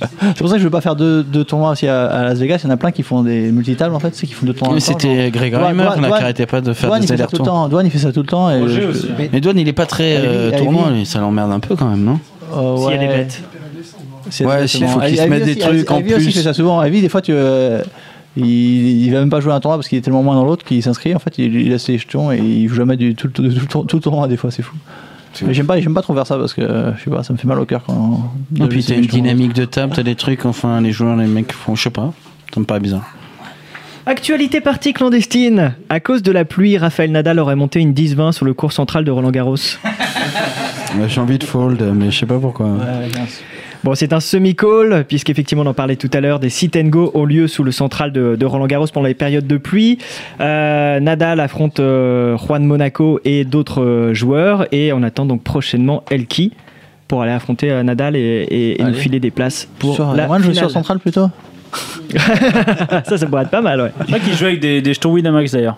[SPEAKER 6] c'est pour ça que je veux pas faire deux, deux tournois aussi à, à Las Vegas, il y en a plein qui font des multitables en fait, c'est qui font deux tournois. en
[SPEAKER 7] Mais
[SPEAKER 6] même temps,
[SPEAKER 7] C'était Greg
[SPEAKER 6] Douane-
[SPEAKER 7] Reimer,
[SPEAKER 6] Douane-
[SPEAKER 7] là,
[SPEAKER 6] Douane-
[SPEAKER 7] qui arrêtait pas de
[SPEAKER 6] genre.
[SPEAKER 7] faire
[SPEAKER 6] Douane il
[SPEAKER 7] des
[SPEAKER 6] fait ça tout le
[SPEAKER 7] allers-retours.
[SPEAKER 6] temps, Douane il fait ça tout le temps et je-
[SPEAKER 7] Euh, Mais Douane, il est pas très euh,
[SPEAKER 6] Ivy,
[SPEAKER 7] tournant,
[SPEAKER 6] Ivy.
[SPEAKER 7] lui, ça l'emmerde un peu quand même, non
[SPEAKER 6] euh,
[SPEAKER 8] Si elle est
[SPEAKER 6] ouais.
[SPEAKER 8] bête.
[SPEAKER 6] C'est
[SPEAKER 7] Ouais,
[SPEAKER 6] exactement.
[SPEAKER 7] s'il faut qu'il se
[SPEAKER 6] Ivy
[SPEAKER 7] mette des
[SPEAKER 6] aussi-
[SPEAKER 7] trucs en
[SPEAKER 6] Ivy aussi
[SPEAKER 7] plus.
[SPEAKER 6] fait ça souvent. Ivy, des fois, tu, euh, il, il va même pas jouer un tournoi parce qu'il est tellement moins dans l'autre qu'il s'inscrit. En fait, il, il laisse les jetons et il joue jamais du tout, le- tout, tout, le tour- tout le tournoi, des fois, c'est fou. Mais J'aime pas, j'aime pas trop faire ça parce que euh, je sais pas, ça me fait mal au cœur quand.
[SPEAKER 7] Et puis t'as une dynamique de table, t'as des trucs, enfin les joueurs, les mecs font, je sais pas, ça me paraît bizarre.
[SPEAKER 8] Actualité partie clandestine. À cause de la pluie, Raphaël Nadal aurait monté une 10-20 sur le cours central de Roland Garros.
[SPEAKER 7] J'ai envie de fold, mais je sais pas pourquoi.
[SPEAKER 8] Bon, c'est un semi-call, puisqu'effectivement, on en parlait tout à l'heure, des sit and go ont lieu sous le central de, de Roland-Garros pendant les périodes de pluie. Euh, Nadal affronte euh, Juan Monaco et d'autres euh, joueurs, et on attend donc prochainement Elki pour aller affronter euh, Nadal et, et- et nous
[SPEAKER 6] Allez.
[SPEAKER 8] filer des places pour
[SPEAKER 6] Pour sur,
[SPEAKER 8] la
[SPEAKER 6] moi, je joue
[SPEAKER 8] finale.
[SPEAKER 6] sur central plutôt.
[SPEAKER 8] ça, ça pourrait être pas mal, ouais.
[SPEAKER 3] C'est vrai qu'il joue avec des, des jetons Winamax d'ailleurs.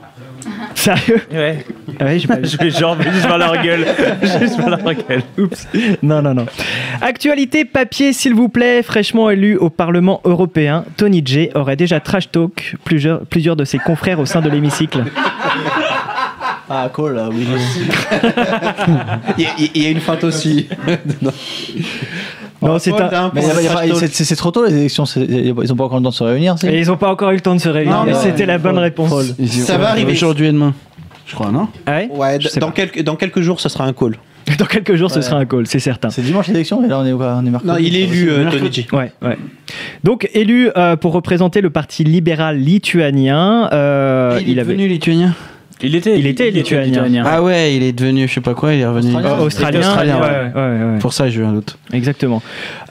[SPEAKER 8] Sérieux
[SPEAKER 3] Ouais.
[SPEAKER 8] ouais j'ai pas vu.
[SPEAKER 3] Je vais genre juste vers leur gueule. juste vers leur gueule.
[SPEAKER 8] Oups. Non, non, non. Actualité papier, s'il vous plaît. Fraîchement élu au Parlement européen, Tony J aurait déjà trash talk plusieurs, plusieurs de ses confrères au sein de l'hémicycle.
[SPEAKER 6] Ah, cool, oui.
[SPEAKER 10] Il y a- il y, a une feinte aussi. Non.
[SPEAKER 8] Non, c'est un-
[SPEAKER 6] Mais y a pas- y a pas- c'est- c'est c'est trop tôt les élections, c'est- y a pas- ils ont pas encore le temps de se réunir. si
[SPEAKER 8] Et ils n'ont pas encore eu le temps de se réunir.
[SPEAKER 6] Non,
[SPEAKER 8] mais
[SPEAKER 6] mais
[SPEAKER 8] c'était
[SPEAKER 6] ouais,
[SPEAKER 8] la bonne
[SPEAKER 6] Paul.
[SPEAKER 8] réponse.
[SPEAKER 5] Ça va arriver.
[SPEAKER 7] Aujourd'hui et demain, je crois, non
[SPEAKER 8] Ah ouais
[SPEAKER 5] Ouais, d- dans, quelques, dans quelques jours, ça sera un call.
[SPEAKER 8] Dans quelques jours, ce
[SPEAKER 6] Ouais.
[SPEAKER 8] sera un call, c'est certain.
[SPEAKER 6] C'est dimanche l'élection, et là on est, on est mercredi.
[SPEAKER 5] Non, il est élu, euh,
[SPEAKER 6] Mercredi.
[SPEAKER 5] Tony G.
[SPEAKER 8] Ouais, ouais. Donc élu euh, pour représenter le parti libéral lituanien, euh,
[SPEAKER 7] Ah, Il est
[SPEAKER 8] avait-
[SPEAKER 7] devenu lituanien.
[SPEAKER 3] Il était,
[SPEAKER 8] Il était lituanien.
[SPEAKER 7] Ah ouais, il est devenu, je sais pas quoi, il est revenu.
[SPEAKER 8] Euh, australien.
[SPEAKER 7] Australien, ouais.
[SPEAKER 8] ouais, ouais, ouais.
[SPEAKER 7] Pour ça, j'ai eu un doute.
[SPEAKER 8] Exactement.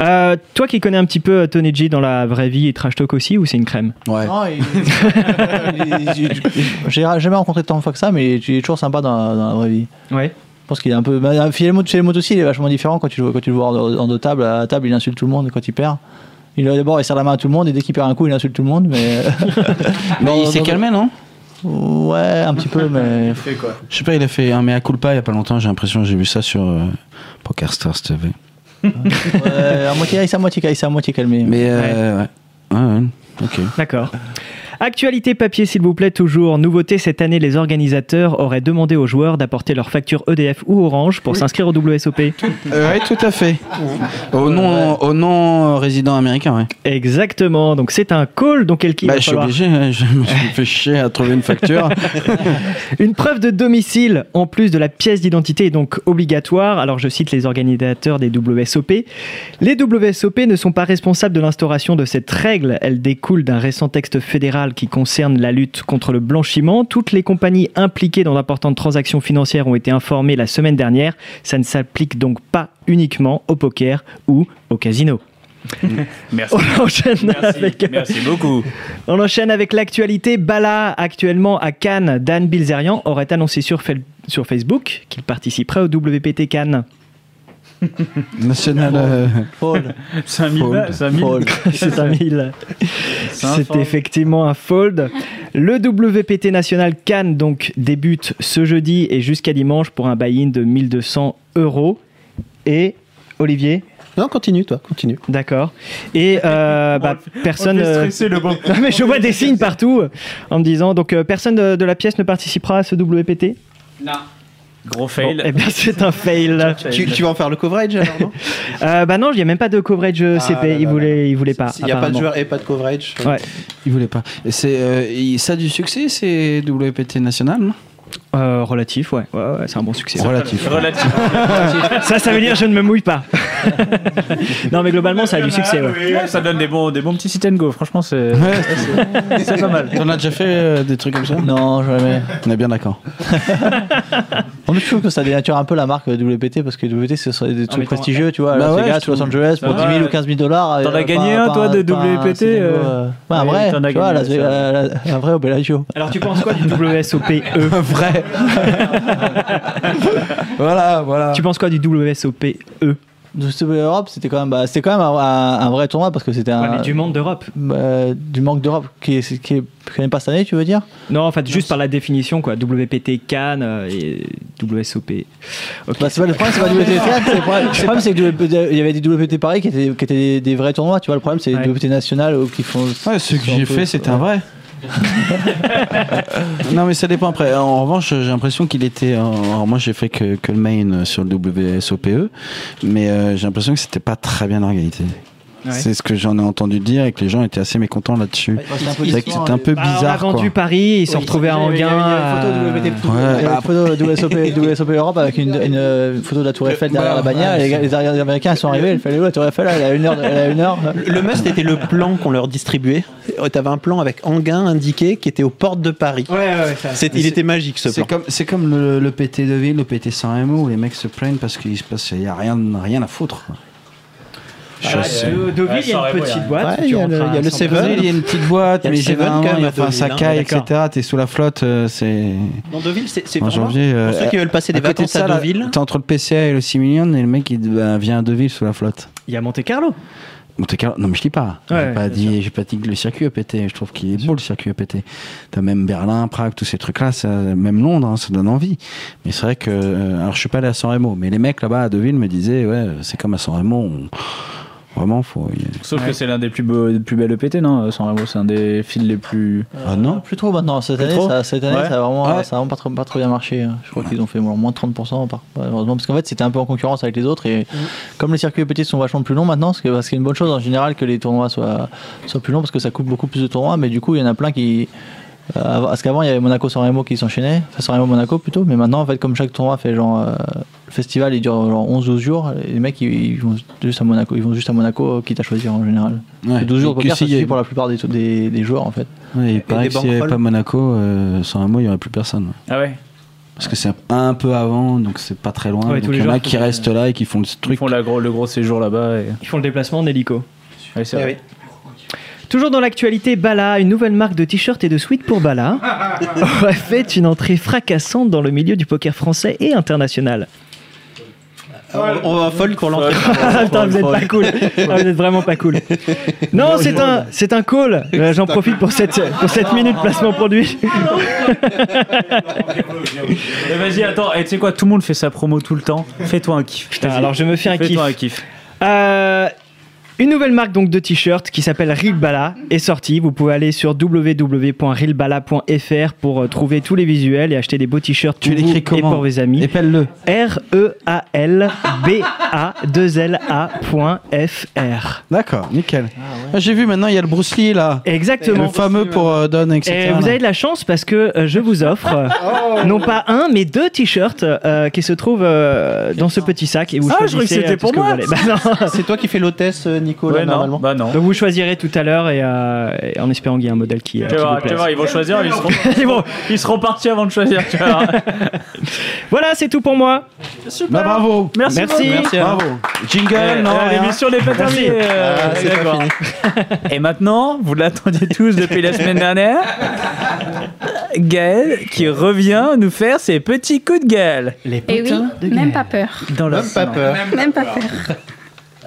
[SPEAKER 8] Euh, toi qui connais un petit peu euh, Tony G dans la vraie vie et Trash Talk aussi, ou c'est une crème
[SPEAKER 7] Ouais.
[SPEAKER 6] Non, il- il- il- J'ai jamais rencontré tant de fois que ça, mais il est toujours sympa dans, dans la vraie vie.
[SPEAKER 8] Ouais.
[SPEAKER 6] Je pense qu'il est un peu. bah, Chez les mots chez les mots aussi, il est vachement différent quand tu le vois, quand tu le vois en, en deux tables. À table, il insulte tout le monde quand il perd. Il d'abord il serre la main à tout le monde et dès qu'il perd un coup, il insulte tout le monde. Mais euh,
[SPEAKER 7] Mais il s'est calmé, non
[SPEAKER 6] ouais, un petit peu, mais
[SPEAKER 7] Je sais pas, il a fait un mea culpa il y a pas longtemps, j'ai l'impression, j'ai vu ça sur euh, Poker Stars TV.
[SPEAKER 6] ouais, à moitié, il s'est à moitié, il s'est à moitié calmé.
[SPEAKER 7] Mais euh, ouais. Ouais, ouais. Ok.
[SPEAKER 8] D'accord. Actualité papier, s'il vous plaît, toujours. Nouveauté cette année, les organisateurs auraient demandé aux joueurs d'apporter leur facture EDF ou Orange pour s'inscrire au WSOP.
[SPEAKER 7] Euh, ouais, tout à fait. Au nom, au nom euh, résident américain, ouais.
[SPEAKER 8] Exactement. Donc c'est un call. Donc Elki, il
[SPEAKER 7] Bah,
[SPEAKER 8] va
[SPEAKER 7] je suis
[SPEAKER 8] falloir
[SPEAKER 7] obligé, hein, je me suis fait chier à trouver une facture.
[SPEAKER 8] Une preuve de domicile en plus de la pièce d'identité est donc obligatoire. Alors je cite les organisateurs des WSOP. Les WSOP ne sont pas responsables de l'instauration de cette règle. Elle découle d'un récent texte fédéral qui concerne la lutte contre le blanchiment. Toutes les compagnies impliquées dans d'importantes transactions financières ont été informées la semaine dernière. Ça ne s'applique donc pas uniquement au poker ou au casino.
[SPEAKER 3] Merci.
[SPEAKER 8] On enchaîne
[SPEAKER 3] Merci,
[SPEAKER 7] euh,
[SPEAKER 8] avec-
[SPEAKER 3] merci beaucoup.
[SPEAKER 8] on enchaîne avec l'actualité. Bala, actuellement à Cannes, Dan Bilzerian aurait annoncé sur, fel- sur Facebook qu'il participerait au WPT Cannes.
[SPEAKER 7] National. euh,
[SPEAKER 6] Paul,
[SPEAKER 3] 5000
[SPEAKER 7] Fold.
[SPEAKER 3] balles, 5000
[SPEAKER 6] Paul.
[SPEAKER 8] C'est un mille.
[SPEAKER 3] C'est un
[SPEAKER 8] C'est
[SPEAKER 3] fold.
[SPEAKER 8] effectivement un fold. Le WPT national Cannes donc débute ce jeudi et jusqu'à dimanche pour un buy-in de 1200 euros. Et Olivier,
[SPEAKER 5] Non, continue, toi, continue.
[SPEAKER 8] d'accord. Et euh, bah, personne.
[SPEAKER 3] On fait
[SPEAKER 8] euh,
[SPEAKER 3] stresser le bon.
[SPEAKER 8] Non, mais je vois des signes partout en me disant donc euh, personne de, de la pièce ne participera à ce WPT.
[SPEAKER 3] Gros
[SPEAKER 8] Bon,
[SPEAKER 3] fail.
[SPEAKER 8] eh bien, c'est un fail.
[SPEAKER 5] Tu, tu vas en faire le coverage alors, non
[SPEAKER 8] Euh, bah non, il n'y a même pas de coverage euh,
[SPEAKER 5] Ah là
[SPEAKER 8] CP.
[SPEAKER 5] là
[SPEAKER 8] Il
[SPEAKER 5] là.
[SPEAKER 8] voulait, il voulait pas.
[SPEAKER 5] S'il n'y a pas de
[SPEAKER 8] apparemment.
[SPEAKER 5] joueur et pas de coverage.
[SPEAKER 8] Ouais.
[SPEAKER 7] Il voulait pas. Et C'est euh, il- ça a du succès, c'est WPT national, non
[SPEAKER 8] Euh, relatif, ouais. Ouais, ouais, c'est un bon succès.
[SPEAKER 7] Relatif.
[SPEAKER 3] Relatif.
[SPEAKER 8] ça, ça veut dire je ne me mouille pas. non, mais globalement, ça a du succès. ouais.
[SPEAKER 3] Ouais, Ça donne des bons, des bons petits sit and go. Franchement, c'est.
[SPEAKER 7] C'est pas mal. T'en as déjà fait euh, des trucs comme ça
[SPEAKER 6] non jamais.
[SPEAKER 7] On est bien d'accord.
[SPEAKER 6] En plus, je trouve que ça dénature un peu la marque WPT parce que WPT, ce sont des trucs
[SPEAKER 3] Ah, mais t'en-
[SPEAKER 6] prestigieux, tu vois.
[SPEAKER 7] Bah
[SPEAKER 6] Las
[SPEAKER 7] ouais,
[SPEAKER 6] Vegas,
[SPEAKER 7] je
[SPEAKER 6] Los Angeles, pour 10
[SPEAKER 3] va,
[SPEAKER 6] 000
[SPEAKER 3] ouais.
[SPEAKER 6] ou 15 000 dollars.
[SPEAKER 3] T'en
[SPEAKER 6] euh,
[SPEAKER 3] as gagné
[SPEAKER 6] pas-
[SPEAKER 3] un,
[SPEAKER 6] pas
[SPEAKER 3] toi, de
[SPEAKER 6] pas un
[SPEAKER 3] WPT,
[SPEAKER 6] Citadel,
[SPEAKER 3] euh,
[SPEAKER 6] euh, ouais, un
[SPEAKER 3] oui,
[SPEAKER 6] vrai,
[SPEAKER 3] t'en as
[SPEAKER 6] tu vois,
[SPEAKER 3] gagné,
[SPEAKER 6] Las
[SPEAKER 3] c'est
[SPEAKER 6] Vegas, un vrai au Bellagio.
[SPEAKER 8] Alors, tu penses quoi du WSOPE
[SPEAKER 7] Vrai. voilà, voilà.
[SPEAKER 8] Tu penses quoi du WSOPE
[SPEAKER 6] WSOP Europe, c'était quand même, bah, c'était quand même un, un- un vrai tournoi parce que c'était
[SPEAKER 8] Ouais,
[SPEAKER 6] un.
[SPEAKER 8] mais Du monde d'Europe.
[SPEAKER 6] bah, du manque d'Europe qui est, qui est quand même pas cette année, tu veux dire
[SPEAKER 8] Non, en fait, juste par la définition, quoi. WPT Cannes euh, et WSOPE. Ok.
[SPEAKER 6] Bah, c'est pas le problème, c'est pas WPT Théâtre, c'est le problème, le
[SPEAKER 8] Ah,
[SPEAKER 6] problème, c'est que WPT il y avait des WPT Paris qui étaient, qui étaient des, des vrais tournois, tu vois. Le problème, c'est les
[SPEAKER 8] Ouais.
[SPEAKER 6] WPT nationales euh, qui font.
[SPEAKER 7] Ouais, ce que
[SPEAKER 6] qui sont
[SPEAKER 7] j'ai
[SPEAKER 6] un peu-
[SPEAKER 7] fait, c'était un vrai. non, mais ça dépend après. En revanche, j'ai l'impression qu'il était. en- Alors, moi, j'ai fait que, E, que le main sur le WSOPE, mais euh, j'ai l'impression que c'était pas très bien organisé.
[SPEAKER 8] Ouais.
[SPEAKER 7] C'est ce que j'en ai entendu dire et que les gens étaient assez mécontents là-dessus.
[SPEAKER 6] c'est un peu
[SPEAKER 7] C'est vrai que
[SPEAKER 6] décevant,
[SPEAKER 7] c'était un peu
[SPEAKER 6] euh,
[SPEAKER 7] bizarre.
[SPEAKER 8] Bah, on a vendu
[SPEAKER 7] quoi.
[SPEAKER 8] Paris, ils
[SPEAKER 6] Oui,
[SPEAKER 8] se sont retrouvés à
[SPEAKER 6] il y a- il y a- il y
[SPEAKER 8] Anguin. euh,
[SPEAKER 6] a une photo
[SPEAKER 8] à-
[SPEAKER 6] WTF. Il y a la photo WSOP, WSOP Europe avec une, une, euh, photo de la Tour Eiffel derrière la
[SPEAKER 7] Bah,
[SPEAKER 6] bannière. et les, gars- les arrières- les Américains ils sont arrivés, ils fallait où la Tour Eiffel Elle a une heure. Elle a une heure.
[SPEAKER 5] Le must était le plan qu'on leur distribuait. Euh, T'avais un plan avec Anguin indiqué qui était aux portes de Paris.
[SPEAKER 7] Ah
[SPEAKER 5] C'est- il était magique ce
[SPEAKER 7] C'est
[SPEAKER 5] plan.
[SPEAKER 7] comme, c'est comme le, le PT de ville, le PT sans MO, où les mecs se plaignent parce qu'il se passe, il n'y a rien, rien à foutre. quoi.
[SPEAKER 8] Ah, de- Deauville, il y a une
[SPEAKER 5] hein.
[SPEAKER 8] petite boîte.
[SPEAKER 5] Ouais, il y a le- il y a le
[SPEAKER 7] Seven,
[SPEAKER 5] Seven.
[SPEAKER 7] il y a une petite boîte,
[SPEAKER 5] Il y a
[SPEAKER 7] mais
[SPEAKER 5] le Seven
[SPEAKER 7] généralement,
[SPEAKER 5] quand même
[SPEAKER 7] il y a
[SPEAKER 5] à
[SPEAKER 7] enfin,
[SPEAKER 5] Deauville,
[SPEAKER 7] ça
[SPEAKER 5] hein,
[SPEAKER 7] caille,
[SPEAKER 5] d'accord.
[SPEAKER 7] etc. T'es sous la flotte, euh, c'est.
[SPEAKER 5] Dans Deauville, c'est c'est
[SPEAKER 7] En
[SPEAKER 5] vraiment
[SPEAKER 7] janvier. euh,
[SPEAKER 5] pour ceux qui veulent passer des
[SPEAKER 7] à côté de
[SPEAKER 5] vacances à
[SPEAKER 7] ça, là,
[SPEAKER 5] Deauville.
[SPEAKER 7] T'es entre le PCA et le 6 millions, et le mec, il bah, vient à Deauville sous la flotte.
[SPEAKER 8] Il y a Monte Carlo.
[SPEAKER 7] Monte Carlo, non mais je dis pas.
[SPEAKER 8] Ouais,
[SPEAKER 7] j'ai pas dit, j'ai pas dit que le circuit EPT. Je trouve qu'il est beau le circuit EPT. T'as même Berlin, Prague, tous ces trucs-là, ça- même Londres, hein, ça donne envie. Mais c'est vrai que, euh, alors je suis pas allé à San Remo, mais les mecs là-bas à Deauville me disaient, ouais, c'est comme à San Remo. on- Vraiment, faut.
[SPEAKER 3] Sauf
[SPEAKER 7] Ouais.
[SPEAKER 3] que c'est l'un des plus, beaux, des plus belles EPT, non San Remo, c'est un des fils les plus.
[SPEAKER 7] Ah non.
[SPEAKER 6] Euh, Plus trop maintenant. Cette
[SPEAKER 3] Plus
[SPEAKER 6] année,
[SPEAKER 3] trop
[SPEAKER 6] ça, cette année
[SPEAKER 3] Ouais.
[SPEAKER 6] ça a vraiment,
[SPEAKER 3] Ouais.
[SPEAKER 6] ça a vraiment pas, trop, pas trop bien marché. hein. Je crois qu'ils ont fait moins de 30% par, malheureusement. Parce qu'en fait, c'était un peu en concurrence avec les autres. Et
[SPEAKER 7] Mm.
[SPEAKER 6] comme les circuits petits sont vachement plus longs maintenant, ce qui parce qu'il est une bonne chose en général que les tournois soient, soient plus longs parce que ça coupe beaucoup plus de tournois. Mais du coup, il y en a plein qui. euh, avant- parce qu'avant, il y avait Monaco-San Remo qui s'enchaînait. Enfin, San Remo-Monaco plutôt. Mais maintenant, en fait, comme chaque tournoi fait genre. euh, le festival, il dure genre 11-12 jours. et Les mecs, ils, ils vont juste à Monaco. Ils vont juste à Monaco, euh, quitte à choisir en général.
[SPEAKER 7] Ouais.
[SPEAKER 6] Et 12 jours de
[SPEAKER 7] Et que
[SPEAKER 6] poker, ça
[SPEAKER 7] s'il y a-
[SPEAKER 6] suffit pour la plupart des, des- des joueurs en fait.
[SPEAKER 7] Ouais, il paraît
[SPEAKER 6] des
[SPEAKER 7] que s'il n'y avait
[SPEAKER 6] bankrolls.
[SPEAKER 7] pas Monaco, euh, San Remo, il n'y aurait plus personne.
[SPEAKER 3] Ah ouais
[SPEAKER 7] Parce que c'est un peu avant, donc c'est pas très loin.
[SPEAKER 3] Ouais, tous
[SPEAKER 7] donc
[SPEAKER 3] les
[SPEAKER 7] il y en a
[SPEAKER 3] jours,
[SPEAKER 7] qui
[SPEAKER 3] faut-
[SPEAKER 7] restent là et qui font le
[SPEAKER 3] Ils
[SPEAKER 7] truc.
[SPEAKER 3] font la gros- le gros séjour là-bas. Et...
[SPEAKER 8] Ils font le déplacement en hélico.
[SPEAKER 3] Ouais, c'est vrai.
[SPEAKER 8] Toujours dans l'actualité, Bala, une nouvelle marque de t-shirts et de suites pour Bala, aurait fait une entrée fracassante dans le milieu du poker français et international.
[SPEAKER 5] On- On va en fold pour l'entrée.
[SPEAKER 8] Attends, vous êtes pas cool. Ah, vous êtes vraiment pas cool. Non, c'est un, c'est un call. Euh, J'en profite pour cette, pour cette minute placement produit.
[SPEAKER 3] Eh, Vas-y, attends, et tu sais quoi, tout le monde fait sa promo tout le temps. Fais-toi un kiff.
[SPEAKER 8] Putain,
[SPEAKER 3] Vas-y.
[SPEAKER 8] alors je me fais un kiff.
[SPEAKER 3] Fais-toi un kiff.
[SPEAKER 8] Euh, une nouvelle marque donc de t-shirt qui s'appelle Rilbala est sortie. Vous pouvez aller sur www.rilbala.fr pour euh, trouver tous les visuels et acheter des beaux t-shirts
[SPEAKER 7] Tu
[SPEAKER 8] pour vous
[SPEAKER 7] l'écris
[SPEAKER 8] et
[SPEAKER 7] comment
[SPEAKER 8] pour vos amis.
[SPEAKER 7] Épelle-le.
[SPEAKER 8] R E A L B A 2 L A point F R.
[SPEAKER 7] D'accord, nickel. Ah, J'ai vu maintenant, il y a le Bruce Lee là.
[SPEAKER 8] Exactement.
[SPEAKER 7] Le fameux pour euh, Don, etc.
[SPEAKER 8] Et vous
[SPEAKER 7] là.
[SPEAKER 8] avez de la chance parce que euh, je vous offre euh,
[SPEAKER 5] Oh.
[SPEAKER 8] non pas un mais deux t-shirts euh, qui se trouvent euh, dans ce petit sac et vous
[SPEAKER 3] Ah, je
[SPEAKER 8] choisissez,
[SPEAKER 3] croyais que c'était
[SPEAKER 8] euh, tout
[SPEAKER 3] pour
[SPEAKER 8] ce que
[SPEAKER 3] moi.
[SPEAKER 8] vous voulez. Bah non.
[SPEAKER 5] C'est toi qui fais l'hôtesse, euh, Nico, là,
[SPEAKER 3] Ouais, non.
[SPEAKER 5] normalement.
[SPEAKER 3] Bah non.
[SPEAKER 8] Donc vous choisirez tout à l'heure et, euh, et en espérant qu'il y ait un modèle qui, euh,
[SPEAKER 3] Tu
[SPEAKER 8] qui
[SPEAKER 3] vas
[SPEAKER 8] vous
[SPEAKER 3] voir, tu vas
[SPEAKER 8] plaise.
[SPEAKER 3] voir, ils vont choisir, ils seront, ils vont- ils seront partis avant de choisir. Tu vois.
[SPEAKER 8] Voilà, c'est tout pour moi.
[SPEAKER 7] Bah, bravo.
[SPEAKER 3] Merci.
[SPEAKER 8] Merci.
[SPEAKER 7] Bravo. Jingle,
[SPEAKER 3] Eh,
[SPEAKER 7] non,
[SPEAKER 3] eh,
[SPEAKER 7] rien.
[SPEAKER 3] L'émission n'est pas terminée. euh,
[SPEAKER 5] Ah, c'est pas
[SPEAKER 3] d'accord. Et maintenant, vous l'attendiez tous depuis la semaine dernière, Gaël qui revient nous faire ses petits coups de gueule.
[SPEAKER 8] Les
[SPEAKER 15] Et Eh oui,
[SPEAKER 8] potins de
[SPEAKER 15] même
[SPEAKER 8] guerre.
[SPEAKER 15] pas peur.
[SPEAKER 3] Dans la
[SPEAKER 5] Même pas peur.
[SPEAKER 15] Même pas peur.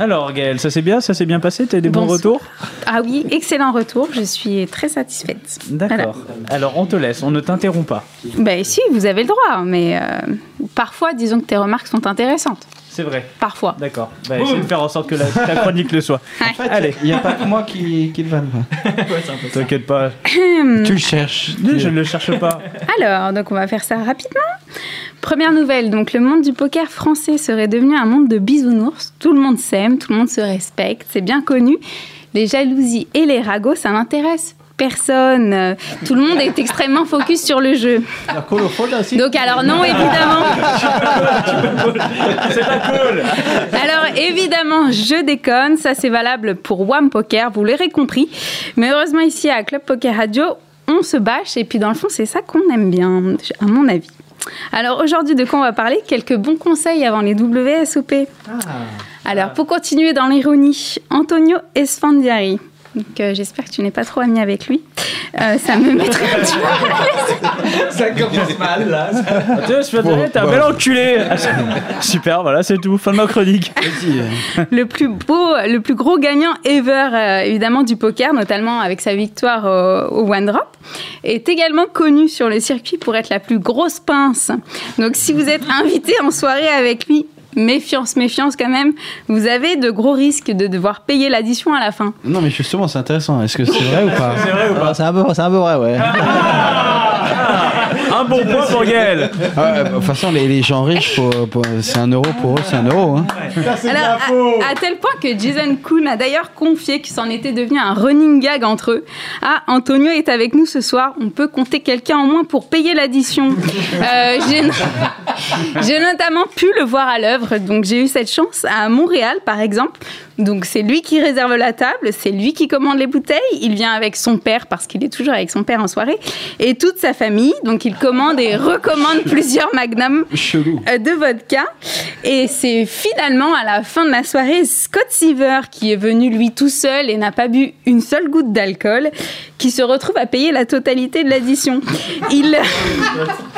[SPEAKER 3] Alors Gaël, ça s'est bien, ça s'est bien passé, t'as eu des bons
[SPEAKER 15] Bonsoir.
[SPEAKER 3] retours
[SPEAKER 15] Ah oui, excellent retour. Je suis très satisfaite.
[SPEAKER 3] D'accord. Alors on te laisse, on ne t'interrompt pas.
[SPEAKER 15] Voilà. Ben si, vous avez le droit, mais euh, parfois, disons que tes remarques sont intéressantes.
[SPEAKER 3] C'est vrai.
[SPEAKER 15] Parfois.
[SPEAKER 3] D'accord. Bah, essaye de faire en sorte que la, ta chronique le soit. Allez,
[SPEAKER 7] Il n'y a pas que moi qui, qui le vanne. quoi.
[SPEAKER 3] t'inquiète pas.
[SPEAKER 15] Hmm. Hum.
[SPEAKER 7] Tu le cherches.
[SPEAKER 3] Je ne le cherche pas.
[SPEAKER 15] Alors, donc on va faire ça rapidement. Première nouvelle, donc le monde du poker français serait devenu un monde de bisounours. Tout le monde s'aime, tout le monde se respecte, c'est bien connu. Les jalousies et les ragots, ça n'intéresse personne. Euh, Tout le monde est extrêmement focus sur le jeu.
[SPEAKER 6] La call au fold, là, aussi
[SPEAKER 15] Donc alors non, évidemment.
[SPEAKER 3] C'est pas cool.
[SPEAKER 15] Alors évidemment, je déconne, ça c'est valable pour Wham Poker, vous l'aurez compris. Mais heureusement ici à Club Poker Radio, on se bâche et puis dans le fond c'est ça qu'on aime bien, à mon avis. Alors aujourd'hui de quoi on va parler Quelques bons conseils avant les WSOP.
[SPEAKER 3] Ah.
[SPEAKER 15] Alors pour continuer dans l'ironie, Antonio Esfandiari. Donc euh, j'espère que tu n'es pas trop ami avec lui. Euh, ça me mettrait un petit peu mal à l'aise.
[SPEAKER 3] Ah, tu vois, je peux te dire, t'es un bel enculé. Ah, Super, voilà, c'est tout. Fin de ma chronique. euh.
[SPEAKER 15] le plus beau, le plus gros gagnant ever, euh, évidemment, du poker, notamment avec sa victoire au, au One Drop, est également connu sur le circuit pour être la plus grosse pince. Donc, si vous êtes invité en soirée avec lui, méfiance, méfiance quand même, vous avez de gros risques de devoir payer l'addition à la fin.
[SPEAKER 7] Non, mais justement, c'est intéressant. Est-ce que c'est vrai ou pas
[SPEAKER 15] Ah.
[SPEAKER 6] Ah, C'est un, peu- c'est un peu vrai, ouais.
[SPEAKER 3] Un bon point pour Gaël.
[SPEAKER 7] Ah, bah, de toute façon, les, les gens riches, faut- pour- c'est un euro pour eux, c'est un euro. hein.
[SPEAKER 15] Alors, à, à tel point que Jason Kuhn a d'ailleurs confié qu'il s'en était devenu un running gag entre eux. Ah, Antonio est avec nous ce soir, on peut compter quelqu'un en moins pour payer l'addition. Euh, j'ai, no- j'ai notamment pu le voir à l'œuvre, donc j'ai eu cette chance à Montréal par exemple. Donc c'est lui qui réserve la table, c'est lui qui commande les bouteilles, il vient avec son père parce qu'il est toujours avec son père en soirée, et toute sa famille, donc il commande et recommande plusieurs magnums
[SPEAKER 7] Chelou.
[SPEAKER 15] euh, de vodka. Et c'est finalement à la fin de la soirée Scott Seaver qui est venu lui tout seul et n'a pas bu une seule goutte d'alcool qui se retrouve à payer la totalité de l'addition. Il...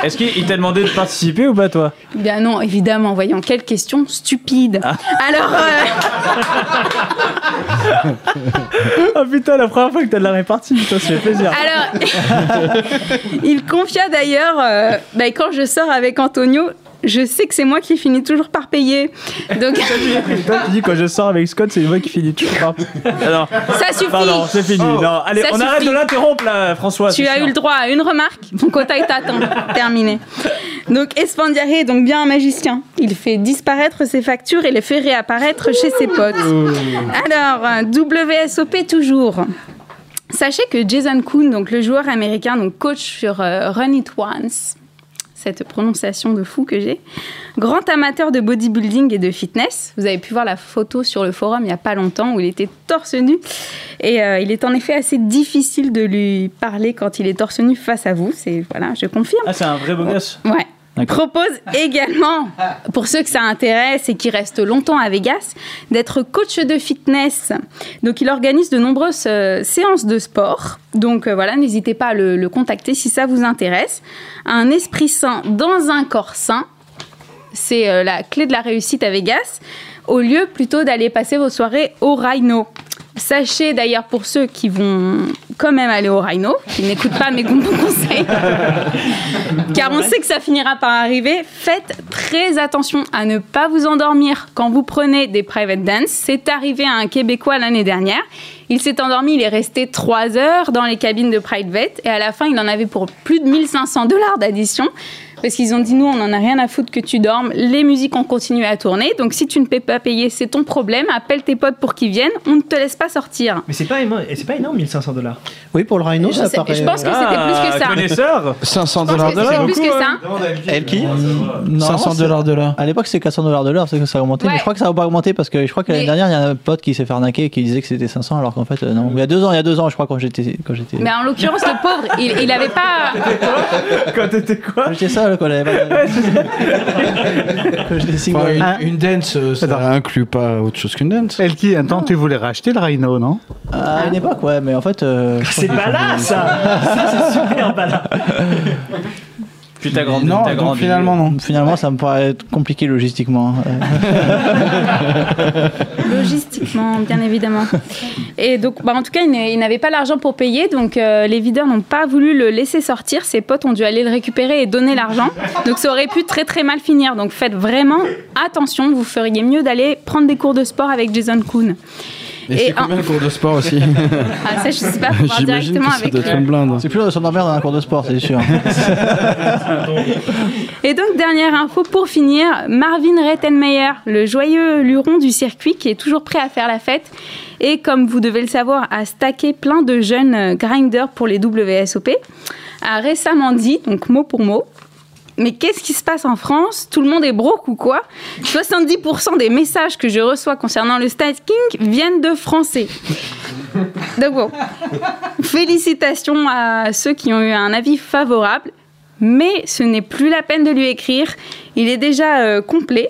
[SPEAKER 3] Est-ce qu'il t'a demandé de participer ou pas, toi
[SPEAKER 15] Bien non, évidemment, voyons, quelle question stupide.
[SPEAKER 3] Ah.
[SPEAKER 15] Alors... euh,
[SPEAKER 3] Ah putain, la première fois que t'as de la répartie, putain, ça fait plaisir.
[SPEAKER 15] Ah, Alors, il confia d'ailleurs, euh, bah, quand je sors avec Antonio, je sais que c'est moi qui finis toujours par payer. Donc,
[SPEAKER 3] Putain, tu dis quand je sors avec Scott, c'est moi qui finis tout. Alors,
[SPEAKER 15] Ça suffit.
[SPEAKER 3] Pardon, c'est fini.
[SPEAKER 15] Oh.
[SPEAKER 3] Non, allez,
[SPEAKER 15] Ça
[SPEAKER 3] on arrête
[SPEAKER 15] suffit.
[SPEAKER 3] de l'interrompre là, François.
[SPEAKER 15] tu
[SPEAKER 3] c'est
[SPEAKER 15] as
[SPEAKER 3] chiant.
[SPEAKER 15] eu le droit à une remarque, ton quota est atteint, terminé. Donc Espandiaré est donc bien un magicien. Il fait disparaître ses factures et les fait réapparaître chez ses potes. Alors, euh, WSOP toujours. Sachez que Jason Kuhn, donc le joueur américain, donc coach sur euh, Run It Once, cette prononciation de fou que j'ai, grand amateur de bodybuilding et de fitness. Vous avez pu voir la photo sur le forum il n'y a pas longtemps où il était torse nu. Et euh, il est en effet assez difficile de lui parler quand il est torse nu face à vous. C'est voilà, je confirme.
[SPEAKER 3] Ah, c'est un vrai beau gosse.
[SPEAKER 15] Ouais.
[SPEAKER 3] D'accord.
[SPEAKER 15] Propose également, pour ceux que ça intéresse et qui restent longtemps à Vegas, d'être coach de fitness. Donc, il organise de nombreuses euh, séances de sport. Donc, euh, voilà, n'hésitez pas à le, le contacter si ça vous intéresse. Un esprit sain dans un corps sain, c'est euh, la clé de la réussite à Vegas, au lieu plutôt d'aller passer vos soirées au Rhino. Sachez d'ailleurs pour ceux qui vont quand même aller au Rhino, qui n'écoutent pas mes bons conseils, car on sait que ça finira par arriver, faites très attention à ne pas vous endormir quand vous prenez des private dance. C'est arrivé à un Québécois l'année dernière. Il s'est endormi, il est resté 3 heures dans les cabines de private et à la fin, il en avait pour plus de 1500 dollars d'addition. Parce qu'ils ont dit, nous, on n'en a rien à foutre que tu dormes. Les musiques ont continué à tourner. Donc, si tu ne peux pas payer, c'est ton problème. Appelle tes potes pour qu'ils viennent. On ne te laisse pas sortir.
[SPEAKER 4] Mais c'est pas, émo- et c'est pas énorme, 1500 dollars.
[SPEAKER 5] Oui, pour le Rhino, euh,
[SPEAKER 15] Je ça sais- paraît- je pense que c'était plus que ça.
[SPEAKER 3] Ah, Connaisseur
[SPEAKER 7] 500
[SPEAKER 15] Je pense
[SPEAKER 7] dollars
[SPEAKER 15] que
[SPEAKER 7] de
[SPEAKER 15] c'est hein.
[SPEAKER 7] l'heure.
[SPEAKER 15] plus que ça.
[SPEAKER 7] Elle qui
[SPEAKER 6] Non,
[SPEAKER 7] 500
[SPEAKER 6] c'est-
[SPEAKER 7] dollars de l'heure.
[SPEAKER 6] À l'époque, c'était 400 dollars de l'heure, c'est que ça a augmenté.
[SPEAKER 15] Ouais.
[SPEAKER 6] Mais je crois que ça a pas augmenté parce que je crois que l'année
[SPEAKER 15] Mais-
[SPEAKER 6] dernière, il y a un pote qui s'est fait arnaquer et qui disait que c'était 500, alors qu'en fait, euh, non. Il y a deux ans, il y a deux ans, je crois, quand j'étais. Quand j'étais
[SPEAKER 15] Mais en l'occurrence, le pauvre, il, il avait pas.
[SPEAKER 3] Quand t'étais quoi
[SPEAKER 6] J'étais seul, quoi. j'avais pas-
[SPEAKER 3] Euh,
[SPEAKER 6] Quand j'étais single.
[SPEAKER 11] Enfin, une,
[SPEAKER 6] Ah,
[SPEAKER 11] une dance, euh, ça inclut pas autre chose qu'une dance.
[SPEAKER 14] Elki, attends, tu voulais racheter le Rhino, non
[SPEAKER 6] À une époque, ouais, mais en fait. euh, je
[SPEAKER 4] C'est
[SPEAKER 6] crois que-
[SPEAKER 4] pas là, ça Ça, c'est super pas là
[SPEAKER 3] Oh. Puis t'as grandi,
[SPEAKER 11] Non,
[SPEAKER 3] t'as
[SPEAKER 11] donc
[SPEAKER 3] grandi.
[SPEAKER 11] finalement, non.
[SPEAKER 6] Finalement, ça me paraît compliqué logistiquement. Euh,
[SPEAKER 15] Logistiquement, bien évidemment. Et donc, bah, en tout cas, il n'a- il n'avait pas l'argent pour payer, donc euh, les videurs n'ont pas voulu le laisser sortir. Ses potes ont dû aller le récupérer et donner l'argent. Donc, ça aurait pu très très mal finir. Donc, faites vraiment attention. Vous feriez mieux d'aller prendre des cours de sport avec Jason Kuhn.
[SPEAKER 7] Et c'est
[SPEAKER 15] Et en-
[SPEAKER 7] combien le cours de sport aussi
[SPEAKER 15] Ah, ça, je sais pas, faut voir
[SPEAKER 7] J'imagine
[SPEAKER 15] directement
[SPEAKER 7] que ça
[SPEAKER 15] avec
[SPEAKER 7] doit
[SPEAKER 15] lui.
[SPEAKER 7] être une blinde. hein.
[SPEAKER 6] C'est plus dur de s'endormir dans un cours de sport, c'est sûr.
[SPEAKER 15] Et donc, dernière info pour finir, Marvin Rettenmeier, le joyeux luron du circuit qui est toujours prêt à faire la fête et, comme vous devez le savoir, a stacké plein de jeunes euh, grinders pour les WSOP, a récemment dit, donc mot pour mot, mais qu'est-ce qui se passe en France Tout le monde est broke ou quoi 70% des messages que je reçois concernant le stacking viennent de Français. Donc bon, félicitations à ceux qui ont eu un avis favorable, mais ce n'est plus la peine de lui écrire, il est déjà euh, complet.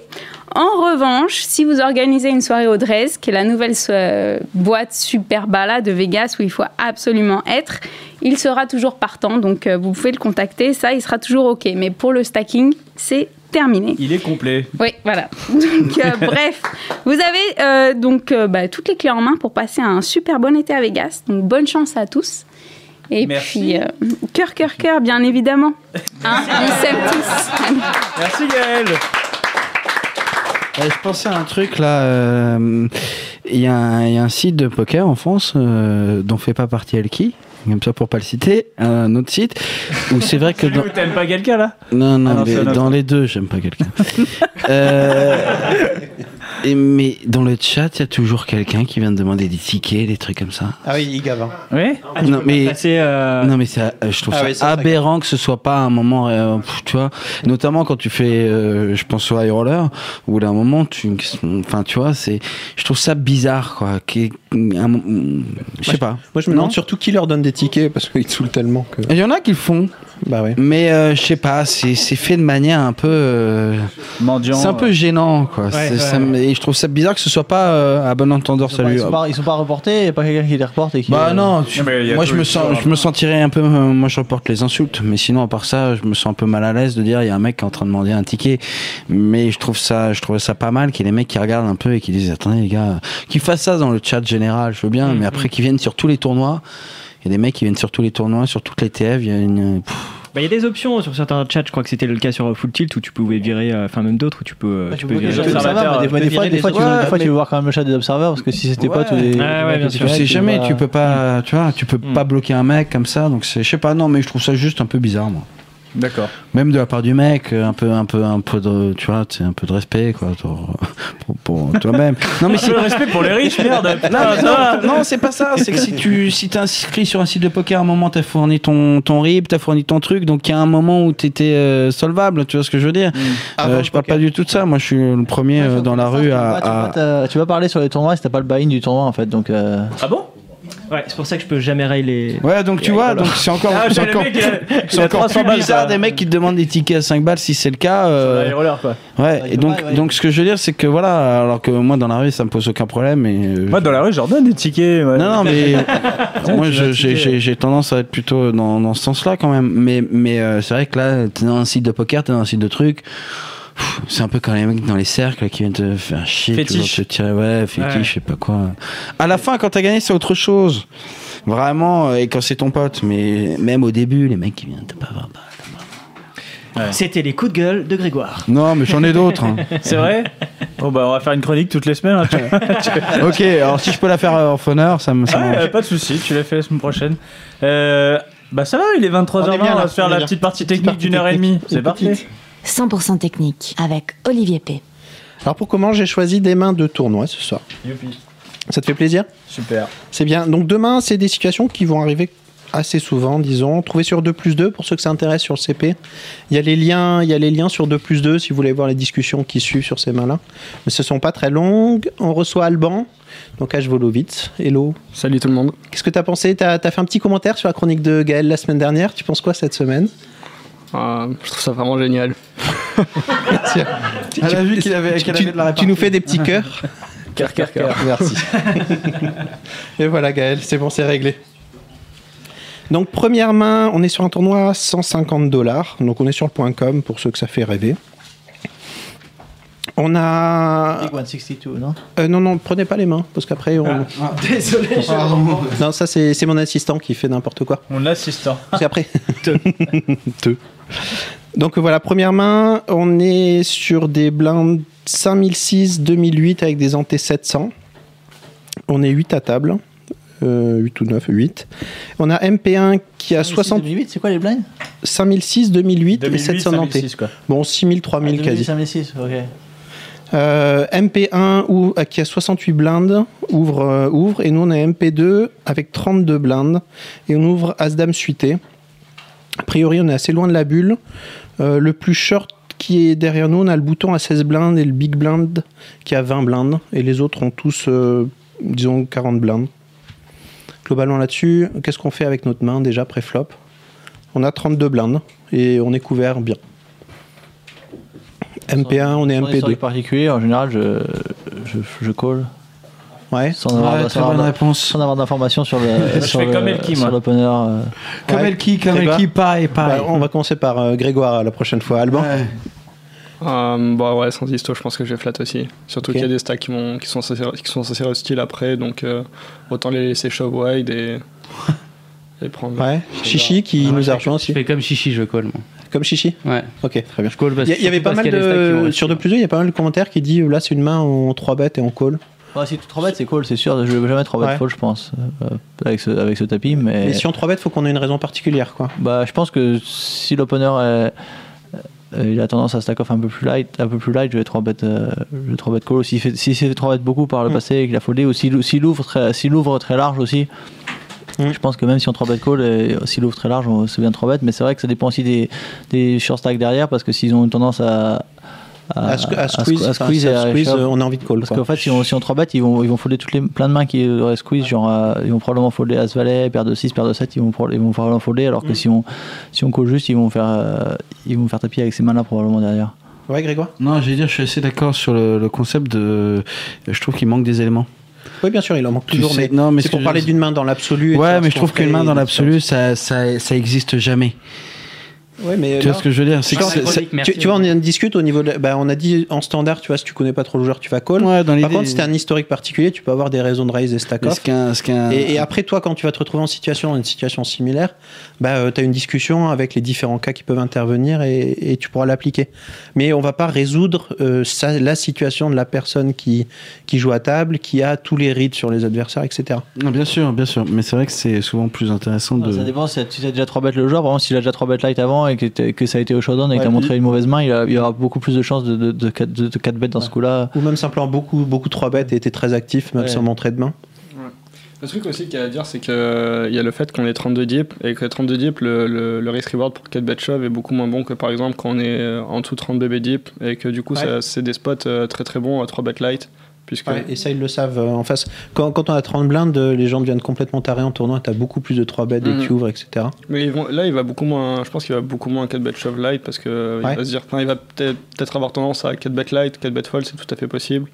[SPEAKER 15] En revanche, si vous organisez une soirée au Dress, qui est la nouvelle euh, boîte super bala de Vegas où il faut absolument être, il sera toujours partant, donc euh, vous pouvez le contacter, ça il sera toujours ok. Mais pour le stacking, c'est terminé.
[SPEAKER 3] Il est complet.
[SPEAKER 15] Oui, voilà. Donc, euh, bref, vous avez euh, donc euh, bah, toutes les clés en main pour passer un super bon été à Vegas. Donc, bonne chance à tous. Et
[SPEAKER 3] Merci.
[SPEAKER 15] puis, euh, cœur, cœur, cœur, bien évidemment. Hein, on s'aime tous.
[SPEAKER 3] Merci Gaël.
[SPEAKER 7] Euh, je pensais à un truc là. euh, Il y, a un- il y a un site de poker en France euh, dont fait pas partie Elki. comme ça pour pas le citer, un autre site où c'est vrai que dans...
[SPEAKER 3] T'aimes pas quelqu'un là
[SPEAKER 7] Non, non,
[SPEAKER 3] Ah non,
[SPEAKER 7] mais
[SPEAKER 3] c'est un autre.
[SPEAKER 7] dans les deux, j'aime pas quelqu'un. Euh, et- mais dans le chat, il y a toujours quelqu'un qui vient de demander des tickets, des trucs comme ça.
[SPEAKER 5] Ah oui, il gave. hein.
[SPEAKER 3] Oui
[SPEAKER 7] non, mais, non, mais ça, euh, je trouve
[SPEAKER 5] Ah
[SPEAKER 7] ça
[SPEAKER 5] oui, ça, ça-
[SPEAKER 7] aberrant que ce soit pas un moment, euh, pff, tu vois, notamment quand tu fais, euh, je pense au high roller, où d'un moment, tu, enfin, tu vois, c'est, je trouve ça bizarre, quoi, qui, je sais pas.
[SPEAKER 5] Moi, je me
[SPEAKER 7] Non
[SPEAKER 5] demande surtout qui leur donne des tickets parce qu'ils te saoulent tellement que.
[SPEAKER 7] Il y en a qui le font,
[SPEAKER 5] Bah ouais.
[SPEAKER 7] mais euh, je sais pas, c'est c'est fait de manière un peu. euh,
[SPEAKER 3] Mendiant.
[SPEAKER 7] c'est un
[SPEAKER 6] euh,
[SPEAKER 7] peu gênant, quoi.
[SPEAKER 3] Ouais,
[SPEAKER 7] C'est-
[SPEAKER 3] ouais,
[SPEAKER 7] ça
[SPEAKER 3] ouais.
[SPEAKER 7] me- Et je trouve ça bizarre que ce soit pas euh, à bon entendeur, salut.
[SPEAKER 6] Ils sont, pas, ils sont pas reportés, il a pas quelqu'un qui les reporte et qui.
[SPEAKER 7] Bah
[SPEAKER 6] euh,
[SPEAKER 7] non, tu-
[SPEAKER 3] Non, mais il y a
[SPEAKER 7] moi
[SPEAKER 3] tout
[SPEAKER 7] je me
[SPEAKER 3] le
[SPEAKER 7] sens,
[SPEAKER 3] soir.
[SPEAKER 7] je me sentirais un peu, euh, moi je reporte les insultes, mais sinon à part ça, je me sens un peu mal à l'aise de dire il y a un mec qui est en train de demander un ticket, mais je trouve ça, je trouve ça pas mal qu'il y ait des mecs qui regardent un peu et qui disent attendez les gars, euh, qu'ils fassent ça dans le chat général, je veux
[SPEAKER 3] Mm,
[SPEAKER 7] bien, mais après qu'ils viennent sur tous les tournois, il y a des mecs qui viennent sur tous les tournois, sur toutes les TF, il y a une, euh, pff,
[SPEAKER 8] Bah, il y a des options sur certains chats, je crois que c'était le cas sur euh, Full Tilt où tu pouvais virer, euh, enfin même d'autres où tu peux, euh,
[SPEAKER 6] bah,
[SPEAKER 8] tu
[SPEAKER 6] tu
[SPEAKER 8] peux
[SPEAKER 6] vois que
[SPEAKER 8] virer.
[SPEAKER 6] les gens
[SPEAKER 8] les
[SPEAKER 6] des
[SPEAKER 3] observateurs,
[SPEAKER 6] observateurs, mais des fois, des
[SPEAKER 3] tu peux
[SPEAKER 6] fois-
[SPEAKER 3] virer
[SPEAKER 6] des fois, tu
[SPEAKER 3] les
[SPEAKER 6] veux-
[SPEAKER 7] autres.
[SPEAKER 6] des fois, tu
[SPEAKER 7] Ouais,
[SPEAKER 6] veux voir quand même le chat des observateurs parce que si c'était pas
[SPEAKER 7] Ouais.
[SPEAKER 6] tous les.
[SPEAKER 7] Ouais,
[SPEAKER 8] ouais, bien
[SPEAKER 7] tu
[SPEAKER 8] sûr.
[SPEAKER 7] sais jamais, tu peux pas, tu vois, tu peux
[SPEAKER 8] Mm.
[SPEAKER 7] pas bloquer un mec comme ça, donc c'est, je sais pas, non, mais je trouve ça juste un peu bizarre, moi.
[SPEAKER 3] D'accord.
[SPEAKER 7] Même de la part du mec, euh, un peu, un peu, un peu de, tu vois, tu sais, un peu de respect, quoi, pour, pour- pour toi-même. Non mais si,
[SPEAKER 3] Le respect pour les riches, merde
[SPEAKER 7] non,
[SPEAKER 3] Putain,
[SPEAKER 7] mais
[SPEAKER 3] ça va.
[SPEAKER 7] non, non, c'est pas ça. C'est que si tu, si t'es inscrit sur un site de poker, à un moment, t'as fourni ton, ton rib, t'as fourni ton truc, donc il y a un moment où t'étais euh, solvable. Tu vois ce que je veux
[SPEAKER 3] Mm.
[SPEAKER 7] dire Euh,
[SPEAKER 5] Avant le
[SPEAKER 7] Je parle pas du tout de ça. Moi, je suis le premier euh, dans la rue à,
[SPEAKER 6] Tu vas
[SPEAKER 7] à-
[SPEAKER 6] pas te- tu vas parler sur les tournois si t'as pas le buy-in du tournoi en fait donc. euh,
[SPEAKER 8] Ah bon Ouais, c'est pour ça que je peux jamais rail les.
[SPEAKER 7] Ouais, donc tu vois, donc c'est encore,
[SPEAKER 3] Ah,
[SPEAKER 7] c'est
[SPEAKER 3] j'ai le
[SPEAKER 7] encore,
[SPEAKER 3] mec, il a-
[SPEAKER 8] euh,
[SPEAKER 7] c'est
[SPEAKER 3] il a
[SPEAKER 7] encore
[SPEAKER 3] 300
[SPEAKER 7] plus
[SPEAKER 3] balles,
[SPEAKER 7] bizarre
[SPEAKER 3] ça.
[SPEAKER 7] des mecs qui te demandent des tickets à 5 balles si c'est le cas. euh,
[SPEAKER 3] High roller, quoi.
[SPEAKER 7] Ouais,
[SPEAKER 6] Ouais,
[SPEAKER 7] et donc,
[SPEAKER 6] ouais, ouais.
[SPEAKER 7] donc ce que je veux dire, c'est que voilà, alors que moi dans la rue, ça me pose aucun problème. Et, euh,
[SPEAKER 3] Moi, dans la rue, je leur donne des tickets. ouais.
[SPEAKER 7] non, non, mais moi je- j'ai- j'ai j'ai tendance à être plutôt dans, dans ce sens-là quand même. Mais, mais euh, c'est vrai que là, t'es dans un site de poker, t'es dans un site de trucs. Pff, C'est un peu quand les mecs dans les cercles qui viennent te faire chier,
[SPEAKER 3] Fétiche.
[SPEAKER 7] toujours te tirer, ouais, fétiche,
[SPEAKER 8] Ouais.
[SPEAKER 7] je sais pas quoi. À la fin, quand t'as gagné, c'est autre chose. Vraiment, euh, et quand c'est ton pote, mais même au début, les mecs qui viennent te pas avoir. bah,
[SPEAKER 8] C'était les coups de gueule de Grégoire.
[SPEAKER 7] Non, mais j'en ai d'autres. hein.
[SPEAKER 3] C'est vrai Bon, bah, on va faire une chronique toutes les semaines. hein, tu-
[SPEAKER 7] ok, alors si je peux la faire euh, en honneur, ça me. ça
[SPEAKER 3] Ouais,
[SPEAKER 7] m'arrange.
[SPEAKER 3] euh, pas de souci, tu l'as fait la semaine prochaine. Euh, bah ça va, il est 23h20,
[SPEAKER 5] On
[SPEAKER 3] on,
[SPEAKER 5] est bien
[SPEAKER 3] va
[SPEAKER 5] là,
[SPEAKER 3] se faire
[SPEAKER 5] on est
[SPEAKER 3] la
[SPEAKER 5] bien.
[SPEAKER 3] petite partie
[SPEAKER 5] Petite
[SPEAKER 3] technique
[SPEAKER 5] partie
[SPEAKER 3] d'une heure et demie.
[SPEAKER 5] technique,
[SPEAKER 3] C'est
[SPEAKER 5] une
[SPEAKER 3] parfait.
[SPEAKER 5] petite.
[SPEAKER 2] 100% technique avec Olivier P.
[SPEAKER 5] Alors pour comment j'ai choisi des mains de tournoi ce soir.
[SPEAKER 3] Youpi,
[SPEAKER 5] Ça te fait plaisir
[SPEAKER 3] super.
[SPEAKER 5] C'est bien. Donc demain, c'est des situations qui vont arriver assez souvent, disons. Trouvez sur 2 plus 2 pour ceux que ça intéresse sur le CP. Il y a les liens, il y a les liens sur 2 plus 2 si vous voulez voir les discussions qui suivent sur ces mains-là. Mais ce sont pas très longues. On reçoit Alban, donc H. Volovitz. Hello.
[SPEAKER 12] Salut tout le monde.
[SPEAKER 5] Qu'est-ce que t'as pensé T'as as fait un petit commentaire sur la chronique de Gaël la semaine dernière. Tu penses quoi cette semaine
[SPEAKER 12] Euh, je trouve ça vraiment génial.
[SPEAKER 7] Elle a vu qu'il avait,
[SPEAKER 5] tu,
[SPEAKER 7] qu'elle avait de la
[SPEAKER 5] tu nous fais des petits cœurs
[SPEAKER 12] Cœur, cœur, cœur.
[SPEAKER 5] Merci. Et voilà Gaël, c'est bon, c'est réglé. Donc première main, on est sur un tournoi à 150 dollars. Donc on est sur le point .com pour ceux que ça fait rêver. On a...
[SPEAKER 6] Big 162 non
[SPEAKER 5] euh, non, non, prenez pas les mains, parce qu'après on...
[SPEAKER 6] Désolé.
[SPEAKER 5] Non, ça c'est c'est mon assistant qui fait n'importe quoi.
[SPEAKER 3] Mon assistant.
[SPEAKER 5] C'est après. Deux. Donc voilà, première main, on est sur des blindes 5006-2008 avec des antés 700. On est 8 à table. Euh, 8 ou 9, 8. On a MP1 qui a 60...
[SPEAKER 6] 2008 c'est quoi les blinds
[SPEAKER 5] 5006, 2008, et 700 antés.
[SPEAKER 3] 2006, quoi.
[SPEAKER 5] Bon, 6000,
[SPEAKER 6] Ah,
[SPEAKER 5] 3000 quasi.
[SPEAKER 6] 2006 ok.
[SPEAKER 5] Euh, MP1 ou- euh, qui a 68 blindes ouvre, euh, ouvre et nous on est MP2 avec 32 blindes et on ouvre As-Dame suité. A priori on est assez loin de la bulle. Euh, le plus short qui est derrière nous on a le bouton à 16 blindes et le big blind qui a 20 blindes et les autres ont tous euh, disons 40 blindes. Globalement là-dessus, qu'est-ce qu'on fait avec notre main déjà pré-flop On a 32 blindes et on est couvert bien. MP1, on est
[SPEAKER 6] Sur des
[SPEAKER 5] MP2.
[SPEAKER 6] historiques particuliers, en général je, je, je call
[SPEAKER 5] Ouais.
[SPEAKER 6] sans avoir,
[SPEAKER 7] Ouais,
[SPEAKER 6] de- sans
[SPEAKER 7] très bonne
[SPEAKER 6] avoir de-
[SPEAKER 7] réponse.
[SPEAKER 6] sans avoir d'informations sur le
[SPEAKER 3] Je
[SPEAKER 6] Euh, sur
[SPEAKER 3] fais
[SPEAKER 6] le-
[SPEAKER 3] comme Elki,
[SPEAKER 6] sur
[SPEAKER 3] moi.
[SPEAKER 6] l'opener euh.
[SPEAKER 7] Comme
[SPEAKER 5] Ouais.
[SPEAKER 7] elle qui, comme
[SPEAKER 5] Et
[SPEAKER 7] elle
[SPEAKER 5] bah-
[SPEAKER 7] qui, pareil, pareil.
[SPEAKER 5] Bah, on va commencer par euh, Grégoire la prochaine fois. Alban
[SPEAKER 7] Ouais.
[SPEAKER 12] Euh, bah ouais, sans histo, je pense que je vais flat aussi. Surtout
[SPEAKER 5] Ok.
[SPEAKER 12] qu'il y a des stacks qui, m'ont- qui sont assez, qui sont assez hostiles après, donc euh, autant les laisser shove wide et les prendre.
[SPEAKER 5] Ouais. Chichi qui nous a rejoint aussi.
[SPEAKER 11] Je fais comme chichi, je colle.
[SPEAKER 5] Comme Chichi
[SPEAKER 11] Ouais.
[SPEAKER 5] Ok, très bien.
[SPEAKER 11] Je colle parce
[SPEAKER 5] Il y, a- il y avait pas mal de. Sur de plus deux, il y a pas mal de commentaires qui disent là c'est une main en 3 bêtes et en call.
[SPEAKER 6] Enfin, si tu te rebêtes, c'est cool, c'est sûr. Je vais jamais te rebêter
[SPEAKER 5] Ouais.
[SPEAKER 6] faux, je pense, euh, avec, ce, avec ce tapis. Mais,
[SPEAKER 5] Mais si on 3 il faut qu'on ait une raison particulière, quoi.
[SPEAKER 6] bah, je pense que si l'opener est- euh, il a tendance à stack off un peu plus light, un peu plus light je vais 3 bet, euh, je vais 3 bet call. S'il fait, s'il fait 3 bet beaucoup par le
[SPEAKER 5] Hmm.
[SPEAKER 6] passé et qu'il a foldé, ou s'il, s'il ouvre très, s'il ouvre très large aussi,
[SPEAKER 5] Hmm.
[SPEAKER 6] je pense que même si on 3 bet call, euh, s'il ouvre très large, on- c'est bien 3 bet, mais c'est vrai que ça dépend aussi des, des short stacks derrière parce que s'ils ont une tendance à.
[SPEAKER 5] À sque- à squeeze,
[SPEAKER 6] à
[SPEAKER 5] enfin,
[SPEAKER 6] squeeze,
[SPEAKER 5] à
[SPEAKER 6] et à
[SPEAKER 5] squeeze,
[SPEAKER 6] shove.
[SPEAKER 5] euh, on a envie de call,
[SPEAKER 6] Parce
[SPEAKER 5] quoi.
[SPEAKER 6] qu'en fait, si on, si on 3 bet, ils vont, ils vont folder toutes les, plein de mains qui auraient squeeze. Genre, euh, ils vont probablement folder As Valet, paire de 6, paire de 7, ils vont, pro- ils vont probablement folder. Alors que si on, si on call juste, ils vont faire, euh, ils vont faire tapis avec ces mains-là probablement derrière.
[SPEAKER 5] Ouais, Grégoire
[SPEAKER 11] Non, j'allais dire, je suis assez d'accord sur le, le concept de. Je trouve qu'il manque des éléments.
[SPEAKER 5] Oui, bien sûr, il en manque
[SPEAKER 11] Tu
[SPEAKER 5] toujours,
[SPEAKER 11] sais-
[SPEAKER 5] mais,
[SPEAKER 11] non, mais
[SPEAKER 5] c'est
[SPEAKER 11] ce que
[SPEAKER 5] pour
[SPEAKER 11] je-
[SPEAKER 5] parler d'une main dans l'absolu. et de
[SPEAKER 11] Ouais,
[SPEAKER 5] savoir
[SPEAKER 11] mais
[SPEAKER 5] ce
[SPEAKER 11] je
[SPEAKER 5] qu'on
[SPEAKER 11] trouve qu'une
[SPEAKER 5] fait
[SPEAKER 11] main dans
[SPEAKER 5] et-
[SPEAKER 11] l'absolu, ça, ça, ça existe jamais.
[SPEAKER 5] Ouais, mais euh,
[SPEAKER 11] Tu vois ce que je veux dire, c'est
[SPEAKER 5] C'est
[SPEAKER 11] que c'est- c'est-
[SPEAKER 5] tu, tu vois, on en discute au niveau de. la- bah, on a dit en standard, tu vois, si tu connais pas trop le joueur, tu vas call.
[SPEAKER 11] l'idée- euh,
[SPEAKER 5] Par contre, si t'as un historique particulier, tu peux avoir des raisons de raise et stack
[SPEAKER 11] Mais
[SPEAKER 5] off.
[SPEAKER 11] ce qu'un- ce qu'un-
[SPEAKER 5] Et, et après, toi, quand tu vas te retrouver en situation, une situation similaire, bah, euh, tu as une discussion avec les différents cas qui peuvent intervenir et, et tu pourras l'appliquer. Mais on va pas résoudre euh, sa- la situation de la personne qui, qui joue à table, qui a tous les rides sur les adversaires, etc.
[SPEAKER 11] Non, bien sûr, bien sûr. Mais c'est vrai que c'est souvent plus intéressant
[SPEAKER 5] Euh.
[SPEAKER 11] de.
[SPEAKER 6] Ça dépend si tu as déjà 3 bêtes le joueur. Par exemple, s'il a déjà 3 bêtes light avant et que, t'es- que ça a été au showdown et
[SPEAKER 5] Ouais,
[SPEAKER 6] que tu as montré
[SPEAKER 5] puis-
[SPEAKER 6] une mauvaise main, il, a- il aura beaucoup plus de chances de, de, 4, bêtes dans ce coup-là.
[SPEAKER 5] Ou même simplement beaucoup, beaucoup 3 bêtes et t'es très actif, même
[SPEAKER 6] Ouais.
[SPEAKER 5] sans montrer de main.
[SPEAKER 12] Le truc aussi qu'il y a à dire, c'est qu'il y a le fait qu'on est 32 deep et que 32 deep, le, le, le risk reward pour 4 bet shove est beaucoup moins bon que par exemple quand on est euh, en dessous de 30 BB deep et que du coup,
[SPEAKER 5] Ouais.
[SPEAKER 12] ça- c'est des spots euh, très très bons à 3 bet light. Puisque...
[SPEAKER 5] Ouais, et ça, ils le savent euh, en face. Quand, quand on a 30 blindes, euh, les gens deviennent complètement tarés en tournant et t'as beaucoup plus de 3 bêtes dès que
[SPEAKER 12] Mhm.
[SPEAKER 5] tu ouvres, etc.
[SPEAKER 12] Mais ils vont- là, il va beaucoup moins. Je pense qu'il va beaucoup moins 4 bet shove light parce que euh,
[SPEAKER 5] Ouais.
[SPEAKER 12] il va se dire, enfin, il va peut-être peut-être avoir tendance à 4 bet light, 4 bet fold, c'est tout à fait possible.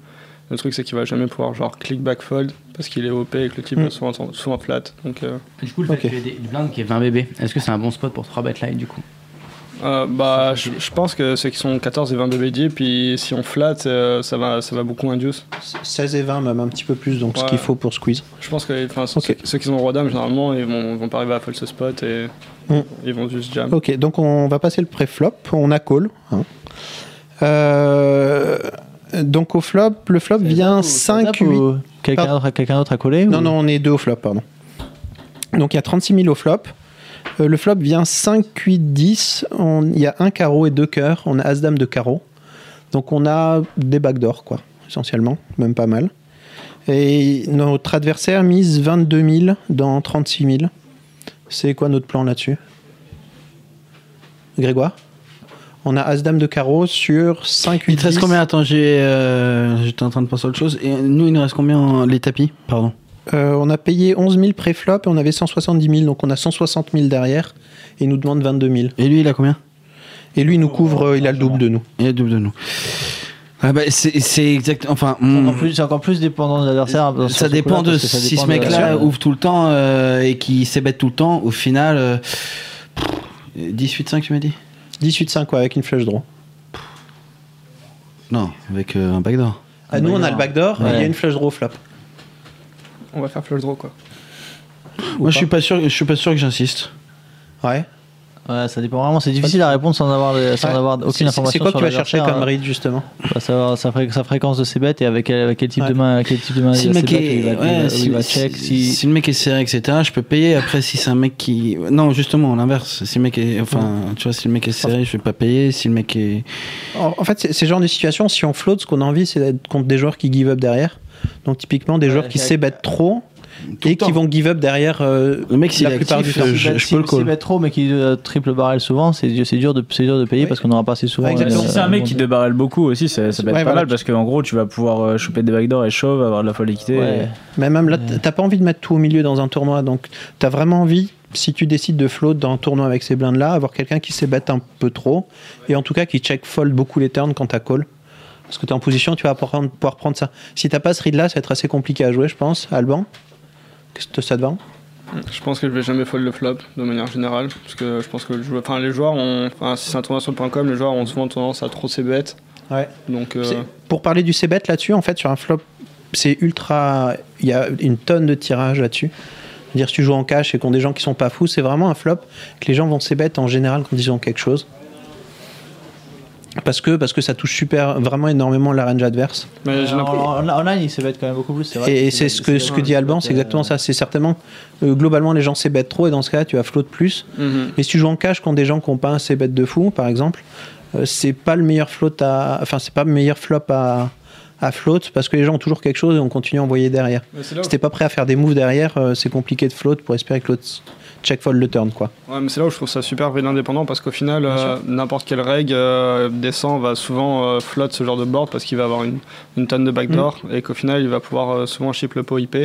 [SPEAKER 12] Le truc, c'est qu'il va jamais pouvoir genre click back fold parce qu'il est OP et que le type
[SPEAKER 5] Mm.
[SPEAKER 12] est souvent, souvent flat. Donc, euh,
[SPEAKER 7] Du coup, le fait qu'il y ait des- une blinde qui est 20 bébés, est-ce que c'est un bon spot pour 3 bet light du coup
[SPEAKER 12] euh, bah, je, je pense que ceux qui sont 14 et 20 BBD, puis si on flat, euh, ça va, ça va beaucoup induce.
[SPEAKER 5] 16 et 20, même un petit peu plus, donc ce
[SPEAKER 12] Ouais.
[SPEAKER 5] qu'il faut pour squeeze.
[SPEAKER 12] Je pense que enfin, ceux- ceux, qui ont roi dame, généralement, ils vont, vont pas arriver à fold ce spot et
[SPEAKER 5] Mm.
[SPEAKER 12] ils vont juste jam.
[SPEAKER 5] Ok, donc on va passer le pré-flop. On a call. hein. Euh, donc au flop, le flop vient 5, 8.
[SPEAKER 6] Quelqu'un d'autre, quelqu'un d'autre a collé
[SPEAKER 5] Non,
[SPEAKER 6] ou-
[SPEAKER 5] non, on est 2 au flop, pardon. Donc il y a 36 000 au flop. Euh, le flop vient 5, 8, 10. On- Il y a un carreau et deux cœurs. On a As-Dame de carreau. Donc on a des backdoors, quoi, essentiellement. Même pas mal. Et notre adversaire mise 22 000 dans 36 000. C'est quoi notre plan là-dessus Grégoire On a As-Dame de carreau sur 5, 8,
[SPEAKER 11] Il te reste
[SPEAKER 5] 10.
[SPEAKER 11] combien Attends, j'ai, euh, j'étais en train de penser à autre chose. Et nous, il nous reste combien en- les tapis Pardon.
[SPEAKER 5] Euh, on a payé 11 000 pré-flop et on avait 170 000, donc on a 160 000 derrière et il nous demande 22 000.
[SPEAKER 11] Et lui, il a combien
[SPEAKER 5] Et lui, il nous couvre, euh, il a le double de nous.
[SPEAKER 11] Il y a double de nous. Ah bah, c'est, c'est exact. Enfin,
[SPEAKER 6] C'est
[SPEAKER 11] on-
[SPEAKER 6] encore plus- C'est encore plus dépendant de l'adversaire. dans ce
[SPEAKER 11] ça dépend
[SPEAKER 6] coup-là,
[SPEAKER 11] de
[SPEAKER 6] parce que ça
[SPEAKER 11] si
[SPEAKER 6] dépend
[SPEAKER 11] ce
[SPEAKER 6] de-
[SPEAKER 11] mec-là
[SPEAKER 6] Bien sûr.
[SPEAKER 11] ouvre tout le temps euh, et qui s'ébête tout le temps. Au final, euh, 18-5, tu m'as dit
[SPEAKER 5] 18-5, ouais, avec une flush draw.
[SPEAKER 11] Non, avec euh, un backdoor.
[SPEAKER 5] Ah, nous, on a le backdoor et il y
[SPEAKER 11] Ouais.
[SPEAKER 5] a une flush draw flop.
[SPEAKER 12] On va faire flush draw quoi.
[SPEAKER 11] Moi, je suis pas sûr. Je suis pas sûr que j'insiste.
[SPEAKER 5] Ouais.
[SPEAKER 6] Ouais, ça dépend vraiment. C'est difficile à répondre sans avoir, les- Euh, sans
[SPEAKER 5] Ouais.
[SPEAKER 6] avoir
[SPEAKER 5] C'est- c'est-
[SPEAKER 6] aucune information.
[SPEAKER 5] C'est quoi
[SPEAKER 6] sur
[SPEAKER 5] que tu vas chercher
[SPEAKER 6] l'adversaire,
[SPEAKER 5] comme
[SPEAKER 6] hein.
[SPEAKER 5] read, justement
[SPEAKER 6] Bah, savoir sa, fré- sa fréquence de ses bêtes et avec quel, avec quel type de main, avec quel type de main
[SPEAKER 11] si
[SPEAKER 6] il
[SPEAKER 11] le
[SPEAKER 6] a
[SPEAKER 11] mec
[SPEAKER 6] ses bêtes, il
[SPEAKER 11] est,
[SPEAKER 6] va, il
[SPEAKER 11] ouais,
[SPEAKER 6] va-
[SPEAKER 11] si,
[SPEAKER 6] il va
[SPEAKER 11] si-
[SPEAKER 6] check. Si,
[SPEAKER 11] si le mec est serré, etc., je peux payer. Après, si c'est un mec qui, non, justement, l'inverse. Si le mec est, enfin, tu vois, si le mec est serré, je vais pas payer. Si le mec est,
[SPEAKER 5] En en fait, c'est c'est le genre de situation, si on float, ce qu'on a envie, c'est d'être contre des joueurs qui give up derrière. Donc, typiquement, des joueurs qui
[SPEAKER 6] c'est- euh,
[SPEAKER 5] s'ébattent trop et qui vont give up derrière le
[SPEAKER 11] mec, s'il
[SPEAKER 5] la
[SPEAKER 11] est
[SPEAKER 5] plupart
[SPEAKER 11] actif,
[SPEAKER 5] du temps.
[SPEAKER 11] euh, je-
[SPEAKER 6] si- s'il bet trop mais qu'il euh, triple barrel souvent, c'est c'est dur, de- c'est dur de payer parce qu'on n'aura pas assez souvent. euh,
[SPEAKER 3] Si c'est un mec qui débarrelle beaucoup aussi, ça, ça va être pas
[SPEAKER 5] Ouais, voilà.
[SPEAKER 3] mal parce qu'en gros, tu vas pouvoir euh, choper des backdoors et shove, avoir de la folle équité.
[SPEAKER 6] Ouais.
[SPEAKER 5] Mais même là, t'as pas envie de mettre tout au milieu dans un tournoi. Donc, t'as vraiment envie, si tu décides de float dans un tournoi avec ces blindes-là, avoir quelqu'un qui s'ébatte un peu trop. Et en tout cas, qui check fold beaucoup les turns quand t'as call. Parce que t'es en position, tu vas prendre- pouvoir prendre ça. Si t'as pas ce read-là, ça va être assez compliqué à jouer, je pense. Alban Qu'est-ce que ça te va
[SPEAKER 12] Mm. Je pense que je vais jamais fold le flop de manière générale parce que je pense que le joueur- enfin, les joueurs ont, enfin, si c'est un tournoi sur le .com, les joueurs ont souvent tendance à trop s'ébête.
[SPEAKER 5] Ouais.
[SPEAKER 12] Donc euh,
[SPEAKER 5] C'est- Pour parler du c-bet là-dessus, en fait, sur un flop, c'est ultra. Il y a une tonne de tirages là-dessus. Dire si tu joues en cash et qu'on des gens qui sont pas fous, c'est vraiment un flop que les gens vont c-bet en général quand ils ont quelque chose. Parce que, parce que ça touche super, vraiment énormément la range adverse.
[SPEAKER 6] Mais en, en- en online, il s'évête quand même beaucoup plus. c'est vrai.
[SPEAKER 5] Et c'est ce que, ce que dit Alban, c'est exactement ça. C'est certainement, euh, globalement, les gens s'ébêtent trop et dans ce cas-là, tu vas flotte plus.
[SPEAKER 6] Mhm.
[SPEAKER 5] Mais si tu joues en cash contre des gens qui n'ont pas un s'ébête de fou, par exemple, euh, c'est pas le meilleur float à. Enfin, c'est pas le meilleur flop à, à float parce que les gens ont toujours quelque chose et on continue à envoyer derrière.
[SPEAKER 12] Ouais, c'est là où-
[SPEAKER 5] Si t'es pas prêt à faire des moves derrière, euh, c'est compliqué de float pour espérer que l'autre check fold le turn, quoi.
[SPEAKER 12] Ouais, mais c'est là où je trouve ça super valide indépendant parce qu'au final, euh, n'importe quelle règle euh, descend va souvent euh, flotte ce genre de board parce qu'il va avoir une, une tonne de backdoor
[SPEAKER 5] Mm.
[SPEAKER 12] et qu'au final, il va pouvoir euh, souvent chip le pot IP.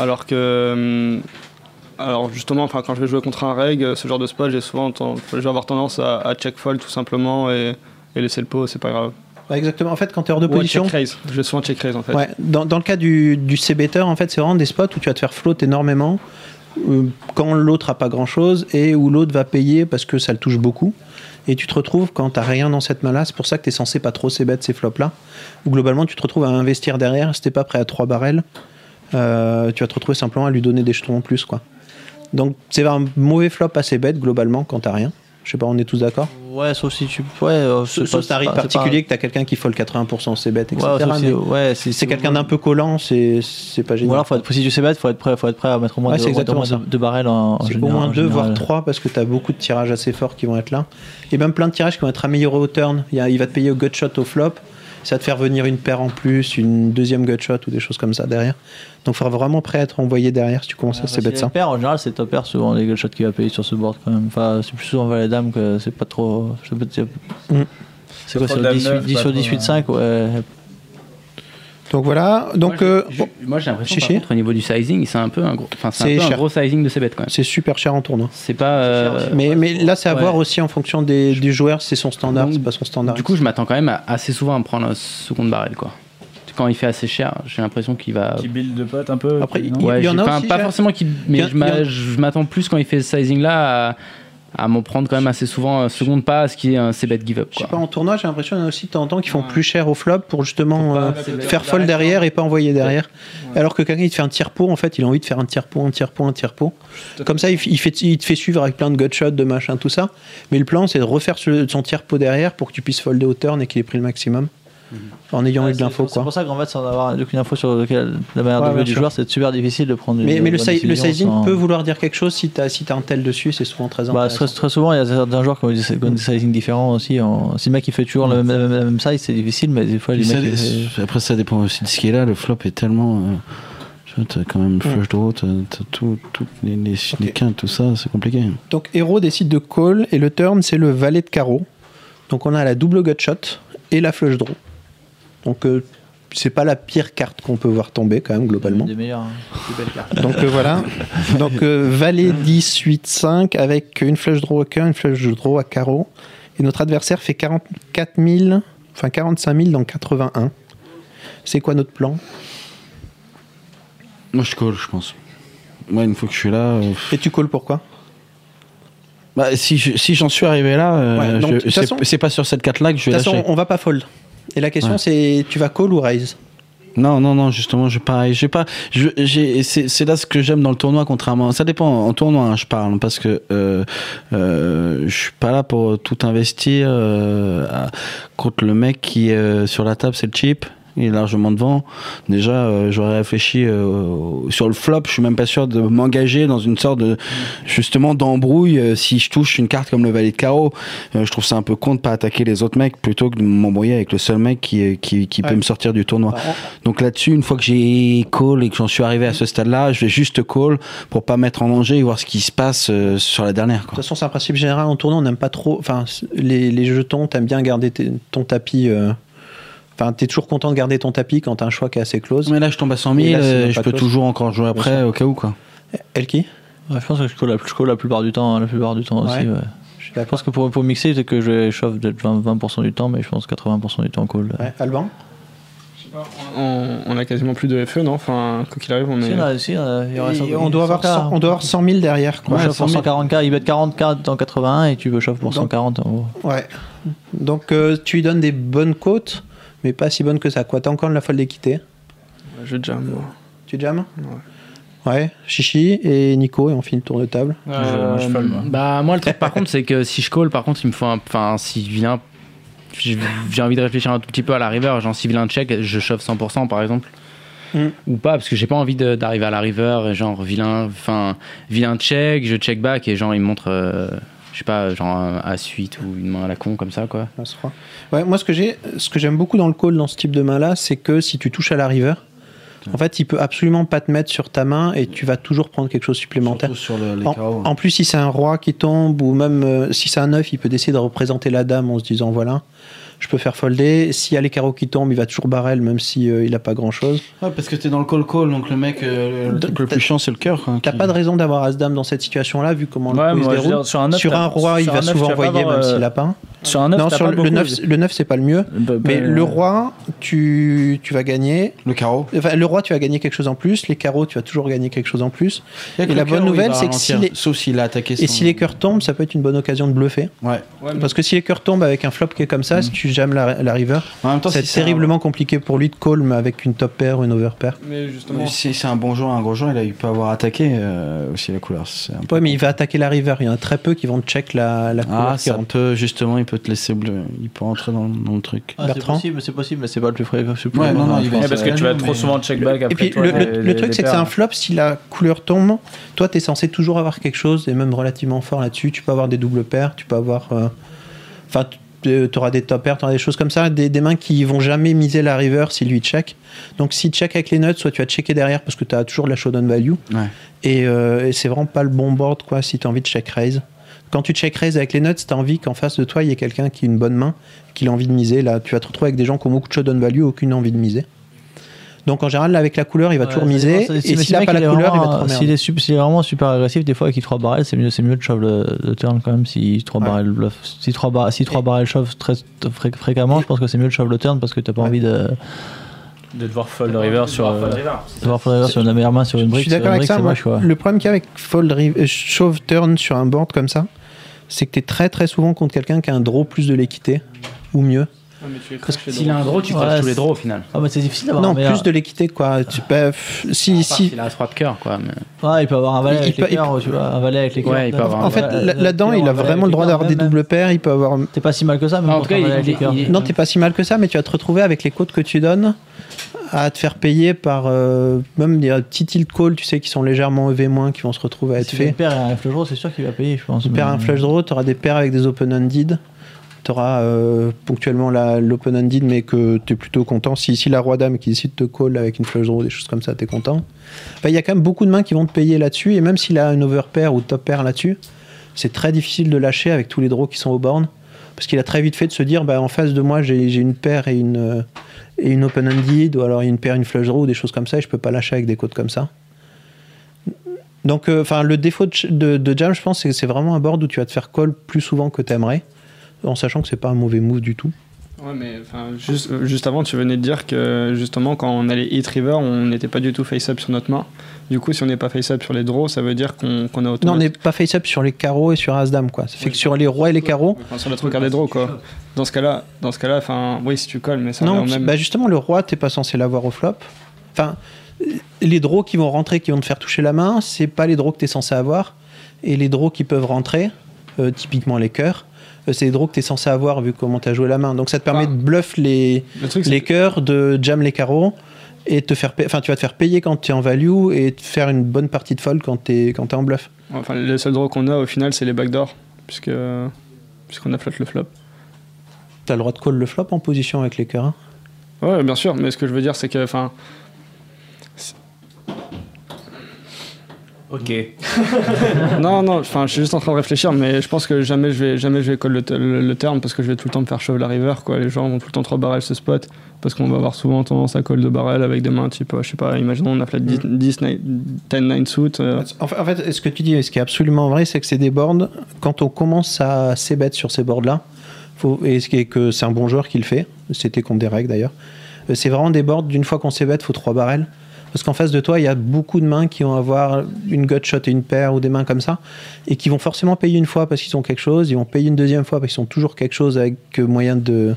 [SPEAKER 12] Alors que. hum, alors justement, enfin, quand je vais jouer contre un reg, euh, ce genre de spot, j'ai souvent ten- je vais avoir tendance à, à check fold tout simplement et, et laisser le pot, c'est pas grave.
[SPEAKER 5] Ouais, exactement. En fait, quand t'es hors de
[SPEAKER 12] Ou à
[SPEAKER 5] position.
[SPEAKER 12] check raise. Je vais souvent check raise en fait.
[SPEAKER 5] Ouais, dans, dans le cas du, du C-better, en fait, c'est vraiment des spots où tu vas te faire float énormément euh, quand l'autre a pas grand chose et où l'autre va payer parce que ça le touche beaucoup. Et tu te retrouves quand t'as rien dans cette main-là. C'est pour ça que t'es censé pas trop ces bêtes, ces flops-là. Où globalement, tu te retrouves à investir derrière. Si t'es pas prêt à 3 barrels, euh, tu vas te retrouver simplement à lui donner des jetons en plus, quoi. Donc, c'est un mauvais flop assez bête, globalement, quand t'as rien. Je sais pas, on est tous d'accord
[SPEAKER 6] Ouais, sauf si tu. Ouais, euh, c'est
[SPEAKER 5] Sauf
[SPEAKER 6] pas-
[SPEAKER 5] tarif
[SPEAKER 6] c'est pas-
[SPEAKER 5] particulier que t'as quelqu'un qui fold 80%, c'est bête, etc.
[SPEAKER 6] Ouais, sauf si-
[SPEAKER 5] mais
[SPEAKER 6] ouais, si-
[SPEAKER 5] c'est quelqu'un d'un peu collant, c'est c'est pas génial.
[SPEAKER 6] Ou alors, faut être, si tu sais battre, faut être prêt, faut être prêt à mettre au moins
[SPEAKER 5] Ouais,
[SPEAKER 6] deux,
[SPEAKER 5] c'est
[SPEAKER 6] au moins
[SPEAKER 5] exactement
[SPEAKER 6] deux- deux barrels en, en
[SPEAKER 5] C'est
[SPEAKER 6] général-
[SPEAKER 5] au moins
[SPEAKER 6] en
[SPEAKER 5] deux,
[SPEAKER 6] général.
[SPEAKER 5] voire trois, parce que t'as beaucoup de tirages assez forts qui vont être là. Et même plein de tirages qui vont être améliorés au turn. Il, y a- il va te payer au gut shot, au flop. Ça va te faire venir une paire en plus, une deuxième gut shot ou des choses comme ça derrière. Donc, faut vraiment prêt à être envoyé derrière si tu commences
[SPEAKER 11] Ah,
[SPEAKER 5] à ces
[SPEAKER 6] Si
[SPEAKER 5] bêtes ça.
[SPEAKER 6] elle perd, en général, c'est top pair souvent les gueules qui va payer sur ce board quand même. Enfin, c'est plus souvent valet dame que c'est pas trop. je sais pas, c'est-
[SPEAKER 5] Mm.
[SPEAKER 6] C'est quoi,
[SPEAKER 5] Pas
[SPEAKER 6] c'est
[SPEAKER 5] trop
[SPEAKER 6] le
[SPEAKER 5] dame
[SPEAKER 6] 10,
[SPEAKER 5] neuf,
[SPEAKER 6] 10
[SPEAKER 5] pas
[SPEAKER 6] sur
[SPEAKER 5] trop, euh.
[SPEAKER 6] 18, 5 Ouais.
[SPEAKER 5] Donc voilà, donc
[SPEAKER 11] moi j'ai l'impression
[SPEAKER 5] Chichi
[SPEAKER 11] par contre, au niveau du sizing, c'est un peu un gros, enfin, c'est un,
[SPEAKER 5] C'est
[SPEAKER 11] peu un
[SPEAKER 5] cher.
[SPEAKER 11] gros sizing de ces bêtes quand même.
[SPEAKER 5] C'est super cher en tournoi.
[SPEAKER 11] C'est pas. euh,
[SPEAKER 5] Mais, mais là, c'est à
[SPEAKER 11] Ouais.
[SPEAKER 5] voir aussi en fonction des, du joueur, c'est son standard,
[SPEAKER 11] Donc,
[SPEAKER 5] c'est pas son standard.
[SPEAKER 11] Du coup, je m'attends quand même à- assez souvent à me prendre un second barrel quoi. Quand il fait assez cher, j'ai l'impression qu'il va.
[SPEAKER 3] Qui build de potes un peu.
[SPEAKER 5] Après,
[SPEAKER 3] qui- non
[SPEAKER 11] Ouais, j'ai-
[SPEAKER 3] j'ai-
[SPEAKER 11] enfin,
[SPEAKER 3] enfin,
[SPEAKER 11] pas forcément qu'il.
[SPEAKER 3] Il y
[SPEAKER 11] Mais
[SPEAKER 3] en-
[SPEAKER 11] je m'a-
[SPEAKER 3] il y en-
[SPEAKER 11] je m'attends plus quand il fait ce sizing là à, à m'en prendre quand même assez souvent un second pas à ce qui est un c give up quoi.
[SPEAKER 5] Pas en tournoi, j'ai l'impression qu'il y en a aussi de temps en temps qui font plus cher au flop pour justement euh,
[SPEAKER 11] c'est
[SPEAKER 5] faire
[SPEAKER 11] le-
[SPEAKER 5] fold derrière et pas envoyer derrière. Alors que quelqu'un qui te fait un tir pot, en fait, il a envie de faire un tir pot, un tir pot, un tir pot. Comme ça, il, f- il fait, il te fait suivre avec plein de gut shots, de machin, tout ça. Mais le plan, c'est de refaire ce- son tir pot derrière pour que tu puisses folder au turn et qu'il ait pris le maximum en ayant eu de l'info.
[SPEAKER 6] C'est pour ça qu'en fait, sans avoir aucune info sur lequel- la manière
[SPEAKER 5] Ouais,
[SPEAKER 6] de
[SPEAKER 5] bien
[SPEAKER 6] jouer du
[SPEAKER 5] sûr.
[SPEAKER 6] joueur, c'est super difficile de prendre.
[SPEAKER 5] Mais,
[SPEAKER 6] une
[SPEAKER 5] mais le,
[SPEAKER 6] bonne
[SPEAKER 5] si- le
[SPEAKER 6] décision
[SPEAKER 5] sizing
[SPEAKER 6] sans-
[SPEAKER 5] peut vouloir dire quelque chose si t'as si t'as un tel dessus, c'est souvent très
[SPEAKER 6] Bah,
[SPEAKER 5] intéressant.
[SPEAKER 6] très, très souvent, il y a certains joueurs qui ont des, qui ont des sizing différents aussi. en- Si le mec il fait toujours la
[SPEAKER 5] Mm.
[SPEAKER 6] même, la même- la même size, c'est difficile, mais des fois, les
[SPEAKER 7] Puis ça-
[SPEAKER 6] mecs. ils-
[SPEAKER 7] c'est- Après, ça dépend aussi de ce qui est là. Le flop est tellement. euh, tu vois, t'as quand même flush draw, t'as
[SPEAKER 11] euh,
[SPEAKER 7] t'as tout, toutes les, les, les quintes, tout ça, c'est compliqué.
[SPEAKER 5] Donc héros décide de call et le turn c'est le valet de carreau. Donc on a la double gut shot et la flush draw. Donc euh, c'est pas la pire carte qu'on peut voir tomber quand même globalement.
[SPEAKER 6] des meilleurs. hein.
[SPEAKER 5] Donc euh, voilà. Donc euh, valet 18-5 avec une flush draw au cœur, une flush draw à carreau. Et notre adversaire fait 44 000, enfin 45 000 dans 81. C'est quoi notre plan
[SPEAKER 7] Moi, je call, je pense. Moi, une fois que je suis là. euh,
[SPEAKER 5] Et tu calls pourquoi
[SPEAKER 7] bah, si je- si j'en suis arrivé là, euh,
[SPEAKER 5] Ouais, donc,
[SPEAKER 7] je-
[SPEAKER 5] de toute
[SPEAKER 7] c'est-
[SPEAKER 5] façon-
[SPEAKER 7] c'est pas sur cette carte-là que je
[SPEAKER 5] De
[SPEAKER 7] vais
[SPEAKER 5] toute façon,
[SPEAKER 7] lâcher.
[SPEAKER 5] on va pas fold. Et la question
[SPEAKER 7] Ouais.
[SPEAKER 5] c'est tu vas call ou raise
[SPEAKER 7] Non, non, non, justement, je pareil. J'ai pas. je- j'ai- C'est c'est là ce que j'aime dans le tournoi, contrairement. Ça dépend. En tournoi, hein, je parle parce que euh, euh, je suis pas là pour tout investir euh, à- contre le mec qui euh, sur la table, c'est le chip. Il est largement devant. Déjà, euh, j'aurais réfléchi euh, sur le flop. Je suis même pas sûr de m'engager dans une sorte de justement d'embrouille euh, si je touche une carte comme le valet de carreau. Euh, je trouve ça un peu con de pas attaquer les autres mecs plutôt que de m'embrouiller avec le seul mec qui euh, qui, qui peut me sortir du
[SPEAKER 5] Bah,
[SPEAKER 7] tournoi. Donc là-dessus, une fois que j'ai call et que j'en suis arrivé à ce stade-là, je vais juste call pour pas mettre en danger et voir ce qui se passe euh, sur la dernière.
[SPEAKER 5] De toute façon, c'est un principe général en tournoi, on n'aime pas trop. Enfin, c- les, les jetons, t'aimes bien garder tes- ton tapis. euh, Enfin, t'es toujours content de garder ton tapis quand t'as un choix qui est assez close.
[SPEAKER 7] Mais là, je tombe à 100
[SPEAKER 5] Et
[SPEAKER 7] 000,
[SPEAKER 5] là, c'est
[SPEAKER 7] euh,
[SPEAKER 5] pas
[SPEAKER 7] je peux
[SPEAKER 5] close.
[SPEAKER 7] toujours encore jouer après au cas où quoi.
[SPEAKER 5] Elki
[SPEAKER 6] Ouais, je pense que je colle, la, je colle la plupart du temps, hein, la plupart du temps aussi.
[SPEAKER 5] Ouais.
[SPEAKER 6] ouais.
[SPEAKER 5] Je
[SPEAKER 6] pense que pour, pour mixer, c'est que je vais chauffe peut-être 20%, 20% du temps, mais je pense 80% du temps call.
[SPEAKER 5] Ouais, Alban
[SPEAKER 12] On, on a quasiment plus de FE, non Enfin, quoi qu'il arrive, on est.
[SPEAKER 6] Si, on a- si, on a- il y aura
[SPEAKER 5] Et
[SPEAKER 6] 100 000,
[SPEAKER 5] on, doit avoir
[SPEAKER 6] 100K.
[SPEAKER 5] 100, on doit avoir 100 000 derrière.
[SPEAKER 6] Moi,
[SPEAKER 5] Quoi.
[SPEAKER 6] chauffe pour 140K, il bet 40K dans 81 et tu veux chauffe pour 140 en gros.
[SPEAKER 5] Ouais. Donc, euh, tu lui donnes des bonnes côtes, mais pas si bonnes que ça. Quoi, t'as encore de la folle d'équité
[SPEAKER 12] Ouais, Je jam, moi.
[SPEAKER 5] Tu jam Ouais. Chichi et Nico, et on finit le tour de table.
[SPEAKER 11] Euh, Bah moi le truc par contre c'est que si je call par contre il me faut un enfin s'il vient
[SPEAKER 16] j'ai j'ai envie de réfléchir un tout petit peu à la river, genre si vilain check, je chauffe 100% par exemple.
[SPEAKER 5] Mm.
[SPEAKER 16] Ou pas, parce que j'ai pas envie de- d'arriver à la river et genre vilain, enfin vilain check, je check back et genre il me montre, euh, je sais pas, genre un as-8 ou une main à la con comme ça quoi.
[SPEAKER 5] Ouais, moi, ce que j'ai, ce que j'aime beaucoup dans le call dans ce type de main-là, c'est que si tu touches à la river, en fait, il peut absolument pas te mettre sur ta main et tu vas toujours prendre quelque chose de supplémentaire.
[SPEAKER 11] les hein.
[SPEAKER 5] en,
[SPEAKER 11] carreaux, ouais.
[SPEAKER 5] en plus, si c'est un roi qui tombe ou même euh, si c'est un neuf, il peut décider de représenter la dame en se disant voilà, je peux faire folder. S'il y a les carreaux qui tombent, il va toujours barrer elle, même si euh, il a pas grand chose.
[SPEAKER 11] Ouais, parce que t'es dans le call-call, donc le mec, euh, le truc le plus chiant, c'est le cœur. quoi,
[SPEAKER 5] T'as
[SPEAKER 11] qui-
[SPEAKER 5] pas de raison d'avoir As-Dame dans cette situation-là, vu comment
[SPEAKER 11] Ouais,
[SPEAKER 5] le
[SPEAKER 11] moi,
[SPEAKER 5] coup se
[SPEAKER 11] je veux
[SPEAKER 5] déroule.
[SPEAKER 11] dire, sur un neuf, t'as-
[SPEAKER 5] roi, il
[SPEAKER 11] sur un
[SPEAKER 5] va
[SPEAKER 11] neuf,
[SPEAKER 5] souvent
[SPEAKER 11] tu vas pas
[SPEAKER 5] envoyer,
[SPEAKER 11] avoir,
[SPEAKER 5] même
[SPEAKER 11] euh,
[SPEAKER 5] s'il a pas.
[SPEAKER 11] sur un neuf,
[SPEAKER 5] non,
[SPEAKER 11] t'as
[SPEAKER 5] sur
[SPEAKER 11] pas
[SPEAKER 5] le- le
[SPEAKER 11] beaucoup,
[SPEAKER 5] 9, le 9 c'est pas le mieux. mais
[SPEAKER 11] bah,
[SPEAKER 5] le roi, tu, tu vas gagner.
[SPEAKER 11] Le carreau.
[SPEAKER 5] Enfin, le roi, tu vas gagner quelque chose en plus. Les carreaux, tu vas toujours gagner quelque chose en plus.
[SPEAKER 11] Y a
[SPEAKER 5] Et
[SPEAKER 11] que le
[SPEAKER 5] la
[SPEAKER 11] cœur
[SPEAKER 5] bonne
[SPEAKER 11] où il
[SPEAKER 5] nouvelle,
[SPEAKER 11] va
[SPEAKER 5] c'est que si
[SPEAKER 11] ralentir,
[SPEAKER 5] les,
[SPEAKER 11] Sauf s'il a attaqué
[SPEAKER 5] et si les cœurs tombent, ça peut être une bonne occasion de bluffer.
[SPEAKER 11] Ouais. Mm.
[SPEAKER 5] Parce que si les cœurs tombent avec un flop qui est comme ça, si tu jammes la, la river,
[SPEAKER 11] temps,
[SPEAKER 5] c'est
[SPEAKER 11] si c'est un-
[SPEAKER 5] terriblement compliqué pour lui de call mais avec une top pair ou une over pair.
[SPEAKER 11] Mm.
[SPEAKER 12] Mais justement.
[SPEAKER 11] Si c'est un bon joueur, un gros joueur, il, a, il peut avoir attaqué euh, aussi la couleur. c'est un-
[SPEAKER 5] Ouais, mais il va attaquer la river. Il y en a très peu qui vont check la, la couleur
[SPEAKER 11] Ah,
[SPEAKER 5] qui
[SPEAKER 11] ça
[SPEAKER 5] rentre.
[SPEAKER 11] peut, justement, il peut te laisser bleu. Il peut entrer dans, dans le truc.
[SPEAKER 6] Ah, c'est possible, c'est possible, mais c'est pas le plus fréquent. c'est plus
[SPEAKER 11] Ouais, non,
[SPEAKER 6] fréquent,
[SPEAKER 11] non,
[SPEAKER 6] je
[SPEAKER 11] il va-
[SPEAKER 6] pense.
[SPEAKER 11] Ouais, parce que tu vas trop souvent
[SPEAKER 16] check back
[SPEAKER 5] Et puis le, le- le truc, c'est que c'est un flop. Si la couleur tombe, toi, tu es censé toujours avoir quelque chose, et même relativement fort là-dessus. Tu peux avoir des doubles paires, tu peux avoir. euh, Enfin, tu auras des top pairs, tu auras des choses comme ça. Des, des mains qui vont jamais miser la river si lui check. Donc, si check avec les nuts, soit tu vas checker derrière parce que tu as toujours de la showdown value.
[SPEAKER 11] Ouais.
[SPEAKER 5] Et, euh, et c'est vraiment pas le bon board quoi si tu as envie de check raise. Quand tu check raise avec les nuts, tu as envie qu'en face de toi, il y ait quelqu'un qui a une bonne main, qu'il a envie de miser. Là, tu vas te retrouver avec des gens qui ont beaucoup de showdown value, aucune envie de miser. Donc en général, là, avec la couleur, il va
[SPEAKER 6] Ouais,
[SPEAKER 5] toujours
[SPEAKER 6] ça dépend,
[SPEAKER 5] miser.
[SPEAKER 6] ça-
[SPEAKER 5] Et
[SPEAKER 6] mais
[SPEAKER 5] s'il n'a
[SPEAKER 6] mec,
[SPEAKER 5] pas la
[SPEAKER 6] il est
[SPEAKER 5] couleur, il va
[SPEAKER 6] vraiment-
[SPEAKER 5] te
[SPEAKER 6] S'il
[SPEAKER 5] remercier.
[SPEAKER 6] est, sup- s'il est vraiment super agressif, des fois, avec 3 barrels, c'est mieux, c'est mieux de shove le, le turn quand même. Si 3 barrels bluff, si 3, si trois barrels shove très fré- fréquemment, je pense que c'est mieux de shove le turn parce que t'as pas envie de.
[SPEAKER 16] De devoir fold river sur. euh,
[SPEAKER 6] de voir faudrait dire sur la meilleure main sur une
[SPEAKER 5] Je
[SPEAKER 6] brique.
[SPEAKER 5] suis
[SPEAKER 6] sur
[SPEAKER 5] d'accord
[SPEAKER 6] une
[SPEAKER 5] avec
[SPEAKER 6] brique,
[SPEAKER 5] ça.
[SPEAKER 6] c'est
[SPEAKER 5] moi.
[SPEAKER 6] moche, quoi.
[SPEAKER 5] Le problème qu'il y a avec fold riv- euh, shove turn sur un board comme ça, c'est que tu es très très souvent contre quelqu'un qui a un draw plus de l'équité ou mieux.
[SPEAKER 16] Parce que S'il a un draw, tu craches
[SPEAKER 5] Ouais,
[SPEAKER 16] tous les
[SPEAKER 5] c'est-
[SPEAKER 16] draws au final.
[SPEAKER 6] Ah, mais c'est difficile d'avoir
[SPEAKER 5] Non,
[SPEAKER 6] un meilleur-
[SPEAKER 5] plus de l'équité quoi. Tu, bah, pff, si,
[SPEAKER 16] À part
[SPEAKER 5] si,
[SPEAKER 16] S'il a un 3 de cœur quoi. mais-
[SPEAKER 6] Ouais, il peut avoir un valet
[SPEAKER 5] Il-
[SPEAKER 6] avec
[SPEAKER 5] il
[SPEAKER 6] les
[SPEAKER 5] peut- il
[SPEAKER 6] cœurs, tu vois, un valet avec les cœurs.
[SPEAKER 16] Ouais, il peut avoir un
[SPEAKER 5] En fait,
[SPEAKER 6] valet-
[SPEAKER 5] là- là-dedans, il a vraiment le droit d'avoir des doubles paires. Il peut avoir.
[SPEAKER 6] T'es pas si mal que ça, même
[SPEAKER 16] Ah, en
[SPEAKER 6] pour
[SPEAKER 16] tout cas,
[SPEAKER 6] un
[SPEAKER 16] il-
[SPEAKER 6] valet avec
[SPEAKER 16] il-
[SPEAKER 6] les cœurs.
[SPEAKER 16] il-
[SPEAKER 5] Non, t'es pas si mal que ça, mais tu vas te retrouver avec les codes que tu donnes à te faire payer par euh, même des petits tilt calls, tu sais, qui sont légèrement EV- qui vont se retrouver à être
[SPEAKER 6] Si le
[SPEAKER 5] faits.
[SPEAKER 6] père a un flush draw, c'est sûr qu'il va payer, je pense.
[SPEAKER 5] Tu perds un flush draw, tu auras des paires avec des open-ended, tu auras euh, ponctuellement la- l'open-ended, mais que tu es plutôt content. Si, si la roi-dame qui décide de te call avec une flush draw, des choses comme ça, tu es content. Enfin, Il y a quand même beaucoup de mains qui vont te payer là-dessus, et même s'il a une overpair ou top pair là-dessus, c'est très difficile de lâcher avec tous les draws qui sont aux bornes. Parce qu'il a très vite fait de se dire, bah, en face de moi, j'ai j'ai une paire et une, euh, et une open-ended, ou alors une paire, une flush draw, ou des choses comme ça, et je peux pas lâcher avec des codes comme ça. Donc, euh, enfin, le défaut de, ch- de- de jam, je pense, c'est que c'est vraiment un board où tu vas te faire call plus souvent que t'aimerais, en sachant que c'est pas un mauvais move du tout.
[SPEAKER 12] Ouais, mais enfin, juste, euh, juste avant, tu venais de dire que justement, quand on allait hit river, on n'était pas du tout face-up sur notre main. Du coup, si on n'est pas face-up sur les draws, ça veut dire qu'on qu'on a autant.
[SPEAKER 5] Non, on n'est pas face-up sur les carreaux et sur As-Dame, quoi. Ça fait que sur les rois et les carreaux.
[SPEAKER 12] Enfin, sur le truc des draws, quoi. Dans ce cas-là, dans ce cas-là, enfin, oui, si tu colles, mais ça
[SPEAKER 5] Non,
[SPEAKER 12] revient au même.
[SPEAKER 5] bah justement, le roi, t'es pas censé l'avoir au flop. Enfin, euh, les draws qui vont rentrer, qui vont te faire toucher la main, c'est pas les draws que t'es censé avoir. Et les draws qui peuvent rentrer, euh, typiquement les cœurs, euh, c'est les draws que t'es censé avoir vu comment t'as joué la main. Donc ça te permet de bluff les,
[SPEAKER 12] Le truc, c'est
[SPEAKER 5] les cœurs, de jam les carreaux. Et te faire pa- enfin, tu vas te faire payer quand tu es en value et te faire une bonne partie de fold quand tu es, quand t'es en bluff.
[SPEAKER 12] Enfin, le seul draw qu'on a au final, c'est les backdoors, puisque puisqu'on a flotte le flop.
[SPEAKER 5] Tu as le droit de call le flop en position avec les cœurs. hein.
[SPEAKER 12] Ouais, bien sûr, mais ce que je veux dire, c'est que, enfin,
[SPEAKER 16] Ok.
[SPEAKER 12] non, non, enfin, je suis juste en train de réfléchir, mais je pense que jamais je vais, jamais je vais call le, te- le- le terme parce que je vais tout le temps me faire shove la river, quoi. Les gens vont tout le temps trois barrels ce spot parce qu'on va avoir souvent tendance à call de barrels avec des mains type, euh, je sais pas, imaginons on a flat 10, 10 10-9 suit. euh,
[SPEAKER 5] En fait, en fait, ce que tu dis, ce qui est absolument vrai, c'est que c'est des boards, quand on commence à s'ébêtre sur ces boards-là, faut- et ce qui est que c'est un bon joueur qui le fait, c'était contre des règles d'ailleurs, euh, c'est vraiment des boards, d'une fois qu'on s'ébête, il faut trois barrels. Parce qu'en face de toi, il y a beaucoup de mains qui vont avoir une gut shot et une paire ou des mains comme ça, et qui vont forcément payer une fois parce qu'ils ont quelque chose, ils vont payer une deuxième fois parce qu'ils ont toujours quelque chose avec euh, moyen de,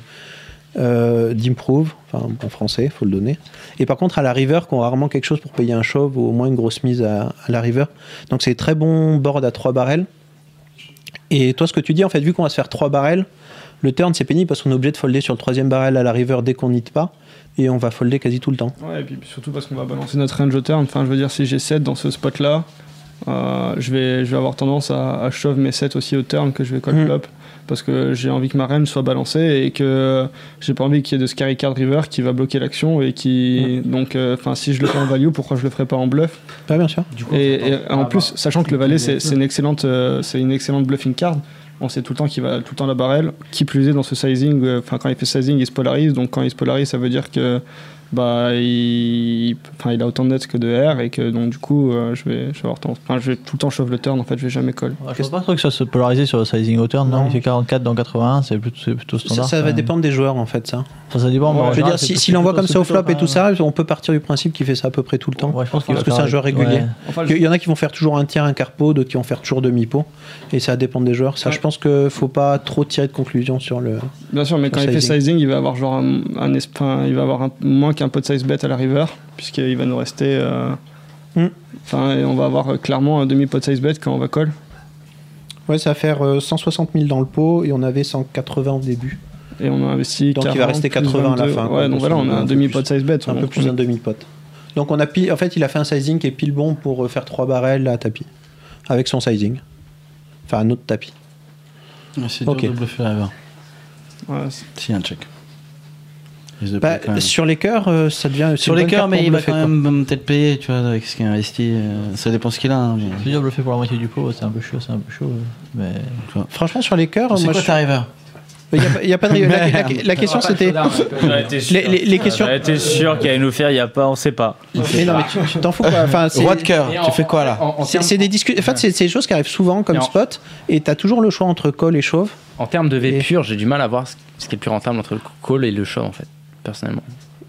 [SPEAKER 5] euh, d'improve, enfin en français, faut le donner. Et par contre, à la river, qui ont rarement quelque chose pour payer un shove ou au moins une grosse mise à, à la river. Donc c'est des très bon board à 3 barrels Et toi, ce que tu dis, en fait, vu qu'on va se faire trois barrels, le turn c'est pénible parce qu'on est obligé de folder sur le troisième barrel à la river dès qu'on n'y pas, et on va folder quasi tout le temps.
[SPEAKER 12] Ouais, et puis surtout parce qu'on va balancer notre range au turn. Enfin, je veux dire, si j'ai 7 dans ce spot là, euh, je, vais, je vais avoir tendance à, à shove mes 7 aussi au turn que je vais call
[SPEAKER 5] Mm.
[SPEAKER 12] flop. Parce que j'ai envie que ma range soit balancée et que j'ai pas envie qu'il y ait de Scary Card River qui va bloquer l'action et qui. Donc, euh, enfin, si je le fais en value, pourquoi je le ferais pas en bluff
[SPEAKER 5] Pas bien sûr.
[SPEAKER 12] et, et en plus, sachant que le valet, c'est c'est une excellente, euh, c'est une excellente bluffing card. On sait tout le temps qu'il va tout le temps à la barrel. Qui plus est dans ce sizing, euh, enfin quand il fait sizing, il se polarise. Donc quand il se polarise, ça veut dire que bah il, enfin, il a autant de nets que de R et que donc du coup euh, je vais, je vais avoir tendance- enfin je vais tout le temps shove le turn. En fait, je vais jamais call.
[SPEAKER 6] Je pense pas trop que ça se polarisé sur le sizing au turn, non, Il fait 44 dans 81, c'est plutôt, c'est plutôt
[SPEAKER 5] Ça,
[SPEAKER 6] standard.
[SPEAKER 5] ça va dépendre des joueurs en fait, ça.
[SPEAKER 6] Ça, ça dépend. mais en
[SPEAKER 5] je veux
[SPEAKER 6] général,
[SPEAKER 5] dire,
[SPEAKER 6] c'est
[SPEAKER 5] si-
[SPEAKER 6] plutôt-
[SPEAKER 5] s'il envoie
[SPEAKER 6] plutôt-
[SPEAKER 5] comme ça au
[SPEAKER 6] c'est plutôt
[SPEAKER 5] flop et tout ça, on peut partir du principe qu'il fait ça à peu près tout le temps.
[SPEAKER 6] qu'il
[SPEAKER 5] parce
[SPEAKER 6] va
[SPEAKER 5] que c'est
[SPEAKER 6] faire-
[SPEAKER 5] un joueur régulier.
[SPEAKER 6] ouais.
[SPEAKER 5] Parce qu'il y en a qui vont faire toujours un tiers, un quart pot, d'autres qui vont faire toujours demi-pot. Et ça dépend des joueurs. Ça, je pense que faut pas trop tirer de conclusion sur le.
[SPEAKER 12] Bien sûr, mais
[SPEAKER 5] sur
[SPEAKER 12] quand il
[SPEAKER 5] le
[SPEAKER 12] fait sizing, il va avoir genre un, un esp- enfin, il va avoir un- moins qu'un pot de size bet à la river, puisqu'il va nous rester. euh, Enfin, et on va avoir euh, clairement un demi pot de size bet quand on va call.
[SPEAKER 5] Ouais, ça va faire euh, 160 000 dans le pot et on avait 180 au début.
[SPEAKER 12] Et on a investi
[SPEAKER 5] Donc il va
[SPEAKER 12] 40,
[SPEAKER 5] rester
[SPEAKER 12] plus
[SPEAKER 5] 80 à la
[SPEAKER 12] 22.
[SPEAKER 5] fin.
[SPEAKER 12] Ouais,
[SPEAKER 5] quoi.
[SPEAKER 12] donc voilà, on a un
[SPEAKER 5] peu
[SPEAKER 12] demi-pot size bet.
[SPEAKER 5] Un
[SPEAKER 12] donc
[SPEAKER 5] peu
[SPEAKER 12] on-
[SPEAKER 5] plus d'un demi-pot. Donc on a pile- en fait, il a fait un sizing qui est pile bon pour euh, faire trois barrels à tapis. Avec son sizing. Enfin, un autre tapis.
[SPEAKER 7] C'est dur
[SPEAKER 5] Ok.
[SPEAKER 7] de bluffer la river. Si, un check. Risque de
[SPEAKER 5] Bah,
[SPEAKER 7] payer quand même.
[SPEAKER 5] sur les cœurs, euh, ça devient. c'est
[SPEAKER 7] Sur
[SPEAKER 5] une
[SPEAKER 7] les
[SPEAKER 5] bonne
[SPEAKER 7] cœurs,
[SPEAKER 5] carte
[SPEAKER 7] mais
[SPEAKER 5] pour
[SPEAKER 7] il va
[SPEAKER 5] bluffer,
[SPEAKER 7] quand
[SPEAKER 5] quoi.
[SPEAKER 7] même hum, peut-être payer, tu vois, avec ce qu'il a investi. euh, Ça dépend ce qu'il a. hein, mais-
[SPEAKER 6] C'est dur de le faire pour la moitié du pot, c'est un peu chaud, c'est un peu chaud. Mais...
[SPEAKER 5] Franchement, sur les cœurs,
[SPEAKER 6] C'est
[SPEAKER 5] moi
[SPEAKER 6] quoi hein.
[SPEAKER 5] je-
[SPEAKER 6] ta river
[SPEAKER 5] Il n'y a, pas de river. La, la- la question c'était.
[SPEAKER 3] J'aurais été sûr.
[SPEAKER 5] Les, les- les questions.
[SPEAKER 3] J'aurais été sûr qu'il allait nous faire, il y a pas, on sait pas.
[SPEAKER 5] Mais non, mais tu tu t'en fous quoi. Enfin, c'est-
[SPEAKER 3] Roi de cœur, Et tu en- fais quoi, là en- en
[SPEAKER 5] C'est
[SPEAKER 3] termes-
[SPEAKER 5] c'est des discussions. En fait, c'est c'est des choses qui arrivent souvent
[SPEAKER 16] Et
[SPEAKER 5] comme
[SPEAKER 16] en-
[SPEAKER 5] spot et t'as toujours le choix entre call et chauve.
[SPEAKER 16] En termes de V pur, j'ai du mal à voir ce ce qui est le plus rentable entre le call et le shove, en fait, personnellement.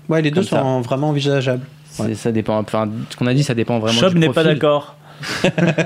[SPEAKER 5] Ouais, les deux
[SPEAKER 16] Comme ça.
[SPEAKER 5] sont vraiment envisageables.
[SPEAKER 16] C'est- Ça dépend. Enfin, ce qu'on a dit, ça dépend vraiment.
[SPEAKER 5] Shove
[SPEAKER 16] du
[SPEAKER 5] n'est pas
[SPEAKER 16] profil.
[SPEAKER 3] d'accord.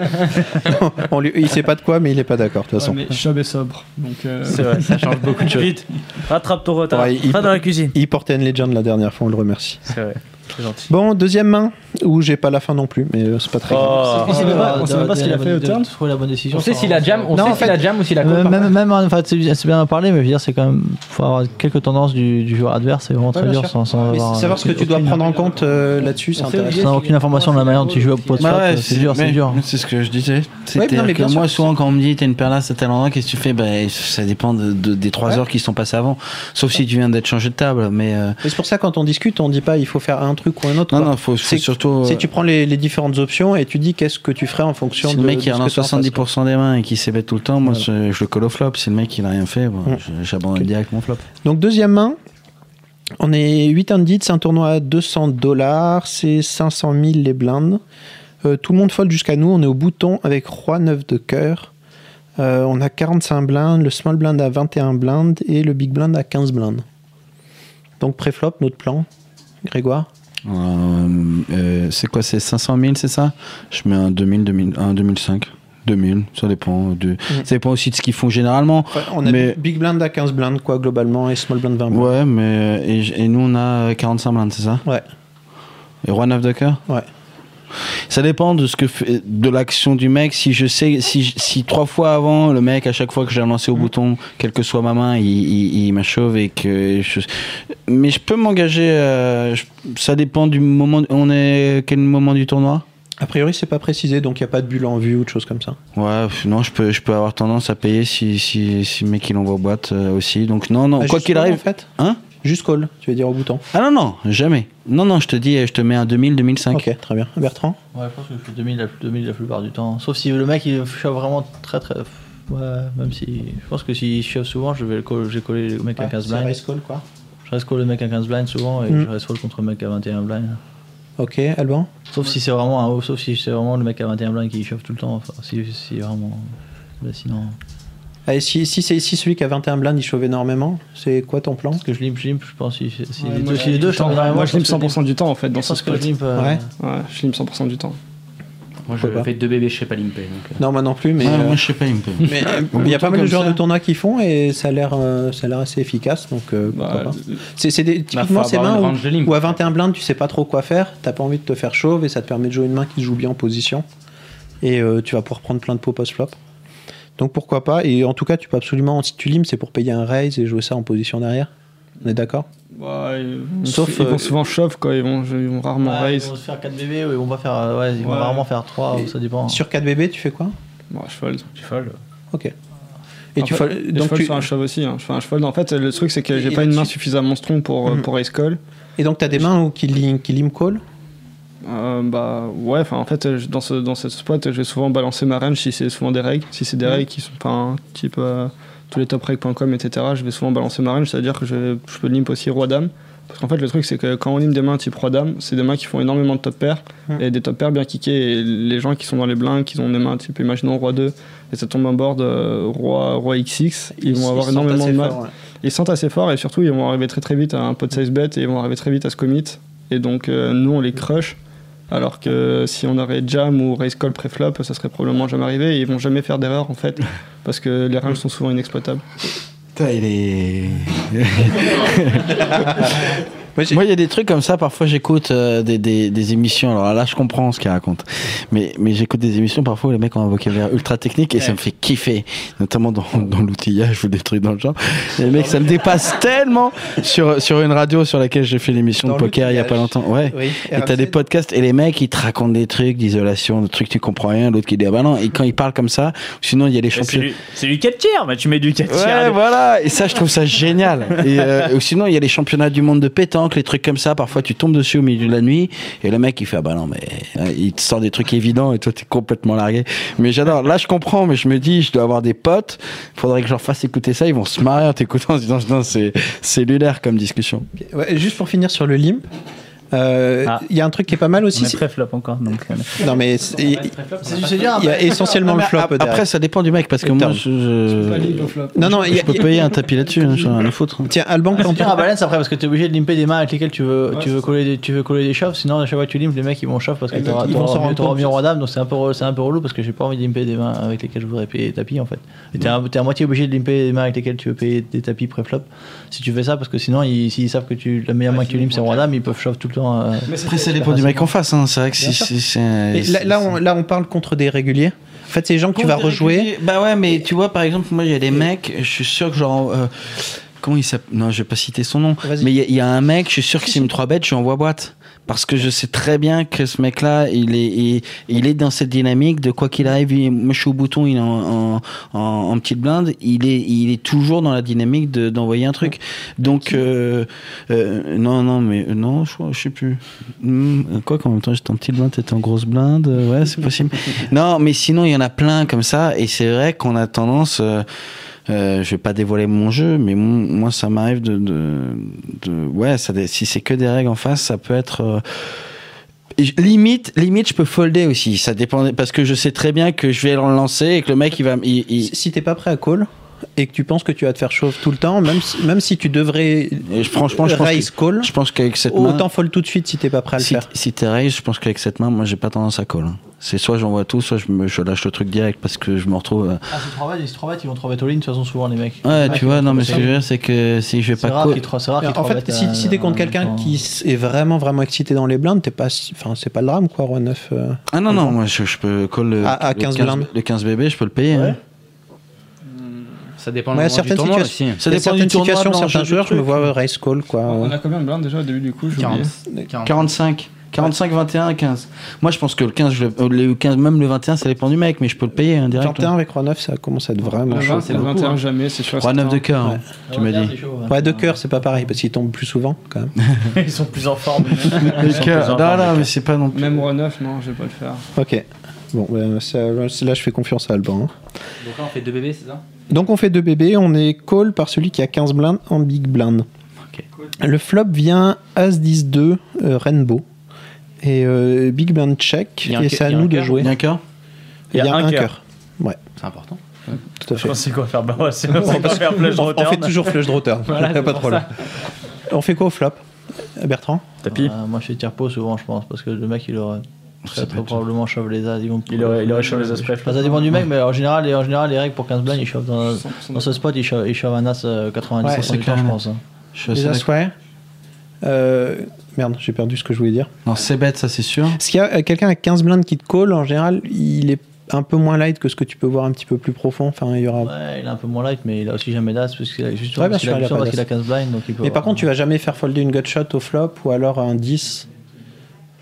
[SPEAKER 5] On lui- il sait pas de quoi, mais il est pas d'accord de toute façon.
[SPEAKER 12] Ouais, mais Chubb est sobre. Donc, euh,
[SPEAKER 3] C'est vrai, ça change beaucoup de choses. Vite, rattrape ton retard.
[SPEAKER 5] Ouais, il-
[SPEAKER 3] Va dans la cuisine.
[SPEAKER 5] Il portait une Legend la dernière fois, on le remercie.
[SPEAKER 3] C'est vrai, très gentil.
[SPEAKER 5] Bon, deuxième main, où j'ai pas la fin non plus, mais euh, c'est pas très
[SPEAKER 7] Oh.
[SPEAKER 5] grave.
[SPEAKER 12] On sait pas- on sait même
[SPEAKER 6] de-
[SPEAKER 12] pas ce qu'il a
[SPEAKER 6] de-
[SPEAKER 12] fait au
[SPEAKER 6] de-
[SPEAKER 12] turn.
[SPEAKER 6] de trouver la bonne décision.
[SPEAKER 12] On sait
[SPEAKER 6] sans-
[SPEAKER 12] s'il a jam- on
[SPEAKER 6] Non,
[SPEAKER 12] sait
[SPEAKER 6] en
[SPEAKER 12] s'il
[SPEAKER 6] fait,
[SPEAKER 12] a jam ou s'il a
[SPEAKER 6] euh,
[SPEAKER 12] call, par
[SPEAKER 6] Même, même en fait, c'est bien c'est bien d'en parler, mais je veux dire, c'est quand même. faut avoir quelques tendances du, du joueur adverse, c'est vraiment
[SPEAKER 5] Ouais,
[SPEAKER 6] très
[SPEAKER 5] bien
[SPEAKER 6] dur
[SPEAKER 5] sûr.
[SPEAKER 6] sans, sans
[SPEAKER 5] Mais
[SPEAKER 6] avoir.
[SPEAKER 5] savoir ce que tu dois prendre en compte euh, là-dessus, c'est
[SPEAKER 6] Sans
[SPEAKER 5] intéressant.
[SPEAKER 6] avoir aucune information de la manière dont tu joues au pot de
[SPEAKER 7] Bah
[SPEAKER 6] flop,
[SPEAKER 7] ouais,
[SPEAKER 6] c'est dur, c'est
[SPEAKER 7] mais
[SPEAKER 6] dur.
[SPEAKER 7] C'est ce que je disais.
[SPEAKER 5] Ouais,
[SPEAKER 7] C'était
[SPEAKER 5] non, mais
[SPEAKER 7] que
[SPEAKER 5] bien
[SPEAKER 7] moi,
[SPEAKER 5] sûr.
[SPEAKER 7] souvent, quand on me dit t'as une perlace à tel endroit, qu'est-ce que tu fais Ben, Ça dépend de, de- des trois
[SPEAKER 5] Ouais.
[SPEAKER 7] heures qui sont passées avant. Sauf si tu viens d'être changé de table. Mais euh,
[SPEAKER 5] Mais c'est pour ça quand on discute, on dit pas il faut faire un truc ou un autre.
[SPEAKER 7] Non,
[SPEAKER 5] quoi.
[SPEAKER 7] non, faut- faut
[SPEAKER 5] C'est-
[SPEAKER 7] surtout, euh,
[SPEAKER 5] C'est tu prends les, les différentes options et tu dis qu'est-ce que tu ferais en fonction
[SPEAKER 7] si
[SPEAKER 5] de.
[SPEAKER 7] le mec
[SPEAKER 5] de
[SPEAKER 7] il
[SPEAKER 5] ce
[SPEAKER 7] a
[SPEAKER 5] que t'as en face.
[SPEAKER 7] 70% des mains et qui s'ébête tout le temps, moi, je, je le colle au flop. Si le mec il a rien fait, bon, je- j'abandonne direct mon flop.
[SPEAKER 5] Mm. Donc deuxième main, on est 8 indices, c'est un tournoi à 200 dollars, c'est 500 000 les blindes. Euh, tout le monde fold jusqu'à nous, on est au bouton avec roi 9 de cœur. Euh, on a 45 blindes, le small blind à 21 blindes et le big blind à 15 blindes. Donc préflop, notre plan, Grégoire
[SPEAKER 7] Euh, euh, c'est quoi C'est 500 000, c'est ça Je mets un 2000, 2000, un 2005. 2000, ça dépend. De... Ça dépend aussi de ce qu'ils font généralement.
[SPEAKER 5] Mm. On a
[SPEAKER 7] mais...
[SPEAKER 5] big blind à 15 blindes, quoi, globalement, et small blind 20 blindes.
[SPEAKER 7] Ouais, mais. euh, Et, j- et nous, on a euh, 45 blindes, c'est ça
[SPEAKER 5] Ouais.
[SPEAKER 7] Et Roi 9 de cœur
[SPEAKER 5] Ouais.
[SPEAKER 7] Ça dépend de ce que fait- de l'action du mec. Si je sais, si, je- si trois fois avant, le mec, à chaque fois que j'ai lancé
[SPEAKER 5] Mm.
[SPEAKER 7] au bouton, quelle que soit ma main, il, il, il m'achauve et que je. Mais je peux m'engager. euh, je- ça dépend du moment. On est. Quel moment du tournoi
[SPEAKER 5] A priori, c'est pas précisé, donc il n'y a pas de bulle en vue ou de choses comme ça.
[SPEAKER 7] Ouais, pff, non, je peux, je peux avoir tendance à payer si, si, si le mec il envoie boîte euh, aussi. Donc, non, non,
[SPEAKER 5] Ah,
[SPEAKER 7] quoi
[SPEAKER 5] juste
[SPEAKER 7] qu'il
[SPEAKER 5] call,
[SPEAKER 7] arrive.
[SPEAKER 5] en fait
[SPEAKER 7] Hein
[SPEAKER 5] Juste call, tu veux dire au bouton
[SPEAKER 7] Ah non, non, jamais. Non, non, je te dis, je te mets un 2000, 2005.
[SPEAKER 5] Ok, très bien. Bertrand
[SPEAKER 6] Ouais, je pense que je fais 2000 la, 2000 la plupart du temps. Sauf si le mec il shove vraiment très très. Ouais, même si. Je pense que s'il shove souvent, je vais le call- j'ai collé le mec à
[SPEAKER 5] Ouais,
[SPEAKER 6] 15
[SPEAKER 5] c'est
[SPEAKER 6] blinds.
[SPEAKER 5] raise call, quoi.
[SPEAKER 6] Je reste call le mec à 15 blinds souvent et
[SPEAKER 5] Mm.
[SPEAKER 6] je reste call contre le mec à 21 blinds.
[SPEAKER 5] Ok, Alban
[SPEAKER 6] Sauf si c'est vraiment un haut, sauf si c'est vraiment le mec à 21 blinds qui shove tout le temps. Enfin, si, si vraiment. bah, sinon.
[SPEAKER 5] Ah, et si, si, c'est- si celui qui a 21 blindes, il chauffe énormément, c'est quoi ton plan Parce
[SPEAKER 6] que je limp, je limp, je pense. Si, si
[SPEAKER 12] Ouais,
[SPEAKER 6] les
[SPEAKER 12] moi,
[SPEAKER 6] deux,
[SPEAKER 12] je
[SPEAKER 6] si les
[SPEAKER 12] limp
[SPEAKER 6] deux,
[SPEAKER 12] tout
[SPEAKER 6] je
[SPEAKER 12] le temps.
[SPEAKER 6] t'en
[SPEAKER 12] Moi, je limp 100% du temps, en fait, dans ce
[SPEAKER 6] que je
[SPEAKER 12] spot.
[SPEAKER 6] limp. euh,
[SPEAKER 5] Ouais.
[SPEAKER 12] Ouais, je limp 100% du temps.
[SPEAKER 16] Moi, je fais deux bébés, je sais pas limper. donc, euh.
[SPEAKER 5] Non, moi non plus, mais.
[SPEAKER 16] Ouais,
[SPEAKER 5] euh,
[SPEAKER 16] moi, je sais pas, il me peut.
[SPEAKER 5] Mais euh,
[SPEAKER 16] Au
[SPEAKER 5] il y
[SPEAKER 16] bouton
[SPEAKER 5] a pas mal de
[SPEAKER 16] comme
[SPEAKER 5] joueurs
[SPEAKER 16] ça.
[SPEAKER 5] de tournoi qui font et ça a l'air euh, ça a l'air assez efficace, donc euh,
[SPEAKER 6] Bah,
[SPEAKER 5] pourquoi pas. C'est c'est des- typiquement
[SPEAKER 16] Bah, faut
[SPEAKER 5] ces
[SPEAKER 16] avoir
[SPEAKER 5] mains
[SPEAKER 16] une
[SPEAKER 5] où,
[SPEAKER 16] range de limp.
[SPEAKER 5] où à 21 blindes, tu sais pas trop quoi faire, t'as pas envie de te faire chauve et ça te permet de jouer une main qui se joue bien en position. Et euh, tu vas pouvoir prendre plein de pots post-flop. Donc pourquoi pas Et en tout cas, tu peux absolument, si tu limes, c'est pour payer un raise et jouer ça en position derrière. On est d'accord
[SPEAKER 12] Ouais, ils,
[SPEAKER 5] Sauf,
[SPEAKER 12] ils
[SPEAKER 5] euh,
[SPEAKER 12] vont souvent shove quoi, ils vont, ils vont rarement
[SPEAKER 6] Ouais, ils
[SPEAKER 12] raise.
[SPEAKER 6] vont se faire 4 bébés, ou ils vont pas faire, euh, ouais, ils vont
[SPEAKER 12] Ouais.
[SPEAKER 6] rarement faire 3,
[SPEAKER 12] Et
[SPEAKER 6] ça dépend.
[SPEAKER 5] Sur 4 bébés, tu fais quoi
[SPEAKER 12] Moi, je fold.
[SPEAKER 6] Tu folles.
[SPEAKER 5] Ok. Et tu
[SPEAKER 12] Après,
[SPEAKER 5] fol-
[SPEAKER 12] et
[SPEAKER 5] donc
[SPEAKER 12] je fold
[SPEAKER 5] tu-
[SPEAKER 12] sur un shove aussi. hein. Je fais un shove. En fait, le truc, c'est que j'ai
[SPEAKER 5] Et
[SPEAKER 12] pas une
[SPEAKER 5] tu-
[SPEAKER 12] main suffisamment strong pour, euh,
[SPEAKER 5] Mhm.
[SPEAKER 12] pour raise call.
[SPEAKER 5] Et donc, t'as des mains où qui, lim- qui lim call
[SPEAKER 12] Euh, bah ouais, enfin en fait je- dans ce dans cette spot, je vais souvent balancer ma range si c'est souvent des règles, si c'est des
[SPEAKER 5] Mhm.
[SPEAKER 12] règles qui sont pas un type euh, tous les topreg.com etc. Je vais souvent balancer ma range, c'est-à-dire que je, je peux limp aussi roi dame parce qu'en fait le truc c'est que quand on limp des mains type roi dame, c'est des mains qui font énormément de top pair
[SPEAKER 5] Mhm.
[SPEAKER 12] et des top pair bien kickés et les gens qui sont dans les blinds qui ont des mains type imaginons roi 2 et ça tombe en board euh, roi roi xx, ils,
[SPEAKER 5] Ils-
[SPEAKER 12] vont
[SPEAKER 5] ils
[SPEAKER 12] avoir
[SPEAKER 5] sentent
[SPEAKER 12] énormément de
[SPEAKER 5] assez
[SPEAKER 12] mal.
[SPEAKER 5] fort, ouais.
[SPEAKER 12] Ils sentent assez fort et surtout ils vont arriver très très vite à un pot de size bet et ils vont arriver très vite à se commit et donc euh, nous on les crush alors que si on aurait jam ou raise call pré-flop, ça serait probablement jamais arrivé. Et ils vont jamais faire d'erreur en fait, parce que les ranges sont souvent inexploitables.
[SPEAKER 7] Putain, il est. Moi, il y a des trucs comme ça. Parfois, j'écoute euh, des, des- des émissions. Alors là, je comprends ce qu'ils racontent. Mais, mais j'écoute des émissions parfois où les mecs ont un vocabulaire ultra technique et ça me fait kiffer. Notamment dans, dans l'outillage ou des trucs dans le genre. Et les mecs, ça me dépasse tellement sur, sur une radio sur laquelle j'ai fait l'émission de
[SPEAKER 5] Dans
[SPEAKER 7] poker il y a pas
[SPEAKER 5] l'outillage.
[SPEAKER 7] longtemps. Ouais.
[SPEAKER 5] Oui,
[SPEAKER 7] et t'as
[SPEAKER 5] RMC.
[SPEAKER 7] des podcasts et les mecs, ils te racontent des trucs d'isolation, des trucs que tu comprends rien, l'autre qui dit ah bah non. Et quand ils parlent comme ça, sinon, il y a les
[SPEAKER 3] C'est
[SPEAKER 7] champions.
[SPEAKER 3] du- C'est du 4 tiers, mais tu mets du 4 tiers.
[SPEAKER 7] Ouais, voilà. Et ça, je trouve ça génial. Et euh, ou sinon, il y a les championnats du monde de pétanque, les trucs comme ça. Parfois, tu tombes dessus au milieu de la nuit et le mec, il fait ah bah non, mais euh, il te sort des trucs évidents et toi, t'es complètement largué. Mais j'adore. Là, je comprends, mais je me dis, je dois avoir des potes. Faudrait que je leur fasse écouter ça. Ils vont se marrer en t'écoutant en se disant, non, c'est cellulaire comme discussion.
[SPEAKER 5] Ouais, Juste pour finir sur le limp, euh, il
[SPEAKER 7] Ah.
[SPEAKER 5] y a un truc qui est pas mal aussi.
[SPEAKER 7] On est
[SPEAKER 5] c'est-
[SPEAKER 3] flop encore. Donc,
[SPEAKER 5] Non, mais c'est- il il y a essentiellement
[SPEAKER 7] euh, Non,
[SPEAKER 5] le
[SPEAKER 7] mais
[SPEAKER 5] flop.
[SPEAKER 7] ap-
[SPEAKER 5] derrière.
[SPEAKER 7] Après, ça dépend du mec parce que
[SPEAKER 5] Et
[SPEAKER 7] moi,
[SPEAKER 5] turn.
[SPEAKER 7] je. je-
[SPEAKER 5] Non, non,
[SPEAKER 7] je
[SPEAKER 5] il y a-
[SPEAKER 7] peux
[SPEAKER 5] il y a-
[SPEAKER 7] payer un tapis là-dessus. hein, j'en ai rien à foutre.
[SPEAKER 5] Tiens, Alban,
[SPEAKER 6] Ah, c'est dur à balance après parce que t'es obligé de limper des mains avec lesquelles tu veux, tu veux, coller, des, tu veux coller des shoves, sinon à chaque fois que tu limpes, les mecs ils vont shove parce que
[SPEAKER 5] Exactement.
[SPEAKER 6] t'auras
[SPEAKER 5] Ils vont s'en
[SPEAKER 6] t'auras
[SPEAKER 5] rendre
[SPEAKER 6] mieux- t'auras
[SPEAKER 5] compte.
[SPEAKER 6] mieux roi dame donc c'est un, peu re- c'est un peu relou parce que j'ai pas envie de limper des mains avec lesquelles je voudrais payer tapis en fait. Et t'es à, t'es à moitié obligé de limper des mains avec lesquelles tu veux payer des tapis pré-flop si tu fais ça parce que sinon ils, s'ils savent que tu, la meilleure main que tu limpes c'est roi dame, ils peuvent shove tout le temps. euh,
[SPEAKER 7] Après, ça dépend du mec en face. hein. C'est vrai que si si- c'est. un-
[SPEAKER 5] Et là, là, on, là, on parle contre des réguliers. En fait, c'est les gens que tu vas
[SPEAKER 7] Contre des
[SPEAKER 5] rejouer.
[SPEAKER 7] réguliers. Bah ouais, mais tu vois, par exemple, moi, il y a des mecs, je suis sûr que genre. euh, comment il s'appelle Non, je vais pas citer son nom. Mais il y, a- il y a un mec, je suis sûr que s'il me 3 bête, je envoie boîte. Parce que je sais très bien que ce mec-là, il est, il, il est dans cette dynamique de quoi qu'il arrive, il, moi je suis au bouton, il est en, en, en- en petite blinde, il est, il est toujours dans la dynamique de- d'envoyer un truc. Donc, euh, euh, non, non, mais euh, non, je, crois- je sais plus. Hmm, quoi qu'en même temps, j'étais en petite blinde, t'étais en grosse blinde, euh, ouais, c'est possible. non, mais sinon, il y en a plein comme ça, et c'est vrai qu'on a tendance. euh, euh, je vais pas dévoiler mon jeu, mais mon- moi ça m'arrive de, de, de- ouais, ça, dé- si c'est que des règles en face, ça peut être euh, et je- limite, limite, je peux folder aussi. Ça dépend parce que je sais très bien que je vais le lancer et que le mec il va, il, il-
[SPEAKER 5] Si t'es pas prêt à call et que tu penses que tu vas te faire chauffe tout le temps, même si, même si tu devrais
[SPEAKER 7] et je- franchement, je pense
[SPEAKER 5] raise
[SPEAKER 7] que-
[SPEAKER 5] call,
[SPEAKER 7] je pense qu'avec cette main,
[SPEAKER 5] autant fold tout de suite si t'es pas prêt à le
[SPEAKER 7] si,
[SPEAKER 5] faire.
[SPEAKER 7] si t'es raise, je pense qu'avec cette main, moi j'ai pas tendance à call. hein. C'est soit j'envoie tout, soit je, me, je lâche le truc direct parce que je me retrouve. euh,
[SPEAKER 6] Ah, c'est 3 bet, ils se 3 bet, ils vont 3 bet all in de toute façon souvent les
[SPEAKER 5] Ah,
[SPEAKER 6] mecs.
[SPEAKER 7] Ouais,
[SPEAKER 6] Les mecs,
[SPEAKER 7] tu
[SPEAKER 6] ils
[SPEAKER 7] vois,
[SPEAKER 6] vont
[SPEAKER 7] non, mais
[SPEAKER 6] trop
[SPEAKER 7] ce que je
[SPEAKER 6] bet.
[SPEAKER 7] veux dire, c'est que si je vais
[SPEAKER 6] C'est
[SPEAKER 7] pas
[SPEAKER 6] rare
[SPEAKER 7] call-
[SPEAKER 6] qu'ils trois- c'est rare qu'ils
[SPEAKER 5] Euh, En fait, si, si t'es contre quelqu'un qui s- est vraiment vraiment excité dans les blindes, t'es pas, si- enfin c'est pas le drame quoi, roi 9. euh.
[SPEAKER 7] Ah non, non, moi je, je peux call le,
[SPEAKER 5] À- à
[SPEAKER 7] le
[SPEAKER 5] 15 blindes.
[SPEAKER 7] le 15 bébé, je peux le payer. hein.
[SPEAKER 16] Ça dépend
[SPEAKER 5] Ouais,
[SPEAKER 16] le moment du
[SPEAKER 5] certaines
[SPEAKER 16] tournoi
[SPEAKER 5] situations,
[SPEAKER 16] aussi.
[SPEAKER 5] il y a certaines situations, certains joueurs, je me vois raise call quoi.
[SPEAKER 12] On
[SPEAKER 5] ouais.
[SPEAKER 12] a combien de blindes déjà au début du coup j'ai
[SPEAKER 7] 40.
[SPEAKER 12] oublié.
[SPEAKER 7] 45. 45, 21, 15. Moi, je pense que le 15, je le- le 15 même le 21, ça dépend du mec, mais je peux le payer hein, direct.
[SPEAKER 5] 21 avec roi 9, ça commence à être vraiment
[SPEAKER 12] Le
[SPEAKER 5] chaud.
[SPEAKER 12] 20, c'est le
[SPEAKER 5] quoi.
[SPEAKER 12] 21 jamais, c'est sûr.
[SPEAKER 7] hein. Roi 9 de cœur,
[SPEAKER 5] Ouais.
[SPEAKER 7] hein, tu m'as dit.
[SPEAKER 5] Ouais, de cœur, c'est pas pareil parce qu'ils tombent plus souvent quand même.
[SPEAKER 6] Ils sont plus en forme.
[SPEAKER 7] Le cœur, non, non, mais c'est pas non plus.
[SPEAKER 12] Même roi 9, non, je vais pas le faire.
[SPEAKER 5] Ok. Bon, ben, ça- là, je fais confiance à Alban. hein.
[SPEAKER 16] Donc là, on fait deux bébés, c'est ça
[SPEAKER 5] Donc, on fait deux bébés. On est call par celui qui a 15 blindes en big blind. Le flop vient As-10-2, euh, Rainbow. Et euh, big blind check.
[SPEAKER 16] Il y a un
[SPEAKER 5] Et
[SPEAKER 16] cœur-
[SPEAKER 5] c'est à
[SPEAKER 16] il y a un
[SPEAKER 5] nous de
[SPEAKER 16] cœur
[SPEAKER 5] jouer.
[SPEAKER 7] Il y a un cœur
[SPEAKER 5] Il y a, un cœur. Ouais,
[SPEAKER 16] C'est important.
[SPEAKER 5] tout à
[SPEAKER 3] Je
[SPEAKER 5] fait.
[SPEAKER 3] pensais quoi faire Bah ouais, c'est
[SPEAKER 5] Non,
[SPEAKER 3] on va
[SPEAKER 5] parce
[SPEAKER 3] faire
[SPEAKER 5] que-
[SPEAKER 3] flush
[SPEAKER 5] on-
[SPEAKER 3] return.
[SPEAKER 5] On fait toujours flush de return.
[SPEAKER 3] Voilà,
[SPEAKER 5] Y a
[SPEAKER 3] c'est
[SPEAKER 5] pas de
[SPEAKER 3] pour
[SPEAKER 5] problème. On fait quoi au flop Euh, Bertrand
[SPEAKER 3] Tapis.
[SPEAKER 6] Euh, moi, je fais tire pot souvent, je pense, parce que le mec, il aurait très, très probablement shove les as. Ils vont
[SPEAKER 3] Il aurait- il aurait shove les as
[SPEAKER 6] Enfin,
[SPEAKER 3] pré-flop.
[SPEAKER 6] Ça dépend du mec, mais en général, les- en général, les règles pour 15 blindes, ils shove dans,
[SPEAKER 12] 100%
[SPEAKER 6] dans ce spot, ils shove, ils shove un as euh, 90%
[SPEAKER 5] Ouais, c'est
[SPEAKER 6] du temps,
[SPEAKER 5] clair.
[SPEAKER 6] je pense. hein.
[SPEAKER 5] Les as, ouais. Euh, merde, j'ai perdu ce que je voulais dire.
[SPEAKER 7] Non, c'est bête, ça c'est sûr.
[SPEAKER 5] S'il y a euh, quelqu'un à 15 blindes qui te call, en général, il est un peu moins light que ce que tu peux voir un petit peu plus profond. Enfin, il y aura.
[SPEAKER 6] Ouais, il est un peu moins light, mais il a aussi jamais d'as, parce qu'il a juste
[SPEAKER 5] Ouais, bien
[SPEAKER 6] parce qu'il
[SPEAKER 5] sûr,
[SPEAKER 6] a,
[SPEAKER 5] il a
[SPEAKER 6] juste
[SPEAKER 5] pas
[SPEAKER 6] parce
[SPEAKER 5] d'as.
[SPEAKER 6] qu'il a 15 blinds. Donc il peut
[SPEAKER 5] Mais par
[SPEAKER 6] avoir-
[SPEAKER 5] contre, tu vas jamais faire folder une gut shot au flop ou alors un 10.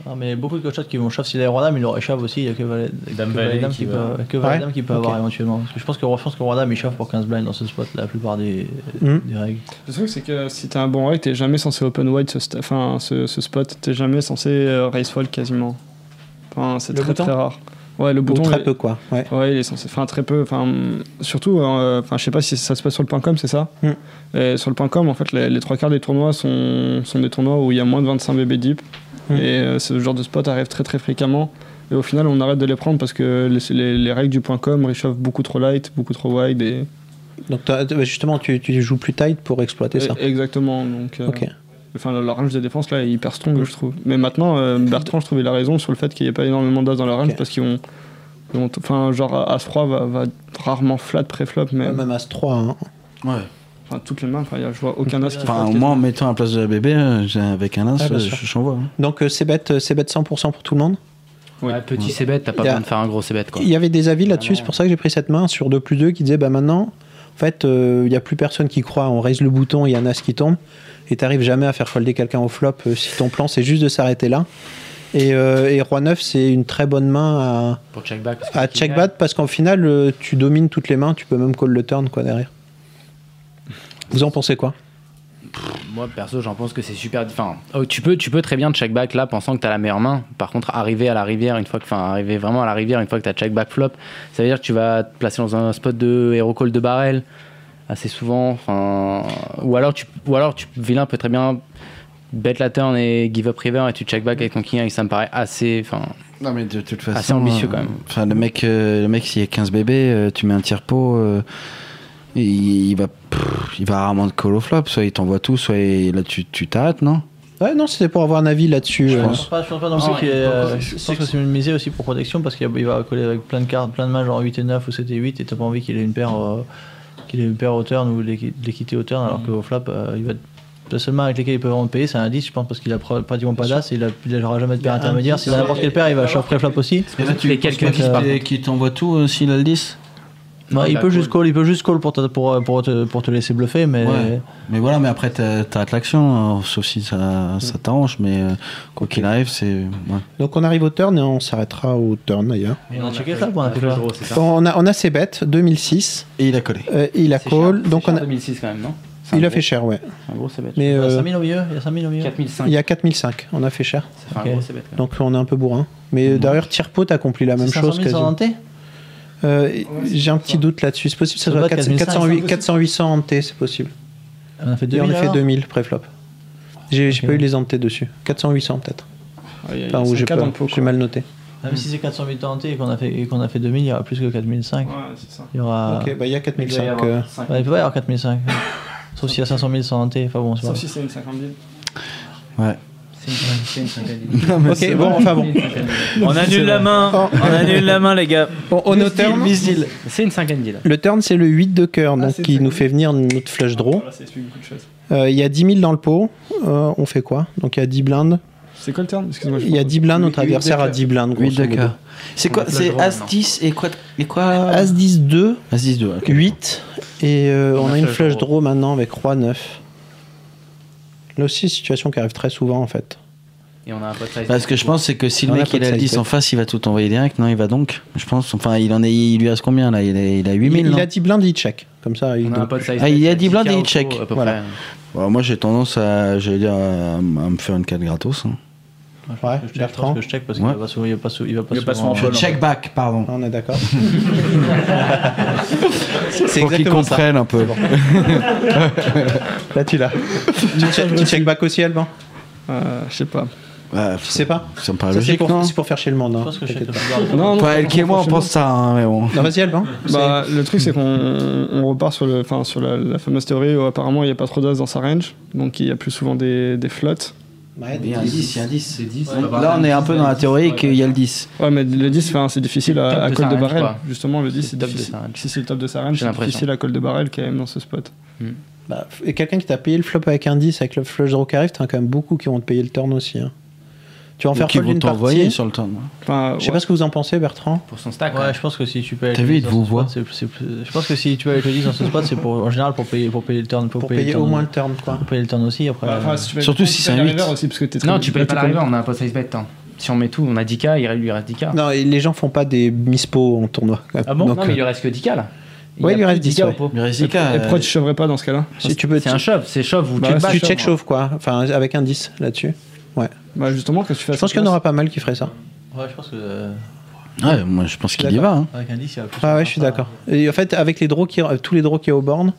[SPEAKER 6] Ah, mais beaucoup de coachs qui vont shove. S'il a roi dame, il aurait shove aussi. Il y a que valet que
[SPEAKER 5] valet
[SPEAKER 6] valet dame
[SPEAKER 5] qui
[SPEAKER 6] qui
[SPEAKER 5] va-
[SPEAKER 6] peut- que valet
[SPEAKER 5] Ouais,
[SPEAKER 6] dame qui peut
[SPEAKER 5] ok.
[SPEAKER 6] avoir éventuellement. Parce que je pense que, je pense que roi dame, il shove pour 15 blinds dans ce spot, la plupart des,
[SPEAKER 5] Hmm.
[SPEAKER 12] Mhm.
[SPEAKER 6] des règles.
[SPEAKER 12] Le truc, c'est que si t'es un bon reg, t'es jamais censé open wide ce, st- enfin, ce, ce spot. T'es jamais censé euh, raise fold quasiment. Enfin, c'est
[SPEAKER 5] Le
[SPEAKER 12] très
[SPEAKER 5] bouton
[SPEAKER 12] très rare. Ouais, le
[SPEAKER 5] Ou
[SPEAKER 12] bouton.
[SPEAKER 5] très
[SPEAKER 12] il-
[SPEAKER 5] peu, quoi. Ouais.
[SPEAKER 12] il est censé. Enfin, très peu. Enfin, surtout, euh, enfin, je sais pas si ça se passe sur le point .com, c'est ça
[SPEAKER 5] Hmm.
[SPEAKER 12] Et Sur le point .com, en fait, les, les trois quarts des tournois sont, sont des tournois où il y a moins de 25 bébés deep.
[SPEAKER 5] Mm.
[SPEAKER 12] Et euh, ce genre de spot arrive très très fréquemment. Et au final, on arrête de les prendre parce que les, les- les règles du point .com réchauffent beaucoup trop light, beaucoup trop wide. Et...
[SPEAKER 5] Donc t'as- t'as- justement, tu, tu joues plus tight pour exploiter ça.
[SPEAKER 12] Et- E, Exactement. Donc, euh,
[SPEAKER 5] Ok.
[SPEAKER 12] enfin, le- la range de défense là est hyper strong, je trouve. Mais maintenant, euh, Bertrand, je trouvais la raison sur le fait qu'il n'y ait pas énormément d'as dans la range parce qu'ils ont. ils ont- Enfin, genre, As-3 va, va rarement flat pré-flop. Même,
[SPEAKER 5] même hein. As-3.
[SPEAKER 12] Ouais. Enfin, toutes les mains, enfin, y a- je vois aucun As qui
[SPEAKER 7] Enfin,
[SPEAKER 12] flat.
[SPEAKER 7] au moins en mettant à la place de la bébé, euh, j'ai- avec un as,
[SPEAKER 5] Ah, bien
[SPEAKER 7] euh,
[SPEAKER 5] sûr.
[SPEAKER 7] je- j'en vois. hein.
[SPEAKER 5] Donc euh, c'est bête, euh, c'est bête 100% pour tout le monde.
[SPEAKER 16] Ouais, petit c'est bête, t'as pas
[SPEAKER 5] Il y a-
[SPEAKER 16] besoin de faire un gros c'est bête quoi.
[SPEAKER 5] Il y avait des avis là-dessus, c'est pour ça que j'ai pris cette main sur 2 plus 2 qui disait bah maintenant, en fait, euh, il n'y a plus personne qui croit, on raise le bouton, il y a un as qui tombe, et t'arrives jamais à faire folder quelqu'un au flop euh, si ton plan c'est juste de s'arrêter là. Et, euh, et Roi 9, c'est une très bonne main à,
[SPEAKER 16] Pour check back. parce que
[SPEAKER 5] à
[SPEAKER 16] tu
[SPEAKER 5] check
[SPEAKER 16] gagnes.
[SPEAKER 5] bat parce qu'en final, euh, tu domines toutes les mains, tu peux même call le turn quoi derrière. Vous en pensez quoi
[SPEAKER 16] Moi perso, j'en pense que c'est super. Enfin, oh, tu peux, tu peux très bien check back là, pensant que t'as la meilleure main. Par contre, arriver à la rivière une fois que, enfin, arriver vraiment à la rivière une fois que t'as check back flop, ça veut dire que tu vas te placer dans un spot de hero call de barrel assez souvent. Enfin, ou alors tu, ou alors tu vilain peut très bien bet la turn et give up river et tu check back avec ton king et ça me paraît assez, enfin,
[SPEAKER 7] Non, mais de toute façon.
[SPEAKER 16] assez ambitieux quand même.
[SPEAKER 7] Enfin, le mec, euh, le mec s'il y a 15 bébés, euh, tu mets un tire pot. euh, il, il va, pff, il va rarement de call au flop. Soit il t'envoie tout, soit il- là tu tu t'arrêtes, non
[SPEAKER 5] Ouais, non, c'était pour avoir un avis là-dessus.
[SPEAKER 6] Je
[SPEAKER 5] euh.
[SPEAKER 6] pense pas, je pense pas non plus
[SPEAKER 5] Ah ouais,
[SPEAKER 6] qu'il y ait,
[SPEAKER 5] pourquoi
[SPEAKER 6] euh,
[SPEAKER 5] c'est-
[SPEAKER 6] Je pense que c'est une misée aussi pour protection parce qu'il va- il va coller avec plein de cartes, plein de mains genre 8 et 9 ou 7 et 8 et t'as pas envie qu'il ait une paire euh, qu'il ait une paire au turn ou l'équi- l'équité au turn alors qu'au flop euh, il va la seule main avec laquelle il peut vraiment te payer c'est un 10 je pense parce qu'il a pro- pratiquement pas d'as et il a- il n'aura jamais de paire
[SPEAKER 7] un
[SPEAKER 6] intermédiaire
[SPEAKER 7] 10,
[SPEAKER 6] s'il a n'importe
[SPEAKER 7] ouais.
[SPEAKER 6] quelle paire il va shove pré-flop aussi
[SPEAKER 7] Et là, tu
[SPEAKER 6] Et
[SPEAKER 7] penses pas qu'il t'est- qu'il t'envoie tout euh, s'il a le 10
[SPEAKER 6] non, il, peut juste call, il peut juste call pour, te- pour, euh, pour, te, pour te laisser bluffer, mais
[SPEAKER 7] Ouais. Mais voilà, mais après, t'a- t'arrêtes l'action, euh, sauf si ça, ça t'arrange, mais euh, quoi qu'il arrive, c'est. ouais.
[SPEAKER 5] Donc on arrive au turn et on s'arrêtera au turn d'ailleurs.
[SPEAKER 6] on a checké ça pour un peu
[SPEAKER 5] On a, on a ses bêtes, 2006.
[SPEAKER 7] Et il a collé.
[SPEAKER 5] Euh, il a call. donc on a-
[SPEAKER 16] 2006 quand même, non
[SPEAKER 5] il a fait cher, ouais.
[SPEAKER 16] Un gros c'est bête. Ah,
[SPEAKER 5] Mais euh,
[SPEAKER 6] 5000 au milieu, il y a 5000 au milieu.
[SPEAKER 16] 4005.
[SPEAKER 5] il y a 4005, on a fait cher.
[SPEAKER 16] fait un
[SPEAKER 5] Ok.
[SPEAKER 16] gros, c'est bête, quand
[SPEAKER 5] Donc on est un peu bourrin. Mais derrière, Tirpo, t'as accompli la même
[SPEAKER 6] 500 000
[SPEAKER 5] chose.
[SPEAKER 6] sans
[SPEAKER 5] quasiment.
[SPEAKER 6] hanté
[SPEAKER 5] Euh, J'ai un petit doute là-dessus. C'est possible que ça
[SPEAKER 6] Ça
[SPEAKER 5] soit
[SPEAKER 6] doit être
[SPEAKER 5] 400,
[SPEAKER 6] 400,
[SPEAKER 5] 400, 400 800 hantés, c'est possible.
[SPEAKER 6] On a fait
[SPEAKER 5] Et on
[SPEAKER 6] 2000
[SPEAKER 5] a fait
[SPEAKER 6] alors
[SPEAKER 5] 2000 préflop. J'ai j'ai pas eu les hantés dessus. 400 800 peut-être.
[SPEAKER 12] il y a
[SPEAKER 5] Enfin, ou
[SPEAKER 6] cinq
[SPEAKER 5] j'ai
[SPEAKER 6] cas
[SPEAKER 5] pas-
[SPEAKER 6] dans le pot,
[SPEAKER 5] j'ai
[SPEAKER 6] quoi.
[SPEAKER 5] mal noté.
[SPEAKER 6] Même Ah, si c'est 408 tentés et qu'on a fait et qu'on a fait 2000, il y aura plus que 4005.
[SPEAKER 12] Ouais, c'est ça.
[SPEAKER 6] Il y aura.
[SPEAKER 5] Ok, bah, il y a
[SPEAKER 6] Il
[SPEAKER 5] 4005,
[SPEAKER 6] doit y avoir
[SPEAKER 5] euh.
[SPEAKER 6] 5. Ouais, il peut pas y avoir 4005. Sauf s'il y a 500 000 sans hanté. Enfin bon, c'est pas.
[SPEAKER 12] Sauf si c'est une 50 000.
[SPEAKER 7] Ouais.
[SPEAKER 6] C'est une
[SPEAKER 5] Ok, bon, enfin bon.
[SPEAKER 3] On annule la main, on annule la main, les gars.
[SPEAKER 5] On est au turn.
[SPEAKER 16] C'est une cinquantaine deal.
[SPEAKER 5] Le turn, c'est le 8 de cœur, donc qui nous fait venir notre flush
[SPEAKER 12] Ah,
[SPEAKER 5] draw.
[SPEAKER 12] Voilà, ça explique beaucoup de choses.
[SPEAKER 5] Euh, Il y a 10 000 dans le pot. Euh, on fait quoi Donc il y a 10 blindes.
[SPEAKER 12] C'est quoi le terme Excuse-moi. je
[SPEAKER 5] Il y a
[SPEAKER 12] pense.
[SPEAKER 5] 10 blindes, notre
[SPEAKER 12] Huit- huit
[SPEAKER 5] adversaire a
[SPEAKER 12] de
[SPEAKER 5] 10 blindes.
[SPEAKER 12] Huit
[SPEAKER 5] grosso
[SPEAKER 12] de
[SPEAKER 5] modo.
[SPEAKER 12] cœur.
[SPEAKER 7] C'est quoi C'est As 10 et quoi, et quoi
[SPEAKER 5] As 10, 2,
[SPEAKER 7] As 10, 2.
[SPEAKER 5] 8. Et euh, on,
[SPEAKER 7] On
[SPEAKER 5] a
[SPEAKER 7] a
[SPEAKER 5] une
[SPEAKER 7] flush
[SPEAKER 5] flush draw maintenant avec Roi 9. Là aussi, situation qui arrive très souvent en fait.
[SPEAKER 16] Et on a un pot size.
[SPEAKER 7] Parce que je pense c'est que si le
[SPEAKER 5] On a
[SPEAKER 7] mec
[SPEAKER 5] pas de
[SPEAKER 7] il a le
[SPEAKER 5] side
[SPEAKER 7] 10 en
[SPEAKER 5] bet.
[SPEAKER 7] face, il va tout envoyer direct. Non, il va donc. Je pense. Enfin, il en est, il lui reste combien là il a, il a 8000
[SPEAKER 5] il, il
[SPEAKER 7] non
[SPEAKER 5] a 10 blindes, il check. Comme ça, il
[SPEAKER 16] On a un
[SPEAKER 5] donne
[SPEAKER 16] pot
[SPEAKER 5] plus.
[SPEAKER 16] size.
[SPEAKER 7] Ah, il y a 10 blindes et il
[SPEAKER 16] Auto,
[SPEAKER 7] check.
[SPEAKER 16] à peu
[SPEAKER 7] Voilà.
[SPEAKER 16] près.
[SPEAKER 7] Bon, moi j'ai tendance à, j'allais dire, à, à me faire une 4 gratos. hein.
[SPEAKER 5] Ouais,
[SPEAKER 6] Je pense que je check parce qu'il
[SPEAKER 7] Ouais.
[SPEAKER 6] va souvent- il va pas souvent- il va pas
[SPEAKER 7] Il va pas
[SPEAKER 6] souvent-
[SPEAKER 7] souvent en Je vol, check en fait. back, pardon.
[SPEAKER 5] On est d'accord.
[SPEAKER 7] Pour qu'ils
[SPEAKER 5] exactement ça.
[SPEAKER 7] comprennent un peu.
[SPEAKER 5] Là, tu l'as. tu, check, tu check back aussi, Alban
[SPEAKER 12] Euh, Je sais pas.
[SPEAKER 5] Tu sais pas
[SPEAKER 7] Bah, Ça me paraît
[SPEAKER 5] c'est
[SPEAKER 7] logique,
[SPEAKER 5] pour,
[SPEAKER 7] non
[SPEAKER 5] c'est pour faire chez le monde. hein, t'inquiète pas.
[SPEAKER 12] Non, non,
[SPEAKER 7] Pas elle qui et moi, on
[SPEAKER 12] franchement,
[SPEAKER 7] pense ça, hein, mais bon.
[SPEAKER 5] Non, vas-y, Alban.
[SPEAKER 12] Bah, le truc, c'est qu'on on repart sur, le, enfin, sur la, la fameuse théorie où apparemment il n'y a pas trop d'as dans sa range, donc il y a plus souvent des, des flottes.
[SPEAKER 7] Il y a un 10, il y a un 10.
[SPEAKER 12] ouais.
[SPEAKER 7] Là, on est un peu dans la théorie qu'il y a le 10.
[SPEAKER 12] Ouais, mais le 10, enfin, c'est difficile
[SPEAKER 7] C'est le
[SPEAKER 12] à, à
[SPEAKER 7] top
[SPEAKER 12] col
[SPEAKER 7] de
[SPEAKER 12] de
[SPEAKER 7] sa range,
[SPEAKER 12] barrel.
[SPEAKER 7] quoi.
[SPEAKER 12] Justement, le 10,
[SPEAKER 7] C'est
[SPEAKER 12] c'est
[SPEAKER 7] le top de
[SPEAKER 12] difficile.
[SPEAKER 7] sa range.
[SPEAKER 12] Si c'est le top de sa range,
[SPEAKER 7] J'ai
[SPEAKER 12] c'est
[SPEAKER 7] l'impression.
[SPEAKER 12] difficile à col de barrel quand même dans ce spot.
[SPEAKER 5] Bah, f- et quelqu'un qui t'a payé le flop avec un 10, avec le flush draw qui arrive, t'en as quand même beaucoup qui vont te payer le turn aussi. hein. Tu vas en
[SPEAKER 11] Ou
[SPEAKER 5] faire
[SPEAKER 11] qui
[SPEAKER 5] fold
[SPEAKER 11] vont
[SPEAKER 5] une
[SPEAKER 11] t'envoyer
[SPEAKER 5] partie.
[SPEAKER 11] sur le temps, ouais.
[SPEAKER 5] Enfin, je sais
[SPEAKER 6] ouais.
[SPEAKER 5] pas ce que vous en pensez, Bertrand.
[SPEAKER 16] Pour son stack.
[SPEAKER 6] Ouais,
[SPEAKER 12] hein.
[SPEAKER 6] je pense que si tu peux.
[SPEAKER 5] T'as vu, il te vous voit.
[SPEAKER 6] Je pense que si tu as l'utilise dans ce spot, c'est pour en général pour payer pour payer le turn, pour,
[SPEAKER 5] payer
[SPEAKER 6] le turn.
[SPEAKER 5] au moins le turn, quoi.
[SPEAKER 6] Pour payer le turn aussi après.
[SPEAKER 16] Ah,
[SPEAKER 6] euh,
[SPEAKER 16] Non, tu payes pas la river, on a un pot size bet. hein. Si on met tout, on a 10k, il lui reste 10k.
[SPEAKER 5] Non, et les gens font pas des mispo en tournoi.
[SPEAKER 16] Ah bon
[SPEAKER 5] Donc,
[SPEAKER 16] Non, mais il lui
[SPEAKER 5] euh,
[SPEAKER 16] reste que 10k là. a
[SPEAKER 5] Ouais, il lui
[SPEAKER 16] plus
[SPEAKER 5] reste
[SPEAKER 16] de
[SPEAKER 5] 10,
[SPEAKER 16] au
[SPEAKER 5] ouais.
[SPEAKER 16] pot.
[SPEAKER 5] Il lui reste 10K,
[SPEAKER 12] Et pourquoi
[SPEAKER 5] euh,
[SPEAKER 12] tu chauverais pas dans ce cas-là
[SPEAKER 5] Si tu peux,
[SPEAKER 16] C'est un shove, c'est shove ou
[SPEAKER 5] Bah,
[SPEAKER 16] check
[SPEAKER 5] si
[SPEAKER 16] back.
[SPEAKER 12] hein.
[SPEAKER 5] tu check
[SPEAKER 11] hein,
[SPEAKER 5] shove, quoi. Enfin, avec un 10 là-dessus. Ouais.
[SPEAKER 12] Bah, justement, qu'est-ce que tu fais
[SPEAKER 5] Je pense qu'il y en aura pas mal qui feraient ça.
[SPEAKER 6] Ouais, je pense que. euh,
[SPEAKER 11] Ouais, moi je pense qu'il y va. hein.
[SPEAKER 6] Avec un 10, il y a plus.
[SPEAKER 5] Ah ouais, je suis d'accord. Et en fait, avec les draws qui, euh, tous les draws qui est au borne,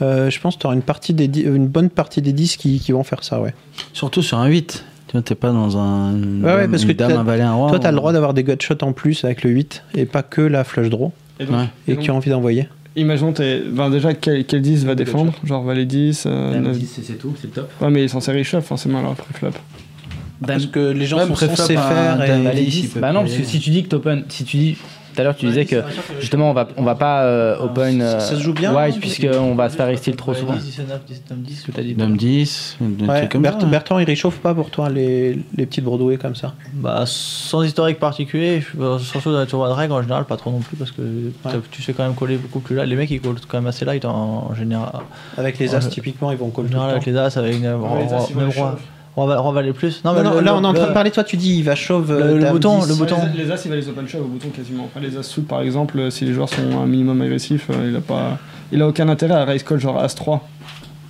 [SPEAKER 5] euh, je pense que tu auras une, partie des dix- euh, une bonne partie des 10 qui, qui vont faire ça, ouais.
[SPEAKER 11] Surtout sur un 8. Tu vois, t'es pas dans un. une
[SPEAKER 5] ouais, ouais,
[SPEAKER 11] dame-
[SPEAKER 5] parce
[SPEAKER 11] une
[SPEAKER 5] que
[SPEAKER 11] dame,
[SPEAKER 5] t'as-
[SPEAKER 11] un valet, un roi.
[SPEAKER 5] toi, tu as
[SPEAKER 11] ou-
[SPEAKER 5] le droit d'avoir des gut shots en plus avec le 8 et pas que la flush draw
[SPEAKER 12] Et donc-
[SPEAKER 5] et
[SPEAKER 12] et
[SPEAKER 5] que
[SPEAKER 12] donc-
[SPEAKER 5] tu as envie d'envoyer.
[SPEAKER 12] Imaginons, t'es- ben, déjà, quel, quel 10 va défendre Genre valet 10, euh,
[SPEAKER 16] Dame
[SPEAKER 12] neuf-
[SPEAKER 16] 10, c'est- c'est tout, c'est le top.
[SPEAKER 12] Ouais, mais il est censé reshove forcément alors après flop.
[SPEAKER 16] Parce
[SPEAKER 5] que les
[SPEAKER 12] gens sont censés faire et- Valet 10, il peut
[SPEAKER 16] Bah non, parce
[SPEAKER 12] payer.
[SPEAKER 16] que si tu dis que t'open, si tu dis tout à l'heure tu disais que justement on va on va pas euh, open euh,
[SPEAKER 6] ça se joue bien,
[SPEAKER 16] wise
[SPEAKER 6] hein,
[SPEAKER 16] puisqu'on va se faire restyle trop souvent.
[SPEAKER 6] 10, 19, 10, 10.
[SPEAKER 16] Tout à dit.
[SPEAKER 11] Dame 10, des
[SPEAKER 5] Ouais,
[SPEAKER 11] trucs comme
[SPEAKER 5] Bert-
[SPEAKER 11] ça. hein.
[SPEAKER 5] Bertrand, il réchauffe pas pour toi les, les petites Broadway comme ça
[SPEAKER 6] Bah, sans historique particulier, je- euh, surtout dans les tournois de règles en général, pas trop non plus parce que t'as- tu sais quand même coller beaucoup plus là. Les mecs ils collent quand même assez light en, en général.
[SPEAKER 5] Avec les As,
[SPEAKER 6] En-
[SPEAKER 5] typiquement, ils vont
[SPEAKER 6] En
[SPEAKER 5] coller.
[SPEAKER 6] général, avec les As, avec euh, roi,
[SPEAKER 5] les As,
[SPEAKER 6] roi-
[SPEAKER 5] ils vont
[SPEAKER 6] même
[SPEAKER 5] les
[SPEAKER 6] roi,
[SPEAKER 5] chauves.
[SPEAKER 6] roi, roi valet plus.
[SPEAKER 5] Non, non,
[SPEAKER 6] mais le-
[SPEAKER 5] là, on
[SPEAKER 6] le-
[SPEAKER 5] est en train de
[SPEAKER 6] le-
[SPEAKER 5] parler. Toi, tu dis il va chauve. euh, dame 10.
[SPEAKER 12] Ouais, Les, les as, il va les open shove au bouton quasiment. Enfin, les as suit par exemple, euh, si les joueurs sont un minimum agressifs, euh, il a pas, il a aucun intérêt à raise call genre as 3,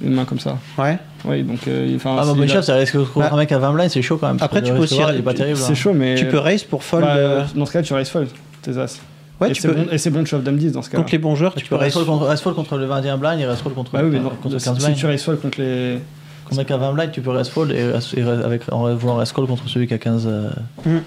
[SPEAKER 12] une main comme ça.
[SPEAKER 5] Ouais.
[SPEAKER 12] Oui, donc euh, il- enfin.
[SPEAKER 6] Ah, bah,
[SPEAKER 12] s'il
[SPEAKER 6] bonne
[SPEAKER 12] a-
[SPEAKER 6] chef, ça risque de contre un mec à 20 blinds, c'est chaud quand même. parce
[SPEAKER 5] Après,
[SPEAKER 6] que
[SPEAKER 5] tu
[SPEAKER 6] le
[SPEAKER 5] peux
[SPEAKER 6] risque
[SPEAKER 5] aussi-
[SPEAKER 6] de voir, il est pas terrible. hein.
[SPEAKER 12] C'est chaud, mais.
[SPEAKER 5] Tu peux raise pour fold,
[SPEAKER 12] Bah,
[SPEAKER 5] euh,
[SPEAKER 12] Dans ce cas, tu raise fold tes as.
[SPEAKER 5] Ouais,
[SPEAKER 12] et
[SPEAKER 5] tu
[SPEAKER 12] c'est
[SPEAKER 5] peux-
[SPEAKER 12] bon, et c'est bon de shove dame 10 dans ce cas.
[SPEAKER 5] Contre les bons joueurs, tu peux raise.
[SPEAKER 6] Restfall contre, Restfall contre le 21 blind, il restfall contre,
[SPEAKER 12] Bah oui, mais non,
[SPEAKER 6] contre
[SPEAKER 12] si-
[SPEAKER 6] 15
[SPEAKER 12] si
[SPEAKER 6] blind.
[SPEAKER 12] tu raise fold contre les.
[SPEAKER 6] Contre un mec à 20 blind, tu peux restfall et, res- et res- avec, en voulant restfall contre celui qui a 15. euh,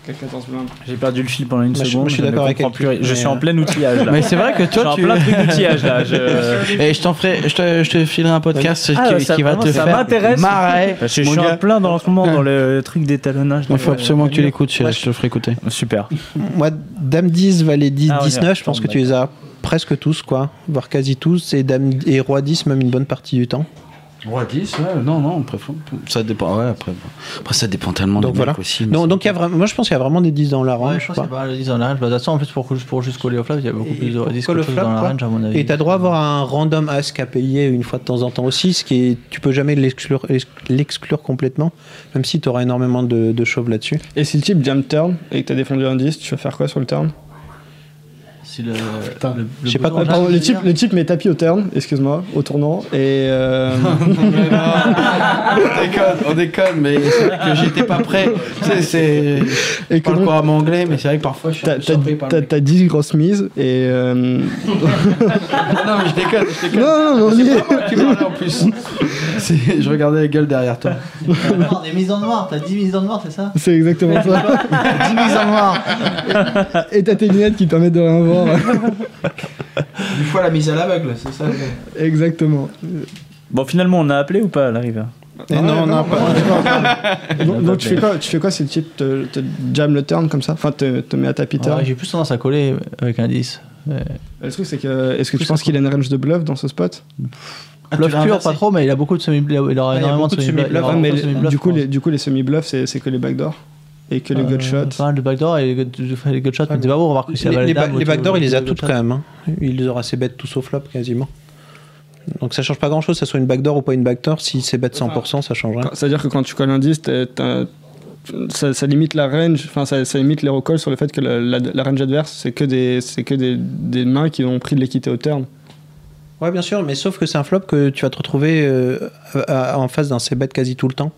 [SPEAKER 12] Qu'à 14 blindes.
[SPEAKER 3] J'ai perdu le fil pendant une
[SPEAKER 6] Moi, je-
[SPEAKER 3] seconde.
[SPEAKER 6] moi, je suis d'accord
[SPEAKER 3] ne
[SPEAKER 6] avec
[SPEAKER 3] comprends plus
[SPEAKER 6] elle.
[SPEAKER 3] rien. Je
[SPEAKER 6] Mais,
[SPEAKER 3] suis en
[SPEAKER 6] euh,
[SPEAKER 3] plein outillage là.
[SPEAKER 11] Mais c'est vrai que toi,
[SPEAKER 3] je suis
[SPEAKER 11] tu.
[SPEAKER 3] en plein truc d'outillage là. Je...
[SPEAKER 11] Et je t'en ferai, je te, je te filerai un podcast
[SPEAKER 3] Ah,
[SPEAKER 11] qui,
[SPEAKER 3] ça-
[SPEAKER 11] qui va
[SPEAKER 3] vraiment,
[SPEAKER 11] te
[SPEAKER 3] ça
[SPEAKER 11] faire
[SPEAKER 3] m'intéresse.
[SPEAKER 11] marrer.
[SPEAKER 3] Parce que je
[SPEAKER 11] mon
[SPEAKER 3] suis en
[SPEAKER 11] gars.
[SPEAKER 3] plein dans, en ce moment dans le truc d'étalonnage.
[SPEAKER 11] Il faut
[SPEAKER 3] Ouais,
[SPEAKER 11] absolument
[SPEAKER 3] ouais.
[SPEAKER 11] que tu l'écoutes, chérie, je te le ferai écouter.
[SPEAKER 3] Super.
[SPEAKER 5] Moi, dame 10, valet 10,
[SPEAKER 3] Ah, on est
[SPEAKER 5] 19, je pense que tu les as presque tous, quoi. Voire quasi tous. Et, dame, et roi 10, même une bonne partie du temps.
[SPEAKER 11] Roi 10, ouais, non, non, après, faut- ça dépend. Ouais, après, après, ça dépend tellement
[SPEAKER 5] Donc
[SPEAKER 11] des
[SPEAKER 5] voilà.
[SPEAKER 11] mecs aussi.
[SPEAKER 5] Donc, donc il y a vraiment, moi, je pense qu'il y a vraiment des 10 dans la range.
[SPEAKER 6] Ouais, je pense
[SPEAKER 5] quoi.
[SPEAKER 6] qu'il y a pas mal de 10 dans la range. Bah, de toute façon, en plus, pour, pour juste coller au flop, il y a beaucoup plus de
[SPEAKER 5] Pourquoi
[SPEAKER 6] 10
[SPEAKER 5] le
[SPEAKER 6] que
[SPEAKER 5] flop,
[SPEAKER 6] dans la
[SPEAKER 5] quoi
[SPEAKER 6] range, à mon avis.
[SPEAKER 5] Et t'as droit à avoir un random as à payer une fois de temps en temps aussi, ce qui est, tu peux jamais l'exclure- l'exclure complètement, même si t'auras énormément de, de chauves là-dessus.
[SPEAKER 12] Et si le type jam turn et que t'as défendu un 10, tu vas faire quoi sur le turn
[SPEAKER 6] Si le, le- le
[SPEAKER 5] Je sais pas
[SPEAKER 6] bouton-
[SPEAKER 5] quoi-
[SPEAKER 12] Pardon, le type, le type met tapis au turn, excuse-moi, au tournant, et. euh,
[SPEAKER 11] on déconne, on déconne, mais c'est vrai que j'étais pas prêt. Tu sais, c'est.
[SPEAKER 12] Et
[SPEAKER 11] Je parle couramment anglais, mais c'est vrai que parfois je suis
[SPEAKER 12] T'as-
[SPEAKER 11] surpris par
[SPEAKER 12] T'as t'as 10 grosses mises et. euh,
[SPEAKER 11] Non, mais je déconne, je déconne.
[SPEAKER 12] Non, non, non,
[SPEAKER 11] c'est
[SPEAKER 12] on y
[SPEAKER 11] pas moi qui parlais en plus. C'est- Je regardais la gueule derrière toi.
[SPEAKER 6] Noir, Des mises en noir, t'as 10 mises en noir, c'est ça
[SPEAKER 12] C'est exactement ça.
[SPEAKER 6] 10 mises en noir
[SPEAKER 12] Et t'as tes lunettes qui te permettent de rien voir.
[SPEAKER 6] Une fois la mise à l'aveugle, c'est ça
[SPEAKER 12] Exactement.
[SPEAKER 3] Bon, finalement, on a appelé ou pas à l'arrivée
[SPEAKER 12] Eh non, non, pas- Donc, donc tu,
[SPEAKER 3] mais-
[SPEAKER 12] fais quoi, tu fais quoi si le type te, te jam le turn comme ça Enfin, te, te met à tapis turn Euh,
[SPEAKER 6] J'ai plus tendance Euh, à coller avec un 10. Ouais.
[SPEAKER 12] Le truc, c'est que. Est-ce que tu penses qu'il a une range de bluff dans ce spot Ah,
[SPEAKER 6] Bluff pur, pas trop, mais il a beaucoup de semi il aura
[SPEAKER 12] Ouais, il y a
[SPEAKER 6] énormément
[SPEAKER 12] beaucoup de
[SPEAKER 6] semi-bluff. il
[SPEAKER 12] semi-bluffs.
[SPEAKER 6] aura
[SPEAKER 12] Ouais, mais
[SPEAKER 6] beaucoup de
[SPEAKER 12] les-
[SPEAKER 6] semi-bluffs,
[SPEAKER 12] du,
[SPEAKER 6] je
[SPEAKER 12] coup, les, du coup, les semi-bluffs, c'est c'est que les backdoors et que les
[SPEAKER 6] Euh,
[SPEAKER 12] gut shots.
[SPEAKER 6] Pas mal de backdoor et les gut- enfin, les gutshots, mais c'est pas bon, on va voir que c'est la
[SPEAKER 5] les,
[SPEAKER 6] valet
[SPEAKER 5] les
[SPEAKER 6] dame
[SPEAKER 5] ba-
[SPEAKER 6] ou
[SPEAKER 5] Bah, les
[SPEAKER 6] tout-
[SPEAKER 5] backdoors, il les a
[SPEAKER 6] le
[SPEAKER 5] toutes
[SPEAKER 6] gutshot.
[SPEAKER 5] quand même. hein. Il les aura ses bêtes tous au flop quasiment. Donc ça change pas grand chose, ça soit une backdoor ou pas une backdoor. Si c'est bête 100%, ça change rien.
[SPEAKER 12] Quand- C'est-à-dire que quand tu colles un 10, t'as- t'as- ça, ça limite la range, enfin ça, ça limite les recalls sur le fait que la, la- la range adverse, c'est que, des, c'est que des, des mains qui ont pris de l'équité au turn.
[SPEAKER 5] Ouais, bien sûr, mais sauf que c'est un flop que tu vas te retrouver euh, à- à- en face d'un c-bet quasi tout le temps.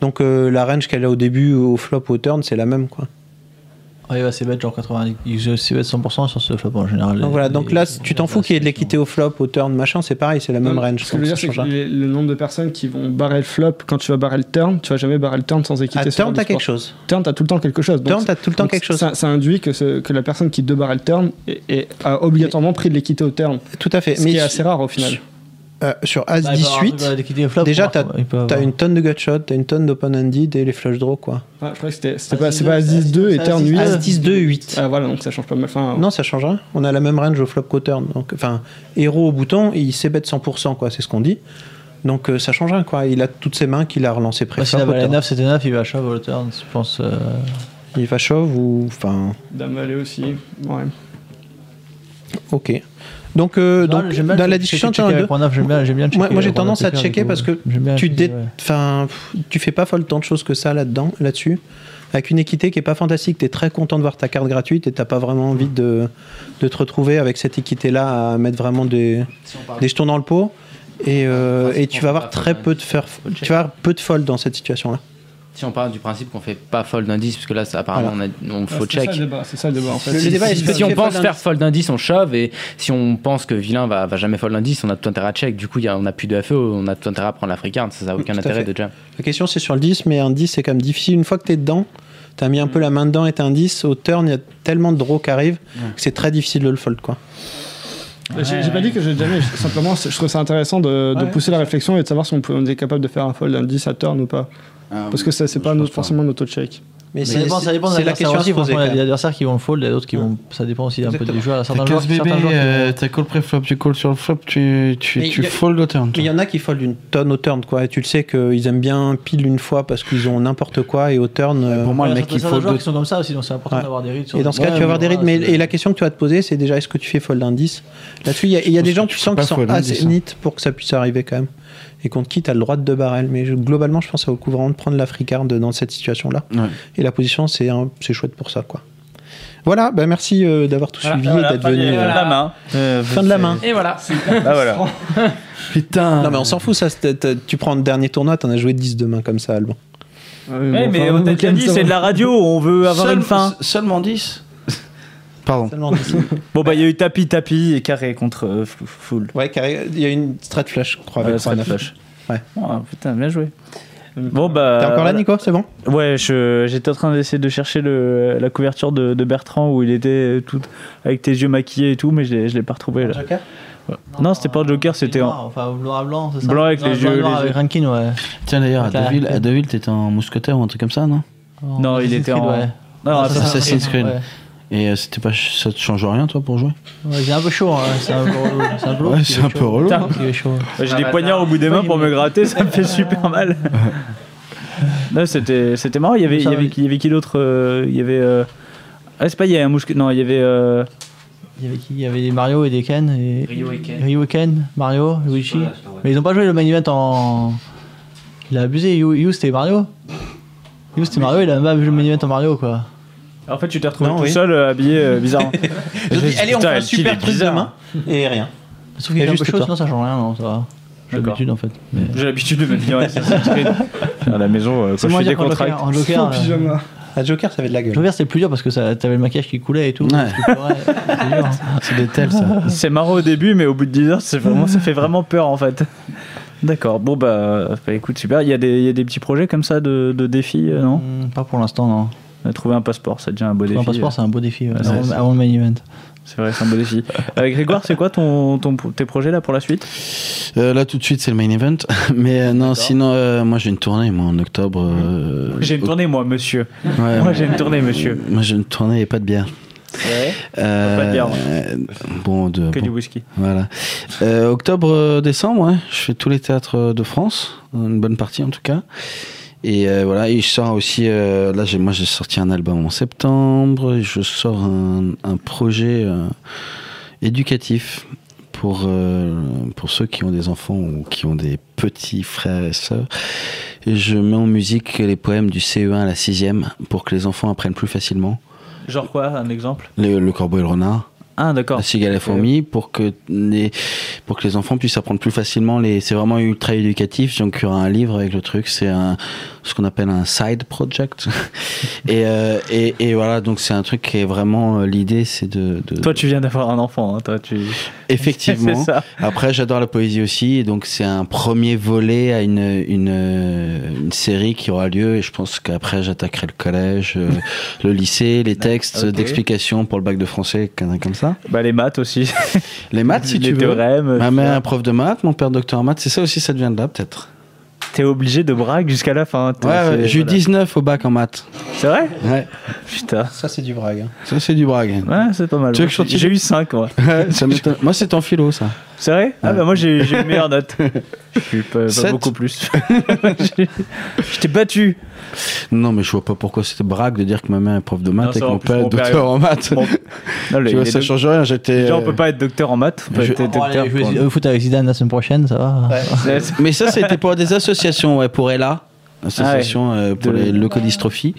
[SPEAKER 5] Donc euh, la range qu'elle a au début, au flop, au turn, c'est la même quoi.
[SPEAKER 6] Ouais, il va s'ébattre genre 90. Il se s'ébattre 100% sur ce flop en général.
[SPEAKER 5] Donc
[SPEAKER 6] Les-
[SPEAKER 5] voilà, donc
[SPEAKER 6] les-
[SPEAKER 5] là, tu t'en fous qu'il y ait de l'équité au flop, au turn, machin, c'est pareil, c'est la même
[SPEAKER 12] Non,
[SPEAKER 5] range.
[SPEAKER 12] Ce que je veux
[SPEAKER 5] donc
[SPEAKER 12] dire,
[SPEAKER 5] ça
[SPEAKER 12] c'est que
[SPEAKER 5] change rien.
[SPEAKER 12] les- le nombre de personnes qui vont barrer le flop, quand tu vas barrer le turn, tu vas jamais barrer le turn sans équité.
[SPEAKER 5] Ah,
[SPEAKER 12] ce
[SPEAKER 5] turn,
[SPEAKER 12] genre de
[SPEAKER 5] t'as
[SPEAKER 12] sport.
[SPEAKER 5] quelque chose.
[SPEAKER 12] Turn, t'as tout le temps quelque chose.
[SPEAKER 5] Turn, t'as tout le temps
[SPEAKER 12] donc
[SPEAKER 5] quelque chose.
[SPEAKER 12] Ça, ça induit que, ce- que la personne qui deux barre le turn est- est- a obligatoirement pris de l'équité au turn.
[SPEAKER 5] Tout à fait.
[SPEAKER 12] Ce
[SPEAKER 5] mais
[SPEAKER 12] qui est
[SPEAKER 5] sur-
[SPEAKER 12] assez rare au final.
[SPEAKER 5] Euh, sur
[SPEAKER 12] Bah,
[SPEAKER 5] As
[SPEAKER 12] il peut avoir un truc,
[SPEAKER 5] 18,
[SPEAKER 12] euh, d'équité au flop,
[SPEAKER 5] déjà
[SPEAKER 12] pour
[SPEAKER 5] t'as
[SPEAKER 12] voir comment il peut
[SPEAKER 5] t'as
[SPEAKER 12] avoir.
[SPEAKER 5] une tonne de gutshot, t'as une tonne d'open-ended et les flush draw quoi.
[SPEAKER 12] Ah, je crois que c'était c'était
[SPEAKER 5] Bah,
[SPEAKER 12] pas, c'est pas As-10-2 et
[SPEAKER 5] As-10-2.
[SPEAKER 12] turn 8.
[SPEAKER 5] As-10-2, 8.
[SPEAKER 12] Ah voilà, donc ça change pas mal. Enfin, euh,
[SPEAKER 5] Non, ça change rien. On a la même range au flop qu'au turn. Donc, enfin, héros au bouton, il s'ébête 100%, quoi, c'est ce qu'on dit. Donc euh, ça change rien quoi. Il a toutes ses mains qu'il a relancé
[SPEAKER 6] Bah,
[SPEAKER 5] préflop.
[SPEAKER 6] si la
[SPEAKER 5] au
[SPEAKER 6] valait
[SPEAKER 5] turn.
[SPEAKER 6] 9, c'était 9, il va à shove au turn, je pense. euh,
[SPEAKER 5] Il va shove ou enfin
[SPEAKER 12] Dame Vallée aussi. Ouais.
[SPEAKER 5] ok. Donc, euh,
[SPEAKER 6] Non,
[SPEAKER 5] donc
[SPEAKER 6] j'aime bien
[SPEAKER 5] dans
[SPEAKER 6] le-
[SPEAKER 5] la
[SPEAKER 6] checker-
[SPEAKER 5] discussion
[SPEAKER 6] checker
[SPEAKER 5] t'as un
[SPEAKER 6] avec
[SPEAKER 5] deux.
[SPEAKER 6] point neuf, j'aime bien- j'aime bien
[SPEAKER 5] Moi,
[SPEAKER 6] checker
[SPEAKER 5] moi
[SPEAKER 6] les
[SPEAKER 5] j'ai
[SPEAKER 6] points
[SPEAKER 5] tendance
[SPEAKER 6] neufs,
[SPEAKER 5] à
[SPEAKER 6] checker,
[SPEAKER 5] checker
[SPEAKER 6] du coup.
[SPEAKER 5] parce que
[SPEAKER 6] J'aime bien
[SPEAKER 5] tu
[SPEAKER 6] checker,
[SPEAKER 5] dé-
[SPEAKER 6] ouais.
[SPEAKER 5] enfin pff, tu fais pas folle tant de choses que ça là-dedans là-dessus. Avec une équité qui est pas fantastique, t'es très content de voir ta carte gratuite et t'as pas vraiment envie de, de te retrouver avec cette équité-là à mettre vraiment des, des jetons dans le pot. Et, euh, et tu vas avoir très peu de faire, tu vas avoir peu de folle dans cette situation-là.
[SPEAKER 16] Si on parle du principe qu'on fait pas fold d'indice, parce que là, ça, apparemment, on, a, on faut
[SPEAKER 12] Ah, c'est ça
[SPEAKER 16] check.
[SPEAKER 12] le débat, c'est ça le débat, en fait.
[SPEAKER 16] Si-
[SPEAKER 12] Le débat
[SPEAKER 16] si-
[SPEAKER 12] est ce que
[SPEAKER 16] si
[SPEAKER 12] tu
[SPEAKER 16] on
[SPEAKER 12] fais
[SPEAKER 16] pense
[SPEAKER 12] fold
[SPEAKER 16] faire
[SPEAKER 12] d'indice.
[SPEAKER 16] fold d'indice, on shove. Et si on pense que vilain va, va jamais fold d'indice, on a tout intérêt à check. Du coup, il y a- on a plus de FE, on a tout intérêt à prendre la free card. Ça n'a aucun
[SPEAKER 5] Tout à
[SPEAKER 16] intérêt
[SPEAKER 5] fait.
[SPEAKER 16] de jam.
[SPEAKER 5] La question c'est sur le 10, mais un 10 c'est quand même difficile. Une fois que t'es dedans, t'as mis un
[SPEAKER 6] Mm.
[SPEAKER 5] peu la main dedans et t'as un 10, au turn il y a tellement de draws qui arrivent que c'est très difficile de le fold quoi.
[SPEAKER 12] J'ai j'ai pas dit que j'ai jamais. Simplement, c'est- je trouve ça intéressant de, de
[SPEAKER 5] Ouais.
[SPEAKER 12] pousser la réflexion et de savoir si on, peut, on est capable de faire un fold d'indice à turn ou pas.
[SPEAKER 6] Ah,
[SPEAKER 12] Parce que ça, c'est pas notre- forcément notre check.
[SPEAKER 6] ça dépend, ça dépend de l'adversaire aussi, franchement, Il y a des adversaires qui vont le fold, il y a d'autres qui vont. Ça dépend aussi un peu
[SPEAKER 5] Exactement.
[SPEAKER 6] du joueur. Il y a
[SPEAKER 5] T'as
[SPEAKER 6] Certains joueurs,
[SPEAKER 5] 15
[SPEAKER 6] certains
[SPEAKER 5] bébés,
[SPEAKER 6] joueurs qui-
[SPEAKER 5] euh,
[SPEAKER 7] T'as call pré-flop, tu call sur le flop, tu, tu,
[SPEAKER 5] Mais il y a-
[SPEAKER 7] au turn.
[SPEAKER 5] Mais il y en a qui foldent une tonne au turn, quoi. Et tu le sais qu'ils aiment bien pile une fois parce qu'ils ont n'importe quoi et au turn. euh,
[SPEAKER 6] Pour moi, le mec qui fold. joueurs qui sont comme ça aussi, donc c'est important d'avoir des reads. sur
[SPEAKER 5] Et
[SPEAKER 6] le-
[SPEAKER 5] dans ce cas,
[SPEAKER 6] Ouais,
[SPEAKER 5] tu vas avoir des
[SPEAKER 6] voilà,
[SPEAKER 5] rides. Mais
[SPEAKER 6] c'est-
[SPEAKER 5] et la question que tu vas te poser, c'est déjà est-ce que tu fais fold d'indice Là-dessus, il y a, il y a des gens tu sens
[SPEAKER 7] pas
[SPEAKER 5] qui sont
[SPEAKER 7] fold indice,
[SPEAKER 5] assez
[SPEAKER 7] hein.
[SPEAKER 5] nits pour que ça puisse arriver quand même. Et contre qui, tu as le droit de deux barrels. Mais je- globalement, je pense que ça vaut le coup vraiment de prendre la free card dans cette situation-là.
[SPEAKER 7] Ouais.
[SPEAKER 5] Et la position, c'est un- c'est chouette pour ça, quoi. Voilà, bah merci euh, d'avoir tout suivi et d'être venu. euh, Fin de la main.
[SPEAKER 16] Et voilà.
[SPEAKER 5] Ah, voilà.
[SPEAKER 7] Putain.
[SPEAKER 5] Non mais on s'en fout ça. c'était- t'as- Tu prends le dernier tournoi, t'en as joué 10 demain comme ça, Alban.
[SPEAKER 3] Ouais, mais on t'a déjà dit, c'est de la radio, on veut avoir
[SPEAKER 7] Seul-
[SPEAKER 3] une fin.
[SPEAKER 7] se- Seulement 10 Pardon.
[SPEAKER 3] Bon, bah, il y a eu tapis, tapis et carré contre euh, fou- full.
[SPEAKER 5] Ouais, carré, il y a une strat flash, je crois.
[SPEAKER 3] avec
[SPEAKER 5] avec
[SPEAKER 3] strat
[SPEAKER 5] 39.
[SPEAKER 3] flash.
[SPEAKER 5] Ouais.
[SPEAKER 3] Oh, putain, bien joué. Bon, bah.
[SPEAKER 5] T'es encore là,
[SPEAKER 3] voilà.
[SPEAKER 5] Nico C'est bon
[SPEAKER 3] Ouais, je- j'étais en train d'essayer de chercher le- la couverture de, de Bertrand où il était tout avec tes yeux maquillés et tout, mais je l'ai- je l'ai pas retrouvé là.
[SPEAKER 5] Joker
[SPEAKER 3] Ouais. Non, c'était pas Joker, c'était
[SPEAKER 6] Noir,
[SPEAKER 3] en.
[SPEAKER 6] Enfin, blanc à blanc, c'est ça
[SPEAKER 3] Blanc avec
[SPEAKER 6] Noir
[SPEAKER 3] les
[SPEAKER 6] à blanc,
[SPEAKER 3] yeux,
[SPEAKER 6] noir
[SPEAKER 3] les
[SPEAKER 6] avec
[SPEAKER 3] yeux.
[SPEAKER 6] Rankin, ouais.
[SPEAKER 7] Tiens d'ailleurs, à
[SPEAKER 6] T'as la
[SPEAKER 7] Deauville,
[SPEAKER 6] carte.
[SPEAKER 7] Ah, à Deauville, t'étais en mousquetaire ou un truc comme ça, non
[SPEAKER 3] Non, il était en.
[SPEAKER 6] ouais.
[SPEAKER 3] Non, non,
[SPEAKER 6] Assassin's
[SPEAKER 3] Assassin's
[SPEAKER 7] Assassin's Creed.
[SPEAKER 6] Creed, ouais.
[SPEAKER 7] Et euh, c'était pas, ch- ça te change rien, toi, pour jouer
[SPEAKER 6] Ouais, c'est un peu chaud, hein, c'est un peu relou. C'est un peu,
[SPEAKER 7] Ouais, c'est un peu relou.
[SPEAKER 6] Putain. Il est chaud.
[SPEAKER 3] J'ai des poignards au bout des mains pour me gratter, ça me fait super mal. Là, c'était c'était marrant. Il y avait, il y avait, il y avait qui d'autre euh, Il y avait. euh, Ah, c'est pas, il y avait un mousque. Non, il y avait. euh,
[SPEAKER 6] Il y avait qui Il y avait des Mario et des Ken. Et...
[SPEAKER 16] Rio et Ken.
[SPEAKER 6] Rio Ken, Mario, Luigi. Mais ils ont pas joué le main event en. Il a abusé, You, You, c'était Mario. You c'était Mario, il a même pas joué le main event en Mario quoi.
[SPEAKER 3] En fait, tu t'es retrouvé
[SPEAKER 6] Non,
[SPEAKER 3] tout
[SPEAKER 6] oui.
[SPEAKER 3] seul euh, habillé euh, bizarrement.
[SPEAKER 5] Je dis, allez, on fait un
[SPEAKER 3] Putain,
[SPEAKER 5] super
[SPEAKER 3] il est
[SPEAKER 5] truc
[SPEAKER 3] bizarre.
[SPEAKER 5] demain. Et rien.
[SPEAKER 6] Sauf qu'il
[SPEAKER 5] Et
[SPEAKER 6] y a
[SPEAKER 5] juste
[SPEAKER 6] juste chose, sinon
[SPEAKER 5] toi.
[SPEAKER 6] ça change rien, non, ça va. J'ai
[SPEAKER 3] D'accord.
[SPEAKER 6] l'habitude en fait.
[SPEAKER 3] J'ai l'habitude de me dire, ouais, c'est à la maison, euh, quand je
[SPEAKER 6] moins
[SPEAKER 3] fais des
[SPEAKER 6] dire qu'en
[SPEAKER 3] contrats.
[SPEAKER 6] Joker, en Joker, euh,
[SPEAKER 5] À Joker, ça avait de la gueule.
[SPEAKER 6] Joker c'était plus dur parce que ça- t'avais le maquillage qui coulait et tout. hein.
[SPEAKER 7] C'est des tels, ça.
[SPEAKER 3] C'est marrant au début, mais au bout de 10 heures, c'est vraiment, ça fait vraiment peur en fait. D'accord, bon bah, bah, écoute, super. Il y, a des- il y a des petits projets comme ça de, de défis, euh, non
[SPEAKER 6] Pas pour l'instant, non.
[SPEAKER 3] Trouver un passeport, c'est déjà un beau
[SPEAKER 6] Trouver
[SPEAKER 3] défi.
[SPEAKER 6] un passeport, c'est un beau défi, ouais,
[SPEAKER 3] Ouais,
[SPEAKER 6] avant-
[SPEAKER 3] c'est-
[SPEAKER 6] avant le main event.
[SPEAKER 3] C'est vrai, c'est un beau défi. Euh, Grégoire, c'est quoi ton, ton- tes projets là pour la suite
[SPEAKER 7] Euh, là, tout de suite, c'est le main event. Mais euh, non, sinon, euh, moi, j'ai une tournée, moi, en octobre. euh,
[SPEAKER 3] J'ai une tournée, moi, monsieur.
[SPEAKER 7] Ouais,
[SPEAKER 3] moi, j'ai une tournée, monsieur.
[SPEAKER 7] Moi, j'ai une tournée et pas de bière. Euh,
[SPEAKER 3] Pas de bière, moi.
[SPEAKER 7] euh, bon, de,
[SPEAKER 3] Que du
[SPEAKER 7] bon.
[SPEAKER 3] whisky.
[SPEAKER 7] Voilà. Euh, octobre, euh, décembre, ouais, je fais tous les théâtres euh, de France, une bonne partie en tout cas. Et euh, voilà, et je sors aussi. euh, là, j'ai, moi, j'ai sorti un album en septembre. Je sors un, un projet euh, éducatif pour euh, pour ceux qui ont des enfants ou qui ont des petits frères et sœurs. Et je mets en musique les poèmes du CE1 à la 6e pour que les enfants apprennent plus facilement.
[SPEAKER 3] Genre quoi, un exemple
[SPEAKER 7] Le, le corbeau et le renard.
[SPEAKER 3] Ah, d'accord. Euh,
[SPEAKER 7] La cigale et la fourmi pour que les, pour que les enfants puissent apprendre plus facilement les, c'est vraiment ultra éducatif. Donc, il y aura un livre avec le truc. C'est un, ce qu'on appelle un side project. et, euh, et, et voilà. Donc, c'est un truc qui est vraiment, euh, l'idée, c'est de, de-
[SPEAKER 3] Toi, tu viens d'avoir un enfant, hein, toi, tu.
[SPEAKER 7] Effectivement.
[SPEAKER 3] C'est ça.
[SPEAKER 7] Après, j'adore la poésie aussi, et donc c'est un premier volet à une, une, euh, une série qui aura lieu, et je pense qu'après, j'attaquerai le collège, euh, le lycée, les textes
[SPEAKER 3] ok.
[SPEAKER 7] d'explication pour le bac de français, comme comme ça.
[SPEAKER 3] Bah, les maths aussi.
[SPEAKER 7] Les maths, si
[SPEAKER 3] Les
[SPEAKER 7] tu veux.
[SPEAKER 3] théorèmes,
[SPEAKER 7] Ma
[SPEAKER 3] tout
[SPEAKER 7] mère
[SPEAKER 3] ça.
[SPEAKER 7] est prof de maths, mon père docteur en maths, c'est ça aussi, ça devient de là, peut-être.
[SPEAKER 3] T'es obligé de brague jusqu'à la fin. t'es-
[SPEAKER 7] Ouais, ouais,
[SPEAKER 3] c'est-
[SPEAKER 7] j'ai eu
[SPEAKER 3] voilà.
[SPEAKER 7] 19 au bac en maths.
[SPEAKER 3] C'est vrai
[SPEAKER 7] Ouais.
[SPEAKER 3] Putain.
[SPEAKER 5] Ça, c'est du brag. hein.
[SPEAKER 7] Ça, c'est du brag.
[SPEAKER 3] Ouais, c'est pas mal.
[SPEAKER 7] Tu veux que je continue
[SPEAKER 3] J'ai eu 5, moi.
[SPEAKER 7] Ça m'étonne. Moi, c'est en philo, ça.
[SPEAKER 3] C'est vrai Ah
[SPEAKER 7] Ouais.
[SPEAKER 3] bah moi j'ai j'ai une meilleure note. Je suis pas, pas
[SPEAKER 7] Sept.
[SPEAKER 3] beaucoup plus. je t'ai battu.
[SPEAKER 7] Non, mais je vois pas pourquoi c'était braque de dire que ma mère est prof de maths
[SPEAKER 3] Non,
[SPEAKER 7] et
[SPEAKER 3] ça
[SPEAKER 7] que
[SPEAKER 3] va,
[SPEAKER 7] mon
[SPEAKER 3] en plus,
[SPEAKER 7] père
[SPEAKER 3] mon
[SPEAKER 7] est
[SPEAKER 3] père est-
[SPEAKER 7] docteur en maths.
[SPEAKER 3] Bon. Non, les-
[SPEAKER 7] tu vois,
[SPEAKER 3] les
[SPEAKER 7] ça
[SPEAKER 3] deux-
[SPEAKER 7] change rien. J'étais. euh,
[SPEAKER 3] Déjà on peut pas être docteur en maths, on peut
[SPEAKER 7] Je-
[SPEAKER 3] être
[SPEAKER 5] Oh,
[SPEAKER 3] docteur.
[SPEAKER 6] Oh, Allez, jouer
[SPEAKER 3] pour-
[SPEAKER 6] au foot avec Zidane la semaine prochaine, ça va
[SPEAKER 7] Mais ça, c'était pour des associations, ouais, pour Ella.
[SPEAKER 3] Ah
[SPEAKER 7] Association euh, pour
[SPEAKER 6] De-
[SPEAKER 7] les leucodystrophies.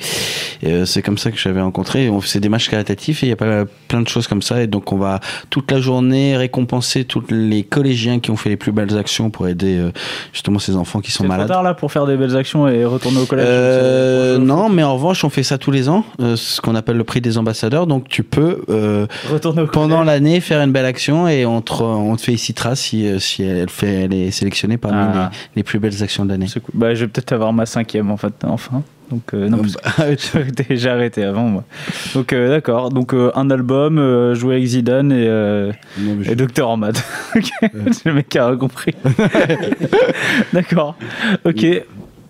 [SPEAKER 7] Et, euh, c'est comme ça que j'avais rencontré. On faisait des matchs caritatifs et il y a pas- plein de choses comme ça. Et donc, on va toute la journée récompenser tous les collégiens qui ont fait les plus belles actions pour aider euh, justement ces enfants qui sont
[SPEAKER 3] C'est trop
[SPEAKER 7] malades.
[SPEAKER 3] tard là pour faire des belles actions et retourner au collège.
[SPEAKER 7] Euh, non, mais en revanche, on fait ça tous les ans, euh, ce qu'on appelle le prix des ambassadeurs. Donc, tu peux, euh, pendant l'année, faire une belle action et on te, re- on te félicitera si, euh, si elle, fait, elle est sélectionnée parmi
[SPEAKER 3] Ah.
[SPEAKER 7] les, les plus belles actions de l'année.
[SPEAKER 3] Bah je vais peut-être avoir ma cinquième en fait, enfin. Donc euh, non, parce que j'ai déjà arrêté avant moi. Donc euh, d'accord, donc euh, un album, euh, jouer avec Zidane et, euh, et docteur en maths. Ok. Le mec a rien compris. d'accord, ok.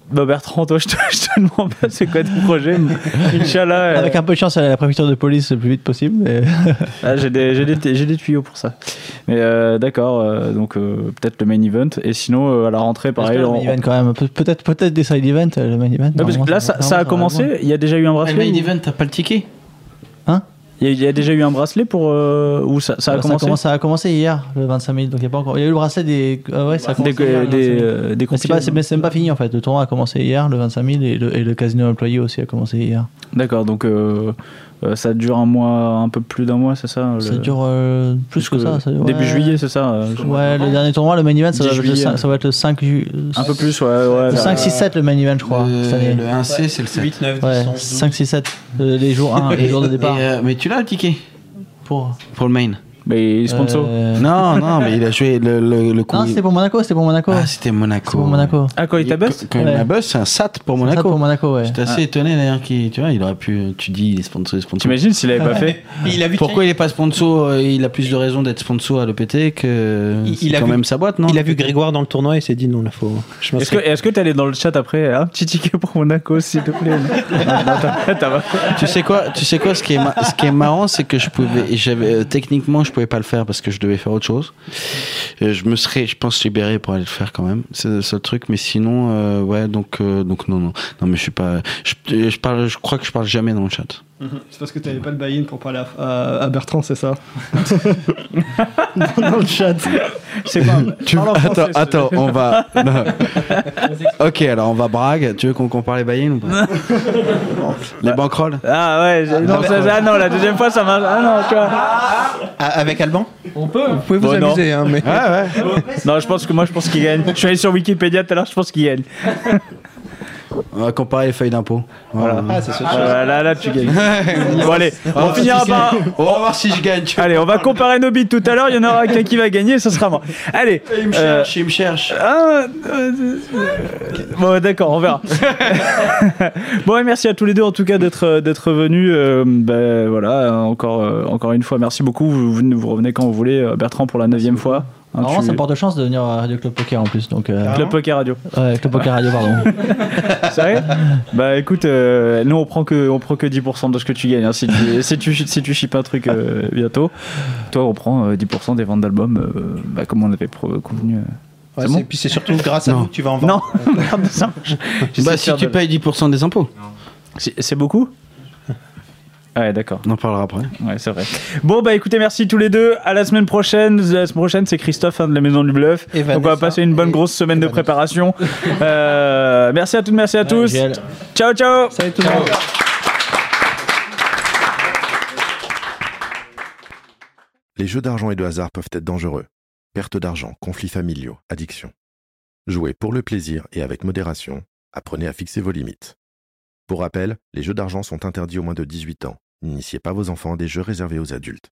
[SPEAKER 3] Bah Bertrand, toi je te, je te demande pas c'est quoi ton projet. mais Inch'Allah. euh,
[SPEAKER 6] Avec un peu de chance, aller à la préfecture de police le plus vite possible. mais-
[SPEAKER 3] ah, j'ai des, j'ai des- j'ai des tuyaux pour ça. Mais euh, d'accord, euh, donc euh, peut-être le main event. Et sinon, euh, à la rentrée,
[SPEAKER 6] Parce que
[SPEAKER 3] pareil.
[SPEAKER 6] le
[SPEAKER 3] on-
[SPEAKER 6] main event, quand même. Pe- Peut-être peut-être des side events, euh, le main event.
[SPEAKER 3] Non, parce que là, ça, ça a commencé. Il y a déjà eu un bracelet.
[SPEAKER 7] main
[SPEAKER 3] ou-
[SPEAKER 7] event, t'as pas le ticket
[SPEAKER 6] Hein Bah,
[SPEAKER 3] Il y, a- il y a déjà eu un bracelet pour. euh, ou ça, ça a
[SPEAKER 6] ça,
[SPEAKER 3] commencé
[SPEAKER 6] commence- ça a commencé hier, le 25 000, donc il y a pas encore. Il y a eu le bracelet des. ah ouais, ça a
[SPEAKER 3] Des-
[SPEAKER 6] commencé
[SPEAKER 3] des-
[SPEAKER 6] hier, le 25 000.
[SPEAKER 3] euh, des
[SPEAKER 6] mais c'est pas,
[SPEAKER 3] compilés,
[SPEAKER 6] c'est- mais c'est même pas fini en fait. Le tournoi a commencé hier, le 25 000, et le, et le casino employé aussi a commencé hier.
[SPEAKER 3] D'accord, donc euh, euh, ça dure un mois, un peu plus d'un mois, c'est ça
[SPEAKER 6] Ça dure euh, plus que
[SPEAKER 3] Jusque-
[SPEAKER 6] ça. ça-
[SPEAKER 3] Début
[SPEAKER 6] ouais.
[SPEAKER 3] juillet, c'est ça euh,
[SPEAKER 6] Ouais, le dernier tournoi, le main event, ça,
[SPEAKER 3] 10
[SPEAKER 6] va, être le
[SPEAKER 3] juillet.
[SPEAKER 6] 5, ça va être le 5 ju-
[SPEAKER 3] Un peu plus, ouais. ouais bah,
[SPEAKER 6] le 5, 6, 7 le main event, je crois. cette année.
[SPEAKER 7] le 1C, c'est le 7.
[SPEAKER 6] 8, 9, 5, 6, 7. euh, les jours 1, les jours de départ.
[SPEAKER 7] Et, euh, mais tu l'as le ticket
[SPEAKER 6] Pour
[SPEAKER 7] Pour le main
[SPEAKER 3] Mais
[SPEAKER 6] sponsor. Euh,
[SPEAKER 7] Non, non, mais il a joué le, le, le coup.
[SPEAKER 6] Non, c'était pour Monaco, c'était pour Monaco.
[SPEAKER 7] Ah, c'était Monaco.
[SPEAKER 6] pour Monaco.
[SPEAKER 3] Ah, quand il tabasse
[SPEAKER 7] Quand il
[SPEAKER 6] Ouais.
[SPEAKER 7] la bosse, c'est un sat pour
[SPEAKER 6] Ça,
[SPEAKER 7] Monaco.
[SPEAKER 6] pour Monaco, ouais. Ah.
[SPEAKER 7] J'étais
[SPEAKER 3] Ah.
[SPEAKER 7] assez étonné d'ailleurs qu'il tu vois, il aurait pu tu dis il est sponsor, il est sponsor.
[SPEAKER 3] T'imagines s'il avait pas fait
[SPEAKER 7] il a vu Pourquoi il est pas sponsor euh, Il a plus de raisons d'être sponsor à l'EPT que
[SPEAKER 5] Il-
[SPEAKER 7] c'est
[SPEAKER 5] il a
[SPEAKER 7] quand
[SPEAKER 5] vu-
[SPEAKER 7] même sa boîte, non
[SPEAKER 5] Il a vu Grégoire dans le tournoi et s'est dit non, là faut. Je
[SPEAKER 3] Est-ce que est-ce que t'es allé dans le chat après un petit ticket pour Monaco s'il te plaît non Non, t'as- t'as-
[SPEAKER 7] tu sais quoi Tu sais quoi Ce qui est, ma- ce qui est marrant, c'est que je pouvais, j'avais euh, techniquement, je pouvais pas le faire parce que je devais faire autre chose. Euh, je me serais, je pense, libéré pour aller le faire quand même. C'est le seul truc. Mais sinon, euh, ouais, donc, euh, donc non, non, non, mais je suis pas. Je, je parle, je crois que je parle jamais dans le chat.
[SPEAKER 12] Mhm. C'est parce que t'avais pas le buy-in pour parler à, à- à Bertrand, c'est ça Dans le chat.
[SPEAKER 3] C'est quoi
[SPEAKER 7] Tu-
[SPEAKER 3] Parle en français,
[SPEAKER 7] attends,
[SPEAKER 3] s'il te
[SPEAKER 7] attends,
[SPEAKER 3] plaît.
[SPEAKER 7] on va. non. ok, alors on va brague. Tu veux qu'on compare les buy ou pas Les bankrolls
[SPEAKER 3] Ah ouais, j'ai- non, ça- ah non, la deuxième fois ça marche. Ah non, tu vois.
[SPEAKER 5] Ah, Avec Alban
[SPEAKER 12] On peut.
[SPEAKER 5] Vous pouvez vous
[SPEAKER 3] Bon, non. Ah,
[SPEAKER 5] amuser, hein, mais.
[SPEAKER 3] Non, je pense que moi je pense qu'il gagne. Je suis allé sur Wikipédia tout à l'heure, je pense qu'il gagne.
[SPEAKER 7] On va comparer les feuilles d'impôt. Voilà.
[SPEAKER 3] Ah,
[SPEAKER 7] Ah,
[SPEAKER 3] Voilà, là, là, tu gagnes. bon, allez, on finira par.
[SPEAKER 7] On va voir si je gagne. tu vois.
[SPEAKER 3] Allez, on va comparer nos bits tout à l'heure. Il y en aura qu'un qui va gagner, ce sera moi. Allez.
[SPEAKER 7] Il me
[SPEAKER 3] euh,
[SPEAKER 7] cherche, il me cherche.
[SPEAKER 3] ah,
[SPEAKER 2] Uh,
[SPEAKER 3] euh, bon, d'accord, on verra. bon, et merci à tous les deux en tout cas d'être d'être venus. Euh, ben, voilà, encore euh, encore une fois, merci beaucoup. Vous, vous- vous revenez quand vous voulez, euh, Bertrand pour la neuvième fois. Hein,
[SPEAKER 6] Normalement,
[SPEAKER 3] tu-
[SPEAKER 6] ça me porte chance de venir à Radio Club Poker en plus. Donc, euh,
[SPEAKER 3] Club Poker Radio.
[SPEAKER 6] ouais, Club Poker Radio, pardon.
[SPEAKER 3] Sérieux Bah écoute, euh, nous on prend que on prend que 10% de ce que tu gagnes. hein. Si tu si tu si tu chips un truc euh, bientôt, toi on prend euh, 10% des ventes d'albums, euh, bah, comme on avait pro- convenu. euh.
[SPEAKER 5] Ouais,
[SPEAKER 3] C'est
[SPEAKER 5] c'est-
[SPEAKER 3] bon
[SPEAKER 5] Puis c'est surtout grâce à nous que tu vas en
[SPEAKER 3] Non,
[SPEAKER 5] vendre.
[SPEAKER 3] merde, ça marche. J'essaie
[SPEAKER 7] Bah,
[SPEAKER 3] de
[SPEAKER 7] si
[SPEAKER 3] faire
[SPEAKER 7] tu
[SPEAKER 3] de-
[SPEAKER 7] payes 10% des impôts.
[SPEAKER 3] C'est c'est beaucoup. Ah Ouais, d'accord.
[SPEAKER 7] On en parlera après.
[SPEAKER 3] Ouais, c'est vrai. Bon, bah écoutez, merci tous les deux. À la semaine prochaine. La semaine prochaine, c'est Christophe hein, de la Maison du Bluff.
[SPEAKER 5] Et
[SPEAKER 3] Donc, on va
[SPEAKER 5] Vanessa.
[SPEAKER 3] passer une bonne grosse semaine de préparation. Euh, merci à toutes, merci à tous.
[SPEAKER 6] Gilles.
[SPEAKER 3] Ciao, ciao.
[SPEAKER 5] Salut tout le monde.
[SPEAKER 17] Les jeux d'argent et de hasard peuvent être dangereux. Perte d'argent, conflits familiaux, addiction. Jouez pour le plaisir et avec modération. Apprenez à fixer vos limites. Pour rappel, les jeux d'argent sont interdits aux moins de 18 ans. N'initiez pas vos enfants à des jeux réservés aux adultes.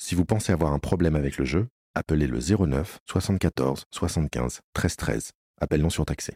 [SPEAKER 17] Si vous pensez avoir un problème avec le jeu, appelez le 09 74 75 13 13. Appel non surtaxé.